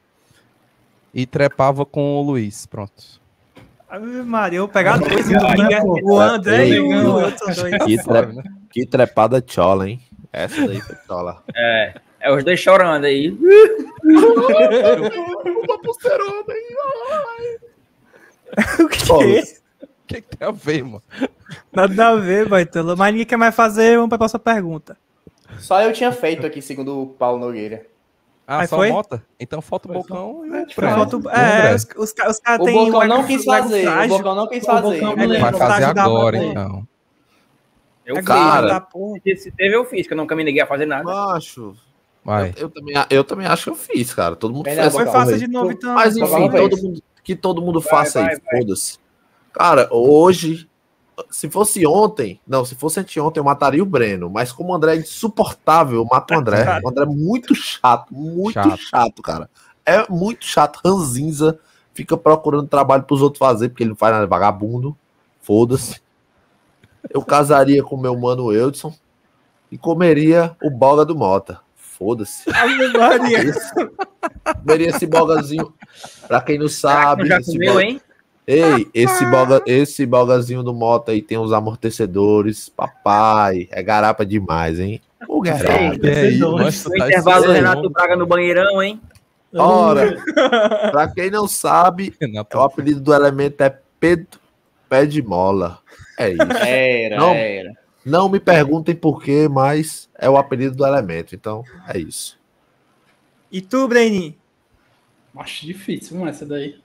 Speaker 9: E trepava com o Luiz, pronto.
Speaker 3: Ave Maria, eu vou pegar dois em domingo. O André e
Speaker 8: Ei,
Speaker 3: o Wilson dois.
Speaker 9: Ah,
Speaker 8: que, tre- que trepada tchola, hein? Essa daí foi tchola.
Speaker 6: É, é os dois chorando aí.
Speaker 8: Uma pulseirona aí.
Speaker 3: o que é?
Speaker 9: O que, que tem a ver, mano?
Speaker 3: Nada a ver, Baitelo. Mas ninguém quer mais fazer, vamos pra próxima pergunta.
Speaker 7: Só eu tinha feito aqui, segundo o Paulo Nogueira.
Speaker 9: Ah,
Speaker 3: Aí
Speaker 9: só
Speaker 3: foi?
Speaker 9: mota? Então falta o Bocão e o Fred.
Speaker 3: Falta o-
Speaker 9: E o
Speaker 3: é,
Speaker 9: Fred.
Speaker 3: os, os, ca- os caras
Speaker 7: O
Speaker 3: têm
Speaker 7: Bocão
Speaker 3: uma-
Speaker 7: não quis
Speaker 3: uma
Speaker 7: fazer, o
Speaker 3: frágil. é
Speaker 7: Bocão é não quis fazer.
Speaker 3: Bocão não
Speaker 7: Vai
Speaker 9: Vai
Speaker 3: lembra,
Speaker 9: fazer
Speaker 3: frágil da
Speaker 9: agora,
Speaker 3: porra.
Speaker 9: então.
Speaker 3: É
Speaker 6: Eu fiz,
Speaker 8: Cara.
Speaker 6: né? se teve, eu fiz, que eu nunca me liguei a fazer nada.
Speaker 8: Macho.
Speaker 9: Vai.
Speaker 8: Eu também, a- eu também acho que eu fiz, cara. Todo mundo
Speaker 6: Pernambuco.
Speaker 8: essa
Speaker 6: Foi fácil
Speaker 8: porra
Speaker 6: de
Speaker 8: aí.
Speaker 6: novo, então.
Speaker 8: Mas
Speaker 3: tá
Speaker 6: Só
Speaker 8: enfim,
Speaker 6: fala
Speaker 8: todo
Speaker 6: vez.
Speaker 8: mundo, que todo mundo
Speaker 6: Vai,
Speaker 8: faça
Speaker 6: vai,
Speaker 8: aí, foda-se. Cara, hoje, se fosse ontem, não, se fosse anteontem, eu mataria o Breno. Mas como o André é insuportável, eu mato o André. O André é muito chato, muito
Speaker 9: Chato.
Speaker 8: chato, cara. É muito chato, ranzinza. Fica procurando trabalho pros outros fazer, porque ele não faz nada, é vagabundo. Foda-se. Eu casaria com meu mano Eudson e comeria o boga do Mota. Foda-se. comeria esse bogazinho. Pra quem não sabe.
Speaker 6: já
Speaker 8: esse
Speaker 6: comeu, hein?
Speaker 8: Ei, esse, boga, esse bogazinho do Mota aí tem uns amortecedores. Papai, é garapa demais, hein? O garapa.
Speaker 9: E aí, nossa,
Speaker 6: O
Speaker 9: tá
Speaker 6: intervalo do
Speaker 9: esse-
Speaker 6: Renato Braga no banheirão, hein?
Speaker 8: Ora, pra quem não sabe, é o apelido do elemento é Pedro Pé de Mola. É isso.
Speaker 7: Era,
Speaker 8: Não.
Speaker 7: era.
Speaker 8: Não me perguntem por quê, mas é o apelido do elemento. Então, é isso.
Speaker 3: E tu, Brenin?
Speaker 10: Acho difícil, não é essa daí.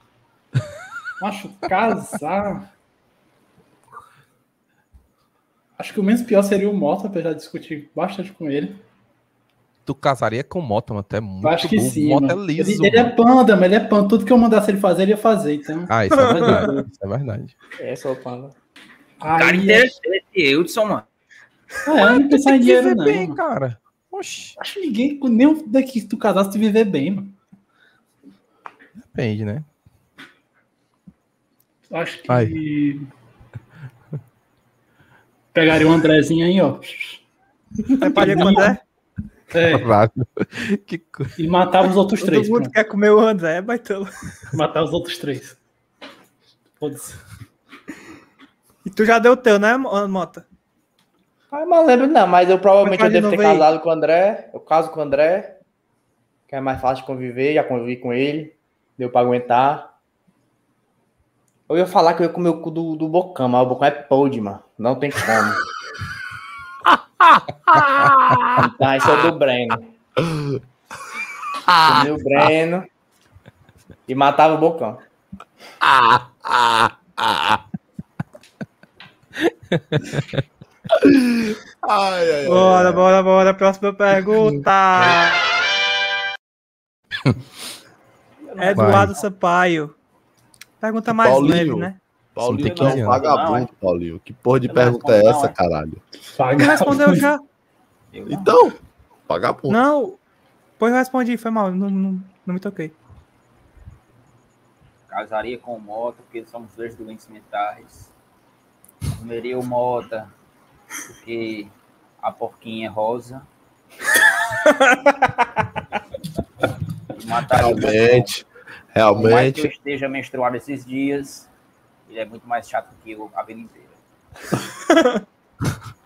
Speaker 10: Acho casar. Acho que o menos pior seria o Mota, apesar de discutir bastante com ele.
Speaker 9: Tu casaria com Mota, mano. Tu é muito
Speaker 10: Eu acho que
Speaker 9: burro.
Speaker 10: sim.
Speaker 9: Mota é
Speaker 10: mano.
Speaker 9: liso.
Speaker 10: ele, ele é
Speaker 9: mano.
Speaker 10: panda, mas ele é panda. Tudo que eu mandasse ele fazer, ele ia fazer. Então.
Speaker 9: Ah, isso é verdade. isso é verdade.
Speaker 7: É só panda.
Speaker 6: Cara
Speaker 10: Aí,
Speaker 6: interessante, Hudson, mano.
Speaker 10: é, eu não pensar em
Speaker 9: Tem que
Speaker 10: dinheiro,
Speaker 9: viver
Speaker 10: não.
Speaker 9: bem,
Speaker 10: mano.
Speaker 9: cara. Oxi.
Speaker 10: Acho que ninguém, com nenhum daqui que tu casasse, tu viver bem, mano.
Speaker 9: Depende, né?
Speaker 10: Acho que.
Speaker 9: Aí.
Speaker 10: Pegaria o Andrezinho aí, ó.
Speaker 3: Preparia com o André?
Speaker 10: É,
Speaker 9: que coisa.
Speaker 10: e matava os outros
Speaker 3: Todo
Speaker 10: três.
Speaker 3: mundo
Speaker 10: pronto.
Speaker 3: quer comer o André, Baitelo.
Speaker 10: Matar os outros três. Foda-se.
Speaker 3: E tu já deu o teu, né, Mo- Mota?
Speaker 7: Ah, mas lembro não, mas eu provavelmente eu
Speaker 3: Mas de
Speaker 7: devo ter
Speaker 3: novo aí.
Speaker 7: casado com o André. Eu caso com o André, que é mais fácil de conviver, já convivi com ele, deu pra aguentar. Eu ia falar que eu ia comer o cu do, do Bocão, mas o Bocão é podre, mano. Não tem como. então, esse é o do Breno. Comi o Breno e matava o Bocão.
Speaker 8: Ai, ai,
Speaker 3: Bora, bora, bora. Próxima pergunta. Eduardo Sampaio. Pergunta mais
Speaker 8: Paulinho.
Speaker 3: leve, né?
Speaker 8: Paulinho
Speaker 9: Sim, tem
Speaker 8: não,
Speaker 9: 15 anos.
Speaker 8: vagabundo, Paulinho. Que porra de pergunta é
Speaker 7: respondo,
Speaker 8: essa,
Speaker 7: não, é.
Speaker 8: caralho?
Speaker 3: Ele respondeu já.
Speaker 8: Então, vagabundo.
Speaker 3: Não. Pois eu respondi, foi mal. Não, não, não me toquei.
Speaker 6: Casaria com o Mota, porque somos dois doentes mentais. Comeria o Mota, porque a porquinha é rosa. E Mataria o Bocão.
Speaker 8: Realmente,
Speaker 6: Por mais que eu
Speaker 8: realmente.
Speaker 6: esteja menstruado esses dias, ele é muito mais chato que eu a vida inteira.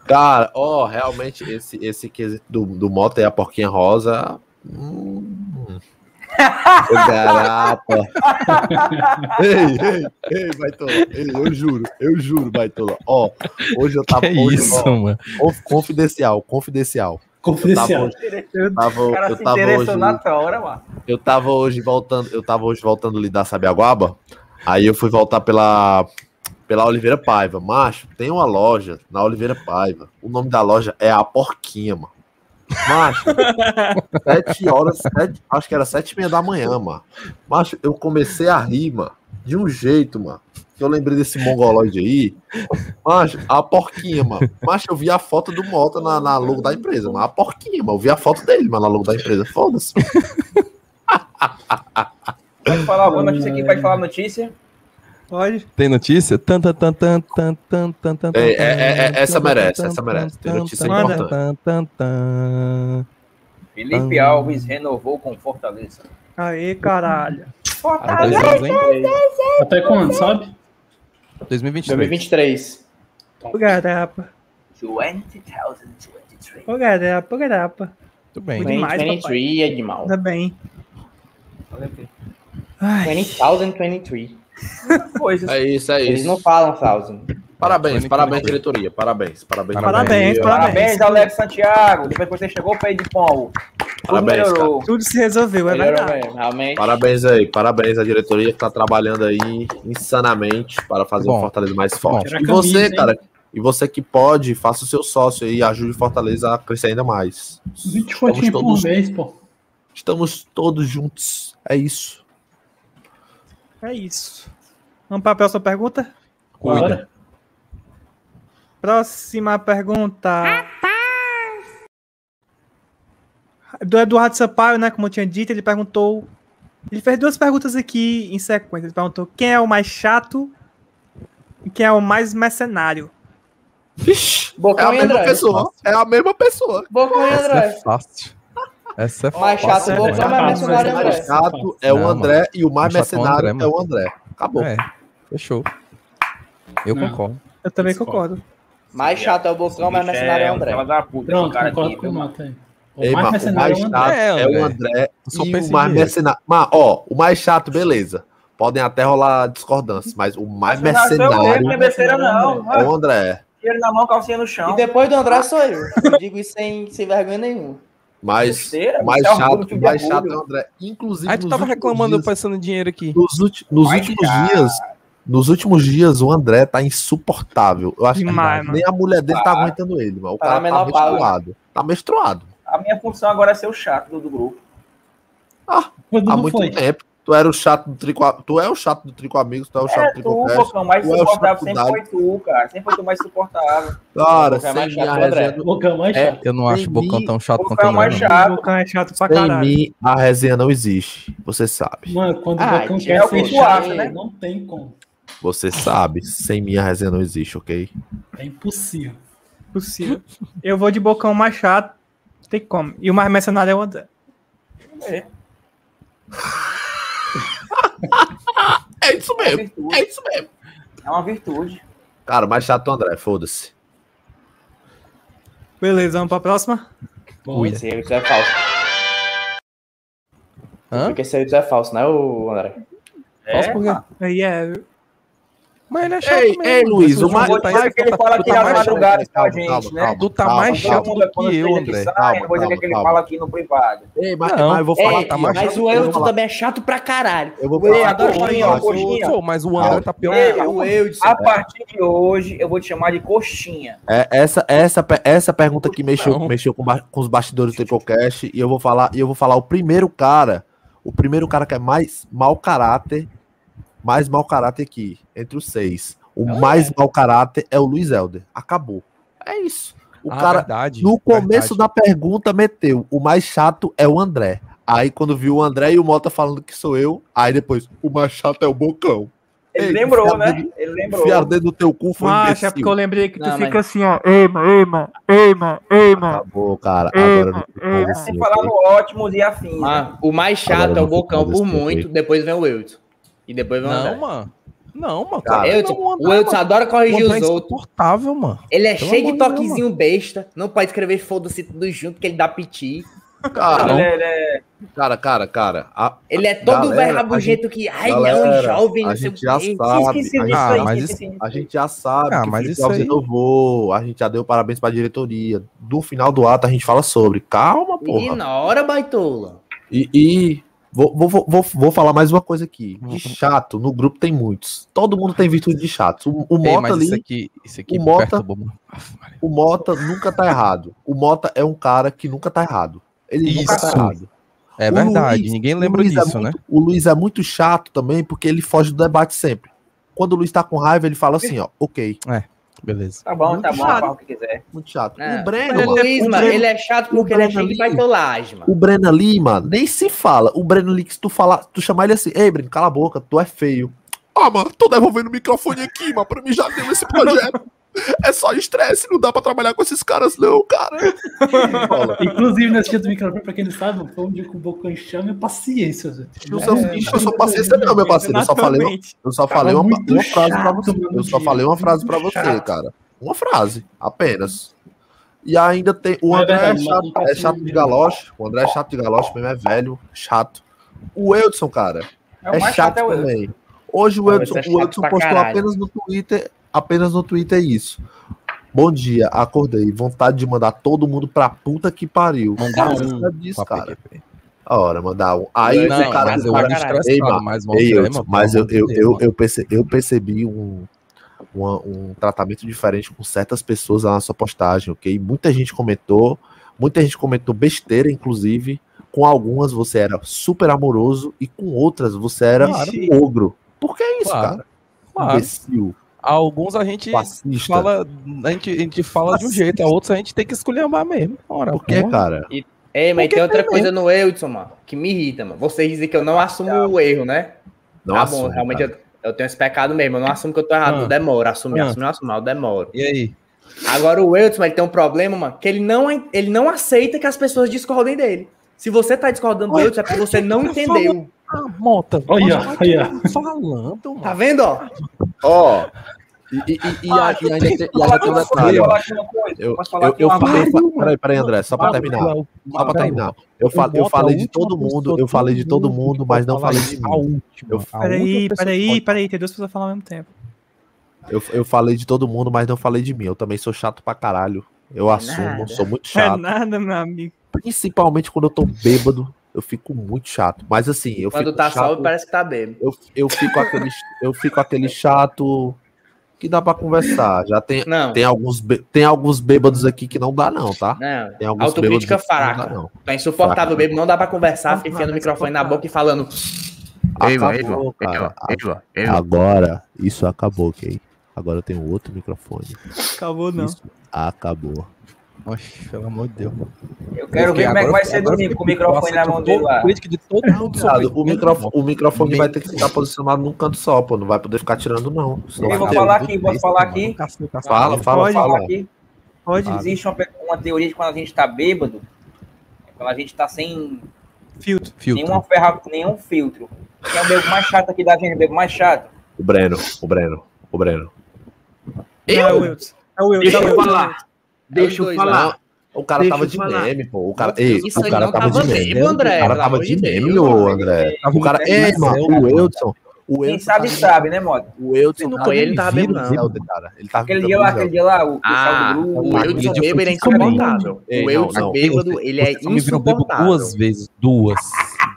Speaker 8: Cara, ó, realmente, esse, esse quesito do, do Mota e a Porquinha Rosa. Hum, Ô, garapa. ei, ei, ei, Baitola. Ei, eu juro, eu juro, Baitola. Ó, hoje eu tava.
Speaker 9: Que
Speaker 8: hoje,
Speaker 9: isso,
Speaker 8: ó,
Speaker 9: mano.
Speaker 8: conf- Confidencial, confidencial.
Speaker 10: Confidencial.
Speaker 8: Tá Eu tava,
Speaker 6: O cara
Speaker 8: eu
Speaker 6: se
Speaker 8: tava
Speaker 6: interessou
Speaker 8: hoje.
Speaker 6: na tua hora, mano.
Speaker 8: Eu tava hoje voltando, eu tava hoje voltando ali da Sabiaguaba. Aí eu fui voltar pela pela Oliveira Paiva. Macho, tem uma loja na Oliveira Paiva. O nome da loja é A Porquinha, mano. Macho, sete horas, sete, acho que era sete e meia da manhã, mano. Macho, eu comecei a rir, mano, de um jeito, mano. Que eu lembrei desse mongoloide aí. Macho, a porquinha, mano. Macho, eu vi a foto do Mota na, na logo da empresa, mano. A porquinha, mano. Eu vi a foto dele, mano, na logo da empresa. Foda-se.
Speaker 6: Pode falar alguma notícia aqui, pode falar notícia.
Speaker 3: Pode.
Speaker 9: Tem notícia? Tan, tan, tan, tan, tan, tan, tan, tan,
Speaker 8: É, é, é,
Speaker 9: tan,
Speaker 8: é, essa
Speaker 9: tan,
Speaker 8: merece,
Speaker 9: tan,
Speaker 8: essa
Speaker 9: tan,
Speaker 8: merece. Tem
Speaker 9: tan,
Speaker 8: notícia
Speaker 9: tan,
Speaker 8: importante.
Speaker 9: tan, tan, tan.
Speaker 6: Felipe
Speaker 9: Ah.
Speaker 6: Alves renovou com Fortaleza.
Speaker 3: Aí, caralho.
Speaker 9: Dois anos, hein?
Speaker 10: Até quando, sabe?
Speaker 9: 2023.
Speaker 7: 2023.
Speaker 3: Ô, garapa.
Speaker 6: 2023.
Speaker 3: Ô, garapa, ô, garapa.
Speaker 9: Muito bem.
Speaker 3: Bom demais, papai.
Speaker 7: 2023 é demais.
Speaker 3: Ainda bem.
Speaker 7: 2023.
Speaker 6: Coisas.
Speaker 8: É isso, é isso.
Speaker 6: Eles não falam, Salso.
Speaker 8: Parabéns, parabéns, diretoria. Parabéns, parabéns.
Speaker 6: Parabéns, parabéns ao Leves Santiago. Depois que você chegou, pé de pão.
Speaker 8: Parabéns,
Speaker 6: melhorou.
Speaker 8: cara.
Speaker 3: Tudo se resolveu, é
Speaker 6: Melhorou
Speaker 3: verdade.
Speaker 6: mesmo, realmente.
Speaker 8: Parabéns aí, parabéns à diretoria que está trabalhando aí insanamente para fazer
Speaker 9: Bom.
Speaker 8: o Fortaleza mais forte.
Speaker 9: Bom.
Speaker 8: E você, cara, e você que pode, faça o seu sócio aí, ajude o Fortaleza a crescer ainda mais.
Speaker 10: 20 continhos por
Speaker 8: todos-
Speaker 10: mês, pô.
Speaker 8: Estamos todos juntos, é isso.
Speaker 3: É isso. Vamos para a próxima pergunta?
Speaker 8: Cuida.
Speaker 3: Próxima pergunta. Do Eduardo Sampaio, né? Como eu tinha dito, ele perguntou. Ele fez duas perguntas aqui em sequência. Ele perguntou quem é o mais chato e quem é o mais mercenário.
Speaker 8: É a mesma pessoa. É a mesma pessoa.
Speaker 7: Bocão e
Speaker 9: Essa é
Speaker 7: André.
Speaker 9: fácil. Essa é
Speaker 7: Mais
Speaker 9: fácil.
Speaker 7: chato, vou botar mais
Speaker 9: fácil.
Speaker 7: mercenário,
Speaker 8: O mais chato é o
Speaker 9: Não,
Speaker 8: André
Speaker 9: mano.
Speaker 8: e o mais
Speaker 9: Mais chato é o
Speaker 8: mercenário
Speaker 9: André,
Speaker 8: é o
Speaker 9: mano.
Speaker 8: André. Acabou.
Speaker 9: É, fechou. Eu
Speaker 10: Não.
Speaker 9: concordo.
Speaker 3: Eu também concordo.
Speaker 7: Mais chato é o Bocão, mas mercenário é o André.
Speaker 10: Pronto, concordo com o Mata aí. O
Speaker 8: Ei,
Speaker 10: mais
Speaker 8: mas
Speaker 10: mercenário
Speaker 8: o
Speaker 10: é o
Speaker 8: mais
Speaker 10: André.
Speaker 8: chato é, o André e o mais mercenário. Mas, ó, o mais chato, beleza. Podem até rolar discordâncias, mas o mais
Speaker 6: Mercenário sou eu mesmo,
Speaker 8: mercenário
Speaker 6: não é besteira não.
Speaker 8: é o André.
Speaker 6: Dinheiro na mão, calcinha no chão.
Speaker 7: E depois do André sou eu. Eu digo isso sem, sem vergonha nenhuma.
Speaker 8: Mas
Speaker 7: Besteira,
Speaker 8: o mais
Speaker 7: você é um
Speaker 8: chato,
Speaker 7: orgulho,
Speaker 8: o mais
Speaker 7: filho
Speaker 8: chato
Speaker 7: de
Speaker 8: é o André. Inclusive,
Speaker 9: Aí tu
Speaker 8: nos
Speaker 9: tava
Speaker 8: últimos
Speaker 9: reclamando, eu
Speaker 8: dias-
Speaker 9: passando dinheiro aqui.
Speaker 8: Nos, ulti- nos últimos dias, nos últimos dias, o André tá insuportável. Eu acho
Speaker 6: Demais,
Speaker 8: que nem a mulher dele tá aguentando ele, mano. O
Speaker 6: Tá
Speaker 8: cara
Speaker 6: na
Speaker 8: tá
Speaker 6: menopausa.
Speaker 8: menstruado. Tá menstruado.
Speaker 6: A minha função agora é ser o chato do, do grupo.
Speaker 8: Há muito tempo. Tu era o chato do Trico. Tu é o chato do Trico Amigos, tu é o chato
Speaker 6: É
Speaker 8: do
Speaker 6: tu,
Speaker 8: Trico
Speaker 6: Bocão, mais suportável sempre foi tu, cara. Sempre foi tu mais suportável.
Speaker 8: Cara,
Speaker 6: Bocão é mais
Speaker 8: sem
Speaker 6: chato
Speaker 8: minha
Speaker 6: que o André.
Speaker 8: resenha-
Speaker 10: Bocão é mais
Speaker 8: É,
Speaker 10: chato.
Speaker 9: Eu não acho o Bocão tão chato
Speaker 6: Bocão
Speaker 9: quanto
Speaker 6: é
Speaker 9: o
Speaker 6: o mais
Speaker 9: André.
Speaker 6: chato.
Speaker 3: O Bocão é chato pra
Speaker 8: Sem
Speaker 3: caralho.
Speaker 8: mim, a resenha não existe. Você sabe.
Speaker 10: Mano, quando
Speaker 7: Ah,
Speaker 10: o Bocão
Speaker 7: tio,
Speaker 10: quer
Speaker 7: é o
Speaker 10: ser
Speaker 7: que tu
Speaker 10: chato,
Speaker 7: acha, né?
Speaker 10: não tem como.
Speaker 8: Você sabe. Sem mim, a resenha não existe, ok?
Speaker 10: É impossível.
Speaker 3: Possível. Eu vou de Bocão mais chato. Tem como. E o mais mercenário é o André.
Speaker 8: É isso
Speaker 6: É
Speaker 8: mesmo.
Speaker 6: virtude.
Speaker 8: É isso mesmo.
Speaker 6: É uma virtude.
Speaker 8: Cara, mais chato é o André, foda-se.
Speaker 3: Beleza, vamos pra próxima?
Speaker 7: Bom, esse aí é falso.
Speaker 9: Hã?
Speaker 7: Porque esse aí é falso, né, o André?
Speaker 3: Posso por quê? Aí é. Mas ele é chato
Speaker 8: Ei,
Speaker 3: mesmo.
Speaker 8: ei, Luiz, o mais. é
Speaker 6: vou
Speaker 9: tá-
Speaker 6: te dizer que ele fala aqui na madrugada com a gente, né?
Speaker 9: Tu tá mais chato do
Speaker 6: é
Speaker 9: que eu, André.
Speaker 6: Ah, é coisa que, é que ele fala aqui no privado.
Speaker 8: Ei, mas,
Speaker 9: Não.
Speaker 8: mas eu vou falar.
Speaker 7: Ei,
Speaker 9: tá mais
Speaker 7: mas
Speaker 9: chato
Speaker 7: o
Speaker 9: que eu,
Speaker 7: Elton
Speaker 9: mano.
Speaker 7: também é chato pra caralho.
Speaker 8: Eu vou
Speaker 6: Ei,
Speaker 8: falar.
Speaker 6: adoro coxinha, ó,
Speaker 8: Mas-
Speaker 6: coxinha.
Speaker 9: Sou, mas o André tá pior.
Speaker 7: Ei, o Eudson.
Speaker 6: A partir de hoje, eu vou te chamar de coxinha.
Speaker 8: É, essa, essa, pe- essa pergunta aqui mexeu, mexeu com, ba- com os bastidores do Triplecast e eu vou falar, e eu vou falar o primeiro cara, o primeiro cara que é mais mau caráter, mais mau caráter aqui, entre os seis. O
Speaker 3: É.
Speaker 8: mais mau caráter é o Luiz Helder. Acabou. É isso. O
Speaker 9: Ah,
Speaker 8: cara,
Speaker 9: verdade,
Speaker 8: no começo
Speaker 9: verdade.
Speaker 8: da pergunta, meteu. O mais chato é o André. Aí quando viu o André e o Mota falando que sou eu, aí depois, o mais chato é o Bocão.
Speaker 6: Ele
Speaker 8: Ei,
Speaker 6: lembrou,
Speaker 8: enfiar
Speaker 6: né?
Speaker 8: dedo-
Speaker 6: Ele lembrou.
Speaker 8: Enfiar dedo no teu cu foi
Speaker 3: Macho, é
Speaker 8: imbecil.
Speaker 3: porque eu lembrei que tu
Speaker 7: Não,
Speaker 3: fica
Speaker 7: mas-
Speaker 3: assim, ó. Eima, eima, eima, eima.
Speaker 8: Acabou, cara.
Speaker 3: Ei,
Speaker 8: Agora não tem
Speaker 3: ei,
Speaker 8: como
Speaker 6: Sem
Speaker 8: assim,
Speaker 6: falar
Speaker 8: ok?
Speaker 6: no ótimos e afins. né?
Speaker 7: Ah, o mais chato
Speaker 8: Agora
Speaker 7: é o
Speaker 8: eu vou ficar
Speaker 7: Bocão por
Speaker 8: desse jeito
Speaker 7: muito,
Speaker 8: aí.
Speaker 7: depois vem o Eudson. E depois vem o
Speaker 9: Não,
Speaker 7: André.
Speaker 9: mano. Não, mano.
Speaker 8: Cara,
Speaker 9: Não,
Speaker 7: Eudson,
Speaker 9: o André,
Speaker 7: o Eudson
Speaker 9: mano.
Speaker 7: adora
Speaker 9: O
Speaker 7: corrigir
Speaker 9: André é
Speaker 7: os outros.
Speaker 9: insuportável, mano.
Speaker 7: Ele é
Speaker 9: Pelo
Speaker 7: cheio de
Speaker 9: amor Deus,
Speaker 7: toquezinho besta. Não pode escrever foda-se tudo junto, que ele dá piti.
Speaker 8: Cara,
Speaker 6: Ele
Speaker 7: né,
Speaker 6: é- ele é-
Speaker 8: cara, cara, cara. a-
Speaker 7: Ele é todo
Speaker 8: Galera,
Speaker 7: velho
Speaker 8: a
Speaker 7: rabugento que. Ai,
Speaker 8: galera,
Speaker 7: não, jovem,
Speaker 8: a
Speaker 7: não sei o
Speaker 8: gente já
Speaker 7: quê.
Speaker 8: sabe.
Speaker 6: Esqueci
Speaker 8: a,
Speaker 6: disso
Speaker 8: gente,
Speaker 9: Ah,
Speaker 6: aí,
Speaker 9: mas
Speaker 6: esqueci disso
Speaker 8: a
Speaker 6: aí.
Speaker 8: gente já sabe
Speaker 9: Ah,
Speaker 8: que o
Speaker 9: mas
Speaker 8: Felipe
Speaker 9: isso
Speaker 8: Alves
Speaker 9: aí-
Speaker 8: renovou. A gente já deu parabéns pra diretoria. No final do ato a gente fala sobre. Calma, porra.
Speaker 7: Ignora, baitola.
Speaker 8: E, e vou, vou, vou, vou- vou falar mais uma coisa aqui. De chato, no grupo tem muitos. Todo mundo tem virtude de chato. O, o
Speaker 9: Ei,
Speaker 8: Mota
Speaker 9: mas
Speaker 8: ali,
Speaker 9: isso aqui, isso aqui
Speaker 8: o Mota-
Speaker 9: perturba muito. Aff, Maria.
Speaker 8: o Mota nunca tá errado. O Mota é um cara que nunca tá errado. Ele nunca tá
Speaker 9: Isso.
Speaker 8: errado.
Speaker 9: É
Speaker 8: O
Speaker 9: verdade,
Speaker 8: Luiz-
Speaker 9: ninguém
Speaker 8: o
Speaker 9: lembra
Speaker 8: Luiz é
Speaker 9: disso, né?
Speaker 8: muito- O Luiz é muito chato também, porque ele foge do debate sempre. Quando o Luiz tá com raiva, ele fala assim, ó, ok,
Speaker 9: Beleza.
Speaker 6: Tá bom, tá
Speaker 8: Muito
Speaker 6: bom,
Speaker 8: chato.
Speaker 6: fala o que quiser.
Speaker 8: muito chato.
Speaker 7: É.
Speaker 8: O Breno,
Speaker 7: O
Speaker 8: mano,
Speaker 7: Luiz,
Speaker 8: o
Speaker 7: mano,
Speaker 8: Breno-
Speaker 7: ele é chato
Speaker 8: o
Speaker 7: porque ele é
Speaker 8: Breno
Speaker 7: cheio de
Speaker 8: ali-
Speaker 7: baitolagem, mano.
Speaker 8: o Breno ali, mano, nem se fala. O Breno ali, que se tu falar, tu chamar ele assim, ei, Breno, cala a boca, tu é feio. Ah, mano, tô devolvendo o microfone aqui, mano, pra mim já deu esse projeto. É só estresse, não dá pra trabalhar com esses caras não, cara. Fala.
Speaker 10: Inclusive, nesse dia do microfone, pra quem não sabe, foi um dia que o Bocão enchama é paciência, velho.
Speaker 8: Não sou- um eu sou paciência não, meu parceiro, eu só falei uma-
Speaker 3: Naturalmente.
Speaker 8: Eu só
Speaker 10: Cara,
Speaker 8: falei uma,
Speaker 10: muito
Speaker 8: uma frase pra
Speaker 10: chato,
Speaker 8: você.
Speaker 10: mano,
Speaker 8: Eu só
Speaker 10: Diego,
Speaker 8: falei uma frase pra
Speaker 10: muito
Speaker 8: você,
Speaker 10: chato.
Speaker 8: cara. Uma frase, apenas. E ainda tem. O
Speaker 10: É
Speaker 8: André é,
Speaker 10: verdade,
Speaker 8: chato,
Speaker 10: mano,
Speaker 8: é chato de
Speaker 10: mesmo.
Speaker 8: galoche. O André é chato de galoche mesmo, é velho, chato. O Eudson, cara,
Speaker 6: É
Speaker 8: é,
Speaker 6: o mais
Speaker 8: chato
Speaker 6: chato, é o
Speaker 8: também. Hoje o
Speaker 7: Vai
Speaker 8: Edson,
Speaker 7: ser
Speaker 8: o
Speaker 7: chato
Speaker 8: Edson
Speaker 7: pra
Speaker 8: postou
Speaker 7: caralho.
Speaker 8: apenas no Twitter, apenas no Twitter isso. Bom dia, acordei. Vontade de mandar todo mundo pra puta que pariu.
Speaker 9: Mandar
Speaker 8: Você
Speaker 9: um
Speaker 8: sabe disso, cara. A hora, mandar um. Aí
Speaker 9: Não,
Speaker 8: o cara.
Speaker 9: mas
Speaker 8: o
Speaker 9: eu
Speaker 8: cara-
Speaker 9: ando estressado,
Speaker 8: Ei, mano,
Speaker 9: mas
Speaker 8: ei,
Speaker 9: vamos,
Speaker 8: Edson,
Speaker 9: né,
Speaker 8: mas eu,
Speaker 9: mano?
Speaker 8: eu,
Speaker 9: Vamos
Speaker 8: eu,
Speaker 9: entender,
Speaker 8: eu perce- eu percebi um, uma- um tratamento diferente com certas pessoas lá na sua postagem, ok? Muita gente comentou, muita gente comentou besteira, inclusive. Com algumas você era super amoroso e com outras você era
Speaker 9: Claro.
Speaker 8: um ogro. Por que é isso,
Speaker 9: Claro.
Speaker 8: cara?
Speaker 9: Claro.
Speaker 8: Imbecil.
Speaker 9: Alguns a gente
Speaker 8: Fascista.
Speaker 9: fala, a gente, a gente fala de um jeito, a outros a gente tem que escolher amar mesmo. Ora,
Speaker 8: Por que, cara?
Speaker 7: E, ei, mas
Speaker 9: Porque
Speaker 7: tem outra
Speaker 9: tem
Speaker 7: coisa no Eudson, mano, que me irrita, mano. Vocês dizem que eu não assumo o erro, né?
Speaker 8: Não
Speaker 7: tá
Speaker 8: assumo,
Speaker 7: bom, realmente
Speaker 8: cara.
Speaker 7: eu, eu tenho esse pecado mesmo. Eu não assumo que eu tô errado, eu demoro. Assumir,
Speaker 8: Ah.
Speaker 7: assumir, assumir, eu demoro.
Speaker 9: E aí?
Speaker 7: Agora o Eudson, ele tem um problema, mano, que ele não, ele não aceita que as pessoas discordem dele. Se você tá discordando do Eudson, é porque você não entendeu.
Speaker 9: Ah, Mota.
Speaker 10: Olha, olha.
Speaker 9: Falando,
Speaker 7: Tá vendo, ó?
Speaker 8: Ó. E, e, e, e, a- e ainda tem, e ainda
Speaker 7: é
Speaker 8: tem um detalhe, ó. Eu, eu, eu falei. fa- Peraí, peraí, André, só pra
Speaker 9: Pariu,
Speaker 8: terminar.
Speaker 9: Léo.
Speaker 8: Só pra
Speaker 9: Pariu,
Speaker 8: terminar.
Speaker 9: Léo.
Speaker 8: Eu, fa- eu
Speaker 9: Bota a
Speaker 8: falei de
Speaker 9: última
Speaker 8: todo
Speaker 9: pessoa,
Speaker 8: mundo, eu falei de todo mundo, mas não falei de
Speaker 9: A
Speaker 8: mim.
Speaker 9: última.
Speaker 8: Eu,
Speaker 9: a
Speaker 3: Peraí,
Speaker 9: última
Speaker 3: peraí, peraí, tem duas pessoas falando ao mesmo tempo.
Speaker 8: eu, eu falei de todo mundo, mas não falei de mim. Eu também sou chato pra caralho. Eu assumo,
Speaker 3: nada.
Speaker 8: sou
Speaker 3: É
Speaker 8: muito chato.
Speaker 3: nada, meu amigo.
Speaker 8: Principalmente quando eu tô bêbado, eu fico muito chato. Mas assim, eu
Speaker 7: Quando
Speaker 8: fico
Speaker 7: tá
Speaker 8: chato,
Speaker 7: salvo, parece que tá bêbado.
Speaker 8: eu, eu fico aquele, eu fico aquele chato que dá pra conversar. Já tem,
Speaker 7: Não.
Speaker 8: tem alguns bê- tem alguns bêbados aqui que não dá não, tá?
Speaker 7: Não,
Speaker 8: Tem alguns
Speaker 7: autocrítica
Speaker 8: bêbados que não dá,
Speaker 7: fraca.
Speaker 8: não.
Speaker 7: Tá insuportável,
Speaker 8: Fraca.
Speaker 7: bêbado, não dá pra conversar, fica enfiando o microfone na boca e falando...
Speaker 8: Acabou, cara. Agora, isso acabou, ok? Agora eu tenho outro microfone.
Speaker 3: Acabou, não.
Speaker 8: Isso acabou.
Speaker 9: Oxe, pelo amor de Deus.
Speaker 6: Eu quero ver como é que vai ser domingo com o microfone na mão dele lá.
Speaker 9: de todo mundo
Speaker 8: Viado,
Speaker 6: é
Speaker 8: o, microfone, o microfone vai ter que ficar posicionado num canto só, pô. Não vai poder ficar tirando, não. Senão
Speaker 6: Eu
Speaker 8: vai
Speaker 6: vou
Speaker 8: ter
Speaker 6: falar
Speaker 8: um
Speaker 6: aqui, posso
Speaker 8: desse,
Speaker 6: falar
Speaker 8: mano.
Speaker 6: aqui?
Speaker 8: Fala, fala,
Speaker 6: Posso
Speaker 8: fala.
Speaker 6: falar aqui?
Speaker 3: Pode.
Speaker 8: Ah.
Speaker 6: Existe uma, uma teoria de quando a gente tá bêbado, é quando a gente tá sem
Speaker 3: Filtro.
Speaker 6: nenhuma ferra, nenhum filtro. Quem é o bebo mais chato aqui da gente? O bebo mais chato.
Speaker 8: O Breno, o Breno, o Breno.
Speaker 3: Não, é o Wilson. É o Wilson.
Speaker 13: Deixa
Speaker 3: é o
Speaker 13: eu
Speaker 3: Wilson.
Speaker 13: falar. Deixa eu
Speaker 8: Não,
Speaker 13: falar.
Speaker 8: o cara
Speaker 13: né? Deixa
Speaker 8: tava
Speaker 13: eu
Speaker 8: de
Speaker 13: falar.
Speaker 8: meme, pô. O cara,
Speaker 13: Nossa,
Speaker 8: ei,
Speaker 13: isso
Speaker 8: o
Speaker 13: aí
Speaker 8: cara
Speaker 13: não
Speaker 8: tava de
Speaker 13: tava
Speaker 8: meme.
Speaker 13: bêbado, André,
Speaker 8: O cara
Speaker 13: pelo
Speaker 8: tava
Speaker 13: amor
Speaker 8: de
Speaker 13: de
Speaker 8: meme,
Speaker 13: Deus,
Speaker 8: ô
Speaker 13: mano.
Speaker 8: André.
Speaker 13: Tava né?
Speaker 8: O cara,
Speaker 13: muito
Speaker 8: ei,
Speaker 13: engraçado,
Speaker 8: mano,
Speaker 13: cara.
Speaker 8: o Wilson. O
Speaker 6: Quem
Speaker 8: Wilson
Speaker 6: sabe,
Speaker 8: tava-
Speaker 6: sabe, né, Mota?
Speaker 8: O Wilson
Speaker 7: nunca me viu,
Speaker 8: Zelda, cara. Ele tava
Speaker 6: Aquele
Speaker 8: me
Speaker 6: dia lá,
Speaker 8: Zelda.
Speaker 6: aquele dia lá, o
Speaker 7: Ah,
Speaker 6: pessoal do
Speaker 7: o
Speaker 6: grupo.
Speaker 7: Wilson bêbado ele é
Speaker 9: Fica bem.
Speaker 7: insuportável.
Speaker 9: Ei,
Speaker 7: O
Speaker 9: não,
Speaker 7: Wilson
Speaker 9: não.
Speaker 7: bêbado,
Speaker 9: Vocês-
Speaker 7: ele é
Speaker 8: tá
Speaker 9: vocês só me viram bêbado Duas
Speaker 7: insuportável.
Speaker 9: vezes, duas.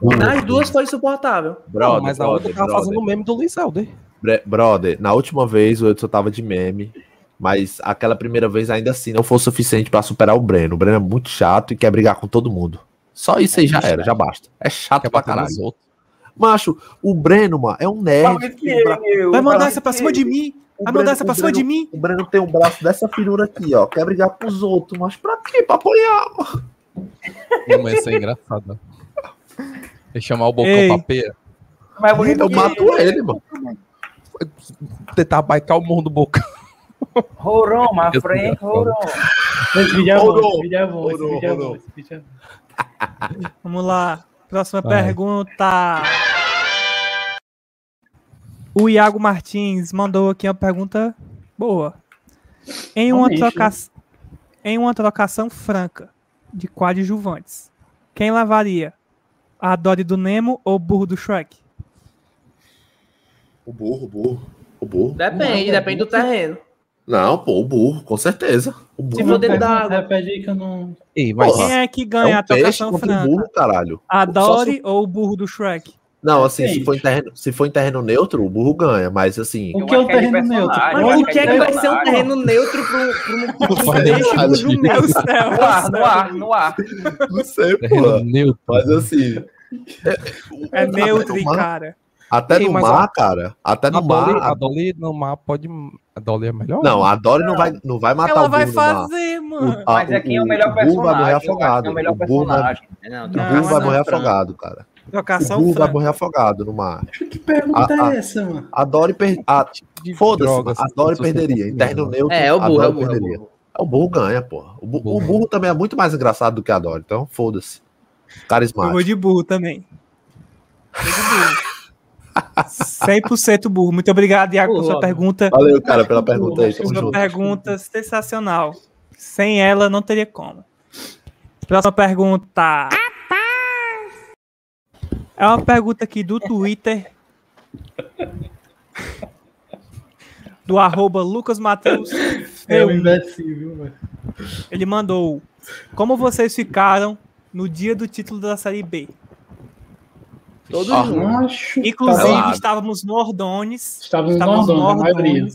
Speaker 9: duas.
Speaker 7: Nas duas foi insuportável.
Speaker 8: Brother,
Speaker 9: mas na outra
Speaker 8: brother,
Speaker 9: eu tava
Speaker 8: brother.
Speaker 9: fazendo o meme do Luiz Helder.
Speaker 8: Bre- Brother, na última vez o Edson tava de meme, mas aquela primeira vez ainda assim não foi o suficiente pra superar o Breno. O Breno é muito chato e quer brigar com todo mundo. Só isso aí já era, já basta. É chato pra
Speaker 9: bater nos
Speaker 3: um?
Speaker 8: caralho. Macho, o Breno, mano, é um nerd.
Speaker 6: que ele,
Speaker 3: Vai mandar
Speaker 8: Fala
Speaker 3: essa pra cima de mim.
Speaker 8: O
Speaker 3: Vai
Speaker 8: Breno-
Speaker 3: mandar essa pra
Speaker 8: o
Speaker 3: cima de
Speaker 8: Breno-
Speaker 3: mim.
Speaker 8: O Breno tem um braço dessa finura aqui, ó. Quer brigar pros outros, mas pra quê? Pra apoiar. mano.
Speaker 9: Não, mas essa é engraçada. Eu chamar o
Speaker 3: Ei.
Speaker 9: Bocão pra peia.
Speaker 6: mais bonito
Speaker 8: Eu
Speaker 6: que
Speaker 8: mato ele, mano.
Speaker 9: Tentar baicar o morro do Bocão.
Speaker 6: Roroma,
Speaker 9: Eu-
Speaker 6: Frank, Roroma.
Speaker 10: Esse vídeo é bom,
Speaker 8: Rodou,
Speaker 10: esse vídeo é bom, esse
Speaker 8: rodou,
Speaker 10: vídeo é
Speaker 8: rodou.
Speaker 10: bom, esse vídeo é bom.
Speaker 3: Vamos lá. Próxima
Speaker 9: Vai.
Speaker 3: pergunta. O Iago Martins mandou aqui uma pergunta boa. Em uma,
Speaker 8: né?
Speaker 10: Realmente,
Speaker 3: troca... em uma trocação franca de coadjuvantes, quem lavaria? A Dory do Nemo ou o burro do Shrek?
Speaker 8: O burro, o burro. O burro.
Speaker 7: Depende, depende do terreno.
Speaker 8: Não, pô, o burro, com certeza. O
Speaker 7: Se
Speaker 8: burro.
Speaker 7: for dentro
Speaker 10: Repete-
Speaker 7: da água.
Speaker 10: Repete aí que eu não...
Speaker 9: Ei, vai
Speaker 8: Porra.
Speaker 9: lá.
Speaker 3: Quem é que
Speaker 8: É
Speaker 3: ganha a
Speaker 8: um peixe
Speaker 3: trocação tá.
Speaker 8: contra o
Speaker 3: franca?
Speaker 8: burro, caralho.
Speaker 3: A
Speaker 8: Só se-
Speaker 3: Dory ou o burro do Shrek?
Speaker 8: Não,
Speaker 6: É
Speaker 8: assim, se
Speaker 10: Depende.
Speaker 8: for, em terreno, se for em terreno neutro, o burro ganha, mas assim.
Speaker 10: O que é
Speaker 6: acho
Speaker 10: o
Speaker 6: que é de
Speaker 10: terreno neutro?
Speaker 6: personagem,
Speaker 10: Eu
Speaker 7: Mas
Speaker 10: acho
Speaker 7: o que é que vai ser um
Speaker 6: personagem.
Speaker 7: terreno neutro pro, pro, pro
Speaker 9: faz
Speaker 7: peixe
Speaker 8: nada
Speaker 7: do
Speaker 8: sentido.
Speaker 3: É o
Speaker 7: jumento?
Speaker 3: céu.
Speaker 6: No
Speaker 8: Ah,
Speaker 6: ar, no ar, no ar.
Speaker 8: Não sei,
Speaker 9: Terreno neutro.
Speaker 8: Mas assim.
Speaker 3: É
Speaker 8: o-
Speaker 3: neutro,
Speaker 8: até no mar-
Speaker 3: cara.
Speaker 8: Até
Speaker 9: Ei,
Speaker 8: no
Speaker 9: mas
Speaker 8: mar,
Speaker 9: a-
Speaker 8: cara. Até no
Speaker 9: A Dolly,
Speaker 8: mar.
Speaker 9: a Dolly no mar pode. A Dolly é melhor?
Speaker 8: Não, a Dory não vai, Ah, não vai matar
Speaker 3: Ela
Speaker 8: o burro.
Speaker 3: vai
Speaker 8: no mar.
Speaker 3: fazer,
Speaker 8: O-
Speaker 3: mano.
Speaker 8: a-
Speaker 6: Mas é quem é o
Speaker 8: burro
Speaker 6: melhor
Speaker 8: vai morrer
Speaker 6: personagem. eu acho que
Speaker 8: afogado.
Speaker 6: É o melhor
Speaker 8: o burro vai,
Speaker 6: personagem. um
Speaker 7: Não,
Speaker 3: Não,
Speaker 8: o burro
Speaker 3: mas
Speaker 8: vai
Speaker 3: não.
Speaker 8: morrer afogado, cara. O
Speaker 3: Trocação
Speaker 8: burro vai
Speaker 3: franca.
Speaker 8: morrer afogado no mar.
Speaker 10: Que pergunta
Speaker 8: Ah, ah.
Speaker 10: é essa, mano?
Speaker 8: A Dory per... a... Foda-se,
Speaker 9: Tipo droga, assim,
Speaker 8: mano, a
Speaker 9: essas
Speaker 8: Dory
Speaker 9: pessoas
Speaker 8: perderia.
Speaker 9: são
Speaker 8: Em terreno neutro,
Speaker 7: É, é o
Speaker 8: a
Speaker 7: burro, é o
Speaker 8: Dory
Speaker 7: burro. é o
Speaker 8: perderia.
Speaker 7: burro.
Speaker 8: É, O burro ganha, porra. O, bu-
Speaker 9: Burro.
Speaker 8: o burro também é muito mais engraçado do que a Dory, então foda-se.
Speaker 3: Eu vou
Speaker 8: Carismático.
Speaker 3: de burro também. Vou de burro. 100% burro. Muito obrigado, Iago, por
Speaker 10: Burro,
Speaker 3: sua
Speaker 10: óbvio.
Speaker 3: pergunta.
Speaker 8: Valeu, cara, pela pergunta aí. Tamo
Speaker 3: Sua
Speaker 8: junto.
Speaker 3: pergunta sensacional. Sem ela, não teria como. Próxima pergunta. É uma pergunta aqui do Twitter do arroba Lucas Matheus.
Speaker 10: É um imbecil, viu, velho?
Speaker 3: Ele mandou: Como vocês ficaram no dia do título da Série B?
Speaker 10: Todos Ah, juntos. macho,
Speaker 3: Inclusive,
Speaker 10: tá.
Speaker 3: estávamos no Ordones.
Speaker 10: Estávamos no Ordones, a maioria.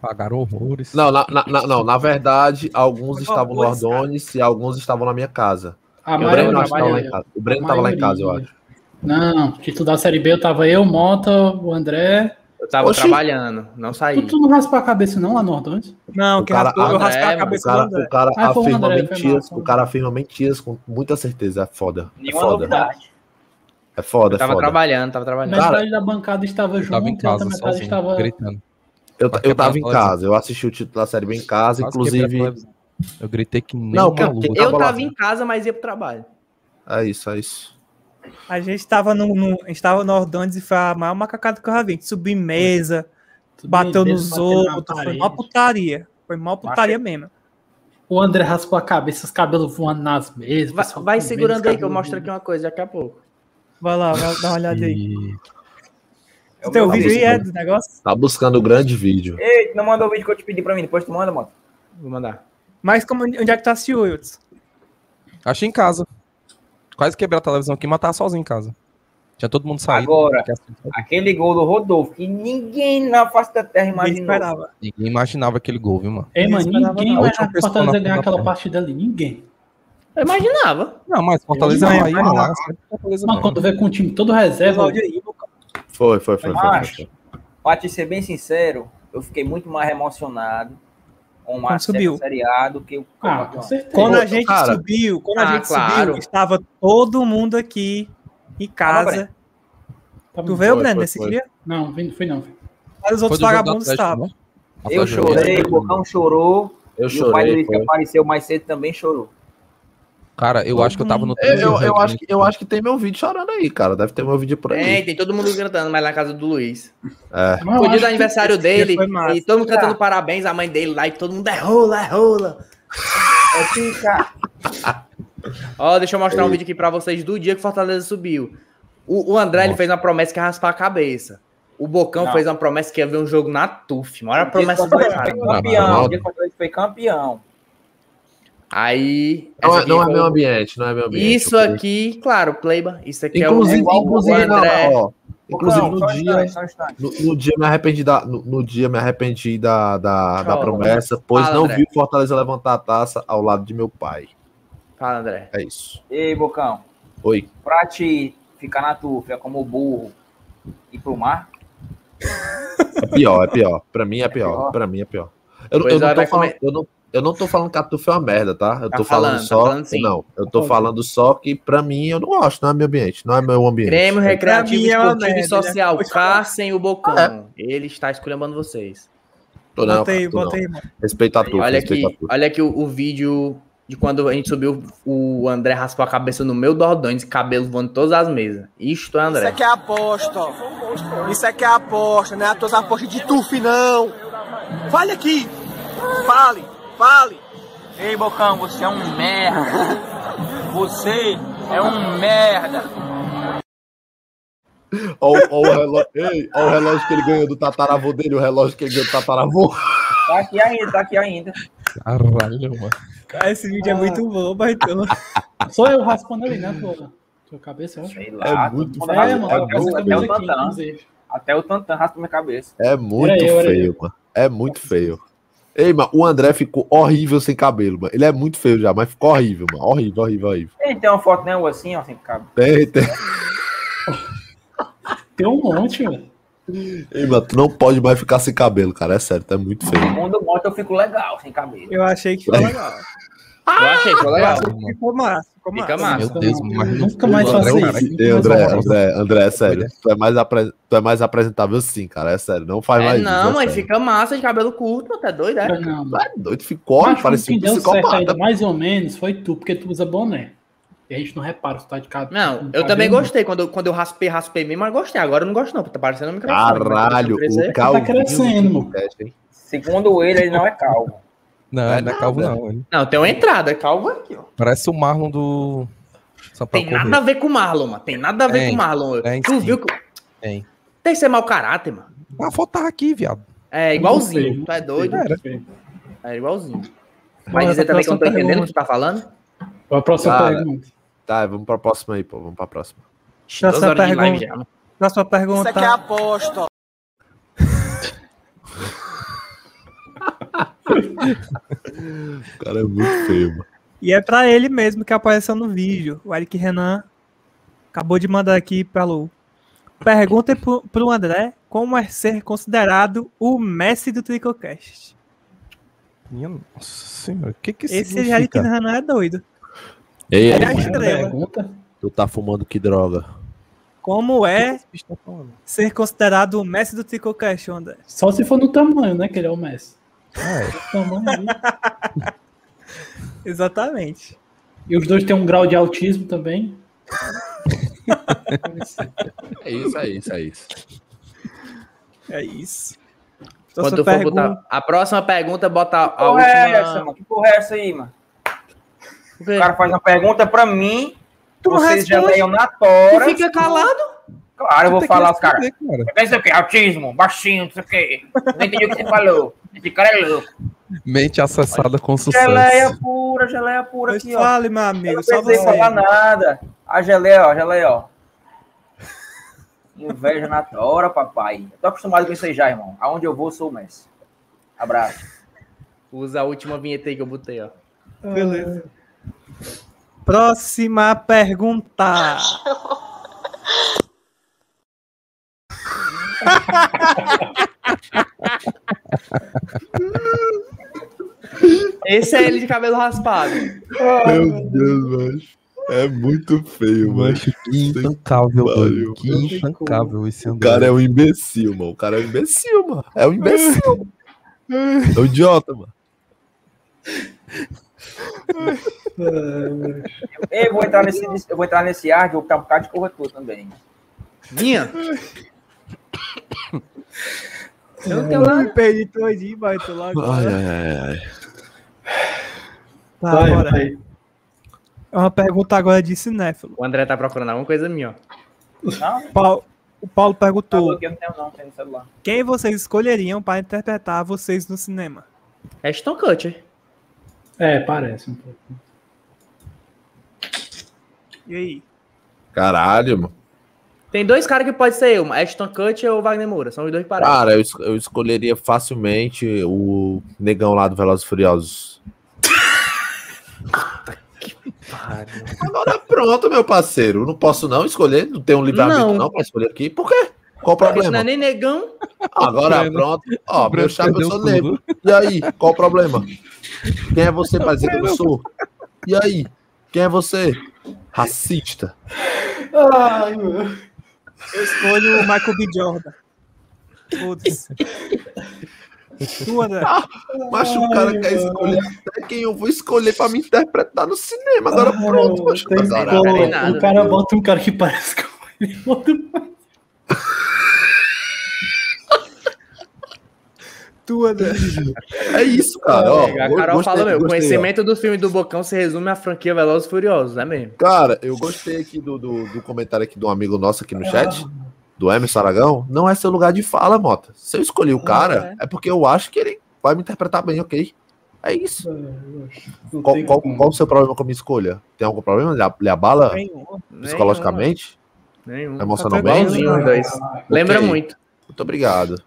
Speaker 9: Pagaram horrores.
Speaker 8: Não, na, na- na- não, na verdade, alguns estavam no
Speaker 3: coisa,
Speaker 8: Ordones e alguns estavam na minha casa.
Speaker 10: A
Speaker 8: o
Speaker 10: maioria,
Speaker 8: Breno não
Speaker 10: a
Speaker 8: estava lá em
Speaker 10: maioria.
Speaker 8: casa. O Breno
Speaker 10: A
Speaker 8: estava lá em casa, eu
Speaker 10: maioria.
Speaker 8: acho.
Speaker 10: Não, título da Série B eu tava eu, Mota, o André.
Speaker 7: Eu tava
Speaker 10: Oxi.
Speaker 7: trabalhando, não saí.
Speaker 8: Hum.
Speaker 10: Tu, tu não raspa a cabeça não lá no Ordones?
Speaker 3: Não,
Speaker 8: O cara,
Speaker 7: raspei a cabeça
Speaker 8: o cara,
Speaker 7: do André.
Speaker 8: o cara
Speaker 10: Ah, foi o
Speaker 8: afirma
Speaker 10: André, foi
Speaker 8: mentiras, o cara afirma mentiras com muita certeza. É foda. É
Speaker 7: Nenhuma
Speaker 8: foda.
Speaker 7: novidade.
Speaker 8: É foda,
Speaker 7: Eu
Speaker 8: é
Speaker 7: tava
Speaker 8: foda.
Speaker 7: trabalhando, tava trabalhando.
Speaker 10: Metade da bancada estava junto,
Speaker 8: em casa,
Speaker 10: outra metade
Speaker 8: sozinho,
Speaker 10: estava...
Speaker 9: assim, gritando.
Speaker 8: Eu, eu
Speaker 9: quebrar
Speaker 8: tava
Speaker 9: a
Speaker 8: em
Speaker 9: televisão.
Speaker 8: casa, eu assisti o título da série bem em casa,
Speaker 9: Quase quebrei a
Speaker 8: inclusive.
Speaker 9: televisão. Eu gritei que nem
Speaker 8: Não,
Speaker 9: um
Speaker 8: que eu-
Speaker 9: maluco.
Speaker 8: eu
Speaker 7: Eu
Speaker 8: Tava lá.
Speaker 7: tava em casa, mas ia pro trabalho.
Speaker 8: É isso, é isso.
Speaker 3: A gente estava no, no, a gente tava no Ordones e foi a maior macacada que eu já vi. Subir mesa, bateu
Speaker 10: mesa,
Speaker 3: nos
Speaker 10: bateu na
Speaker 3: outros. Foi
Speaker 10: parede.
Speaker 3: mó putaria. Foi mó putaria mesmo.
Speaker 10: O André raspou a cabeça, os cabelos voando nas mesas.
Speaker 7: Vai,
Speaker 10: pessoal
Speaker 7: vai
Speaker 10: comendo, os
Speaker 7: segurando aí que eu
Speaker 10: cabelos
Speaker 7: mostro aqui uma coisa daqui a pouco.
Speaker 3: Vai lá, vai dar uma olhada aí. O teu
Speaker 8: Tá
Speaker 3: vídeo aí é
Speaker 8: buscando-
Speaker 3: do negócio?
Speaker 8: Tá buscando o grande vídeo.
Speaker 6: Ei, não manda o vídeo que eu te pedi pra mim, depois tu manda, mano.
Speaker 7: Vou mandar.
Speaker 3: Mas como, onde é que tu assistiu, Wiltz?
Speaker 9: Achei em casa. Quase quebrei a televisão aqui, mas tava sozinho em casa. Tinha todo mundo saído.
Speaker 6: Agora,
Speaker 9: Porque assim,
Speaker 6: aquele gol do Rodolfo, que ninguém na face da terra imaginou.
Speaker 10: é
Speaker 3: esperava.
Speaker 9: Ninguém imaginava aquele gol, viu, mano?
Speaker 10: Ei, mano,
Speaker 6: esperava
Speaker 10: ninguém
Speaker 6: não.
Speaker 10: mais
Speaker 6: A última
Speaker 10: o
Speaker 6: pessoa
Speaker 10: Fortaleza
Speaker 6: na
Speaker 10: ganhar
Speaker 6: ponta
Speaker 10: aquela
Speaker 6: da
Speaker 10: partida ali. Ninguém.
Speaker 7: Eu imaginava.
Speaker 9: Não, mas Fortaleza é
Speaker 10: Ninguém
Speaker 9: vai,
Speaker 10: imaginava.
Speaker 9: lá, né? sempre Fortaleza é
Speaker 10: Mas
Speaker 9: vai.
Speaker 10: quando vê com o time todo reserva,
Speaker 8: Foi, foi, foi. foi, foi,
Speaker 6: Macho.
Speaker 8: foi.
Speaker 6: Pra te ser bem sincero, eu fiquei muito mais emocionado com o
Speaker 3: Quando subiu.
Speaker 6: Série A do que o
Speaker 10: Ah, com certeza.
Speaker 3: Quando a
Speaker 8: Pô,
Speaker 3: gente
Speaker 8: cara.
Speaker 3: subiu, quando a
Speaker 7: Ah,
Speaker 3: gente
Speaker 7: claro.
Speaker 3: subiu, estava todo mundo aqui em casa.
Speaker 10: Tá bom.
Speaker 3: tu veio,
Speaker 8: Foi,
Speaker 3: Breno,
Speaker 8: foi,
Speaker 3: nesse
Speaker 8: foi.
Speaker 3: dia?
Speaker 10: Não, vi- fui não. Fui.
Speaker 3: Vários outros
Speaker 9: do jogo do
Speaker 3: vagabundos
Speaker 9: Atlético,
Speaker 3: estavam.
Speaker 9: não?
Speaker 6: Eu
Speaker 9: Atlético
Speaker 6: chorei,
Speaker 9: Mineiro.
Speaker 6: o Bocão chorou.
Speaker 8: Eu
Speaker 6: e o pai
Speaker 8: chorei.
Speaker 6: dele que
Speaker 8: Foi.
Speaker 6: apareceu mais cedo também chorou.
Speaker 9: Cara, eu acho que eu tava no. né?
Speaker 8: Eu, eu, eu acho que, eu acho que tem meu vídeo chorando aí, cara. Deve ter meu vídeo por aí.
Speaker 7: Tem, tem todo mundo cantando, mas na casa do Luiz.
Speaker 8: É.
Speaker 10: Mas
Speaker 7: Foi
Speaker 10: eu
Speaker 7: dia
Speaker 10: acho
Speaker 7: do
Speaker 10: que-
Speaker 7: aniversário
Speaker 3: esse dia
Speaker 7: dele
Speaker 3: foi massa.
Speaker 7: e todo mundo cantando parabéns à mãe dele lá e todo mundo é rola, é rola.
Speaker 6: É assim, cara.
Speaker 7: Ó, deixa eu mostrar um vídeo aqui pra vocês do dia que Fortaleza subiu. O, o André ele fez uma promessa que ia raspar a cabeça. O Bocão
Speaker 6: Não. é
Speaker 7: fez uma promessa que ia ver um jogo na TUF. Olha a
Speaker 6: O dia que
Speaker 7: promessa
Speaker 6: o
Speaker 7: do
Speaker 6: Fortaleza
Speaker 7: cara.
Speaker 6: foi
Speaker 8: Não,
Speaker 6: campeão.
Speaker 8: não.
Speaker 6: O dia que o Fortaleza foi campeão.
Speaker 7: Aí.
Speaker 8: Não,
Speaker 7: essa
Speaker 8: é,
Speaker 7: aqui
Speaker 8: não é
Speaker 7: foi-
Speaker 8: meu ambiente, não é meu ambiente.
Speaker 7: Isso
Speaker 8: Eu-
Speaker 7: aqui, claro, Pleiba. Isso aqui
Speaker 8: Inclusive,
Speaker 7: é o, o
Speaker 8: inclusive, não,
Speaker 7: André.
Speaker 8: ó, inclusive
Speaker 6: Bocão,
Speaker 8: no
Speaker 6: só um
Speaker 8: dia.
Speaker 6: instante, só um instante.
Speaker 8: No, no dia me arrependi da, no, no dia me arrependi da, da, da
Speaker 7: Ó,
Speaker 8: promessa, pois
Speaker 7: fala,
Speaker 8: não
Speaker 7: André.
Speaker 8: vi o Fortaleza levantar a taça ao lado de meu pai.
Speaker 7: Fala, André.
Speaker 8: É isso.
Speaker 6: Ei, Bocão,
Speaker 8: Oi.
Speaker 6: pra te ficar na tufa, é como burro e pro mar.
Speaker 8: É pior, é pior. Pra mim é
Speaker 6: pior.
Speaker 8: pior. Pra mim é pior. Eu,
Speaker 7: Pois
Speaker 8: eu, não
Speaker 7: vai
Speaker 8: tô
Speaker 7: comer.
Speaker 8: falando, eu, não, eu não tô falando que a Tufa é uma merda, tá? Eu
Speaker 7: Tá
Speaker 8: tô falando,
Speaker 7: falando, tá
Speaker 8: só.
Speaker 7: falando sim.
Speaker 8: não, eu tô falando só que pra mim eu não gosto, não é meu ambiente, não é meu ambiente.
Speaker 7: Grêmio Recreativo,
Speaker 3: Pra mim é uma
Speaker 7: Esportivo e
Speaker 3: merda, né?
Speaker 7: Social.
Speaker 3: Pois
Speaker 7: Cassem o Bocão.
Speaker 3: É.
Speaker 7: Ele está esculhambando vocês.
Speaker 8: Tô não,
Speaker 3: Bota aí,
Speaker 8: cara, tô
Speaker 3: bota
Speaker 8: não.
Speaker 3: aí, mano.
Speaker 8: Respeita a Tufa,
Speaker 7: olha aqui,
Speaker 8: respeita a Tufa.
Speaker 7: olha aqui o, o vídeo de quando a gente subiu, o André raspou a cabeça no meu Dordones, cabelo voando em todas as mesas. Isto é André.
Speaker 14: Isso aqui é aposta. ó. Isso aqui é aposta, não é as tuas apostas de tuf, não. Fale aqui. Fale, fale.
Speaker 15: Ei, Bocão, você é um merda. Você é um merda.
Speaker 8: Ó, o- ó o relógio, ei, ó o relógio que ele ganhou do tataravô dele, o relógio que ele ganhou do tataravô. É
Speaker 6: Tá aqui ainda, tá aqui ainda.
Speaker 9: Caralho, mano.
Speaker 3: Cara, esse vídeo é muito bom, então, Bartão.
Speaker 10: Sou eu raspando ali, né, tua, tua cabeça? eu acho.
Speaker 6: Sei
Speaker 8: É
Speaker 6: lá. tô
Speaker 8: muito
Speaker 6: falando,
Speaker 10: É, mano,
Speaker 8: é
Speaker 10: eu
Speaker 8: muito
Speaker 10: raspo a
Speaker 6: até
Speaker 10: cabeça
Speaker 6: o
Speaker 8: feio.
Speaker 10: aqui,
Speaker 6: Tantan.
Speaker 10: inclusive.
Speaker 6: Até o Tantan raspa minha cabeça.
Speaker 8: É muito
Speaker 10: Era eu, era
Speaker 8: feio, mano. É muito feio. Ei, mano, o André ficou horrível sem cabelo, mano. Ele é muito feio já, mas ficou horrível, mano. Horrível, horrível, horrível.
Speaker 6: Tem, tem uma foto, né, o assim, ó, sempre cabe.
Speaker 8: Tem, tem.
Speaker 10: Tem um monte, velho.
Speaker 8: Ei, mano, tu não pode mais ficar sem cabelo, cara. É sério, tu é muito feio.
Speaker 6: Quando eu boto, eu fico legal, sem cabelo.
Speaker 3: Eu achei que ficou legal.
Speaker 7: Eu achei, ficou legal.
Speaker 3: Ficou massa, ficou
Speaker 7: Fica
Speaker 3: massa.
Speaker 7: massa.
Speaker 9: Meu Deus, mas
Speaker 10: Nunca mais faço
Speaker 8: André,
Speaker 10: é isso.
Speaker 8: Ei,
Speaker 10: nunca
Speaker 8: André,
Speaker 10: mais faço isso.
Speaker 8: André, André, é sério. Tu é, mais apre- tu é mais apresentável sim, cara. É sério. Não faz
Speaker 7: É,
Speaker 8: mais isso.
Speaker 7: não,
Speaker 8: é
Speaker 7: mas
Speaker 8: sério.
Speaker 7: fica massa de cabelo curto, mano, tá doido, é?
Speaker 10: Não, mano.
Speaker 8: Tu é doido, ficou,
Speaker 10: Mas
Speaker 8: parecia
Speaker 10: quem
Speaker 8: um
Speaker 10: deu certo ainda,
Speaker 8: psicopata.
Speaker 10: mais ou menos, foi tu, porque tu usa boné. E a gente não repara se tá de cara.
Speaker 7: Não, eu também gostei. Quando, eu- quando eu raspei, raspei mesmo, mas gostei. Agora eu não gosto, não, porque tá parecendo um microfone.
Speaker 8: Caralho, o
Speaker 10: Tá
Speaker 8: Calvinho.
Speaker 10: crescendo,
Speaker 8: do
Speaker 10: mano.
Speaker 8: podcast, hein?
Speaker 6: Segundo ele, ele não é calvo.
Speaker 9: Não,
Speaker 8: É
Speaker 9: não é calvo,
Speaker 8: nada.
Speaker 9: não. Ele
Speaker 7: Não, tem uma entrada, calma aqui, ó.
Speaker 9: parece o Marlon do. Só pra
Speaker 7: Tem nada a ver com o Marlon, mano. Tem nada a ver
Speaker 9: Tem,
Speaker 7: com o Marlon.
Speaker 9: tem
Speaker 7: tu
Speaker 9: sim.
Speaker 7: viu que.
Speaker 9: Tem.
Speaker 7: Tem que ser mau caráter, mano.
Speaker 9: A foto tava Ah, aqui, viado.
Speaker 7: É igualzinho. Tu é doido? É igualzinho. Vai dizer também que eu não tô entendendo o que tu tá falando?
Speaker 10: Qual a próxima
Speaker 8: Cara,
Speaker 10: pergunta?
Speaker 8: Tá, vamos pra próxima aí, pô. Vamos pra próxima.
Speaker 3: Próxima Duas horas de live pergunta. Próxima pergunta.
Speaker 16: Isso aqui é aposta.
Speaker 8: O cara é muito feio, mano.
Speaker 3: E é pra ele mesmo que apareceu no vídeo. O Eric Renan acabou de mandar aqui pra Lu. Pergunta pro, pro André como é ser considerado o Messi do Tricocast.
Speaker 9: Minha nossa senhora, o que que
Speaker 3: Esse Eric
Speaker 9: significa?
Speaker 3: Renan é doido.
Speaker 8: Ei,
Speaker 3: Ele é a
Speaker 8: Eric,
Speaker 3: estrela.
Speaker 8: tu tá fumando que droga?
Speaker 3: Como é ser considerado o Messi do Tricocast, André?
Speaker 10: Só se for no tamanho, né? Que ele é o Messi.
Speaker 9: O
Speaker 10: tamanho ali.
Speaker 3: Exatamente.
Speaker 10: E os dois têm um grau de autismo também.
Speaker 8: É isso, é isso, é isso.
Speaker 3: É isso. Então,
Speaker 7: Quando tu for botar a próxima pergunta, bota a
Speaker 6: porra
Speaker 7: última.
Speaker 6: é essa, mano? Que porra é essa aí, mano? O cara faz uma pergunta pra mim, vocês já
Speaker 7: responde.
Speaker 6: leiam na tora.
Speaker 7: Tu fica calado?
Speaker 6: Claro, eu
Speaker 7: Tu
Speaker 6: vou
Speaker 7: tem que
Speaker 6: falar os caras.
Speaker 7: responder,
Speaker 6: Não sei o que, autismo, baixinho, não sei o que. Não entendi o que você falou. Esse cara é louco.
Speaker 9: Mente acessada com sucesso.
Speaker 6: Geleia pura, geleia pura
Speaker 3: Pois
Speaker 6: aqui, ó.
Speaker 3: fale, meu amigo,
Speaker 6: Eu não
Speaker 3: só
Speaker 6: precisei
Speaker 3: você.
Speaker 6: falar nada. A geleia, ó, a geleia, ó. Inveja na tora, papai. Eu tô acostumado com isso aí já, irmão. Aonde eu vou, sou o Messi. Abraço.
Speaker 7: Usa a última vinheta aí que eu botei, ó.
Speaker 3: Beleza. Próxima pergunta.
Speaker 7: Esse é ele de cabelo raspado.
Speaker 8: Meu Deus, macho. É muito feio, macho.
Speaker 9: Que intancável, doido. Que intancável esse
Speaker 8: O
Speaker 9: André.
Speaker 8: cara é um imbecil, mano. O cara é um imbecil, mano. É um imbecil. É um idiota, mano.
Speaker 6: Ei, vou entrar nesse, eu vou entrar nesse ar de um bocado de corretor também. Tá
Speaker 7: Vinha.
Speaker 3: Eu que lá me perdi todinho, mas tô lá
Speaker 8: Ai,
Speaker 3: agora.
Speaker 8: ai, ai, ai.
Speaker 3: Tá,
Speaker 7: Vai,
Speaker 3: bora.
Speaker 7: vai.
Speaker 3: É uma pergunta agora de cinéfilo.
Speaker 7: O André tá procurando alguma coisa minha, ó.
Speaker 6: Não?
Speaker 3: Pau- O Paulo perguntou:
Speaker 6: Porque eu não tenho, né, não, tenho no celular.
Speaker 3: quem vocês escolheriam para interpretar vocês no cinema?
Speaker 7: Ashton Kutcher.
Speaker 10: É, parece um pouco.
Speaker 3: E aí?
Speaker 8: Caralho, mano.
Speaker 7: Tem dois caras que pode ser eu, mano. Ashton Kutcher ou Wagner Moura. São os
Speaker 9: Ah,
Speaker 7: dois que parecem.
Speaker 8: Cara, eu, es- eu escolheria facilmente o negão lá do Velozes e Furiosos. Agora pronto, meu parceiro. Não posso não escolher, não tem um livramento
Speaker 7: Não.
Speaker 8: não, pra escolher aqui. Por quê? Qual o
Speaker 7: Porque não
Speaker 8: problema? Ah,
Speaker 7: é nem negão.
Speaker 8: Agora pronto. Ó, meu chapa, eu sou negro. E aí, qual o problema? Quem é você pra dizer que eu não sou? E aí, quem é você? Racista.
Speaker 10: Ai, meu.
Speaker 3: Eu escolho o Michael B. Jordan. Foda-se. Tu, André?
Speaker 8: Mas o cara
Speaker 7: Ah.
Speaker 8: quer escolher até quem eu vou escolher pra me interpretar no cinema. Agora
Speaker 7: Ah,
Speaker 8: pronto, macho.
Speaker 10: Tem
Speaker 8: Mas, é
Speaker 10: que-
Speaker 8: caralho,
Speaker 10: o cara bota um cara que parece com ele. Bota um-
Speaker 3: Tu, André.
Speaker 8: É isso, cara. ó,
Speaker 7: a Carol
Speaker 8: gostei,
Speaker 7: falou, meu, o
Speaker 8: gostei, ó.
Speaker 7: conhecimento do filme do Bocão se resume à franquia Velozes e Furiosos, é mesmo?
Speaker 8: Cara, eu gostei aqui do, do, do comentário aqui de um amigo nosso aqui no chat, do Emerson Aragão. Não é seu lugar de fala, Mota. Se eu escolhi o cara, é porque eu acho que ele vai me interpretar bem, ok? É isso. Qual, qual,
Speaker 10: um
Speaker 8: qual o seu problema com a minha escolha? Tem algum problema? Ele a- Ele abala
Speaker 3: um.
Speaker 8: psicologicamente?
Speaker 7: Nenhum.
Speaker 3: Tá
Speaker 8: Emocionalmente?
Speaker 7: Igualzinho os dois.
Speaker 8: Ok.
Speaker 7: Lembra muito.
Speaker 8: Muito obrigado.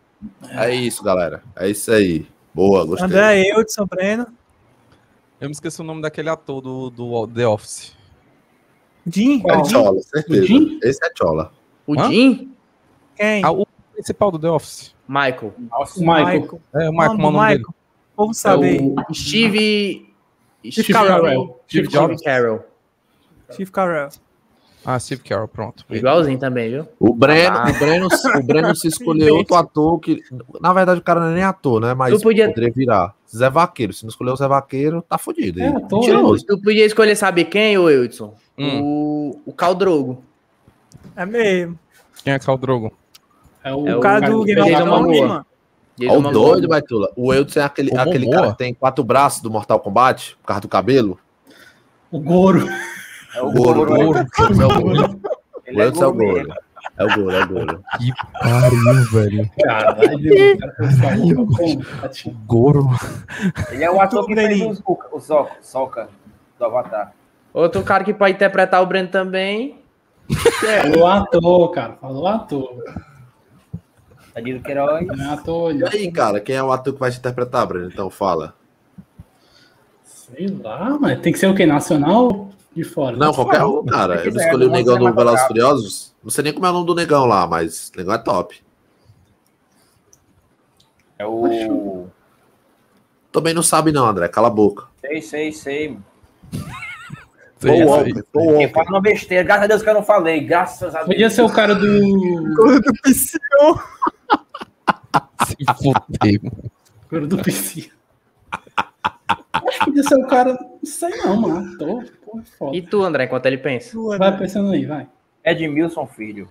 Speaker 8: É isso, galera. É isso aí. Boa, gostei.
Speaker 3: André, eu, de São Breno.
Speaker 9: Eu me esqueci o nome daquele ator do, do The Office.
Speaker 3: Jim?
Speaker 8: É Chola, certeza. Esse é Chola.
Speaker 7: O
Speaker 9: Hã?
Speaker 7: Jim?
Speaker 3: Quem?
Speaker 9: Ah, o principal do The Office.
Speaker 7: Michael.
Speaker 6: Nossa,
Speaker 10: Ah, Michael.
Speaker 9: É, o Michael, mano, o nome dele.
Speaker 3: Vamos
Speaker 7: É
Speaker 3: saber.
Speaker 7: o Steve...
Speaker 3: Steve Carell.
Speaker 9: Steve
Speaker 7: Steve
Speaker 9: Jobs.
Speaker 7: Carell.
Speaker 3: Steve Carell.
Speaker 9: Ah, Steve Carell, pronto.
Speaker 7: Igualzinho também, viu?
Speaker 8: O Breno,
Speaker 17: Tá
Speaker 7: Ah.
Speaker 8: o Breno, o Breno se escolheu outro ator que. Na verdade, o cara não é nem ator, né? Mas
Speaker 7: Tu podia-
Speaker 8: poderia virar. Zé Vaqueiro. Se não escolher o Zé Vaqueiro, tá fudido. aí.
Speaker 10: É.
Speaker 8: Mentiroso.
Speaker 7: Tu podia escolher saber quem, ô Wilson?
Speaker 8: Hum.
Speaker 7: O, o Caldrogo.
Speaker 3: É mesmo.
Speaker 9: Quem é Khal Drogo?
Speaker 10: É
Speaker 3: O cara do Game of
Speaker 7: Jason
Speaker 3: Thrones,
Speaker 7: Momoa.
Speaker 3: mano.
Speaker 8: Ó, o
Speaker 7: Jason
Speaker 8: doido,
Speaker 7: Momoa.
Speaker 8: Baitula. O Eudson é aquele,
Speaker 7: O
Speaker 8: aquele
Speaker 7: Momoa?
Speaker 8: cara que tem quatro braços do Mortal Kombat, por causa do cabelo.
Speaker 10: O Goro.
Speaker 8: É o Goro. né?
Speaker 9: Goro.
Speaker 6: né?
Speaker 8: O Eudson é o Goro. É o
Speaker 17: É o Goro, é o Goro.
Speaker 9: Que pariu, velho.
Speaker 10: Caralho, é um cara,
Speaker 9: Caralho,
Speaker 10: macho.
Speaker 9: o Goro.
Speaker 6: Ele é o ator que fez o Zuka- o Soca, Soca, do Avatar.
Speaker 7: Outro cara que pode interpretar o Breno também.
Speaker 10: Falou ator, cara. Falou ator.
Speaker 6: Danilo Queiroz.
Speaker 10: Não é ator,
Speaker 17: E aí, cara, quem é o ator que vai te interpretar, Breno? Então fala.
Speaker 10: Sei lá, mas tem que ser o quê? Nacional ou de fora?
Speaker 17: Não, qualquer um, cara. Eu não escolhi o negão do Velozes e Furiosos. Não sei nem como é o nome do negão lá, mas o negão é top.
Speaker 6: É o.
Speaker 17: Também não sabe, não, André. Cala a boca.
Speaker 6: Sei, sei, sei.
Speaker 17: Paul
Speaker 6: sei,
Speaker 17: Walker, Paul
Speaker 6: Quem
Speaker 17: Walker.
Speaker 6: fala uma besteira, graças a Deus que eu não falei, graças a Deus.
Speaker 10: Podia ser o cara do. do
Speaker 6: Piscião.
Speaker 9: Se fudei, mano.
Speaker 10: Cara do PC. Acho que podia ser o cara. Não sei não, mano. Tô, porra, é foda.
Speaker 7: E tu, André, enquanto ele pensa?
Speaker 10: Vai pensando aí, vai.
Speaker 6: Edmilson Filho.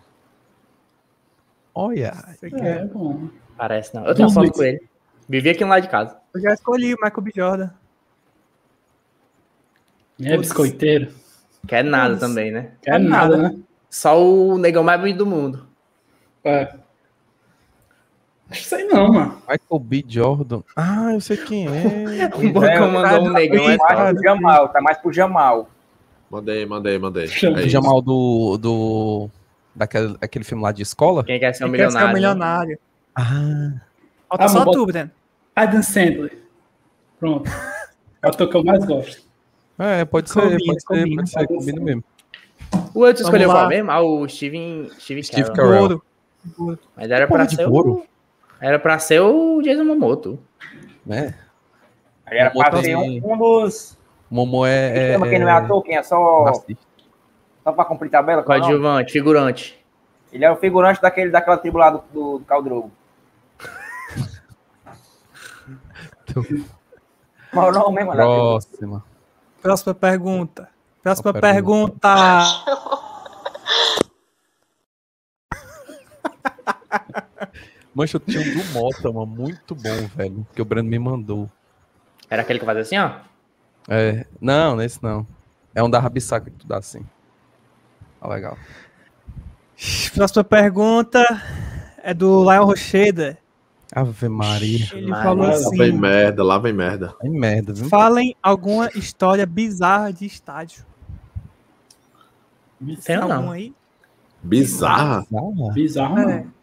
Speaker 9: Olha.
Speaker 3: Ah,
Speaker 10: É, bom.
Speaker 7: Parece não. Eu tenho
Speaker 10: Dos
Speaker 7: foto
Speaker 10: dois.
Speaker 7: com ele. Vivi aqui no lado de casa.
Speaker 3: Eu já escolhi o Michael B. Jordan.
Speaker 10: É biscoiteiro.
Speaker 7: Quer nada também, né?
Speaker 10: Quer nada, né?
Speaker 7: Só o negão mais bonito do mundo.
Speaker 10: É. Acho que sei não, mano.
Speaker 9: Michael B. Jordan. Ah, eu sei quem é.
Speaker 7: O Bocão mandou um negão.
Speaker 6: Tá mais pro Jamal, tá mais pro Jamal.
Speaker 17: Mandei, mandei, mandei. É
Speaker 9: O Jamal do. do daquele aquele filme lá de escola?
Speaker 7: Quem quer ser um né?
Speaker 3: Quem quer ser o milionário?
Speaker 9: Ah.
Speaker 3: Falta
Speaker 10: Ah,
Speaker 3: só
Speaker 10: mas bota-
Speaker 3: tu, Breno.
Speaker 10: Adam Sandler. Pronto. É o ator que eu mais gosto.
Speaker 9: É, pode ser,
Speaker 10: Combina,
Speaker 9: pode ser,
Speaker 10: combina.
Speaker 9: pode ser, combina mesmo.
Speaker 7: O outro escolheu
Speaker 10: Vamos lá.
Speaker 7: qual mesmo? Ah, o Steven, Steven,
Speaker 9: Steve
Speaker 7: Carell.
Speaker 9: Carell.
Speaker 7: Mas era
Speaker 9: Porra é
Speaker 7: pra
Speaker 9: de
Speaker 7: ser o...
Speaker 9: couro.
Speaker 7: Era pra ser o Jason Momoto.
Speaker 9: Né?
Speaker 6: Aí era
Speaker 9: Momo
Speaker 6: pra ter
Speaker 9: também.
Speaker 6: um, um dos.
Speaker 9: Momo é. é
Speaker 6: Chama quem não é ator, quem é só. Só pra cumprir tabela. qual é o nome?
Speaker 7: Coadjuvante, figurante.
Speaker 6: Ele é o figurante daquele, daquela tribo lá do, do, do Caldrogo.
Speaker 17: Então,
Speaker 6: Mas não mesmo, né?
Speaker 9: Próxima.
Speaker 3: Próxima pergunta. Próxima
Speaker 9: Uma
Speaker 3: pergunta.
Speaker 9: Mancha, eu tinha um do Mota, mano. Muito bom, velho. Que o Brando me mandou.
Speaker 7: Era aquele que fazia assim, ó.
Speaker 9: É. Não, não é esse não. É um da Rabissaca que tu dá assim. Tá legal.
Speaker 3: Próxima pergunta é do Lion Rocheda.
Speaker 9: Ave Maria.
Speaker 3: Ele falou assim.
Speaker 17: Lá vem merda, lá vem merda.
Speaker 9: Ai, merda, viu?
Speaker 3: Falem alguma história bizarra de estádio.
Speaker 7: Tem
Speaker 3: Tem
Speaker 7: não.
Speaker 3: alguma aí?
Speaker 17: Bizarra?
Speaker 10: Bizarro,
Speaker 3: É.
Speaker 10: não.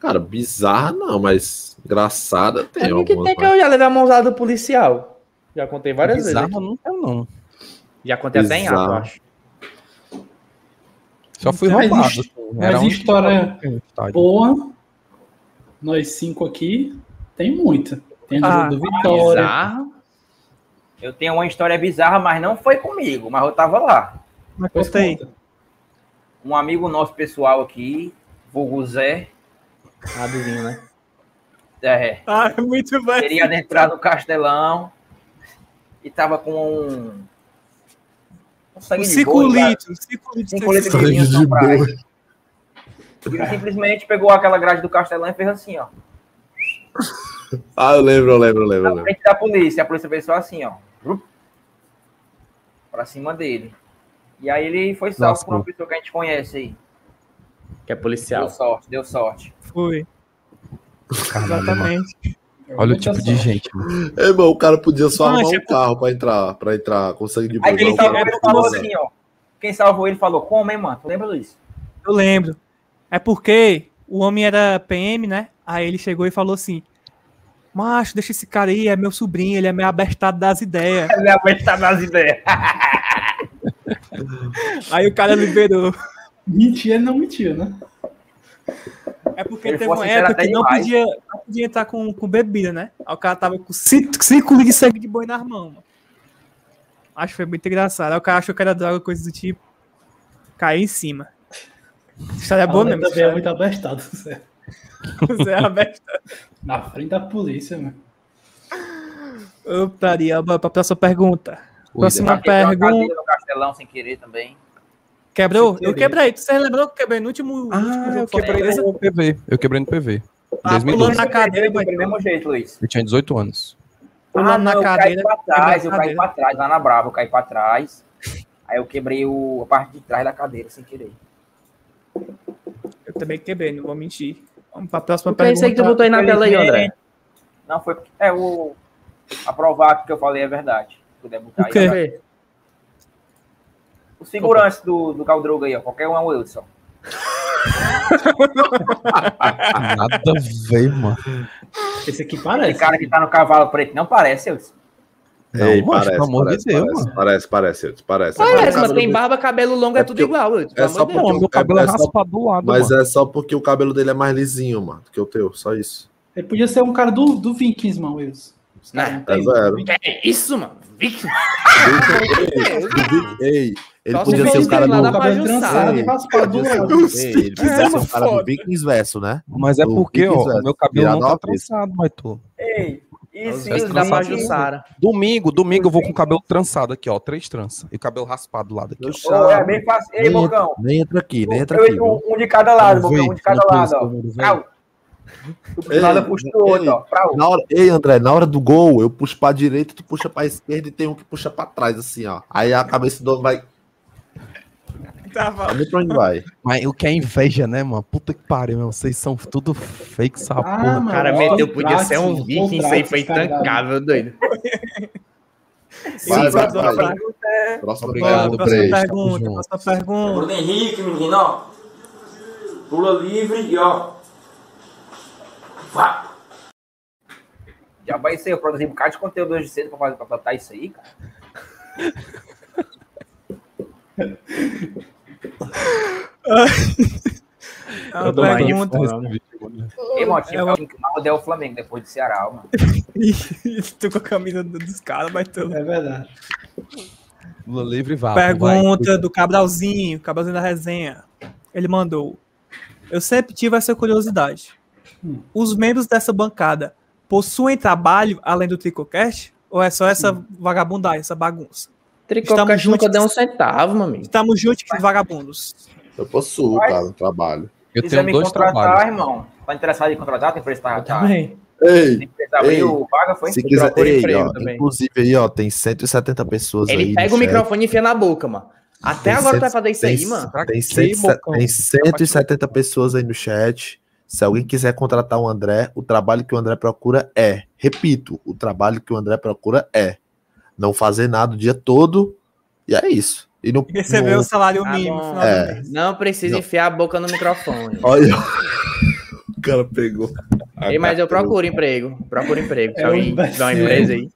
Speaker 17: Cara, bizarra não, mas engraçada tem
Speaker 7: Sabe É que
Speaker 17: algumas.
Speaker 7: tem que
Speaker 17: mas-
Speaker 7: eu já levei a mãozada do policial. Já contei várias
Speaker 9: Bizarro
Speaker 7: vezes. aqui.
Speaker 9: não tem, não.
Speaker 7: Já contei até em ato,
Speaker 17: Bizarro.
Speaker 7: eu acho.
Speaker 9: Só fui
Speaker 10: Mas
Speaker 9: roubado.
Speaker 10: his-
Speaker 9: assim.
Speaker 10: mas
Speaker 9: Era um-
Speaker 10: história
Speaker 9: estádio.
Speaker 10: boa. Nós cinco aqui tem muita. Tem do,
Speaker 3: Ah,
Speaker 10: do Vitória.
Speaker 7: Bizarro.
Speaker 6: Eu tenho uma história bizarra, mas não foi comigo, mas eu tava lá.
Speaker 3: Mas
Speaker 10: Pois
Speaker 3: conta aí.
Speaker 10: conta.
Speaker 6: Um amigo nosso pessoal aqui, vulgo Zé,
Speaker 7: Ah, do vinho, né?
Speaker 6: é,
Speaker 3: Ah, muito bem.
Speaker 6: teria adentrado no Castelão e tava com um... Um sangue
Speaker 3: Um
Speaker 6: de boi, cara.
Speaker 3: circulito. Circulito.
Speaker 6: Um colete que
Speaker 3: Circulito.
Speaker 6: vinha
Speaker 17: de
Speaker 6: soprar.
Speaker 17: boi.
Speaker 6: Ele simplesmente pegou aquela grade do Castelão e fez assim, ó.
Speaker 17: Ah, eu lembro, eu lembro, eu lembro. eu
Speaker 6: Na
Speaker 17: lembro.
Speaker 6: frente da polícia. A polícia fez só assim, ó. Rup, Pra cima dele. E aí ele foi salvo
Speaker 9: Nossa,
Speaker 6: por uma
Speaker 9: mano.
Speaker 6: pessoa que a gente conhece aí.
Speaker 7: Que é policial.
Speaker 6: Deu sorte, deu sorte.
Speaker 3: Foi.
Speaker 9: Caralho, mano.
Speaker 3: Exatamente.
Speaker 9: Olha o tipo de gente, mano.
Speaker 17: Ei, irmão, o cara podia só
Speaker 3: Mancha,
Speaker 17: arrumar um
Speaker 3: é-
Speaker 17: carro pra entrar, pra entrar com sangue de
Speaker 6: Aí
Speaker 17: boi.
Speaker 6: quem
Speaker 17: não,
Speaker 6: salvou
Speaker 17: cara.
Speaker 6: ele falou assim, ó. Quem salvou ele falou, como, hein, mano? Tu lembra disso?
Speaker 3: Eu lembro. É porque o homem era PM, né? Aí ele chegou e falou assim: Macho, deixa esse cara aí, é meu sobrinho, ele é meio abestado das ideias.
Speaker 6: Ele aguenta nas ideias.
Speaker 3: Aí o cara liberou.
Speaker 10: Mentira, não mentia, né?
Speaker 3: É porque
Speaker 6: Ele
Speaker 3: teve
Speaker 6: fosse
Speaker 3: uma
Speaker 6: sincero
Speaker 3: época
Speaker 6: até
Speaker 3: que não
Speaker 6: demais.
Speaker 3: podia, não podia entrar com, com bebida, né? Aí o cara tava com cinco, cinco litros de sangue de boi na mão, mano. Acho que foi muito engraçado. Aí o cara achou que era droga, coisa do tipo. Caiu em cima. Essa História é
Speaker 10: A
Speaker 3: boa
Speaker 10: lenda
Speaker 3: mesmo.
Speaker 10: também é
Speaker 3: História
Speaker 10: muito abestado, sério.
Speaker 3: Zé Aberto.
Speaker 10: Na frente da polícia, né? mano.
Speaker 3: Opa, bora pra próxima pergunta. Próxima
Speaker 6: Uma
Speaker 3: pergunta.
Speaker 6: cadeira no castelão sem querer também.
Speaker 3: Quebrou?
Speaker 10: Sem
Speaker 3: Eu
Speaker 10: querer.
Speaker 3: quebrei. Você lembrou que eu quebrei no último. último
Speaker 9: Ah,
Speaker 3: jogo
Speaker 9: eu
Speaker 3: contra
Speaker 9: quebrei
Speaker 3: a
Speaker 9: no PV. Eu quebrei no PV. Em
Speaker 3: Ah, pulando
Speaker 9: 2012.
Speaker 3: na cadeira,
Speaker 6: do
Speaker 3: mas
Speaker 6: mesmo jeito, Luiz.
Speaker 9: Eu tinha 18 anos.
Speaker 3: Pulando Ah, na
Speaker 6: eu
Speaker 3: cadeira,
Speaker 6: caí pra trás,
Speaker 3: quebra a
Speaker 6: eu caí
Speaker 3: cadeira.
Speaker 6: pra trás, lá na Brava, eu caí pra trás. Aí eu quebrei o, a parte de trás da cadeira sem querer.
Speaker 3: Eu também quebrei, não vou mentir. Vamos para a próxima
Speaker 7: O que é isso aí que tu botou aí na tela aí, André?
Speaker 6: Não, foi. É o. Aprovar que eu falei é verdade. Se puder botar
Speaker 7: O quê?
Speaker 6: aí, agora. O segurança do, do Caldroga aí, ó. Qualquer um é o Wilson.
Speaker 9: Nada a ver, mano.
Speaker 10: Esse aqui parece.
Speaker 6: Esse cara que tá no cavalo preto não parece, Wilson.
Speaker 8: Não,
Speaker 9: Ei,
Speaker 8: parece,
Speaker 9: macho, pelo amor de
Speaker 8: parece,
Speaker 9: Deus,
Speaker 8: parece, parece, parece, Edson, parece.
Speaker 7: Parece, mas tá tem barba, cabelo longo, é, tudo igual. Wilton,
Speaker 8: É
Speaker 7: pelo
Speaker 8: só
Speaker 7: amor de
Speaker 8: porque
Speaker 7: Deus.
Speaker 8: o cabelo é só-
Speaker 9: do lado,
Speaker 8: Mas
Speaker 10: mano.
Speaker 8: é só porque o cabelo dele é mais lisinho, mano, do que o teu, só isso.
Speaker 10: Ele podia ser um cara do, do Vikings, mano, Wilson. Os caras não
Speaker 8: É
Speaker 10: tem-
Speaker 8: zero.
Speaker 7: É isso, mano. Vikings.
Speaker 8: Ei, ele
Speaker 7: Só se
Speaker 8: podia ser
Speaker 10: um
Speaker 7: fez
Speaker 8: o cara
Speaker 7: lá
Speaker 8: do.
Speaker 7: na Cabelo Pajussara.
Speaker 10: Tá.
Speaker 7: trançado
Speaker 8: Ei,
Speaker 7: e
Speaker 8: podia
Speaker 7: raspado,
Speaker 8: ser-
Speaker 7: né?
Speaker 8: Ei, Ele podia ser o cara do Vikings Verso, né?
Speaker 9: Mas é
Speaker 8: Do
Speaker 9: porque,
Speaker 8: Vikings
Speaker 9: ó,
Speaker 8: Verso,
Speaker 9: meu cabelo
Speaker 8: virado
Speaker 9: não tá
Speaker 8: uma vez.
Speaker 9: trançado, mas tô.
Speaker 6: Ei, isso,
Speaker 9: Mas
Speaker 6: isso. um.
Speaker 9: trançado.
Speaker 7: Pajussara.
Speaker 9: Domingo, domingo eu vou com o cabelo trançado aqui, ó. Três tranças. E o cabelo raspado do lado aqui. ó.
Speaker 6: Ô, é bem fácil. Ei,
Speaker 9: Nem
Speaker 6: Bocão.
Speaker 9: entra- nem entra aqui, nem entra
Speaker 6: Eu-
Speaker 9: aqui,
Speaker 6: Um,
Speaker 9: viu?
Speaker 6: um de cada lado,
Speaker 8: Vamos
Speaker 6: Bocão.
Speaker 8: ver,
Speaker 6: Um de cada
Speaker 8: vamos ver
Speaker 6: lado,
Speaker 8: esse
Speaker 6: ó.
Speaker 8: número, velho.
Speaker 6: Au. Tu pro lado, eu puxo pro outro, ó. Pra
Speaker 8: Na hora, ei, André, na hora do gol, eu puxo pra direita, tu puxa pra esquerda e tem um que puxa pra trás, assim, ó. Aí a cabeça do outro vai.
Speaker 3: Tava. Tá
Speaker 8: Sabe pra onde vai.
Speaker 9: Mas o que é inveja, né, mano? Puta que pariu, meu. Vocês são tudo fake,
Speaker 10: Ah,
Speaker 6: Ah,
Speaker 9: essa porra.
Speaker 7: O cara meteu, podia ser um Viking, isso aí foi
Speaker 10: tá
Speaker 7: intancável, doido.
Speaker 8: Vai, vai,
Speaker 3: próxima
Speaker 8: vai.
Speaker 3: pergunta.
Speaker 8: Próxima
Speaker 3: Obrigado,
Speaker 8: pergunta,
Speaker 3: próxima
Speaker 8: Brejo.
Speaker 3: pergunta,
Speaker 8: Tamo
Speaker 3: próxima pergunta.
Speaker 18: Bruno Henrique, menino, ó. Pula livre e ó. Vá.
Speaker 6: Já vai ser, eu produzi um bocado de conteúdo hoje cedo pra, fazer, pra botar isso aí, cara.
Speaker 3: É uma pergunta.
Speaker 6: Ei, mano, tinha
Speaker 3: É
Speaker 6: que
Speaker 3: uma-
Speaker 6: alguém que mudar o Flamengo depois do Ceará, mano.
Speaker 3: tu com a camisa do- dos caras, mas tu. É
Speaker 10: verdade.
Speaker 9: Lula livre vá.
Speaker 3: Pergunta
Speaker 9: vai.
Speaker 3: do Cabralzinho, Cabralzinho da resenha. Ele mandou. Eu sempre tive essa curiosidade. Os membros dessa bancada possuem trabalho além do Tricocast? Ou é só essa vagabundagem, essa bagunça? Estamos
Speaker 7: Tricocast nunca
Speaker 3: juntos,
Speaker 7: deu um centavo, meu amigo.
Speaker 3: estamos juntos, vagabundos.
Speaker 8: Eu possuo,
Speaker 6: Vai.
Speaker 8: cara, no trabalho.
Speaker 6: Quiser me contratar, irmão. Tá interessado em contratar? Tem empresa tá, tá.
Speaker 8: também.
Speaker 6: Tem
Speaker 8: Ei,
Speaker 6: empresa abriu
Speaker 8: ei,
Speaker 6: vaga, foi?
Speaker 8: se quiser,
Speaker 6: Procura
Speaker 8: ei,
Speaker 6: emprego
Speaker 8: ó, inclusive aí, ó, tem 170 pessoas aí.
Speaker 7: Ele
Speaker 8: no
Speaker 7: pega o
Speaker 8: chat.
Speaker 7: microfone e enfia na boca, mano. Até
Speaker 8: Tem
Speaker 7: agora tu vai
Speaker 8: cento-
Speaker 7: fazer isso
Speaker 8: tem-
Speaker 7: aí, mano.
Speaker 8: Tem, cento- tem 170 pessoas aí no chat. Se alguém quiser contratar o André, o trabalho que o André procura é, repito, o trabalho que o André procura é não fazer nada o dia todo e é isso. E não,
Speaker 3: Recebeu
Speaker 8: não-
Speaker 3: o salário mínimo.
Speaker 7: bom.
Speaker 3: no final do
Speaker 8: É.
Speaker 3: mês.
Speaker 7: Não precisa
Speaker 8: Não.
Speaker 7: enfiar a boca no microfone.
Speaker 8: Olha, o cara pegou.
Speaker 7: Ei, mas eu procuro emprego. Procuro emprego.
Speaker 8: É um
Speaker 7: Se alguém tiver uma empresa aí.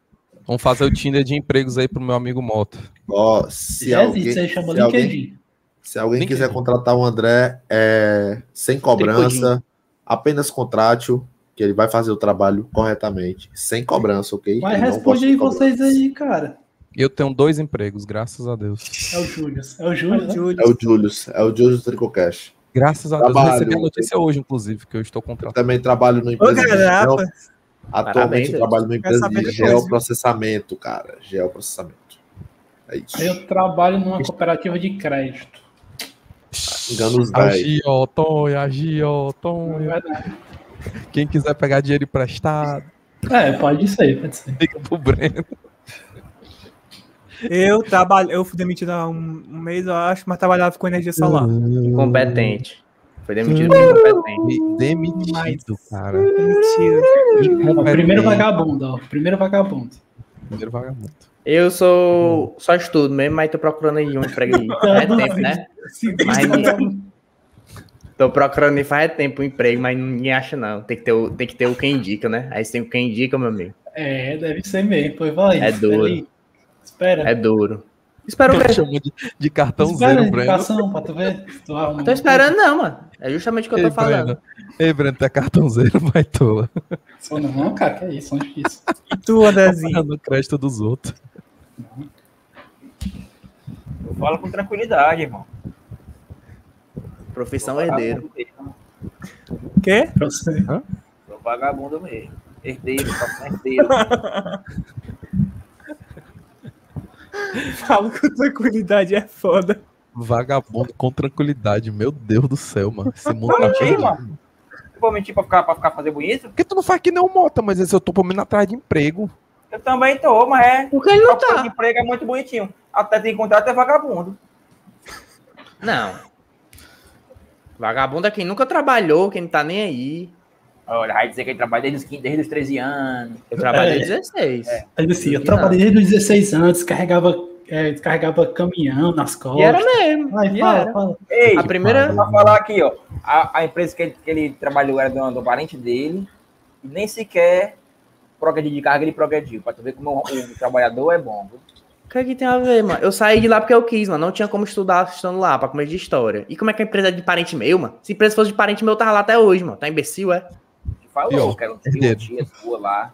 Speaker 9: Vamos fazer o Tinder de empregos aí pro meu amigo Moto.
Speaker 8: Ó, se
Speaker 7: Já
Speaker 8: alguém,
Speaker 7: existe,
Speaker 8: se
Speaker 7: aí chama
Speaker 8: alguém,
Speaker 7: LinkedIn.
Speaker 8: se alguém quiser contratar o André, é, sem cobrança,
Speaker 7: Tricudinho.
Speaker 8: apenas contrate-o, que ele vai fazer o trabalho corretamente, sem cobrança, ok?
Speaker 10: Mas
Speaker 8: Ele não
Speaker 10: responde
Speaker 8: gosta
Speaker 10: aí
Speaker 8: de cobrança.
Speaker 10: vocês aí, cara.
Speaker 9: Eu tenho dois empregos, graças a Deus.
Speaker 10: É o Júlio. É o Júlio. né?
Speaker 8: É o Julius, é o Julius Tricocash.
Speaker 9: Graças a Deus. Eu recebi a notícia hoje, inclusive, que eu estou
Speaker 8: Eu
Speaker 9: contratado.
Speaker 8: também trabalho numa empresa de
Speaker 3: garapa.
Speaker 8: gel. Atualmente eu
Speaker 9: Parabéns,
Speaker 8: trabalho numa
Speaker 9: Deus.
Speaker 8: empresa
Speaker 9: Quero
Speaker 8: de
Speaker 9: saber depois.
Speaker 8: geoprocessamento, cara. Geoprocessamento. É isso.
Speaker 10: Eu trabalho numa cooperativa de crédito.
Speaker 8: Engano os 10.
Speaker 9: Agiotonha,
Speaker 8: Hum.
Speaker 10: É
Speaker 9: agiotonha. Quem quiser pegar dinheiro emprestado,
Speaker 10: É, pode ser, pode ser.
Speaker 9: liga pro Breno.
Speaker 3: Eu trabalho, eu fui demitido há um, um mês, eu acho, mas trabalhava com energia solar.
Speaker 9: Hum.
Speaker 7: Incompetente. Foi demitido por incompetente.
Speaker 9: Demitido, cara.
Speaker 7: é
Speaker 10: Ó,
Speaker 9: Demitido.
Speaker 10: primeiro vagabundo, ó. Primeiro vagabundo.
Speaker 9: Primeiro vagabundo.
Speaker 7: Eu sou só estudo mesmo, mas tô procurando aí um emprego aí.
Speaker 8: Tá
Speaker 7: Faz tempo, né? Mas é- ninguém- Tô procurando aí faz tempo um emprego, mas ninguém acha não. Tem que ter o, tem que ter o quem indica, né? Aí você tem o quem indica, meu amigo.
Speaker 10: É, deve ser mesmo. Pois vai.
Speaker 7: É
Speaker 10: espera
Speaker 7: duro.
Speaker 10: aí. Espera.
Speaker 7: É duro. Espera
Speaker 8: Então,
Speaker 7: o quê?
Speaker 9: de, de cartão
Speaker 10: Espera a
Speaker 9: zero, né? Breno.
Speaker 10: indicação pra tu ver. se Tu arruma. um
Speaker 7: Tô esperando não, mano. É justamente o que eu tô falando.
Speaker 9: Breno. Ei, Breno, tu é cartão zero, baitola.
Speaker 10: Só Não, não, cara, que é isso, onde que é isso?
Speaker 3: E tu, Andrezinho?
Speaker 9: Tá no crédito dos outros.
Speaker 6: Fala com tranquilidade, irmão.
Speaker 7: Profissão herdeiro.
Speaker 6: Vagabundo mesmo.
Speaker 3: Quê?
Speaker 6: Sou vagabundo mesmo. Herdeiro, sou um herdeiro.
Speaker 3: Falo com tranquilidade, é foda.
Speaker 9: Vagabundo com tranquilidade. Meu Deus do céu, mano. Esse mundo tá
Speaker 6: Não,
Speaker 9: cheio
Speaker 6: não,
Speaker 9: de-
Speaker 6: mano. Eu vou mentir pra ficar, pra ficar fazer bonito?
Speaker 9: Por que tu não faz que nem o Mota, mas esse eu tô comendo atrás de emprego.
Speaker 6: Eu também tô, mas é.
Speaker 7: Porque ele não
Speaker 6: procura
Speaker 7: tá.
Speaker 6: de emprego é muito bonitinho. Até tem contrato é vagabundo.
Speaker 7: Não. Vagabundo é quem nunca trabalhou, quem não tá nem aí.
Speaker 6: Olha, vai dizer que ele trabalha desde os, 15, desde os 13 anos.
Speaker 7: Eu trabalhei
Speaker 10: É.
Speaker 7: desde 16.
Speaker 10: Aí ele assim, eu
Speaker 7: Não.
Speaker 10: trabalhei desde os 16 anos, descarregava, é, descarregava caminhão nas costas.
Speaker 6: E era
Speaker 7: mesmo.
Speaker 10: Vai,
Speaker 6: e
Speaker 10: fala,
Speaker 6: era.
Speaker 10: fala.
Speaker 6: Ei,
Speaker 10: A primeira-
Speaker 6: Só falar aqui, ó. A, a empresa que ele, que ele trabalhou era do, do um parente dele. E nem sequer progredir de carga ele progrediu. Pra tu ver como o, o trabalhador é bom. viu?
Speaker 7: O que é que tem a ver, mano? Eu saí de lá porque eu quis, mano. Não tinha como estudar estando lá, pra comer de história. E como é que a empresa é de parente meu, mano? Se a empresa fosse de parente meu, eu tava lá até hoje, mano. Tá imbecil, é?
Speaker 6: Que Falou,
Speaker 7: Pior,
Speaker 6: que era um
Speaker 7: herdeiro.
Speaker 6: dia sua lá.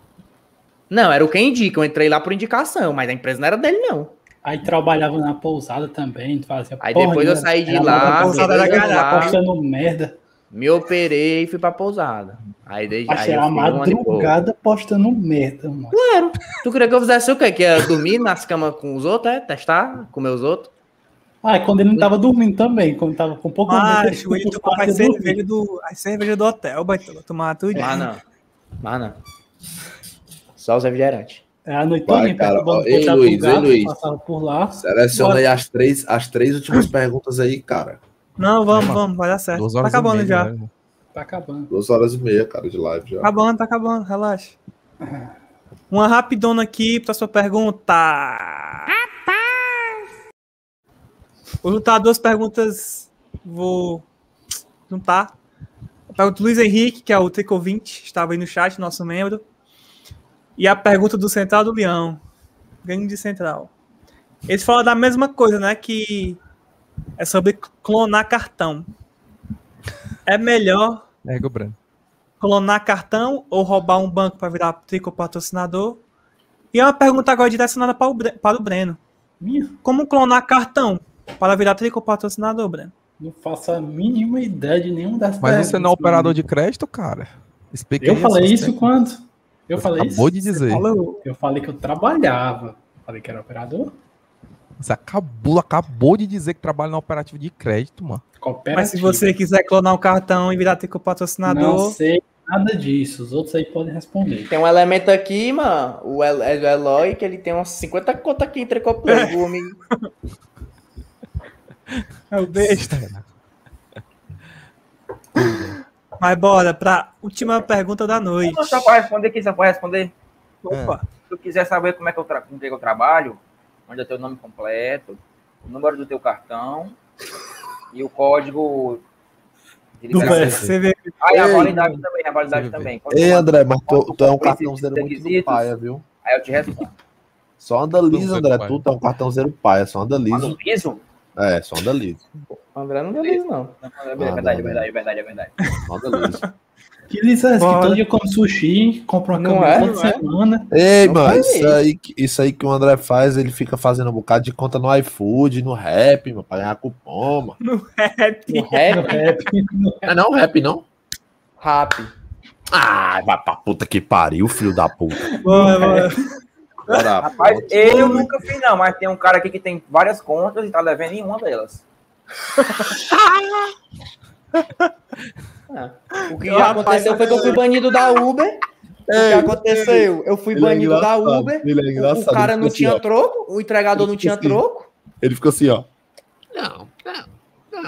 Speaker 7: Não, era o que indica. Eu entrei lá por indicação, mas a empresa não era dele, não.
Speaker 10: Aí trabalhava na pousada também, fazia
Speaker 7: Aí
Speaker 10: porra
Speaker 7: depois eu
Speaker 10: nenhuma.
Speaker 7: saí de
Speaker 10: Era
Speaker 7: lá,
Speaker 10: na pousada
Speaker 7: fiquei
Speaker 10: da
Speaker 7: dois
Speaker 10: galera,
Speaker 7: anos lá.
Speaker 10: postando merda.
Speaker 7: Me operei e fui pra pousada. Aí desde aí
Speaker 10: Achei
Speaker 7: eu
Speaker 10: a
Speaker 7: fiquei um ano e pouco.
Speaker 10: madrugada postando merda, mano.
Speaker 7: Claro. Tu queria que eu fizesse o quê? Que ia dormir nas camas com os outros, é? Testar, comer os outros?
Speaker 10: Ah, é quando ele não tava dormindo também, quando tava com
Speaker 6: Ah,
Speaker 10: pouco
Speaker 7: Mas,
Speaker 10: medo,
Speaker 7: ele
Speaker 10: ficou
Speaker 7: tomava
Speaker 10: quase
Speaker 7: cerveja
Speaker 10: dormindo.
Speaker 19: Cerveja do, a cerveja do hotel, Baitola. Tomar tudo.
Speaker 8: Ah,
Speaker 7: Mas não. Mas não. Só os refrigerantes.
Speaker 10: É a noite
Speaker 8: Vai,
Speaker 10: toda,
Speaker 8: cara,
Speaker 10: pegava
Speaker 8: ó,
Speaker 10: no
Speaker 8: ei,
Speaker 10: Botafogo,
Speaker 8: Luiz, ei, Luiz.
Speaker 10: Passava por lá.
Speaker 8: Seleciona
Speaker 10: Bora.
Speaker 8: aí as três, as três últimas perguntas aí, cara.
Speaker 19: Não, vamos, vamos, vai dar
Speaker 10: É,
Speaker 19: certo.
Speaker 8: Duas
Speaker 19: Tá
Speaker 8: horas e
Speaker 19: acabando
Speaker 8: meia,
Speaker 19: já.
Speaker 8: né?
Speaker 10: Tá acabando.
Speaker 8: Duas horas e meia, cara, de live já.
Speaker 19: Acabando, tá acabando, relaxa. Uma rapidona aqui pra sua pergunta. Vou juntar duas perguntas. Vou juntar. A pergunta do Luiz Henrique, que é o Trico 20, estava aí no chat, nosso membro. E a pergunta do Central do Leão. Gangue de Central. Eles falam da mesma coisa, né? Que é sobre clonar cartão. É melhor
Speaker 9: Nego branco.
Speaker 19: clonar cartão ou roubar um banco para virar trico patrocinador? E é uma pergunta agora direcionada para o, Bre- para o Breno. Como clonar cartão para virar trico patrocinador, Breno?
Speaker 10: Não faço a mínima ideia de nenhum das
Speaker 9: Mas você não é
Speaker 10: perguntas, mano.
Speaker 9: operador de crédito, cara? Explica
Speaker 10: Eu
Speaker 9: aí
Speaker 10: falei
Speaker 9: essas
Speaker 10: isso
Speaker 9: técnicas.
Speaker 10: quando? Eu
Speaker 9: Você
Speaker 10: falei
Speaker 9: acabou
Speaker 10: isso?
Speaker 9: de dizer.
Speaker 10: Você falou- Eu falei que eu trabalhava. Falei que era operador.
Speaker 9: Você acabou, acabou de dizer que trabalha na operativa de crédito, mano.
Speaker 10: É
Speaker 19: Mas se
Speaker 8: é
Speaker 19: você quiser clonar um cartão e virar trico patrocinador.
Speaker 10: Não sei nada disso. Os outros aí podem responder.
Speaker 7: Tem um elemento aqui, mano. O El- é do Eloy, que ele tem umas 50 contas aqui em Tricoplay, o homem.
Speaker 19: É o besta. Mas bora pra última pergunta da noite.
Speaker 6: Não, só para responder aqui, só para responder. É.
Speaker 10: Ah.
Speaker 19: Opa.
Speaker 6: Se tu quiser saber como é que eu, tra com que eu trabalho, manda teu nome completo, o número do teu cartão e o código de
Speaker 19: Do
Speaker 6: liberação.
Speaker 19: PSV.
Speaker 6: Ah, e a
Speaker 8: Ei.
Speaker 6: validade também, a validade também. Quando
Speaker 8: Ei,
Speaker 6: tu
Speaker 8: André, mas tu, tu é um
Speaker 6: esses
Speaker 8: cartãozeiro muito do
Speaker 6: requisitos,
Speaker 8: paia, viu?
Speaker 6: Aí eu te respondo.
Speaker 8: Só anda liso,
Speaker 6: Cartãozeiro
Speaker 8: André.
Speaker 6: paia.
Speaker 8: Tu tá um cartãozeiro paia, só anda
Speaker 6: Mas no
Speaker 8: liso.
Speaker 6: piso?
Speaker 8: É, só anda liso.
Speaker 7: André não deu isso, não.
Speaker 8: Ah,
Speaker 6: É verdade, é verdade, é verdade, é verdade.
Speaker 10: Que licença, que
Speaker 6: Bora.
Speaker 10: todo dia come sushi, compra uma
Speaker 7: Não
Speaker 10: camisa
Speaker 7: é? Não
Speaker 10: toda
Speaker 7: é?
Speaker 10: semana.
Speaker 8: Ei,
Speaker 10: Não
Speaker 8: mano,
Speaker 10: faz
Speaker 8: isso aí, que- isso aí que o André faz, ele fica fazendo um bocado de conta no iFood, no rap, mano, pra ganhar cupom, mano.
Speaker 19: No rap.
Speaker 7: No rap.
Speaker 8: Não é não, rap, não?
Speaker 7: Rap.
Speaker 8: Ah, vai pra puta que pariu, filho da puta. É,
Speaker 19: Boa, boa.
Speaker 8: Bora,
Speaker 6: Rapaz, eu nunca fiz, não, mas tem um cara aqui que tem várias contas e tá devendo em uma delas.
Speaker 7: O que já aconteceu foi que eu fui banido da Uber. O que aconteceu? Eu fui
Speaker 8: Ele é
Speaker 7: banido da
Speaker 8: engraçado,
Speaker 7: Uber.
Speaker 8: ele é
Speaker 7: O
Speaker 8: engraçado,
Speaker 7: cara
Speaker 8: ele
Speaker 7: não
Speaker 8: fica assim,
Speaker 7: tinha
Speaker 8: ó.
Speaker 7: troco, o entregador não tinha
Speaker 8: assim.
Speaker 7: troco.
Speaker 8: Ele ficou assim, ó.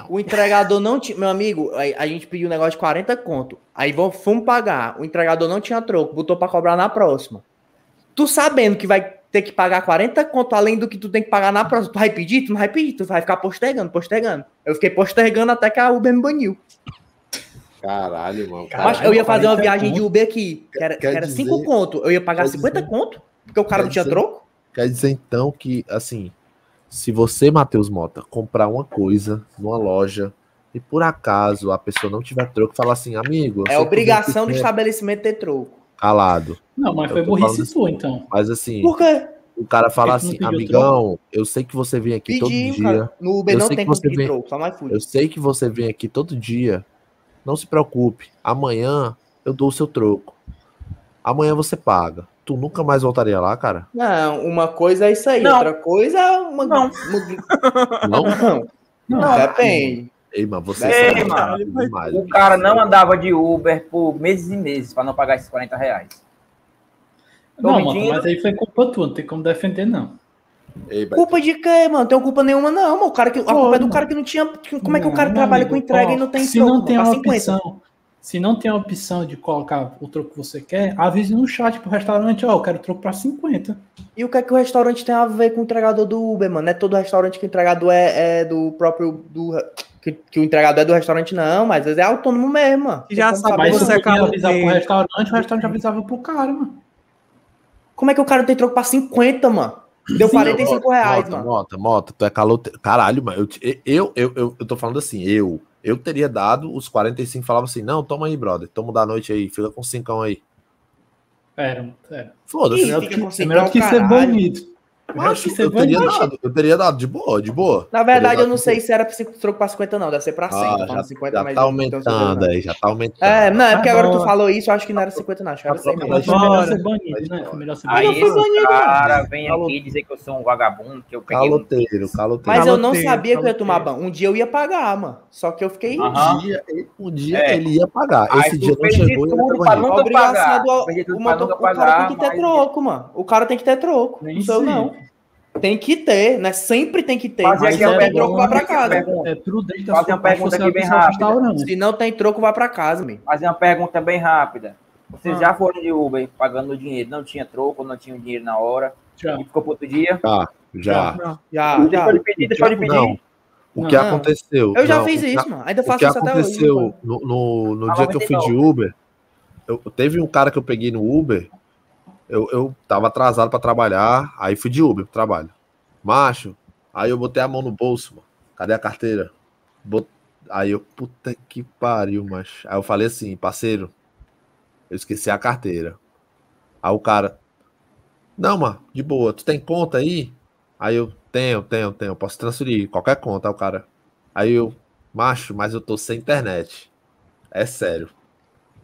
Speaker 7: O entregador não tinha. Meu amigo, a, a gente pediu um negócio de 40 conto. Aí vamos- fomos pagar. O entregador não tinha troco, botou pra cobrar na próxima. Tu sabendo que vai ter que pagar 40 conto além do que tu tem que pagar na próxima. Tu vai pedir? Tu não vai pedir, tu vai ficar postergando, postergando. Eu fiquei postergando até que a Uber me baniu.
Speaker 8: Caralho, mano.
Speaker 7: Mas eu ia fazer
Speaker 10: é
Speaker 7: uma viagem de Uber aqui, que era, que era
Speaker 8: dizer-
Speaker 7: 5 conto. Eu ia pagar
Speaker 8: quer
Speaker 7: 50 conto, porque o cara não tinha troco.
Speaker 8: Quer dizer, então, que, assim, se você, Matheus Mota, comprar uma coisa numa loja e por acaso a pessoa não tiver troco, falar assim, amigo... eu sei
Speaker 7: É
Speaker 8: que
Speaker 7: obrigação do
Speaker 8: você quer
Speaker 7: estabelecimento ter troco.
Speaker 8: né, Calado.
Speaker 10: Não, mas
Speaker 8: Eu
Speaker 10: foi
Speaker 8: tô
Speaker 10: burrice
Speaker 8: falando assim,
Speaker 10: sua, então.
Speaker 8: Mas assim,
Speaker 7: Por quê?
Speaker 8: o cara fala
Speaker 7: Por que
Speaker 8: assim,
Speaker 7: que não pediu
Speaker 8: amigão, eu sei que você vem aqui todo
Speaker 7: Pediu,
Speaker 8: Então, dia...
Speaker 7: cara. No Uber
Speaker 8: eu
Speaker 7: não
Speaker 8: sei
Speaker 7: tem
Speaker 8: que
Speaker 7: como
Speaker 8: você
Speaker 7: pedir
Speaker 8: vem,
Speaker 7: troco, só no iFood.
Speaker 8: Eu sei que você vem aqui todo dia. Não se preocupe. Amanhã eu dou o seu troco. Amanhã você paga. Tu nunca mais voltaria lá, cara?
Speaker 7: Não, uma coisa é isso aí,
Speaker 6: Não.
Speaker 7: outra coisa é uma. uma-
Speaker 8: Não?
Speaker 7: Não.
Speaker 8: Não.
Speaker 7: Depende.
Speaker 8: Ei, mano, você
Speaker 6: Ei,
Speaker 8: é
Speaker 6: mano,
Speaker 8: mano, demais.
Speaker 6: o cara não andava de Uber por meses e meses pra não pagar esses 40 reais. Tô
Speaker 10: Não, mano,
Speaker 6: mentindo?
Speaker 10: mas aí foi culpa tua, não tem como defender, não.
Speaker 7: Ei, culpa de quê, mano? Não tenho culpa nenhuma, não, mano. O cara que, a culpa é do cara que não tinha. Como é que o cara
Speaker 10: Não,
Speaker 7: trabalha
Speaker 10: amigo,
Speaker 7: com entrega
Speaker 10: ó,
Speaker 7: e não tem
Speaker 10: se não
Speaker 7: troco,
Speaker 10: tem
Speaker 7: mano?
Speaker 10: a
Speaker 7: Tá 50.
Speaker 10: opção, Se não tem a opção de colocar o troco que você quer, avise no chat pro restaurante, ó, eu quero troco pra 50.
Speaker 7: E o que é que o restaurante tem a ver com o entregador do Uber, mano? Não é todo restaurante que o entregador é, é do próprio. Do, que, que o entregador é do restaurante, não, mas às vezes é autônomo mesmo, mano.
Speaker 10: E
Speaker 7: Tem como é saber.
Speaker 10: Mas se você podia avisar pro restaurante, o restaurante avisava pro cara, mano.
Speaker 7: Como é que o cara tem troco pra 50, mano? Deu 45 é reais,
Speaker 10: tá.
Speaker 8: Mota,
Speaker 7: mano.
Speaker 8: Mota, Mota, tu é calote... Caralho, mano. Eu, te- eu, eu, eu, eu tô falando assim, eu. Eu teria dado os 45 falava assim, não, toma aí, brother. Toma da noite aí, fica com cincão aí.
Speaker 10: Era, era.
Speaker 8: Foda-se.
Speaker 10: Ih,
Speaker 8: Melhor
Speaker 10: fica
Speaker 8: que-
Speaker 10: com
Speaker 8: é
Speaker 10: cinco, melhor que ser
Speaker 7: caralho.
Speaker 10: banido. Melhor
Speaker 8: Macho,
Speaker 10: que ser
Speaker 8: eu teria
Speaker 10: banido.
Speaker 8: dado, eu teria dado, de boa, de boa. tá
Speaker 7: Na verdade, eu não
Speaker 8: sei.
Speaker 7: sei se era pra cinco- troco pra 50, não. Deve ser pra 100.
Speaker 8: Ah,
Speaker 7: tô falando
Speaker 8: já,
Speaker 7: 50,
Speaker 8: já
Speaker 7: mas
Speaker 8: tá
Speaker 7: um, então, eu não tenho certeza,
Speaker 8: aumentando
Speaker 7: não.
Speaker 8: aí, Tá já tá aumentando.
Speaker 7: É, não, é porque
Speaker 8: Ah,
Speaker 7: agora
Speaker 8: não.
Speaker 7: tu falou isso, eu acho que não era 50, não. Acho que era 100 mesmo.
Speaker 6: Melhor ser
Speaker 10: banido, né? Melhor ser
Speaker 7: Mas eu
Speaker 6: Aí
Speaker 7: fui banido,
Speaker 6: o cara
Speaker 7: mano.
Speaker 6: vem aqui dizer que eu sou um vagabundo, que eu peguei um
Speaker 8: Caloteiro, caloteiro.
Speaker 7: Mas eu não sabia que eu ia tomar ban. Um dia eu ia pagar, mano. Só que eu fiquei. tipo,
Speaker 8: Um dia, um dia ele ia pagar.
Speaker 7: Ah. É. Aí tu
Speaker 8: Esse dia não
Speaker 7: fez de
Speaker 8: chegou e
Speaker 7: tudo pra
Speaker 8: ele tava rindo.
Speaker 7: nunca
Speaker 8: Obrigado,
Speaker 7: pagar.
Speaker 8: senador.
Speaker 7: O motor- o cara tem que ter troco, mano. O cara tem que ter troco. Não sou eu, não. Tem que ter, né? Sempre tem que né? ter.
Speaker 6: Mas é
Speaker 7: Se
Speaker 6: que é
Speaker 7: não tem
Speaker 6: bom,
Speaker 7: troco, vai pra
Speaker 6: é que é
Speaker 7: casa.
Speaker 6: bom. É
Speaker 10: né? prudente
Speaker 6: Fazer uma pergunta aqui bem rápida.
Speaker 7: Se não tem troco, vai pra casa, meu.
Speaker 6: Fazer uma pergunta bem rápida. Vocês
Speaker 7: Ah.
Speaker 6: já foram de Uber pagando o dinheiro? Não tinha troco, não tinha o dinheiro na hora. E ficou pro outro dia?
Speaker 8: Já, já.
Speaker 10: Ah,
Speaker 7: Já,
Speaker 6: Deixa
Speaker 7: já.
Speaker 6: eu lhe pedir, deixa eu lhe pedir.
Speaker 8: Não. O que
Speaker 7: Não.
Speaker 8: aconteceu?
Speaker 7: Eu já
Speaker 8: não,
Speaker 7: fiz
Speaker 8: o que-
Speaker 7: isso, mano. Ainda
Speaker 8: o
Speaker 7: faço
Speaker 8: que
Speaker 7: isso até hoje,
Speaker 8: aconteceu
Speaker 7: mano.
Speaker 8: no, no, no
Speaker 7: Ah,
Speaker 8: dia que eu fui de
Speaker 7: 99.
Speaker 8: Uber, eu, teve um cara que eu peguei no Uber, eu, eu tava atrasado pra trabalhar, aí fui de Uber pro trabalho. Macho, aí eu botei a mão no bolso, mano. Cadê a carteira? Bot- Aí eu, puta que pariu, macho. Aí eu falei assim, parceiro, eu esqueci a carteira. Aí o cara, não, mano, de boa, tu tem conta aí? Aí eu, tenho, tenho, tenho, posso transferir qualquer conta. Aí o cara, aí eu, macho, mas eu tô sem internet. É sério.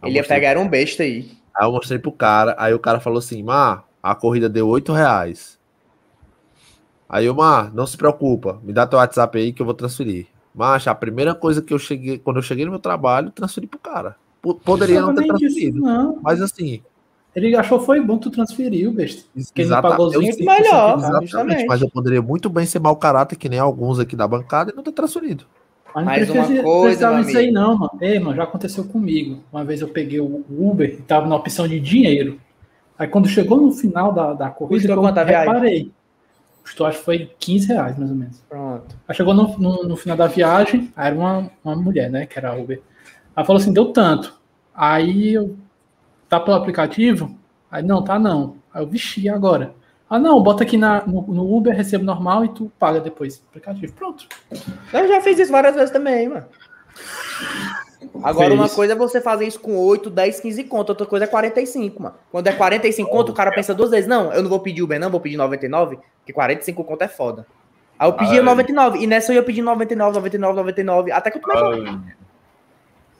Speaker 8: Aí eu
Speaker 7: Ele ia
Speaker 8: mostrei-
Speaker 7: pegar era um besta aí.
Speaker 8: Aí eu mostrei pro cara, aí o cara falou assim, Má, a corrida deu 8 reais. Aí eu, Má, não se preocupa, me dá teu WhatsApp aí que eu vou transferir. Macho, a primeira coisa que eu cheguei, quando eu cheguei no meu trabalho, transferi pro cara. Po- Poderia não
Speaker 10: Não
Speaker 8: ter
Speaker 10: nem disso,
Speaker 8: transferido.
Speaker 10: não.
Speaker 8: Mas assim,
Speaker 10: Ele achou foi bom tu transferiu, besta. Quem não
Speaker 8: Exata-
Speaker 10: pagou os
Speaker 8: eu
Speaker 10: 20%,
Speaker 8: sei-
Speaker 10: sabe?
Speaker 8: Exatamente, mas eu poderia muito bem ser mau caráter, que nem alguns aqui da bancada, e não ter transferido.
Speaker 10: Mas Ah, não precisa- precisava disso aí não, mano. Ei, mano, já aconteceu comigo. Uma vez eu peguei o Uber e tava na opção de dinheiro. Aí quando chegou no final da, da corrida,
Speaker 7: Custou
Speaker 10: eu
Speaker 7: quanto a viagem?
Speaker 10: reparei. Custou, acho que foi 15 reais, mais ou menos.
Speaker 7: Pronto.
Speaker 10: Aí chegou no, no, no final da viagem, aí era uma, uma mulher, né, que era a Uber. Ela falou assim, deu tanto. Aí eu, tá pelo aplicativo? Aí, não, tá não. Aí eu, vixi, e agora? Ah, não, bota aqui na, no, no Uber, recebo normal e tu paga depois o aplicativo. Pronto.
Speaker 7: Eu já fiz isso várias vezes também, mano. Agora,
Speaker 10: Fez.
Speaker 7: uma coisa é você fazer isso com 8, 10, 15 conto, outra coisa é 45, mano. Quando é 45 conto, o cara pensa duas vezes, não, eu não vou pedir Uber, não, vou pedir 99, porque 45 conto é foda. Aí eu pedi
Speaker 8: Ai.
Speaker 7: 99, e nessa eu ia pedir 99, 99, 99, até que eu tomei conta.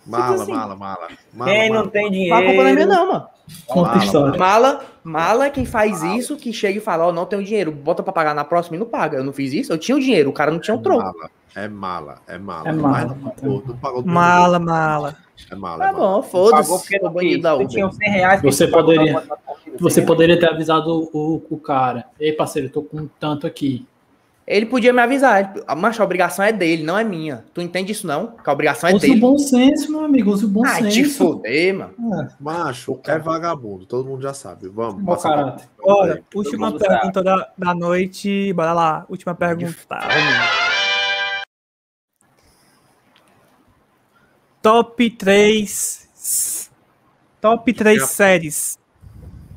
Speaker 8: Mala,
Speaker 7: assim.
Speaker 8: mala, mala, mala.
Speaker 7: Quem
Speaker 8: mala.
Speaker 7: não tem dinheiro- Mas a culpa não é minha, não, mano.
Speaker 10: Conta a história.
Speaker 7: Mala, mala é quem faz isso, que chega e fala, ó, não tenho dinheiro, bota pra pagar na próxima e não paga. Eu não fiz isso, eu tinha o dinheiro, o cara não tinha um o troco.
Speaker 8: É mala, é mala.
Speaker 7: É
Speaker 8: Mas
Speaker 7: mala.
Speaker 8: não pagou, não pagou tudo.
Speaker 3: Mala, mala.
Speaker 8: É mala.
Speaker 7: Tá bom,
Speaker 6: Pagou
Speaker 7: foda-se.
Speaker 6: porque
Speaker 7: tô
Speaker 6: não
Speaker 7: banido
Speaker 6: quis.
Speaker 7: da
Speaker 6: Tu
Speaker 7: Uber.
Speaker 6: tinha uns 100 reais que
Speaker 10: Você
Speaker 6: tu pagou
Speaker 10: poderia,
Speaker 6: na conta
Speaker 10: você poderia ter avisado o, o cara. Ei, parceiro, eu tô com tanto aqui.
Speaker 7: Ele podia me avisar. ele- "Ah, Macho, a obrigação é dele, não é minha. Tu entende isso, não? Que a obrigação é
Speaker 10: Use o
Speaker 7: dele.
Speaker 10: bom senso, meu amigo. Use o bom
Speaker 7: Ai,
Speaker 10: senso.
Speaker 7: te foder, mano.
Speaker 8: Macho é vagabundo, todo mundo já sabe. Vamos.
Speaker 10: Mau
Speaker 8: passar pra-
Speaker 10: caráter.
Speaker 3: Bora,
Speaker 8: Todo
Speaker 3: última
Speaker 8: mundo sabe.
Speaker 3: pergunta da, da noite. Bora lá, última pergunta. Top 3. Top 3
Speaker 8: Quem é-
Speaker 3: séries.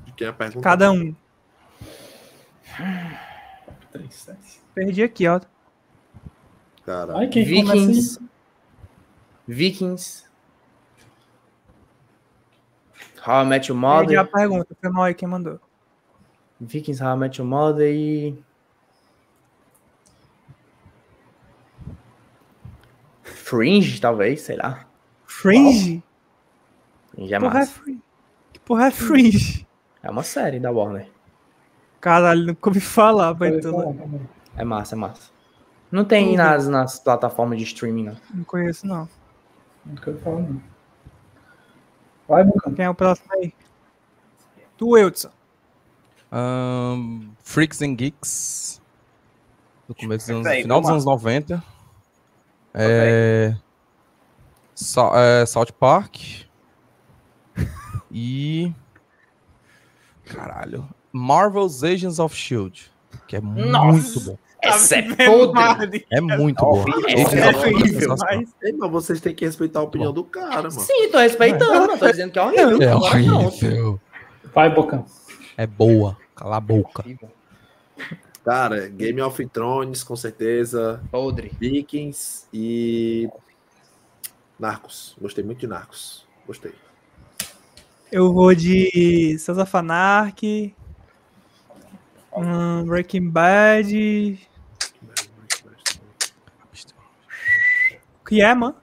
Speaker 8: De quem é a pergunta?
Speaker 3: Cada um. Perdi aqui, ó.
Speaker 7: um.
Speaker 8: Cara.
Speaker 10: Ai, quem
Speaker 7: Vikings.
Speaker 10: começa
Speaker 7: Vikings. How I Met Your
Speaker 3: Perdi a
Speaker 7: Mother.
Speaker 3: pergunta. Foi mal aí quem mandou.
Speaker 7: Vikings, How I Met Your Mother e... Fringe, talvez, sei lá.
Speaker 3: Fringe?
Speaker 7: Fringe é
Speaker 3: Porra, é
Speaker 7: massa.
Speaker 3: Fringe. Que porra é Fringe?
Speaker 7: É uma série da Warner.
Speaker 3: Caralho, nunca ouvi falar, vai
Speaker 7: É massa, é massa. Não tem
Speaker 3: Uhum.
Speaker 7: nas, nas plataformas de streaming,
Speaker 10: Tá
Speaker 7: não.
Speaker 3: Não conheço, não.
Speaker 10: Nunca ouvi falar, não. Vai, Bucão.
Speaker 3: Quem é o próximo aí? Tu, Wilson.
Speaker 9: Ahn, Freaks and Geeks. do começo dos anos,
Speaker 6: Peraí,
Speaker 9: final dos
Speaker 6: vamos
Speaker 9: anos 90. É, Sa- é, South Park. E. Caralho. Marvel's Agents of Shield. Que é muito bom.
Speaker 7: Essa é
Speaker 9: podre. É muito bom. Agents of Shield é sensacional.
Speaker 8: Mas, ei, mas vocês têm que respeitar a opinião do cara, mano.
Speaker 7: Sim, tô respeitando.
Speaker 6: tá-
Speaker 7: Tô dizendo que é horrível.
Speaker 9: É
Speaker 7: Agora não.
Speaker 9: horrível.
Speaker 10: Vai, Bocão.
Speaker 9: É boa. Cala a boca.
Speaker 8: Cara, Game of Thrones, com certeza.
Speaker 7: Podre.
Speaker 8: Vikings e. Narcos. Gostei muito de Narcos. Gostei.
Speaker 3: Eu vou de Sons of Anarchy, hum, Breaking Bad. Que é, mano?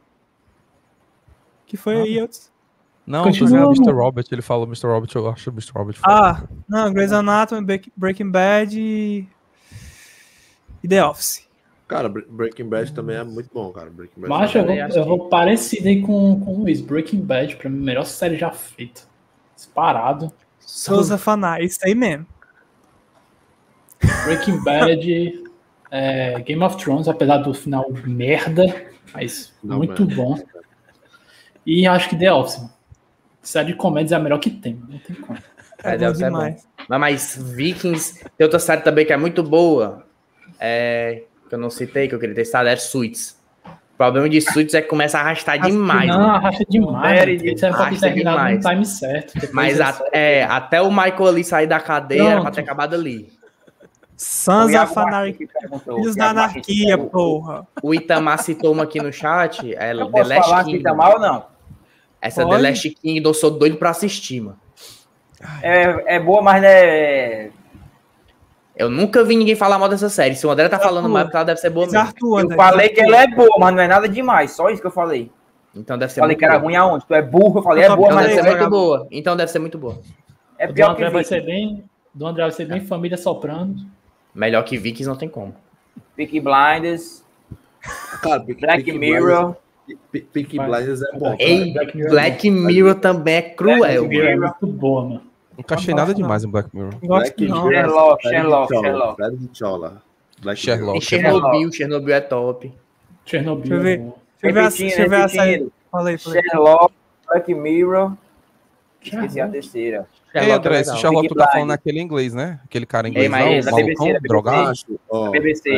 Speaker 3: Que foi aí? Eu...
Speaker 9: Não,
Speaker 3: Continua,
Speaker 9: mas é Mr.
Speaker 3: amor.
Speaker 9: Robert. Ele falou Mr. Robert. Eu acho Mr. Robert.
Speaker 3: Ah, não, Grey's Anatomy, Break- Breaking Bad e. e The Office.
Speaker 8: Cara, Bre- Breaking Bad também é muito bom, cara. Breaking Bad. é
Speaker 10: Macho, eu vou, eu vou parecido aí com, com o Luiz. Breaking Bad, pra mim, a melhor série já feita. Disparado.
Speaker 3: Sons of Anarchy, isso aí mesmo.
Speaker 10: Breaking Bad, é, Game of Thrones, apesar do final merda, mas
Speaker 8: Não,
Speaker 10: muito
Speaker 8: merda.
Speaker 10: bom. E acho que The Office. mano. Série de comédias é a melhor que tem, não tem como.
Speaker 7: É, deve ser bom. Mas, mas Vikings, tem outra série também que é muito boa, é, que eu não citei, que eu queria ter citado, é Suits. O problema de Suits é que começa a arrastar demais.
Speaker 10: Não,
Speaker 7: mano.
Speaker 10: arrasta demais.
Speaker 7: Série
Speaker 10: mano.
Speaker 7: de-
Speaker 10: Isso é pra
Speaker 7: arrasta
Speaker 10: terminar no
Speaker 7: demais.
Speaker 10: time certo. Depois
Speaker 7: Mas
Speaker 10: é
Speaker 7: a- é, até o Michael ali sair da cadeia era pra
Speaker 10: Pronto.
Speaker 7: ter acabado ali.
Speaker 3: Sons
Speaker 7: Iago
Speaker 3: of Anarchy. Filhos da
Speaker 7: Iago Marques
Speaker 3: anarquia, porra.
Speaker 7: O Itamar citou uma aqui no chat. É
Speaker 6: Eu
Speaker 7: The
Speaker 6: posso
Speaker 7: Last
Speaker 6: falar aqui
Speaker 7: King.
Speaker 6: Itamar ou não?
Speaker 7: Essa é The
Speaker 6: Pode.
Speaker 7: Last King, eu sou doido pra assistir, mano.
Speaker 6: É, é boa, mas não é.
Speaker 7: Eu nunca vi ninguém falar mal dessa série. Se o André tá falando mal, é porque ela deve ser boa mesmo.
Speaker 6: Eu falei que ela é boa, mas não é nada demais. Só isso que eu falei.
Speaker 7: Então deve ser
Speaker 6: falei
Speaker 7: muito
Speaker 6: que era
Speaker 7: boa.
Speaker 6: ruim aonde? Tu é burro, eu falei, é boa,
Speaker 7: então
Speaker 6: mas
Speaker 7: deve
Speaker 6: não
Speaker 7: ser muito
Speaker 6: é boa.
Speaker 7: boa. Então deve ser muito boa.
Speaker 6: É
Speaker 10: do
Speaker 6: pior
Speaker 10: André
Speaker 6: que
Speaker 10: vai
Speaker 6: Vicky.
Speaker 10: ser bem. Do André vai ser bem família soprando.
Speaker 7: Melhor que Vikings não tem como.
Speaker 6: Peaky Blinders,
Speaker 8: Cara,
Speaker 6: Black Mirror.
Speaker 7: é um
Speaker 8: Peaky Blinders é bom.
Speaker 7: Ei,
Speaker 8: cara.
Speaker 7: Black Mirror, também é cruel.
Speaker 8: Black Mirror é
Speaker 7: mano.
Speaker 10: Muito boa, mano.
Speaker 9: Nunca achei nada demais em Black Mirror.
Speaker 8: Black
Speaker 7: não.
Speaker 8: Mirror é
Speaker 7: Sherlock,
Speaker 8: Fred
Speaker 7: Sherlock,
Speaker 8: Chola,
Speaker 7: Sherlock.
Speaker 8: Fred de Chola. Black
Speaker 7: E
Speaker 9: Sherlock.
Speaker 7: Chernobyl, Chernobyl é top.
Speaker 10: Chernobyl.
Speaker 3: Deixa eu ver.
Speaker 10: é bom.
Speaker 3: Deixa eu ver, a-
Speaker 6: Repetindo,
Speaker 3: deixa eu ver a série.
Speaker 6: repetindo.
Speaker 3: Falei, falei.
Speaker 6: Sherlock, Black Mirror. Esqueci a terceira.
Speaker 9: Ei, André, esse Sherlock tu tá
Speaker 6: Peaky
Speaker 9: falando
Speaker 6: Blinders.
Speaker 9: naquele inglês, né? Aquele cara
Speaker 6: Ei,
Speaker 9: inglês,
Speaker 6: mas
Speaker 9: não,
Speaker 6: é da
Speaker 9: malucão,
Speaker 6: BBC, da BBC.
Speaker 9: drogado.
Speaker 8: ó,
Speaker 6: BBC.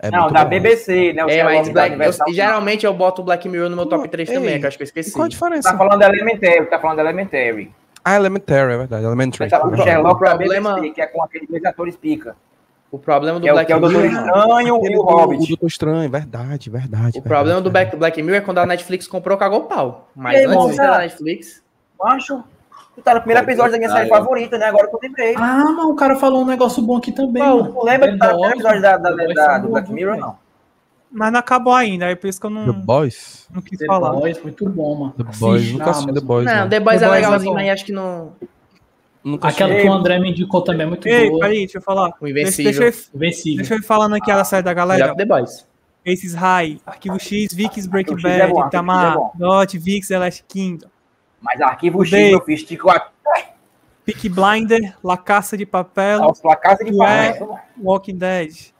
Speaker 9: É
Speaker 6: não,
Speaker 9: muito
Speaker 6: da
Speaker 9: bom.
Speaker 6: BBC, né?
Speaker 7: É,
Speaker 6: O
Speaker 7: mas
Speaker 6: Sherlock da
Speaker 7: Black,
Speaker 6: Universal.
Speaker 7: eu- geralmente eu boto o Black Mirror no meu top 3 também, é
Speaker 9: ei,
Speaker 7: que eu acho que eu esqueci.
Speaker 9: Qual a diferença?
Speaker 6: Tá falando da Elementary, tá falando da Elementary.
Speaker 9: Ah, Elementary, é verdade. Elementary.
Speaker 6: Mas tá falando do Sherlock da
Speaker 7: problema-
Speaker 6: BBC, que é com aqueles dois atores pica.
Speaker 7: O problema do
Speaker 6: Que é o-
Speaker 7: Black
Speaker 6: que é o Doutor
Speaker 7: Mirror.
Speaker 6: Estranho e
Speaker 9: Aquele
Speaker 6: o
Speaker 9: do-
Speaker 6: Hobbit.
Speaker 9: O Doutor Estranho, verdade, verdade.
Speaker 7: O problema do Black, Black Mirror é quando a Netflix comprou, cagou o pau. Mas
Speaker 6: Ei,
Speaker 7: antes
Speaker 6: moça.
Speaker 7: da Netflix.
Speaker 6: Macho, tu tá no primeiro episódio da minha série favorita, né? Agora que eu lembrei.
Speaker 10: Ah, mas o cara falou um negócio bom aqui também.
Speaker 6: Não, é
Speaker 10: mano.
Speaker 6: tu lembra que tá no primeiro episódio da, da, da-
Speaker 10: Boys foi
Speaker 6: do
Speaker 10: é bom
Speaker 6: Black Mirror,
Speaker 10: também.
Speaker 6: não?
Speaker 3: Mas não acabou ainda, aí por isso que eu não,
Speaker 9: Boys?
Speaker 3: não quis
Speaker 10: The
Speaker 3: falar.
Speaker 10: Boys, muito bom, mano.
Speaker 9: The Boys, nunca assisti The Boys.
Speaker 7: Não,
Speaker 9: Não,
Speaker 7: The Boys
Speaker 3: The
Speaker 7: é
Speaker 3: Boys é
Speaker 7: legalzinho,
Speaker 3: bom.
Speaker 7: mas acho que não.
Speaker 9: nunca assisti.
Speaker 10: Aquela que o André me indicou também é muito
Speaker 3: Ei,
Speaker 10: boa.
Speaker 3: peraí, deixa eu falar.
Speaker 7: O
Speaker 3: Deixa,
Speaker 7: Invencível. é
Speaker 3: deixa, eu, então. ir-
Speaker 10: Invencível.
Speaker 3: deixa eu ir falando aqui a série da
Speaker 7: Melhor
Speaker 3: galera.
Speaker 7: que The Boys.
Speaker 3: Aces High, Arquivo X, Vikings, Breaking
Speaker 6: Arquivo X é
Speaker 3: Bad,
Speaker 6: bom, Arquivo X é
Speaker 3: Itamar,
Speaker 6: bom.
Speaker 3: Dot, Vix, The Last Kingdom,
Speaker 6: Mas arquivo X,
Speaker 3: Dei.
Speaker 6: meu filho, esticou a
Speaker 3: Peak Blinder, La Caça de Papel,
Speaker 6: calça, a casa de
Speaker 3: Tu é-
Speaker 6: papel.
Speaker 3: Walking Dead,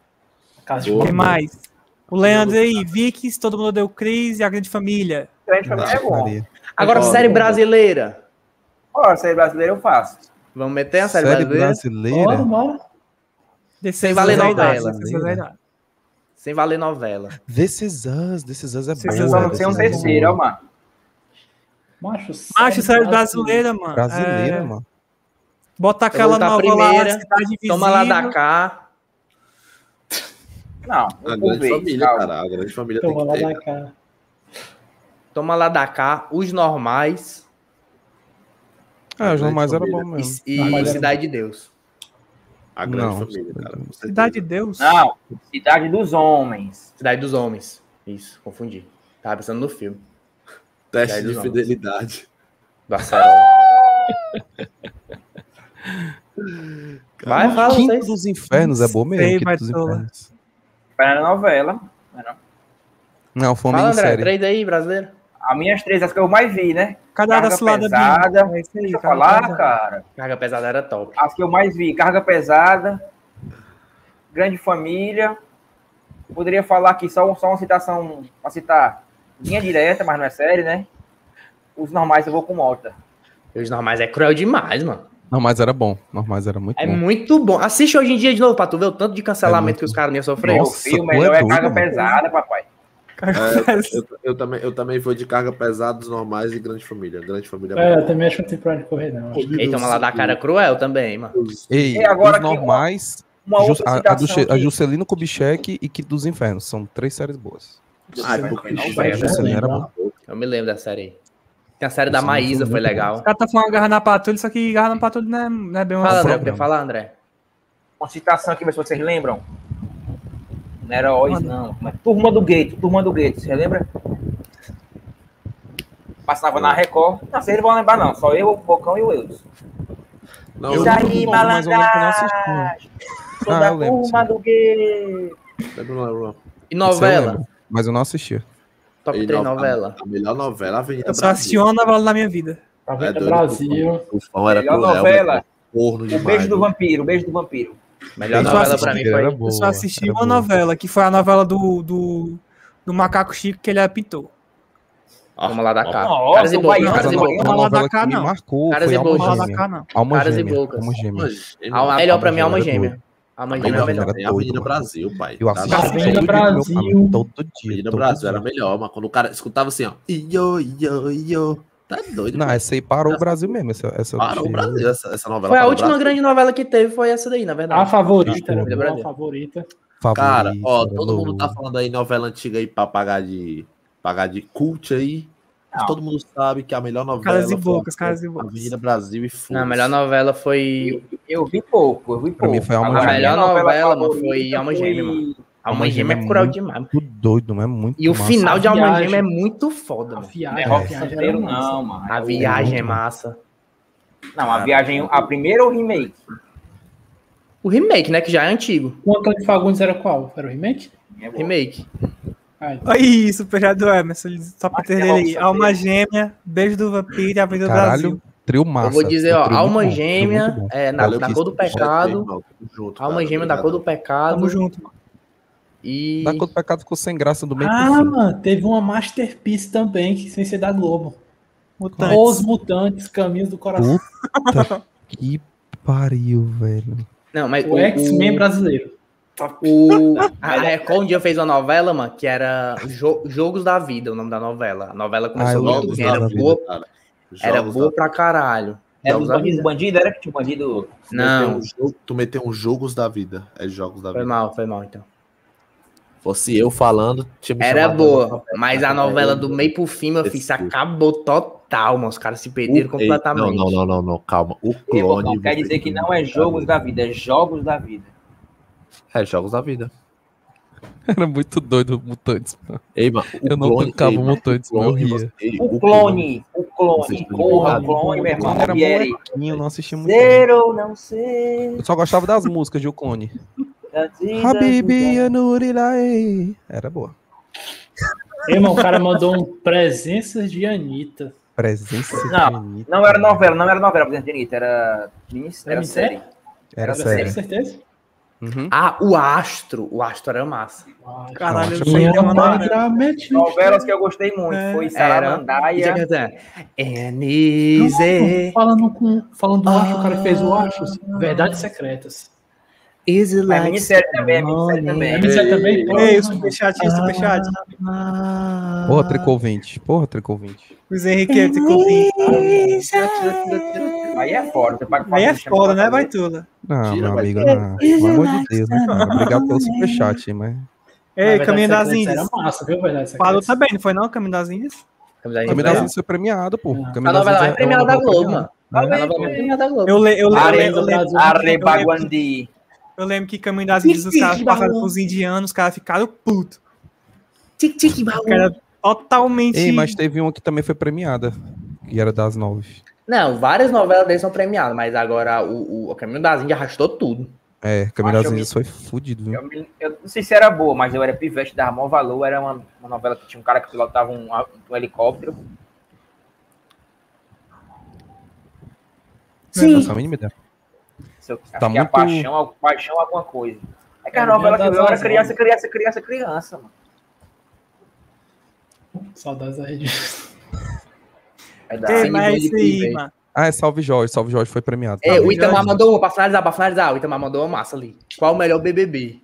Speaker 10: Casa de
Speaker 3: o que
Speaker 10: Papel.
Speaker 3: mais? O Leandro aí, Vikings, Todo Mundo Deu Crise, A Grande Família.
Speaker 6: Grande Família é bom.
Speaker 7: Agora,
Speaker 8: Concordo,
Speaker 7: série
Speaker 8: concordo.
Speaker 7: brasileira.
Speaker 6: Ó, a série brasileira eu faço.
Speaker 7: Vamos meter a série,
Speaker 9: Série
Speaker 7: brasileira?
Speaker 10: Bora,
Speaker 9: brasileira?
Speaker 10: bora.
Speaker 3: Sem
Speaker 7: valer novela,
Speaker 3: Sem
Speaker 7: Sem valer novela.
Speaker 9: This is Us, This is Us é bom.
Speaker 3: This Is Us,
Speaker 6: Só não
Speaker 9: This
Speaker 6: tem um
Speaker 9: Is Us é
Speaker 6: terceiro, ó,
Speaker 9: bom.
Speaker 6: mano.
Speaker 10: Macho,
Speaker 3: Acho série brasileira, mano.
Speaker 9: Brasileira,
Speaker 3: É,
Speaker 9: mano.
Speaker 3: Bota aquela
Speaker 7: Voltar
Speaker 3: nova
Speaker 7: primeira,
Speaker 3: lá, Cidade Visível.
Speaker 7: Toma lá da cá.
Speaker 6: Não, um
Speaker 8: A
Speaker 6: eu vou
Speaker 8: grande
Speaker 6: ver.
Speaker 8: família,
Speaker 6: calma.
Speaker 8: cara. A grande família
Speaker 10: Eu
Speaker 8: tem
Speaker 10: vou Então, lá
Speaker 8: que ter.
Speaker 10: da cara.
Speaker 7: Toma lá da cá. Os normais.
Speaker 9: É, os normais era
Speaker 8: família.
Speaker 9: bom mesmo.
Speaker 7: E, e
Speaker 10: Normais é
Speaker 7: Cidade de Deus.
Speaker 8: A grande
Speaker 9: Não.
Speaker 8: família, cara. com certeza.
Speaker 3: Cidade de Deus.
Speaker 6: Não, Cidade dos Homens.
Speaker 7: Cidade dos Homens. Isso, confundi. Tava pensando no filme.
Speaker 8: Teste
Speaker 7: Cidade
Speaker 8: de
Speaker 7: dos
Speaker 8: fidelidade.
Speaker 7: Do Acerola. Vai, fala
Speaker 9: Quinto
Speaker 7: vocês.
Speaker 9: dos Infernos é bom
Speaker 3: Sei,
Speaker 9: mesmo. Quinto dos
Speaker 3: Bartola.
Speaker 9: Infernos.
Speaker 6: Para a novela.
Speaker 9: Não, foi uma
Speaker 7: Fala, André.
Speaker 9: minissérie.
Speaker 7: Três aí, brasileiro.
Speaker 6: As minhas três, as que eu mais vi, né?
Speaker 3: Cada da
Speaker 6: Carga
Speaker 3: cilada
Speaker 6: pesada.
Speaker 3: É isso aí,
Speaker 6: Deixa eu
Speaker 3: cada
Speaker 6: falar,
Speaker 3: cilada.
Speaker 6: cara.
Speaker 7: Carga pesada era top.
Speaker 6: As que eu mais vi, Carga Pesada, Grande Família, Poderia falar aqui só, um, só uma citação para citar linha direta, mas não é série, né? Os normais eu vou com Mota.
Speaker 7: Os normais é cruel demais, mano.
Speaker 9: Normais era bom. Normais era muito
Speaker 7: É
Speaker 9: bom.
Speaker 7: muito bom. Assiste hoje em dia de novo pra tu ver o tanto de cancelamento que os caras iam sofrer.
Speaker 9: É Nossa,
Speaker 6: O melhor é carga pesada, papai.
Speaker 8: É, eu, eu- eu também, eu também vou de carga pesada dos normais e grande família. Grande família
Speaker 10: É,
Speaker 8: bom.
Speaker 10: eu também acho que não tem pra onde correr, não. Acho que-
Speaker 7: Ei, toma lá da cara cruel também, mano.
Speaker 9: Ei,
Speaker 7: E agora
Speaker 9: os
Speaker 7: aqui, ó,
Speaker 9: normais,
Speaker 7: uma outra
Speaker 9: Jus- a, a, do
Speaker 7: citação
Speaker 9: Che- a
Speaker 7: aqui.
Speaker 9: Juscelino Kubitschek e Kid dos Infernos. São três séries boas.
Speaker 7: Ah,
Speaker 9: Juscelino
Speaker 7: porque não
Speaker 9: Kubitschek,
Speaker 7: vai,
Speaker 9: Juscelino
Speaker 7: né?
Speaker 9: era bom.
Speaker 7: Eu me lembro da série aí. Tem a série
Speaker 9: Esse
Speaker 7: da
Speaker 9: não
Speaker 7: Maísa,
Speaker 9: foi
Speaker 7: foi
Speaker 9: muito
Speaker 7: legal.
Speaker 9: bom.
Speaker 3: Os caras estão tá falando garra na patrulha, só que garra na patrulha não é, não é bem uma
Speaker 7: Fala, André,
Speaker 3: série.
Speaker 7: eu queria falar, André.
Speaker 6: Uma citação aqui, ver se vocês lembram. Não era Oz, não. Mas Turma do Gueto, Turma do Gueto, você lembra? Passava na Record. Não, vocês não vão lembrar, não. Só eu, o Bocão e o Eudes.
Speaker 8: Não,
Speaker 6: Isso
Speaker 8: eu
Speaker 6: aí,
Speaker 8: lembro, mas eu lembro que eu não assisti.
Speaker 6: malandragem. Sou
Speaker 9: Ah,
Speaker 6: da
Speaker 9: eu lembro,
Speaker 6: Turma do Gueto.
Speaker 8: Lembro, não, lembro, não.
Speaker 7: E
Speaker 9: Isso eu lembro, Mas eu não assistia.
Speaker 7: Top
Speaker 8: E
Speaker 7: três
Speaker 8: no-
Speaker 7: novela.
Speaker 8: A melhor novela, Avenida
Speaker 3: Eu só assisti
Speaker 8: Brasil.
Speaker 3: uma novela na minha vida.
Speaker 8: É doido, o Tufão- o Tufão era
Speaker 6: Melhor
Speaker 8: cruel,
Speaker 6: novela.
Speaker 8: meu. Porno
Speaker 6: O
Speaker 9: né?
Speaker 8: demais.
Speaker 6: Beijo do Vampiro, o Beijo do Vampiro.
Speaker 7: Melhor
Speaker 9: Eu só
Speaker 7: novela
Speaker 9: assisti,
Speaker 7: pra mim
Speaker 9: era
Speaker 7: foi.
Speaker 9: boa,
Speaker 3: eu só assisti
Speaker 9: era
Speaker 3: uma
Speaker 9: boa.
Speaker 3: novela, que foi a novela do, do, do Macaco Chico, que ele era pintor.
Speaker 7: Toma lá da cara.
Speaker 6: Nossa,
Speaker 7: Caras e
Speaker 6: o
Speaker 7: bocas,
Speaker 6: Baiano,
Speaker 7: caras e
Speaker 6: o
Speaker 7: bocas.
Speaker 6: Baiano.
Speaker 9: Uma
Speaker 3: Alma
Speaker 9: novela
Speaker 3: da
Speaker 9: que
Speaker 3: Cá,
Speaker 9: me
Speaker 3: não.
Speaker 9: marcou
Speaker 7: Caras
Speaker 9: foi
Speaker 7: e
Speaker 9: Alma
Speaker 7: Bocas.
Speaker 9: Gêmea. Alma
Speaker 7: Caras e
Speaker 9: Gêmea.
Speaker 7: bocas.
Speaker 9: Alma Gêmea.
Speaker 7: A- Melhor pra mim é Alma
Speaker 9: Alma Gêmea.
Speaker 7: Gêmea. Alma Gêmea é melhor.
Speaker 8: Era a Avenida Brasil, pai.
Speaker 9: Eu
Speaker 8: Tá
Speaker 9: assisti
Speaker 8: na-
Speaker 9: todo dia,
Speaker 10: Avenida
Speaker 9: meu
Speaker 10: Brasil.
Speaker 9: pai, todo dia.
Speaker 8: Avenida
Speaker 9: todo
Speaker 8: Brasil
Speaker 9: dia.
Speaker 8: era melhor, mas quando o cara escutava assim, ó. Iô, iô, iô. Tá doido.
Speaker 9: Não,
Speaker 8: pô.
Speaker 9: essa é aí parou o Brasil mesmo. Essa, essa
Speaker 8: Parou o Brasil, essa, essa novela.
Speaker 7: Foi a
Speaker 8: parou o
Speaker 7: última
Speaker 8: Brasil.
Speaker 7: grande novela que teve, foi essa daí, na verdade.
Speaker 10: A favorita,
Speaker 7: Avenida
Speaker 10: era a
Speaker 7: Brasil.
Speaker 10: favorita.
Speaker 8: Cara, ó,
Speaker 9: Favorita,
Speaker 8: todo mundo
Speaker 9: louco.
Speaker 8: tá falando aí novela antiga aí pra pagar de, pagar de cult aí. Mas Todo mundo sabe que a melhor novela.
Speaker 3: Caras e
Speaker 8: foi
Speaker 3: bocas,
Speaker 8: a-
Speaker 3: caras e bocas.
Speaker 8: Avenida Brasil e Foda.
Speaker 7: Não, a melhor novela foi.
Speaker 6: Eu vi pouco, eu vi pouco.
Speaker 9: Pra mim foi Alma
Speaker 7: A
Speaker 9: Gêmea.
Speaker 7: melhor novela, mano, foi
Speaker 6: favorita
Speaker 7: Alma
Speaker 6: foi-
Speaker 7: Gêmea, mano. Alma
Speaker 9: Alma
Speaker 7: Gêmea é
Speaker 9: Gêmea é
Speaker 7: cruel
Speaker 9: muito
Speaker 7: demais.
Speaker 9: Muito doido, mas é muito
Speaker 7: E o
Speaker 9: massa.
Speaker 7: final de
Speaker 10: A
Speaker 7: Alma
Speaker 10: viagem.
Speaker 7: Gêmea é muito foda,
Speaker 10: A
Speaker 7: mano.
Speaker 10: viagem,
Speaker 6: Não é
Speaker 10: a
Speaker 6: rock
Speaker 10: viagem
Speaker 6: santeiro,
Speaker 10: era massa.
Speaker 6: não, mano.
Speaker 7: A viagem é massa.
Speaker 6: Não, a viagem, a primeira ou o remake?
Speaker 7: O remake, né? Que já é antigo.
Speaker 10: O Antônio Fagundes era qual? Era o remake?
Speaker 6: É boa.
Speaker 7: Remake.
Speaker 10: Ah, então.
Speaker 3: Aí, superado Emerson, ele- só pra
Speaker 6: Mas é tem
Speaker 3: entender
Speaker 6: Alma
Speaker 3: ele aí.
Speaker 6: Santeiro.
Speaker 3: Alma Gêmea, Beijo do Vampiro e a Vida do Brasil.
Speaker 9: Caralho, trio massa. É um
Speaker 7: Eu vou dizer, ó,
Speaker 9: Trio muito
Speaker 7: Alma
Speaker 9: bom, trio
Speaker 7: Gêmea,
Speaker 9: muito bom.
Speaker 7: é, na,
Speaker 8: Valeu,
Speaker 7: da
Speaker 8: Cris.
Speaker 7: cor do
Speaker 8: Chat,
Speaker 7: pecado.
Speaker 8: irmão. Tamo junto,
Speaker 7: Alma
Speaker 8: cara.
Speaker 7: Gêmea da cor do pecado.
Speaker 3: Tamo junto. mano.
Speaker 7: E.
Speaker 9: Da Cor do Pecado ficou sem graça do meio pro
Speaker 10: Ah,
Speaker 9: fim.
Speaker 10: mano, teve uma Masterpiece também, que sem ser da Globo. Os
Speaker 3: Mutantes.
Speaker 10: Mutantes, Caminhos do Coração.
Speaker 9: Puta que pariu, velho.
Speaker 7: Não, mas
Speaker 10: O X-Men brasileiro.
Speaker 7: O... A a Record um dia fez uma novela, mano, que era Jo- Jogos da Vida, o nome da novela. A novela começou
Speaker 9: eu
Speaker 7: muito
Speaker 9: lembro
Speaker 7: bem,
Speaker 9: da
Speaker 7: era
Speaker 9: vida.
Speaker 7: boa,
Speaker 8: Cara,
Speaker 7: era
Speaker 8: jogos da-
Speaker 7: boa pra caralho.
Speaker 8: É
Speaker 6: Era
Speaker 7: Jogos
Speaker 6: dos
Speaker 7: da
Speaker 6: bandidos,
Speaker 7: Vida.
Speaker 6: bandido, era que tinha bandido.
Speaker 8: Tu meteu
Speaker 7: Não,
Speaker 8: um jogo- Tu meteu uns jogos da vida. É jogos da
Speaker 7: foi
Speaker 8: vida.
Speaker 7: mal, foi mal então.
Speaker 8: Fosse eu falando, tinha me
Speaker 7: Era
Speaker 8: chamado pra
Speaker 7: boa,
Speaker 8: né? novela. é
Speaker 7: mas a novela do meio pro fim, meu filho,
Speaker 8: Esse
Speaker 7: se acabou total, mano. Os caras se perderam
Speaker 8: O- ei,
Speaker 7: completamente.
Speaker 8: Não, não, não, não, não, calma. O
Speaker 6: Ei,
Speaker 8: clone.
Speaker 6: Bocão, quer
Speaker 8: você
Speaker 6: dizer que não é jogos da vida, é jogos da vida.
Speaker 8: É jogos da vida.
Speaker 9: Era muito doido, Mutantes.
Speaker 8: Ei, mano, o
Speaker 9: Eu não um
Speaker 8: clone-
Speaker 9: tancava
Speaker 8: ei, mano,
Speaker 9: mutantes,
Speaker 8: o
Speaker 9: mas
Speaker 8: clone,
Speaker 9: eu
Speaker 8: você- ei,
Speaker 6: O clone, o clone,
Speaker 8: Vocês
Speaker 6: corra,
Speaker 8: estão
Speaker 6: o clone, meu
Speaker 9: O
Speaker 6: irmão,
Speaker 9: clone era
Speaker 6: Vieri.
Speaker 9: molequinho, eu não assistia muito. não.
Speaker 6: Ser ou não ser.
Speaker 9: Eu só gostava das músicas de O Clone.
Speaker 6: da vida
Speaker 9: Habibi
Speaker 6: do-
Speaker 9: Anurilae. Era boa.
Speaker 10: Ei, Irmão, o cara mandou um Presenças de Anitta.
Speaker 9: Presença
Speaker 6: Não,
Speaker 9: infinita.
Speaker 6: Não era novela, não era novela, presidente Anitta, era ministério.
Speaker 10: Era
Speaker 6: Era série.
Speaker 3: é.
Speaker 9: Era
Speaker 10: Você
Speaker 9: sério.
Speaker 10: tem certeza?
Speaker 9: Uhum.
Speaker 7: Ah, o Astro, o Astro era massa.
Speaker 3: Caralho, eu sei
Speaker 10: Minha
Speaker 3: que é uma
Speaker 10: mãe
Speaker 3: novela.
Speaker 10: já mete-
Speaker 6: Novelas que eu gostei muito
Speaker 3: É.
Speaker 6: foi
Speaker 7: Isso
Speaker 6: Saramandaia.
Speaker 7: aqui é- Anise,
Speaker 10: Falando, com, falando do Acho, o cara que fez o Achos. Verdades Secretas.
Speaker 7: is it
Speaker 6: Mas
Speaker 7: like
Speaker 6: minissérie também, é minissérie também.
Speaker 10: Mas é também. pô,
Speaker 3: Ei, o superchat, o superchat.
Speaker 7: Ah.
Speaker 9: Porra, Tricô 20. Porra, Tricô 20.
Speaker 3: Luiz Henrique, eu te confio.
Speaker 6: Aí é foda, você paga
Speaker 3: Aí é
Speaker 6: patrocínio
Speaker 3: foda,
Speaker 6: pra
Speaker 3: né,
Speaker 6: fazer.
Speaker 3: Baitula?
Speaker 9: Não,
Speaker 8: Tira,
Speaker 9: meu
Speaker 8: vai
Speaker 9: amigo,
Speaker 8: ter-
Speaker 9: não. Pelo amor de Deus, né, cara? Obrigado pelo superchat, mas.
Speaker 3: Ei,
Speaker 10: Ah, Verdades
Speaker 3: Caminho das
Speaker 10: Secretas
Speaker 3: Índias.
Speaker 10: Era massa, viu? Verdades
Speaker 3: Falou
Speaker 10: Secretas.
Speaker 3: também, não foi não, Caminho das Índias?
Speaker 6: É
Speaker 7: Camisa
Speaker 9: Caminho
Speaker 7: Real.
Speaker 9: das Índias foi premiado, pô.
Speaker 10: Não.
Speaker 9: Caminho
Speaker 7: A
Speaker 9: das
Speaker 7: novela
Speaker 9: Índias
Speaker 7: é
Speaker 9: uma
Speaker 7: premiada da
Speaker 9: novela
Speaker 7: Globo,
Speaker 9: premiada.
Speaker 7: mano. A novela é premiada da Globo.
Speaker 3: Eu, le, eu, le, eu, le,
Speaker 10: Areia
Speaker 3: eu,
Speaker 10: do
Speaker 3: le,
Speaker 10: Brasil.
Speaker 6: Arrebaguandi.
Speaker 3: eu lembro que Caminho das Índias, os caras passaram pros indianos, os caras ficaram putos.
Speaker 7: Tic-tic, baú.
Speaker 3: Cara, totalmente.
Speaker 9: Ei, mas teve uma que também foi premiada. Que era das nove.
Speaker 7: Não, várias novelas deles são premiadas, mas agora o, o- o Caminho das Índias arrastou tudo.
Speaker 9: É, Caminho
Speaker 6: Acho
Speaker 9: das
Speaker 6: que-
Speaker 9: Índias foi fudido, viu?
Speaker 6: Eu, me- eu não sei se era boa, mas eu era pivete, dava maior valor. Era uma, uma novela que tinha um cara que pilotava um, a- um helicóptero.
Speaker 9: Sim. Essa mínima ideia.
Speaker 6: Se eu- acho
Speaker 9: Tá
Speaker 6: que é a
Speaker 9: muito-
Speaker 6: é paixão, a paixão alguma coisa. É que a novela que eu era criança, criança, criança, criança, mano.
Speaker 10: Saudades da rede.
Speaker 6: É
Speaker 9: da Sim, de Piva, hein? Ah, é Salve Jorge. Salve Jorge foi premiado.
Speaker 7: É,
Speaker 9: tá
Speaker 7: o
Speaker 9: bem.
Speaker 7: Itamar mandou uma pra finalizar, pra finalizar. O Itamar mandou uma massa ali. Qual o melhor BBB?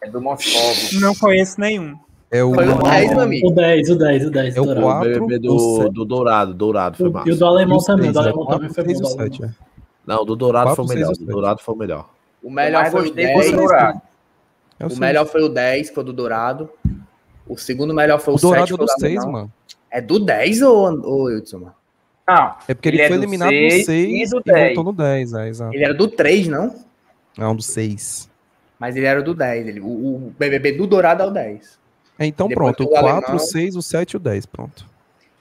Speaker 6: É do Moscov.
Speaker 3: Não conheço nenhum.
Speaker 9: É o...
Speaker 7: Foi o 10, meu amigo.
Speaker 10: O 10, o 10, o
Speaker 8: É o
Speaker 10: Dourado.
Speaker 8: BBB do, do Dourado, Dourado foi massa.
Speaker 10: E o do alemão também, o do
Speaker 8: né?
Speaker 10: alemão também foi bom. do alemão.
Speaker 9: é.
Speaker 8: Não, o do Dourado
Speaker 9: Quatro,
Speaker 8: foi o
Speaker 9: seis
Speaker 8: melhor.
Speaker 9: e
Speaker 8: O do Dourado foi o melhor.
Speaker 7: O melhor
Speaker 6: mais
Speaker 7: foi o
Speaker 6: gostei foi o
Speaker 7: 10.
Speaker 6: Dourado.
Speaker 9: É
Speaker 7: O
Speaker 9: seis.
Speaker 7: melhor foi o 10, que foi o do Dourado. O segundo melhor foi o
Speaker 9: O
Speaker 7: 7.
Speaker 9: Dourado é
Speaker 7: foi o
Speaker 9: do
Speaker 7: da
Speaker 9: 6,
Speaker 7: Alemão.
Speaker 9: mano.
Speaker 7: É do 10 ou, ou Hudson, mano?
Speaker 6: Não.
Speaker 9: É porque ele,
Speaker 7: Ele é
Speaker 9: foi
Speaker 7: do
Speaker 9: eliminado
Speaker 7: seis
Speaker 9: no 6
Speaker 7: e
Speaker 9: e,
Speaker 7: do dez.
Speaker 9: voltou no 10, é, exato.
Speaker 7: Ele era do 3, não?
Speaker 9: Não, do 6.
Speaker 7: Mas ele era do 10. Ele, o, o BBB do Dourado é o 10.
Speaker 9: É, então
Speaker 7: Depois
Speaker 9: pronto, o
Speaker 7: do alemão.
Speaker 9: 4, o 6, o 7 e o 10, pronto.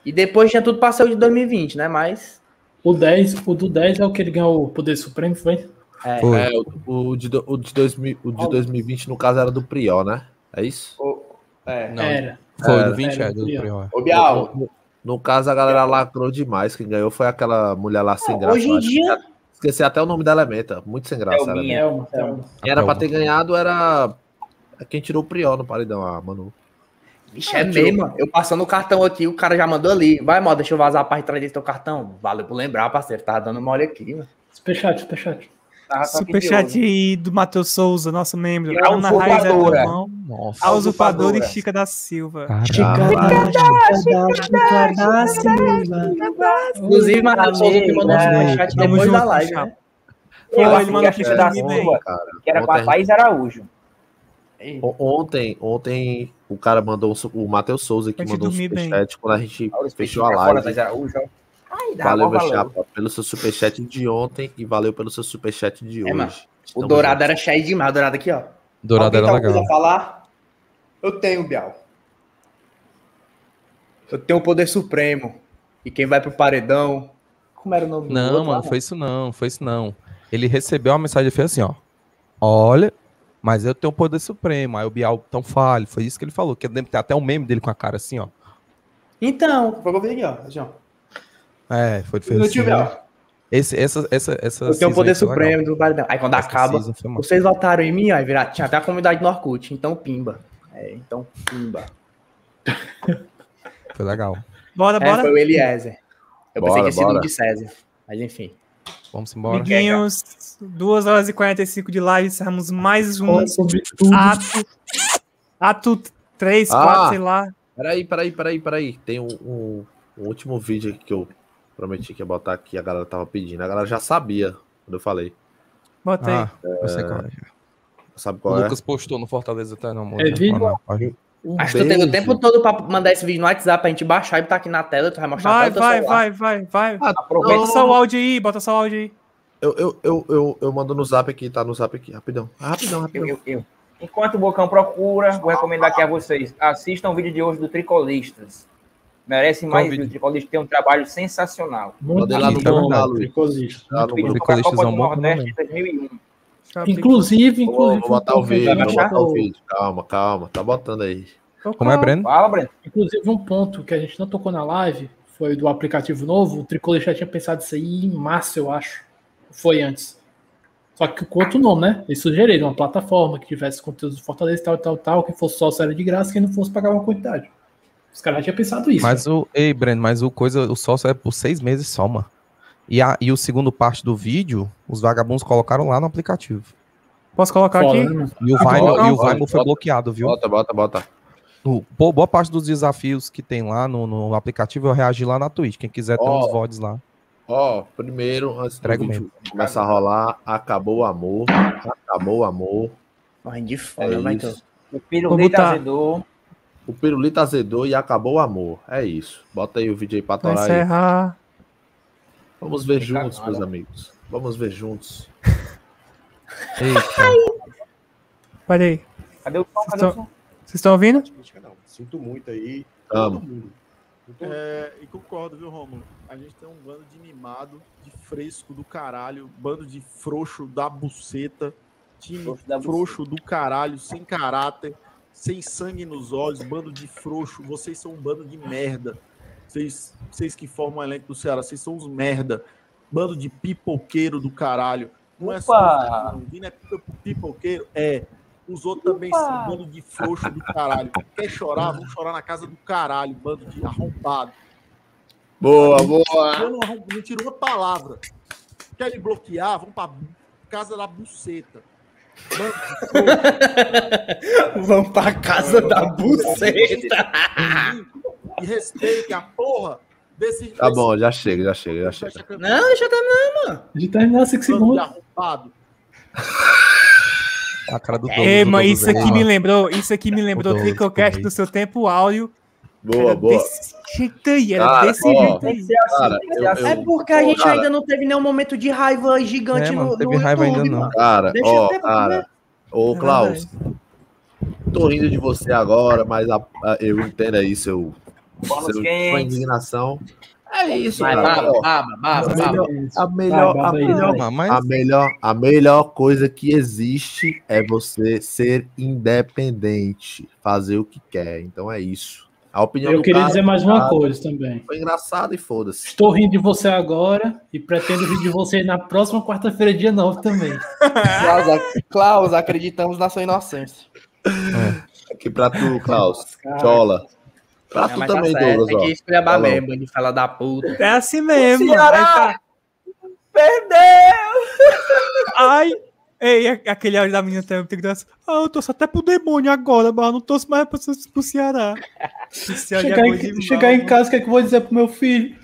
Speaker 7: E depois tinha tudo passado de 2020, né? Mas.
Speaker 10: O 10, o do 10 é o que ele ganhou o poder supremo, foi?
Speaker 7: É,
Speaker 8: Foi. É, o, o de, do- o, de 2000 o de 2020, no caso, era do Priol, né? É isso?
Speaker 7: é.
Speaker 9: Não,
Speaker 10: Era.
Speaker 9: Foi,
Speaker 8: Era.
Speaker 9: do 20,
Speaker 10: Era
Speaker 9: é,
Speaker 10: do
Speaker 9: do
Speaker 10: Prior.
Speaker 9: Prior.
Speaker 7: Ô, Bial.
Speaker 8: No, no caso, a galera lacrou demais. Quem ganhou foi aquela mulher lá sem graça.
Speaker 7: Hoje
Speaker 8: eu
Speaker 7: em
Speaker 8: acho.
Speaker 7: dia.
Speaker 8: Esqueci até o nome da Elementa. Muito sem graça. era
Speaker 6: Thelminha.
Speaker 8: mesmo.
Speaker 10: Thelma, Thelma.
Speaker 8: Quem era pra ter ganhado era quem tirou o Priol no paredão, a Manu.
Speaker 7: Vixe,
Speaker 8: Ah,
Speaker 7: é mesmo. mano. Eu passando o cartão aqui, o cara já mandou ali. Vai, mal, deixa eu vazar a parte de trás desse teu cartão. Valeu por lembrar, parceiro. Tava dando mole aqui, mano.
Speaker 10: Superchat, superchat.
Speaker 7: Tava Tá só aqui de olho.
Speaker 3: Superchat do Matheus Souza, nosso membro.
Speaker 7: E a
Speaker 3: Ana Raiz é do
Speaker 7: usurpadora.
Speaker 3: irmão.
Speaker 9: Nossa.
Speaker 3: A usurpadora e
Speaker 7: Usurpadora.
Speaker 3: Chica da Silva.
Speaker 8: Ah,
Speaker 7: Inclusive, Matheus Souza que
Speaker 8: É.
Speaker 7: mandou um
Speaker 6: Amém,
Speaker 7: superchat
Speaker 3: Tamo
Speaker 7: depois da
Speaker 3: junto,
Speaker 7: live,
Speaker 3: chapa.
Speaker 7: né?
Speaker 3: Foi,
Speaker 6: Eu acho
Speaker 3: ele
Speaker 6: que
Speaker 3: mandou
Speaker 6: a
Speaker 3: aqui
Speaker 6: Chica
Speaker 3: pra
Speaker 6: da
Speaker 3: mim,
Speaker 8: Ontem,
Speaker 3: bem.
Speaker 8: é, cara,
Speaker 6: Que era com a
Speaker 8: ontem,
Speaker 6: Thaís Araújo.
Speaker 8: o- ontem, ontem o cara mandou um su- o Matheus Souza que
Speaker 3: Pode
Speaker 8: mandou um
Speaker 3: dormir bem.
Speaker 8: superchat quando a gente
Speaker 6: Maurício
Speaker 8: fechou a
Speaker 6: Peixinho pra
Speaker 8: live.
Speaker 6: fora, Thaís Araújo. ó. Ai, dá
Speaker 8: Valeu,
Speaker 6: valeu,
Speaker 8: meu
Speaker 6: valeu.
Speaker 8: chapa, pelo seu superchat de ontem e valeu pelo seu superchat de
Speaker 7: É, mano.
Speaker 8: hoje.
Speaker 7: O
Speaker 8: Tamo
Speaker 7: Dourado
Speaker 8: junto.
Speaker 7: era cheio demais. O Dourado aqui, ó.
Speaker 9: Dourado
Speaker 7: Alguém tá
Speaker 9: era
Speaker 7: tem alguma
Speaker 9: legal.
Speaker 7: coisa a falar? Eu tenho, Bial. Eu tenho o poder supremo. E quem vai pro paredão. Como era o nome do
Speaker 9: Não,
Speaker 7: outro lá,
Speaker 9: mano, foi isso não, foi isso não. Ele recebeu uma mensagem e fez assim, ó. Olha, mas eu tenho o poder supremo. Aí o Bial tão fale. Foi isso que ele falou. Que eu lembro que tem até um meme dele com a cara assim, ó.
Speaker 7: Então, foi o que eu vi aqui, ó. Assim, ó.
Speaker 9: É, foi fez
Speaker 7: Meu
Speaker 9: assim,
Speaker 7: tio Bial.
Speaker 9: Esse, essa, essa, essa.
Speaker 7: Eu tenho
Speaker 9: season
Speaker 7: o poder
Speaker 9: aí foi legal.
Speaker 7: supremo do paredão. Aí quando
Speaker 9: Essa
Speaker 7: acaba,
Speaker 9: season foi massa.
Speaker 7: vocês votaram em mim, aí virar. Tinha até a comunidade no Orkut, então pimba. É, então pimba.
Speaker 9: Foi legal.
Speaker 3: Bora,
Speaker 7: É,
Speaker 3: bora.
Speaker 7: foi o Eliezer. Eu pensei
Speaker 8: Bora,
Speaker 7: que tinha sido
Speaker 8: bora.
Speaker 7: o de César. Mas enfim.
Speaker 9: Vamos embora.
Speaker 3: Amiguinhos, 2 horas e 45 de live, encerramos mais um
Speaker 10: Sobretudo.
Speaker 3: ato. Ato 3,
Speaker 8: Ah.
Speaker 3: 4, sei lá.
Speaker 8: Peraí, peraí, peraí, peraí. Tem um, um- um último vídeo aqui que eu prometi que ia botar aqui. A galera tava pedindo. A galera já sabia quando eu falei.
Speaker 3: Bota aí.
Speaker 9: Ah, eu sei qual é.
Speaker 8: Sabe
Speaker 9: O
Speaker 8: qual é?
Speaker 9: Lucas postou no Fortaleza tá no amor.
Speaker 10: É vídeo?
Speaker 8: Um
Speaker 7: Acho que tu teve o
Speaker 8: beijo.
Speaker 7: tempo todo pra mandar esse vídeo no WhatsApp pra gente baixar e botar aqui na tela.
Speaker 9: Ah.
Speaker 7: Tu vai mostrar
Speaker 3: Vai,
Speaker 7: a tela
Speaker 3: vai,
Speaker 7: do teu celular.
Speaker 3: vai, vai, vai.
Speaker 8: Ah,
Speaker 3: Bota
Speaker 8: não,
Speaker 3: só o áudio aí, bota só o áudio aí.
Speaker 8: Eu, eu, eu, eu, eu mando no zap aqui, tá no zap aqui, rapidão. Rapidão,
Speaker 6: Eu,
Speaker 8: rapidão.
Speaker 6: eu, eu. Enquanto o Bocão procura, vou recomendar aqui a vocês. Assistam o vídeo de hoje do Tricolistas. Merece
Speaker 9: Qual
Speaker 6: mais
Speaker 9: vídeo?
Speaker 6: vídeo. O Tricolista tem um trabalho sensacional.
Speaker 10: Muito
Speaker 8: Mandei
Speaker 10: né?
Speaker 8: lá no
Speaker 10: bom,
Speaker 8: grupo lá,
Speaker 10: cara,
Speaker 8: Luiz.
Speaker 10: tricolorista.
Speaker 8: Lá no
Speaker 6: Vídeo
Speaker 8: grupo.
Speaker 6: sobre a
Speaker 9: Tricolistas
Speaker 6: Copa
Speaker 9: é um
Speaker 6: do
Speaker 9: bom
Speaker 6: Nordeste
Speaker 9: nome.
Speaker 6: de 2001.
Speaker 10: Inclusive,
Speaker 8: Vou,
Speaker 10: inclusive.
Speaker 8: vou botar o
Speaker 10: um ponto
Speaker 8: vídeo,
Speaker 10: que
Speaker 8: vou
Speaker 10: a gente
Speaker 8: botar o
Speaker 10: não-
Speaker 8: vídeo. Calma, calma, tá botando aí.
Speaker 9: Como é, Breno?
Speaker 6: Fala, Breno.
Speaker 10: Inclusive, um ponto que a gente não tocou na live foi do aplicativo novo. O Tricolor já tinha pensado isso aí em março, eu acho. Foi antes. Só que com outro nome, né? Eles sugeriram uma plataforma que tivesse conteúdo de Fortaleza, tal, tal, tal. Quem fosse sócio era de graça, quem não fosse pagava uma quantidade. Os caras já tinham pensado isso.
Speaker 9: Mas o. Ei, Breno, mas o coisa, o sócio é por seis meses só, mano. E, a, e o segundo parte do vídeo, os vagabundos colocaram lá no aplicativo.
Speaker 3: Posso colocar
Speaker 10: Foda,
Speaker 3: aqui?
Speaker 10: né, mano?
Speaker 9: E o Vimeo,
Speaker 8: Ah, bota,
Speaker 9: e o
Speaker 8: bota,
Speaker 9: Vimeo foi
Speaker 8: bota.
Speaker 9: bloqueado, viu?
Speaker 8: Bota, bota, bota.
Speaker 9: O- bo- boa parte dos desafios que tem lá no, no aplicativo eu reagi lá na Twitch. Quem quiser tem
Speaker 8: Ó.
Speaker 9: uns VODs lá.
Speaker 8: Ó, primeiro, antes do
Speaker 9: Entrega
Speaker 8: vídeo começar a rolar, acabou o amor, acabou o amor.
Speaker 7: Morrendo de fome,
Speaker 8: É
Speaker 7: vai ter.
Speaker 8: isso.
Speaker 6: O
Speaker 3: Vou
Speaker 6: Pirulito
Speaker 3: botar.
Speaker 6: Azedor.
Speaker 8: O pirulito azedou e acabou o amor. É isso. Bota aí o vídeo aí pra
Speaker 3: Vai
Speaker 8: torar aí.
Speaker 3: encerrar.
Speaker 8: Vamos ver juntos,
Speaker 6: cagado.
Speaker 8: meus amigos. Vamos ver juntos.
Speaker 9: Eita,
Speaker 3: Pera aí.
Speaker 6: Cadê o som? Cadê o
Speaker 12: Então,
Speaker 6: som?
Speaker 3: Vocês estão ouvindo?
Speaker 12: Sinto muito aí.
Speaker 8: Amo.
Speaker 12: É, e concordo, viu, Romulo? A gente tem um bando de mimado, de fresco do caralho, bando de frouxo da buceta, time
Speaker 6: Frouxo
Speaker 12: frouxo,
Speaker 6: da
Speaker 12: do caralho, sem caráter, sem sangue nos olhos, bando de frouxo. Vocês são um bando de merda. Vocês, vocês que formam o elenco do Ceará, vocês são uns merda. Bando de pipoqueiro do caralho. Não é só.
Speaker 6: Opa!
Speaker 12: o Vina é pipo- pipoqueiro, é. Os outros também são bando de frouxo do caralho. Quer chorar? Vão chorar na casa do caralho, bando de arrombado.
Speaker 8: Boa,
Speaker 12: Eu não, arrum- não tiro uma palavra. Querem bloquear? Vão pra casa da buceta. Bando de frouxo.
Speaker 7: Vamos pra casa da buceta.
Speaker 12: E respeitem a porra desse.
Speaker 8: Tá bom, já chega, já chega, já chega.
Speaker 7: Não, tá deixa eu terminar, mano.
Speaker 10: A gente terminou 5 segundos.
Speaker 12: arrombado.
Speaker 9: A cara do Douglas.
Speaker 3: Ei,
Speaker 9: o
Speaker 3: mas
Speaker 9: Douglas
Speaker 3: É, isso
Speaker 9: aí,
Speaker 3: aqui
Speaker 9: ó.
Speaker 3: me lembrou, isso aqui me lembrou o
Speaker 9: Douglas
Speaker 3: Tricocast do seu tempo áudio.
Speaker 8: Boa,
Speaker 3: era
Speaker 8: boa.
Speaker 3: Desse jeito aí, era
Speaker 8: Cara,
Speaker 3: desse
Speaker 8: ó,
Speaker 3: jeito aí.
Speaker 8: cara, eu-
Speaker 7: é
Speaker 8: eu-
Speaker 7: porque a gente
Speaker 8: cara,
Speaker 7: ainda não teve nenhum momento de raiva gigante
Speaker 8: É, mano,
Speaker 7: no,
Speaker 8: teve
Speaker 7: no
Speaker 8: raiva
Speaker 7: YouTube,
Speaker 8: ainda não.
Speaker 7: mano.
Speaker 8: Cara,
Speaker 7: Deixa
Speaker 8: ó,
Speaker 7: eu-
Speaker 8: cara. Ô, Klaus, tô rindo de você agora, mas a- a- eu entendo aí seu,
Speaker 7: Bolas
Speaker 8: seu- sua
Speaker 7: quentes.
Speaker 8: indignação. É isso,
Speaker 7: Vai,
Speaker 8: cara.
Speaker 7: baba,
Speaker 8: Ó,
Speaker 7: baba, baba,
Speaker 8: a melhor-
Speaker 7: baba.
Speaker 8: a melhor-
Speaker 7: Vai,
Speaker 8: a
Speaker 7: baba aí,
Speaker 8: melhor-
Speaker 9: Ah,
Speaker 7: vai.
Speaker 8: a melhor- A melhor coisa que existe é você ser independente, fazer o que quer. Então é isso. A opinião
Speaker 10: Eu
Speaker 8: do
Speaker 10: queria
Speaker 8: cara-
Speaker 10: dizer mais uma
Speaker 8: cara,
Speaker 10: coisa também.
Speaker 8: Foi engraçado e foda-se.
Speaker 10: Estou rindo de você agora e pretendo rir de você na próxima quarta-feira, dia 9 também.
Speaker 7: Klaus, ac- Klaus, acreditamos na sua inocência.
Speaker 8: É. Aqui pra tu, Klaus.
Speaker 7: Cara.
Speaker 8: Chola. Pra
Speaker 7: Não,
Speaker 8: tu
Speaker 7: mas tá
Speaker 8: também,
Speaker 7: certo,
Speaker 8: Douglas.
Speaker 7: Tem
Speaker 8: ó.
Speaker 7: que né? escrever
Speaker 8: Olha lá.
Speaker 7: mesmo, de fala da puta.
Speaker 3: É assim mesmo.
Speaker 7: Ceará!
Speaker 3: Aí tá-
Speaker 7: Perdeu!
Speaker 3: Ai, ei, a- aquele áudio da menina tem tem que dar assim, ah, eu torço até pro demônio agora, mas eu não torço mais pro, pro Ceará. Esse áudio é
Speaker 10: Chegar
Speaker 3: bom
Speaker 10: em,
Speaker 3: demais,
Speaker 10: chegar em
Speaker 3: mano.
Speaker 10: casa, o que é que eu vou dizer pro meu filho?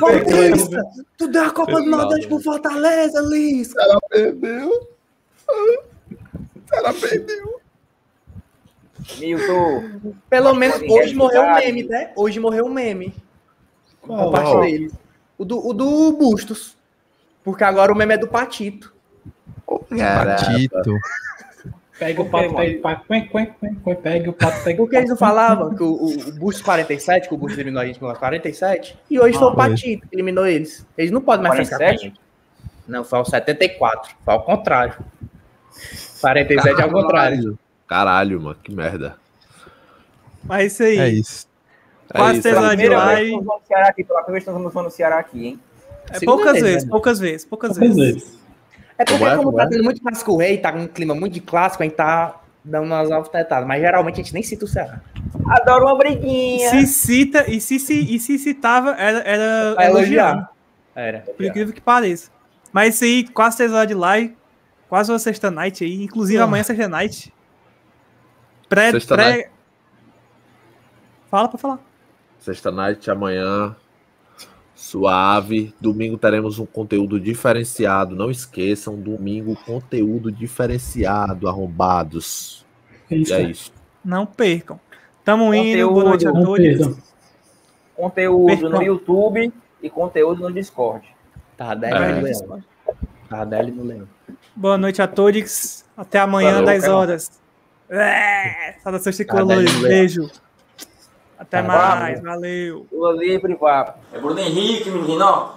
Speaker 7: Fortaleza! Tu deu a Copa do
Speaker 10: Pesado,
Speaker 7: Nordeste
Speaker 8: né?
Speaker 7: pro Fortaleza, Liz!
Speaker 8: Cara, perdeu!
Speaker 7: Cara,
Speaker 8: perdeu!
Speaker 6: Milton.
Speaker 7: Pelo
Speaker 6: Pode
Speaker 7: menos
Speaker 6: pôr em
Speaker 7: hoje morreu um
Speaker 6: realidade.
Speaker 7: meme, né? Hoje morreu um meme.
Speaker 10: Qual?
Speaker 7: Por parte
Speaker 10: Qual?
Speaker 7: dele. O do, o do Bustos. Porque agora o meme é do Patito.
Speaker 9: Patito.
Speaker 10: Pega o pato,
Speaker 7: Ok,
Speaker 10: pega o pato, quen, quen, quen, quen, pega o pato, pega o
Speaker 7: Porque
Speaker 10: pato.
Speaker 7: eles não falavam que o, o, o Bustos 47, que o Bustos eliminou a gente com 47, e hoje
Speaker 3: Ah,
Speaker 7: foi o Patito que eliminou eles. Eles não podem mais ficar com a
Speaker 6: 47?
Speaker 7: gente. Não, foi o 74. Foi ao contrário. 47 é ao contrário.
Speaker 8: Caralho. Caralho, mano, que merda.
Speaker 3: Mas isso aí.
Speaker 8: É isso. é
Speaker 3: Quase três horas de
Speaker 6: Primeira vez
Speaker 3: live.
Speaker 6: que nós vamos no Ceará aqui, pela primeira vez que nós vamos no Ceará aqui, hein?
Speaker 3: É poucas vezes, poucas vezes, poucas
Speaker 10: Poucas
Speaker 3: vezes.
Speaker 7: né? É porque,
Speaker 6: Como é,
Speaker 7: como
Speaker 6: como
Speaker 7: tá
Speaker 6: é?
Speaker 7: tendo muito clássico rei, tá um clima muito de clássico, a gente tá dando umas alfinetadas. Mas geralmente a gente nem cita o Ceará. Adoro uma briguinha.
Speaker 3: Se cita, e se, se, e se citava, era, era
Speaker 7: Pra elogiar.
Speaker 3: elogiado.
Speaker 7: Era.
Speaker 3: Por incrível que pareça. Mas isso aí, quase três horas de live. Quase uma sexta night aí. Inclusive
Speaker 7: Ah.
Speaker 3: amanhã é sexta night. Pré,
Speaker 8: Sexta
Speaker 3: pré...
Speaker 8: night.
Speaker 3: Fala pra falar.
Speaker 8: Sexta night, amanhã. Suave. Domingo teremos um conteúdo diferenciado. Não esqueçam, domingo, conteúdo diferenciado, arrombados. E é isso.
Speaker 3: Não percam. Tamo indo, boa
Speaker 6: Conteúdo.
Speaker 3: noite a
Speaker 6: Não
Speaker 3: todos.
Speaker 6: percam. Conteúdo
Speaker 3: Perdão.
Speaker 6: no YouTube e conteúdo no Discord.
Speaker 7: Tá,
Speaker 6: dez
Speaker 3: É.
Speaker 7: Tá, Délio no Leão.
Speaker 3: Boa noite a todos. Até amanhã,
Speaker 7: Valeu,
Speaker 3: 10
Speaker 7: cara.
Speaker 3: horas. É, saudações
Speaker 6: Tá,
Speaker 3: tricolores.
Speaker 6: Délio.
Speaker 3: Beijo. Até
Speaker 6: Tá,
Speaker 3: mais.
Speaker 6: Délio.
Speaker 3: Valeu.
Speaker 6: Lula livre, papo.
Speaker 20: É Bruno Henrique, menino, ó.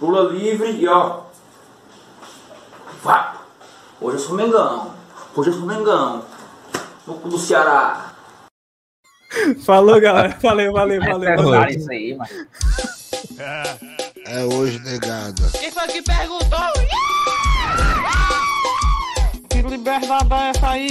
Speaker 20: Lula livre e ó. Vá. Hoje eu sou Mengão. Hoje eu sou Mengão. No cu do Ceará.
Speaker 3: Falou, galera. Valeu, valeu, valeu. Boa noite.
Speaker 6: é isso aí, mano.
Speaker 1: É hoje, negada.
Speaker 21: Quem foi que perguntou? Que liberdade é essa aí?